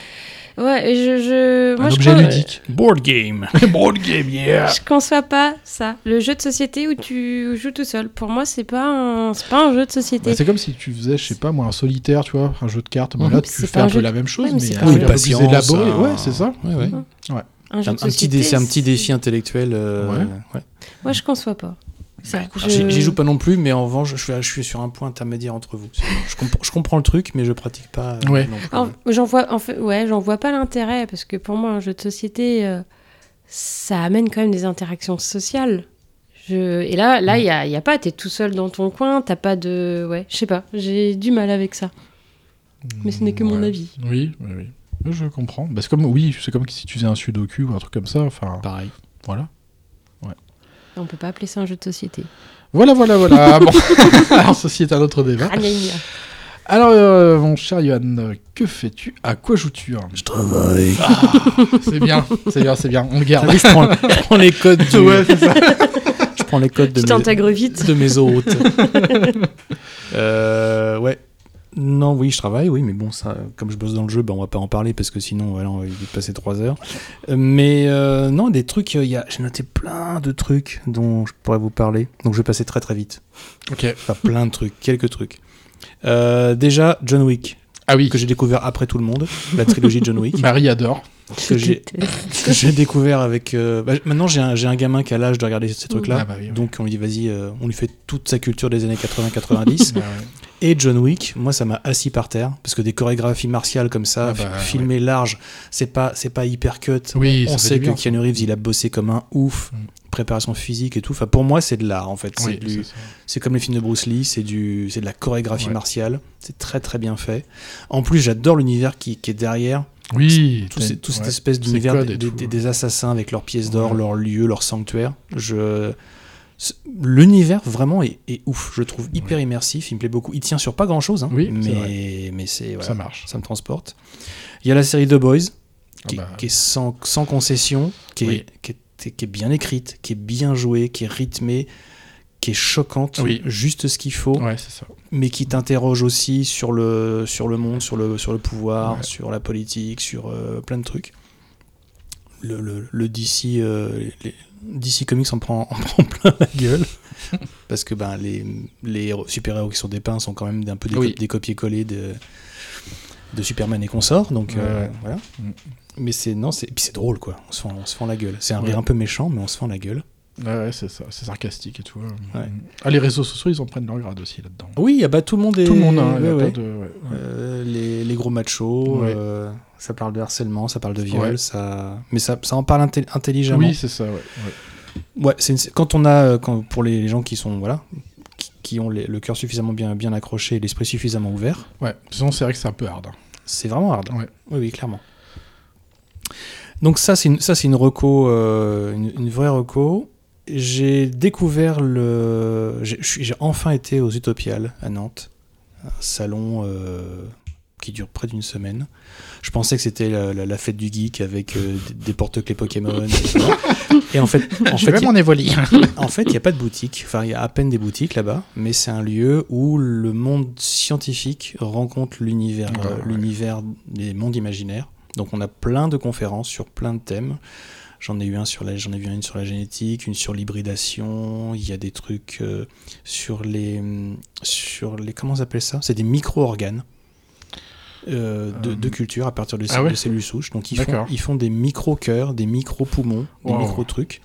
D: Ouais, et je. je...
G: Un
D: moi, je
G: objet
D: crois- euh,
G: ludique. Board game. Board game, yeah.
D: Je conçois pas ça. Le jeu de société où tu joues tout seul. Pour moi, c'est pas un, c'est pas un jeu de société.
C: Bah, c'est comme si tu faisais, je sais pas moi, un solitaire, tu vois, un jeu de cartes. Bah,
G: Mmh.
C: là,
D: C'est
C: tu
D: pas
C: fais un
D: un
C: peu
D: jeu de-
C: la même chose,
D: Ouais, mais
C: mais,
D: c'est
C: un
D: pas
C: peu
D: un
C: plus élaboré.
G: un-
C: Ouais, c'est ça.
G: hein. Ouais, ouais.
D: Mmh.
C: Ouais.
D: Un
G: C'est
D: jeu
G: Un,
D: de
G: un petit
D: société,
G: défi, un
D: c'est-
G: petit défi intellectuel. euh,
C: Ouais.
G: ouais.
D: Moi, je conçois pas. Ça,
G: Alors,
D: je-
G: J'y j'y joue pas non plus, mais en revanche, je suis, je suis sur un point intermédiaire entre vous. C'est- Je, compre- je comprends le truc, mais je pratique pas. euh,
C: Ouais.
G: non plus.
D: En- J'en vois, en fait, ouais, j'en vois pas l'intérêt parce que pour moi, un jeu de société, euh, ça amène quand même des interactions sociales. Je... Et là,
G: Mm.
D: là, il y a, y a pas. T'es tout seul dans ton coin. T'as pas de, ouais, je sais pas. J'ai du mal avec ça. Mais ce n'est que mon
C: Ouais.
D: avis.
C: Oui, oui, oui. Ouais, Je comprends. Bah, c'est comme, oui, c'est comme si tu faisais un sudoku ou un truc comme ça. Enfin,
G: pareil.
C: Voilà.
D: On peut pas appeler ça un jeu de société.
C: Voilà, voilà, voilà. bon, alors ceci est un autre débat.
D: Ah, gna, gna.
C: Alors, euh, mon cher Johan, euh, que fais-tu À quoi joues-tu hein
G: Je travaille.
C: C'est bien, c'est bien, c'est bien. On le garde.
G: T'as vu, Ah, je, prends, je prends les codes du-
C: Ouais, c'est ça.
G: je prends les codes
D: Tu
G: de mes-
D: t'intègres vite.
G: de mes hôtes. Euh, ouais. Non, oui, je travaille, oui, mais bon, ça, comme je bosse dans le jeu, ben, on va pas en parler parce que sinon, voilà, on va y passer trois heures. Euh, Mais euh, non, des trucs, euh, il y a- j'ai noté plein de trucs dont je pourrais vous parler. Donc je vais passer très très vite.
C: Ok.
G: Enfin, plein de trucs, quelques trucs. Euh, déjà, John Wick.
C: Ah oui.
G: Que j'ai découvert après tout le monde, la trilogie John Wick
C: Marie adore.
G: que j'ai que j'ai découvert avec euh, bah, maintenant j'ai un, j'ai un gamin qui a l'âge de regarder ces trucs là
C: Ah bah oui, oui.
G: donc on lui dit vas-y euh, on lui fait toute sa culture des années 80 90
C: Ah ouais.
G: et John Wick moi ça m'a assis par terre parce que des chorégraphies martiales comme ça
C: Ah bah,
G: fi- filmées large c'est pas c'est pas hyper cut
C: Oui, ça
G: on
C: fait
G: sait
C: du bien,
G: que Keanu Reeves il a bossé comme un ouf préparation physique et tout enfin pour moi c'est de l'art en fait c'est
C: Oui,
G: du-
C: c'est ça.
G: c'est comme les films de Bruce Lee, c'est du, c'est de la chorégraphie
C: Ouais.
G: martiale, c'est très très bien fait. En plus, j'adore l'univers qui, qui est derrière.
C: Oui,
G: tout,
C: t'as-
G: ces- tout cette
C: ouais,
G: espèce
C: ces
G: d'univers
C: codes
G: des,
C: et tout,
G: des-
C: ouais.
G: des assassins avec leurs pièces d'or, leurs lieux, leurs sanctuaires. Je, c'est- l'univers vraiment est, est ouf. Je le trouve hyper immersif. Il me plaît beaucoup. Il tient sur pas grand chose,
C: Oui, c'est
G: mais mais c'est voilà,
C: Ça marche.
G: ça me transporte. Il y a la série The Boys
C: Ah
G: qui,
C: bah.
G: qui est sans, sans concession, qui est,
C: Oui.
G: qui, est, qui est bien écrite, qui est bien jouée, qui est rythmée, qui est choquante,
C: Oui.
G: juste ce qu'il faut,
C: Ouais, c'est ça.
G: mais qui t'interroge aussi sur le, sur le monde, sur le, sur le pouvoir,
C: Ouais.
G: sur la politique, sur euh, plein de trucs. le, le- le DC, euh, les- DC Comics en prend, en prend plein la gueule. Parce que ben, les, les héros- super-héros qui sont dépeints sont quand même un peu des, co-
J: Oui.
G: des copier-coller de, de Superman et consorts. Donc
J: Ouais,
G: euh,
J: ouais.
G: voilà.
J: Mm.
G: Mais c'est non, c'est et puis c'est drôle quoi. On se fend, on se fend la gueule. C'est un
J: Ouais.
G: rire un peu méchant, mais on se fend la gueule.
J: Ouais, ouais, c'est ça, c'est sarcastique et tout. hein.
G: Ouais.
J: Ah, les réseaux sociaux, ils en prennent leur grade aussi là-dedans.
G: Oui, ah bah, tout le monde est.
J: Tout le monde, hein, il y a
G: ouais,
J: pas
G: ouais.
J: de- ouais, ouais.
G: Euh, les, les gros machos,
J: Ouais.
G: euh, ça parle de harcèlement, ça parle de viol,
J: Ouais.
G: ça... mais ça, ça en parle intel- intelligemment.
J: Oui, c'est ça, ouais. ouais.
G: Ouais, c'est une- quand on a, euh, quand- pour les, les gens qui sont, voilà, qui, qui ont les- le cœur suffisamment bien, bien accroché et l'esprit suffisamment ouvert,
J: Ouais, sinon c'est vrai que c'est un peu hard. hein.
G: c'est vraiment hard.
J: Ouais.
G: Oui, oui, clairement. Donc ça, c'est une, ça, c'est une reco, euh, une, une vraie reco. J'ai découvert le, j'ai je suis- j'ai enfin été aux Utopiales à Nantes, un salon euh, qui dure près d'une semaine. Je pensais que c'était la, la- la fête du geek avec euh, des, des porte-clés Pokémon. etc. Et en fait, en
J: Je
G: fait,
J: vais
G: il-
J: m'en évoler.
G: en fait, il n'y a pas de boutique. Enfin, il y a à peine des boutiques là-bas, mais c'est un lieu où le monde scientifique rencontre l'univers,
J: Ah, Ouais,
G: euh,
J: ouais.
G: l'univers des mondes imaginaires. Donc, on a plein de conférences sur plein de thèmes. J'en ai eu un sur la, j'en ai vu une sur la génétique, une sur l'hybridation. Il y a des trucs euh, sur les, mm, sur les, comment on appelle ça C'est des micro-organes. euh, de,
J: Euh,
G: de culture à partir de,
J: ah ouais
G: de cellules souches. Donc ils font,
J: D'accord.
G: ils font des micro-cœurs, des micro-poumons, des
J: Wow.
G: micro-trucs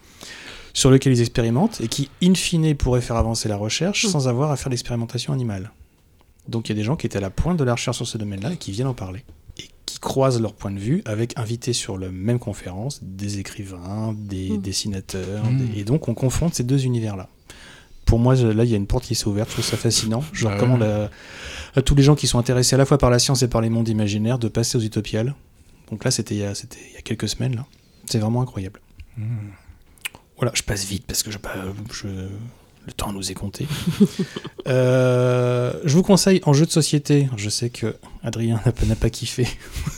G: sur lesquels ils expérimentent et qui, in fine, pourraient faire avancer la recherche sans avoir à faire l'expérimentation animale. Donc il y a des gens qui étaient à la pointe de la recherche sur ce domaine-là et qui viennent en parler. Et qui croisent leur point de vue avec invités sur la même conférence des écrivains, des dessinateurs.
J: Mm.
G: des- Et donc on confronte ces deux univers-là. Pour moi, je- là, il y a une porte qui s'est ouverte, je trouve ça fascinant. Je
J: Bah ouais.
G: recommande à, à tous les gens qui sont intéressés à la fois par la science et par les mondes imaginaires de passer aux Utopiales. Donc là, c'était il y a, c'était il y a quelques semaines. là. C'est vraiment incroyable. Voilà, je passe vite parce que je, bah, je- le temps nous est compté. Euh, je vous conseille en jeu de société. Je sais que Adrien n'a pas, n'a pas kiffé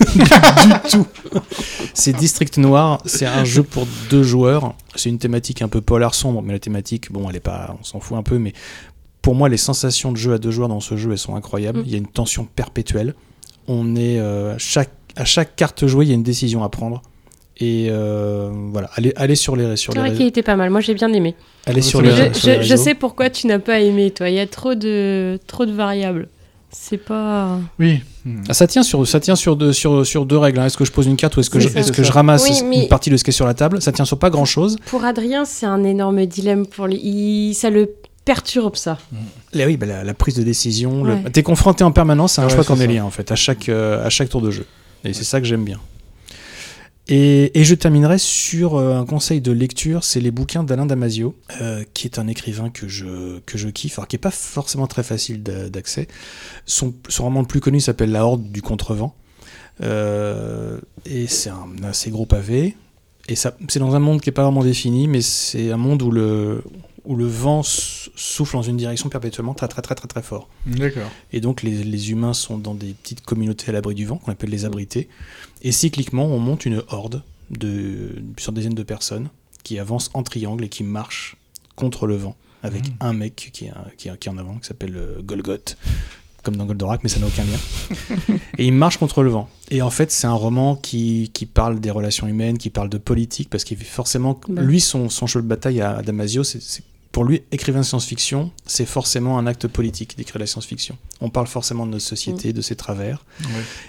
G: du tout. C'est District Noir. C'est un jeu pour deux joueurs. C'est une thématique un peu polar sombre, mais la thématique, bon, elle est pas, on s'en fout un peu, mais pour moi, les sensations de jeu à deux joueurs dans ce jeu, elles sont incroyables.
J: Mm.
G: Il y a une tension perpétuelle. On est euh, chaque, à chaque carte jouée, il y a une décision à prendre. Et euh, voilà, allez, allez sur les sur
D: C'est
G: les
D: vrai
G: ré-
D: qu'il était pas mal. Moi, j'ai bien aimé.
G: allez sur
D: Je,
G: les ré- sur les
D: je- je
G: réseaux.
D: sais pourquoi tu n'as pas aimé, toi. Il y a trop de, trop de variables. C'est pas.
J: Oui.
G: Ah, ça tient sur ça tient sur deux sur, sur deux règles. hein. Est-ce que je pose une carte ou est-ce que
D: C'est
G: je,
D: ça.
G: est-ce que je ramasse
D: Oui, mais-
G: une partie de ce qui est sur la table Ça tient sur pas grand chose.
D: Pour Adrien, c'est un énorme dilemme. Pour lui. Il- Ça le perturbe, ça.
G: Là, oui, bah, la, la prise de décision. le-
D: Ouais.
G: T'es confronté en permanence à un
J: Ouais,
G: choix
J: c'est
G: cornélien,
J: ça.
G: en fait, à chaque, euh, à chaque tour de jeu. Et c'est ça que j'aime bien. Et, et je terminerai sur euh, un conseil de lecture, c'est les bouquins d'Alain Damasio, euh, qui est un écrivain que je, que je kiffe, alors qui n'est pas forcément très facile d'a- d'accès. Son, son roman le plus connu s'appelle La Horde du Contrevent, Euh, et c'est un assez gros pavé. Et ça, c'est dans un monde qui n'est pas vraiment défini, mais c'est un monde où le, où le vent s- souffle dans une direction perpétuellement très très très très très fort.
J: D'accord.
G: Et donc les, les humains sont dans des petites communautés à l'abri du vent, qu'on appelle les abrités. Et cycliquement, on monte une horde de plusieurs dizaines de personnes qui avancent en triangle et qui marchent contre le vent, avec un mec qui est, un- qui est- qui est en avant, qui s'appelle euh, Golgoth, comme dans Goldorak, mais ça n'a aucun lien. et il marche contre le vent. Et en fait, c'est un roman qui, qui parle des relations humaines, qui parle de politique, parce qu'il forcément,
J: Bah.
G: lui, son, son jeu de bataille à, à Damasio, c'est- c'est- pour lui, écrivain de science-fiction, c'est forcément un acte politique d'écrire de la science-fiction. On parle forcément de notre
D: Mm.
G: société, de ses travers.
J: Ouais.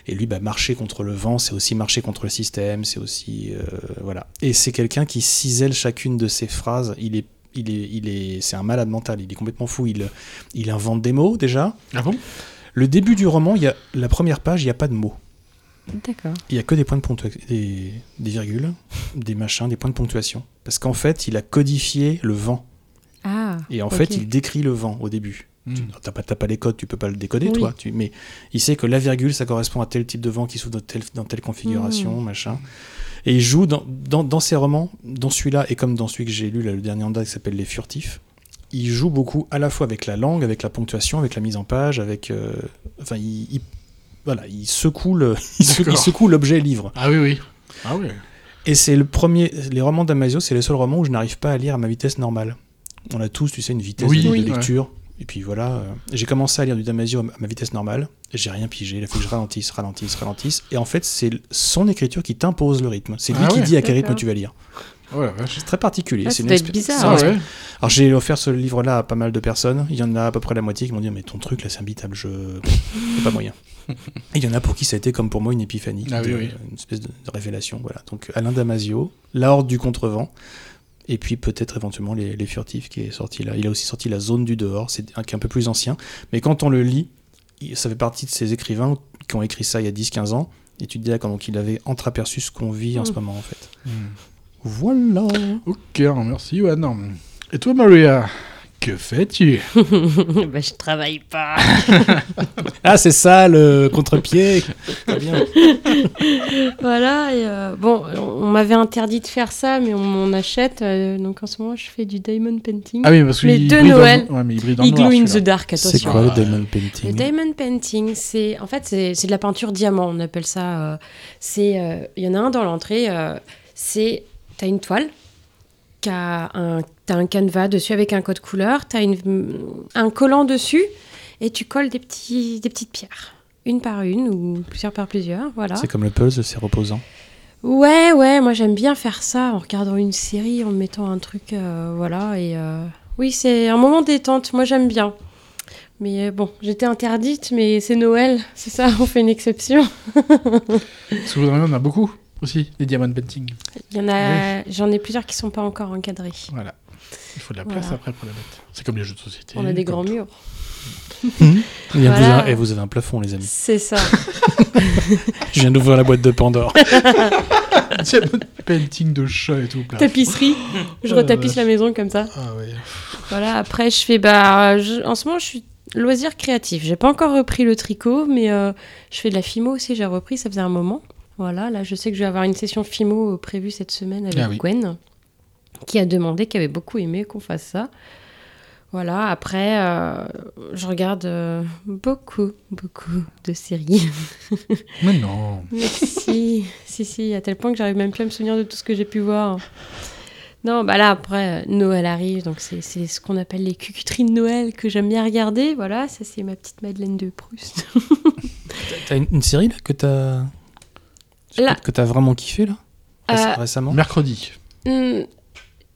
G: Et lui, bah, marcher contre le vent, c'est aussi marcher contre le système, c'est aussi. euh, voilà. Et c'est quelqu'un qui cisèle chacune de ses phrases. Il est. Il est, il est, c'est un malade mental, il est complètement fou. Il, il invente des mots déjà.
J: Ah bon
G: Le début du roman, il y a, la première page, il n'y a pas de mots.
D: D'accord.
G: Il y a que des points de ponctuation, des, des virgules, des machins, des points de ponctuation. Parce qu'en fait, il a codifié le vent.
D: Ah.
G: Et en
D: ok.
G: fait, il décrit le vent au début. Tu
J: Hmm.
G: n'as pas, t'as pas les codes, tu peux pas le décoder,
D: Oui.
G: toi. Tu, mais il sait que la virgule, ça correspond à tel type de vent qui s'ouvre dans telle, dans telle configuration, machin. Et il joue dans, dans, dans ses romans, dans celui-là, et comme dans celui que j'ai lu, là, le dernier en date qui s'appelle Les Furtifs, il joue beaucoup à la fois avec la langue, avec la ponctuation, avec la mise en page, avec. euh, enfin, il, il- voilà, il secoue le- il se- il
J: D'accord.
G: secoue l'objet livre.
J: Ah oui, oui. Ah oui.
G: Et c'est le premier. Les romans d'Amazio, c'est les seuls romans où je n'arrive pas à lire à ma vitesse normale. On a tous, tu sais, une vitesse
J: Oui.
G: de, de
J: Oui.
G: lecture. Et puis voilà, euh, j'ai commencé à lire du Damasio à ma- à ma vitesse normale, et j'ai rien pigé, il faut que je ralentisse, ralentisse, ralentisse. Et en fait, c'est l- son écriture qui t'impose le rythme. C'est lui
J: Ah
G: qui
J: ouais.
G: dit à quel rythme
J: D'accord.
G: tu vas lire.
J: Ouais, la vache.
G: C'est très particulier.
J: Ah,
G: c'est
J: ça doit
G: une
J: être
G: expé-
J: bizarre.
G: c'est un
J: Ah
G: expé-
J: ouais.
G: Alors j'ai offert ce livre-là à pas mal de personnes. Il y en a à peu près la moitié qui m'ont dit mais ton truc là c'est imbitable, je y a pas moyen. Et il y en a pour qui ça a été comme pour moi une épiphanie,
J: Ah oui,
G: de-
J: oui.
G: une espèce de, de révélation. Voilà. Donc Alain Damasio, La Horde du Contrevent, et puis peut-être éventuellement les, les Furtifs qui est sorti là. Il a aussi sorti La Zone du Dehors, c'est un qui est un peu plus ancien. Mais quand on le lit, il- ça fait partie de ces écrivains qui ont écrit ça il y a 10-15 ans. Et tu te dis ah, comment qu'il avait entreaperçu ce qu'on vit
D: Hmm.
G: en ce
J: Mm.
G: moment en fait.
J: Voilà. Ok, merci Johan. Et toi Maria, que fais-tu
B: bah, je travaille pas.
G: Ah, c'est ça le contre-pied. Très bien.
D: voilà, et, euh, bon, on m'avait interdit de faire ça, mais on m'en achète. euh, donc en ce moment, je fais du diamond painting.
J: Ah oui, parce que
D: les
J: il
D: deux
J: brille dans le-
D: Noël.
J: ouais, mais il brille dans le
D: Igloo
J: noir,
D: in the
J: celui-là.
D: Dark,
J: C'est
D: attention.
J: quoi le diamond
G: painting
D: Le diamond painting, c'est en fait c'est c'est de la peinture diamant, on appelle ça. euh, c'est euh, il y en a un dans l'entrée. euh, c'est t'as une toile, qui a un t'as un canevas dessus avec un code couleur, t'as une un collant dessus et tu colles des petits des petites pierres, une par une ou plusieurs par plusieurs, voilà.
G: C'est comme le puzzle, c'est reposant.
D: Ouais, ouais, moi j'aime bien faire ça en regardant une série, en mettant un truc, euh, voilà. Et euh, oui, c'est un moment détente. Moi j'aime bien. Mais euh, bon, j'étais interdite, mais c'est Noël, c'est ça, on fait une exception.
J: Parce que vous en avez, on en a beaucoup aussi, les diamond painting.
D: Il y en a, j'en ai plusieurs qui sont pas encore encadrés.
J: Voilà. Il faut de la
D: Voilà.
J: place après pour la bête. C'est comme les jeux de société.
D: On a des grands murs.
G: Il y a- vous
D: Voilà.
G: avez- et vous avez un plafond, les amis.
D: C'est ça.
G: Je viens d'ouvrir la boîte de Pandore.
J: diamond painting de chat et tout. plein.
D: Tapisserie. Je
J: Ah, la
D: retapisse
J: vache.
D: la maison comme ça.
J: Ah ouais.
D: Voilà, après, je fais. Bah, je- en ce moment, je suis loisir créatif. J'ai pas encore repris le tricot, mais euh, je fais de la FIMO aussi. J'ai repris, ça faisait un moment. Voilà, là, je sais que je vais avoir une session FIMO euh, prévue cette semaine avec
B: Ah oui.
D: Gwen, qui a demandé, qui avait beaucoup aimé qu'on fasse ça. Voilà, après, euh, je regarde euh, beaucoup, beaucoup de séries.
J: Mais non.
D: Mais si, si, si, à tel point que j'arrive même plus à me souvenir de tout ce que j'ai pu voir. Non, bah là, après, euh, Noël arrive, donc c'est c'est ce qu'on appelle les cucuteries de Noël que j'aime bien regarder. Voilà, ça, c'est ma petite Madeleine de Proust.
G: T'as une, une série là que t'as
D: Là.
G: que t'as vraiment kiffé là Réc-
D: Euh,
G: récemment Mercredi.
D: Hmm,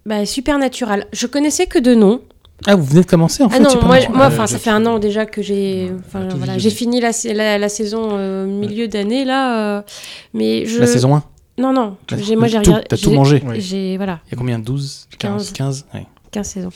D: bah, Supernatural. Je connaissais que de nom.
G: Ah, vous venez de commencer en fait
D: ah non,
G: Super
D: moi,
G: Mario.
D: moi,
G: Ah,
D: enfin,
G: j'ai-
D: ça fait un an déjà que j'ai, enfin,
G: tout
D: voilà,
G: visionné.
D: j'ai fini la, sa- la, la saison euh, milieu d'année là, euh, mais je.
G: La saison 1
D: Non, non.
G: La-
D: j'ai- moi,
G: le
D: j'ai
G: tout,
D: regardé.
G: t'as tout
D: j'ai-
G: mangé.
D: J'ai voilà.
G: Il y a combien 12
D: 15.
G: 15 15 ouais.
D: 15 saisons.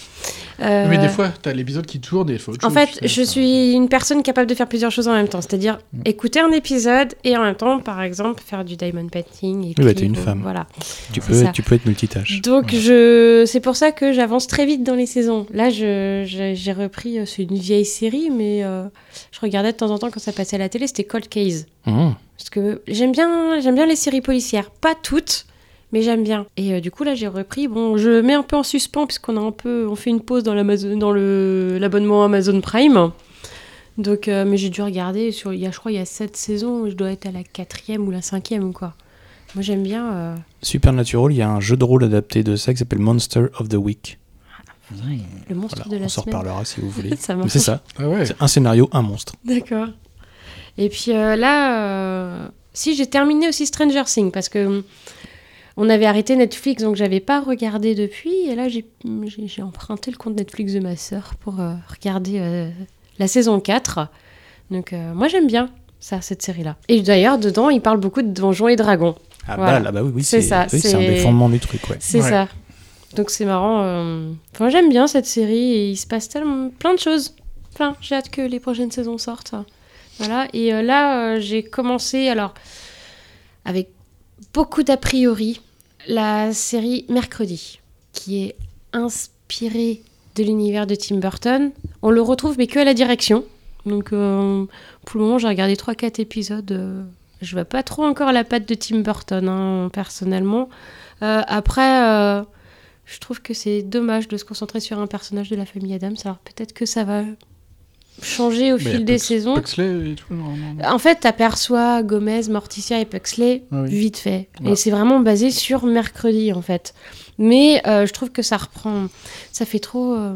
J: Mais
D: Euh,
J: des fois, t'as l'épisode qui tourne et il faut autre
D: En
J: chose,
D: fait,
J: c'est-
D: je suis une personne capable de faire plusieurs choses en même temps, c'est-à-dire
G: Mm.
D: écouter un épisode et en même temps, par exemple, faire du diamond painting.
G: Oui,
D: écrire,
G: bah, t'es une
D: euh,
G: femme.
D: Voilà.
G: Tu
D: C'est
G: peux,
D: ça.
G: tu peux être multitâche.
D: Donc je, c'est pour ça que j'avance très vite dans les saisons. Là, je, je- j'ai repris, euh, c'est une vieille série, mais euh, je regardais de temps en temps quand ça passait à la télé, c'était Cold Case.
G: Mhm.
D: Parce que j'aime bien, j'aime bien les séries policières, pas toutes, mais j'aime bien. Et euh, du coup là, j'ai repris. Bon, je mets un peu en suspens puisqu'on a un peu, on fait une pause dans l'Amazon, dans le l'abonnement Amazon Prime. Donc, euh, mais j'ai dû regarder sur, il y a, je crois, il y a sept saisons. Je dois être à la quatrième ou la cinquième ou quoi. Moi, j'aime bien. euh,
G: Supernatural, il y a un jeu de rôle adapté de ça qui s'appelle Monster of the Week.
D: Le monstre
G: Voilà,
D: de la
G: on s'en
D: semaine.
G: reparlera si vous voulez.
D: Ça
G: Mais
D: marche.
G: c'est ça.
J: Ah
G: C'est un scénario, un monstre.
D: D'accord. Et puis euh, là, euh, si j'ai terminé aussi Stranger Things parce que hum, on avait arrêté Netflix, donc j'avais pas regardé depuis. Et là, j'ai j'ai- j'ai emprunté le compte Netflix de ma sœur pour euh, regarder euh, la saison 4. Donc euh, moi, j'aime bien ça, cette série-là. Et d'ailleurs, dedans, il parle beaucoup de donjons et dragons.
G: Ah
D: Voilà.
G: bah, là, bah oui, oui,
D: c'est
G: c'est
D: ça.
G: oui, c'est un des fondements du truc. Ouais.
D: C'est ça. Donc c'est marrant. euh, Enfin, j'aime bien cette série et il se passe tellement plein de choses. Plein. J'ai hâte que les prochaines saisons sortent. Voilà. Et euh, là, euh, j'ai commencé alors avec beaucoup d'a priori la série Mercredi, qui est inspirée de l'univers de Tim Burton. On le retrouve mais que à la direction. Donc euh, pour le moment, j'ai regardé 3-4 épisodes. euh, je vois pas trop encore la patte de Tim Burton, hein, personnellement. Euh, après, euh, je trouve que c'est dommage de se concentrer sur un personnage de la famille Adams. Alors peut-être que ça va changer au
J: Mais il y a
D: fil des
J: Pux-
D: saisons. Euh,
J: Puxley et tout, normalement.
D: En fait, t'aperçois Gomez, Morticia et Puxley
J: Ah oui.
D: vite fait.
J: Voilà.
D: Et c'est vraiment basé sur mercredi, en fait. Mais euh, je trouve que ça reprend. Ça fait trop. euh,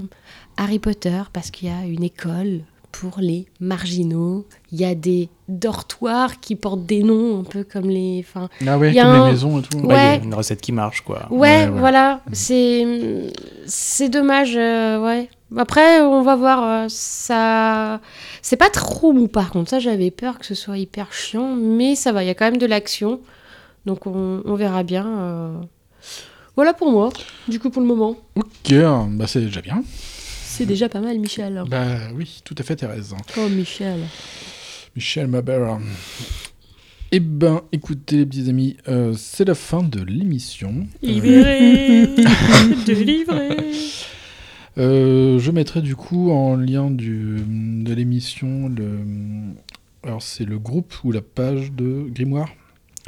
D: Harry Potter parce qu'il y a une école pour les marginaux. Il y a des dortoirs qui portent des noms un peu comme les. Enfin,
G: Ah ouais,
D: il y a
G: comme
D: un-
G: les maisons et tout.
D: Ouais,
G: Bah, il y a une recette qui marche, quoi.
D: Ouais, voilà, c'est c'est dommage, euh, ouais. Après, on va voir, euh, ça... C'est pas trop mou, par contre, ça j'avais peur que ce soit hyper chiant, mais ça va, il y a quand même de l'action, donc on, on verra bien. euh. Voilà pour moi, du coup, pour le moment.
C: Ok,
J: euh,
C: bah c'est déjà bien.
D: C'est déjà pas mal, Michel.
C: Bah oui, tout à fait, Thérèse.
D: Oh, Michel.
C: Michel Mabera. Eh ben, écoutez, les petits amis, euh, c'est la fin de l'émission.
S: Libéré,
C: Euh,
S: délivré.
C: Euh, je mettrai du coup en lien du, de l'émission le. Alors, c'est le groupe ou la page de Grimoire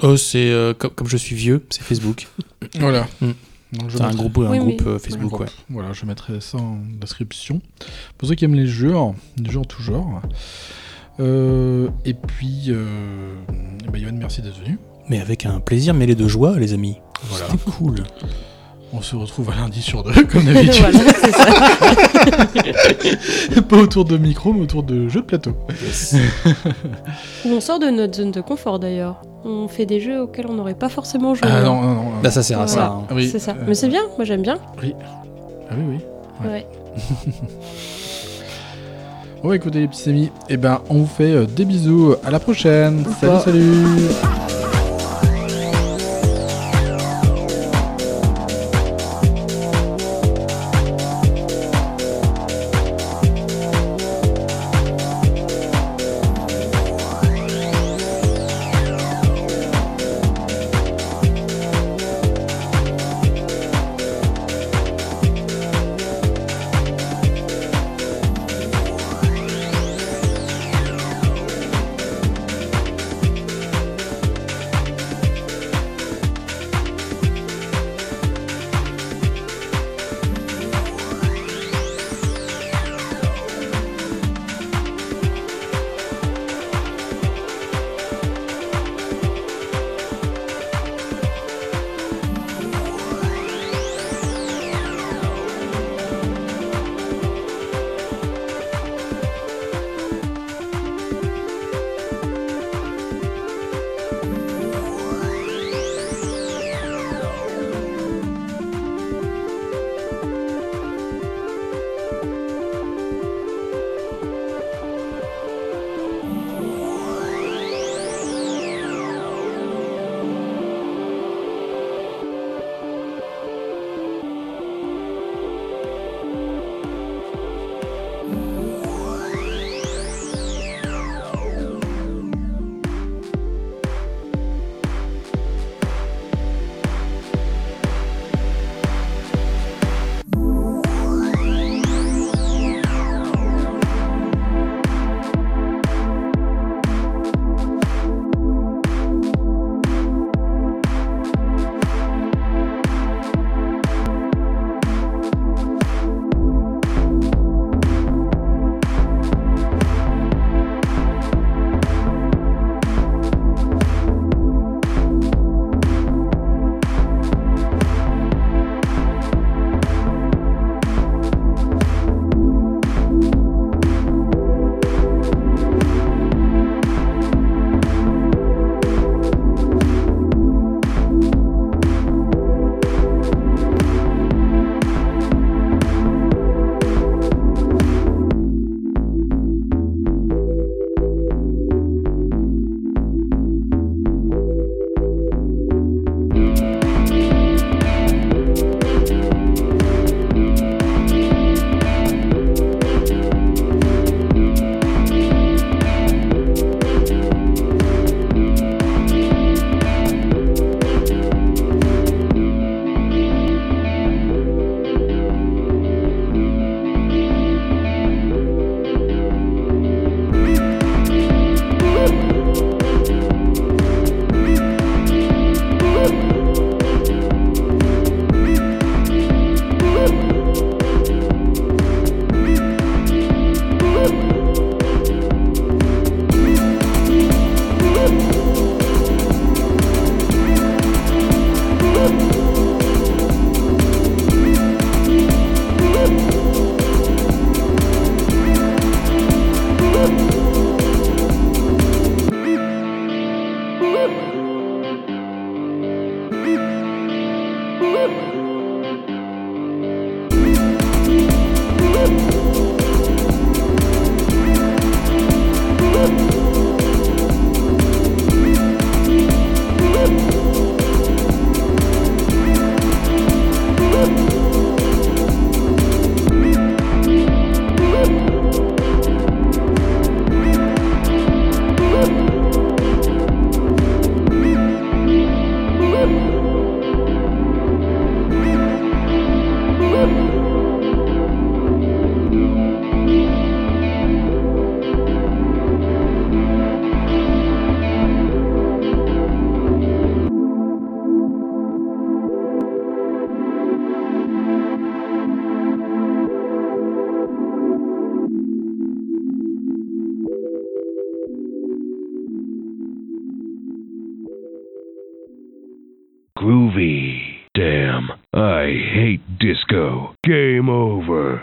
G: Oh, c'est euh, comme, comme je suis vieux, c'est Facebook.
C: Voilà.
G: Mm.
C: Donc, je
G: C'est un
C: mettrai-
G: groupe, un groupe euh, Facebook, ouais.
C: Voilà, je mettrai ça en description. Pour ceux qui aiment les jeux, les jeux en tout genre. Euh, et puis, euh, eh ben, Yoann, merci d'être venu.
G: Mais avec un plaisir mêlé de joie, les amis. Voilà. C'était cool.
C: On se retrouve à lundi sur deux, comme
D: bah.
C: d'habitude.
G: Voilà, c'est
S: ça.
C: Pas autour de micro, mais autour de jeux de plateau.
T: Ou on sort de notre zone de confort d'ailleurs. On fait des jeux auxquels on n'aurait pas forcément joué.
C: Ah non, non, non, non. Bah, ça sert à ça, hein. Oui,
T: Euh, c'est ça.
C: euh,
T: Mais c'est bien, moi j'aime bien.
C: Oui. Ah oui, oui.
T: Ouais.
C: Bon, écoutez, les petits amis, eh ben, on vous fait euh, des bisous. À la prochaine. Salut,
S: revoir.
C: salut.
O: Groovy. Damn, I hate disco. Game over.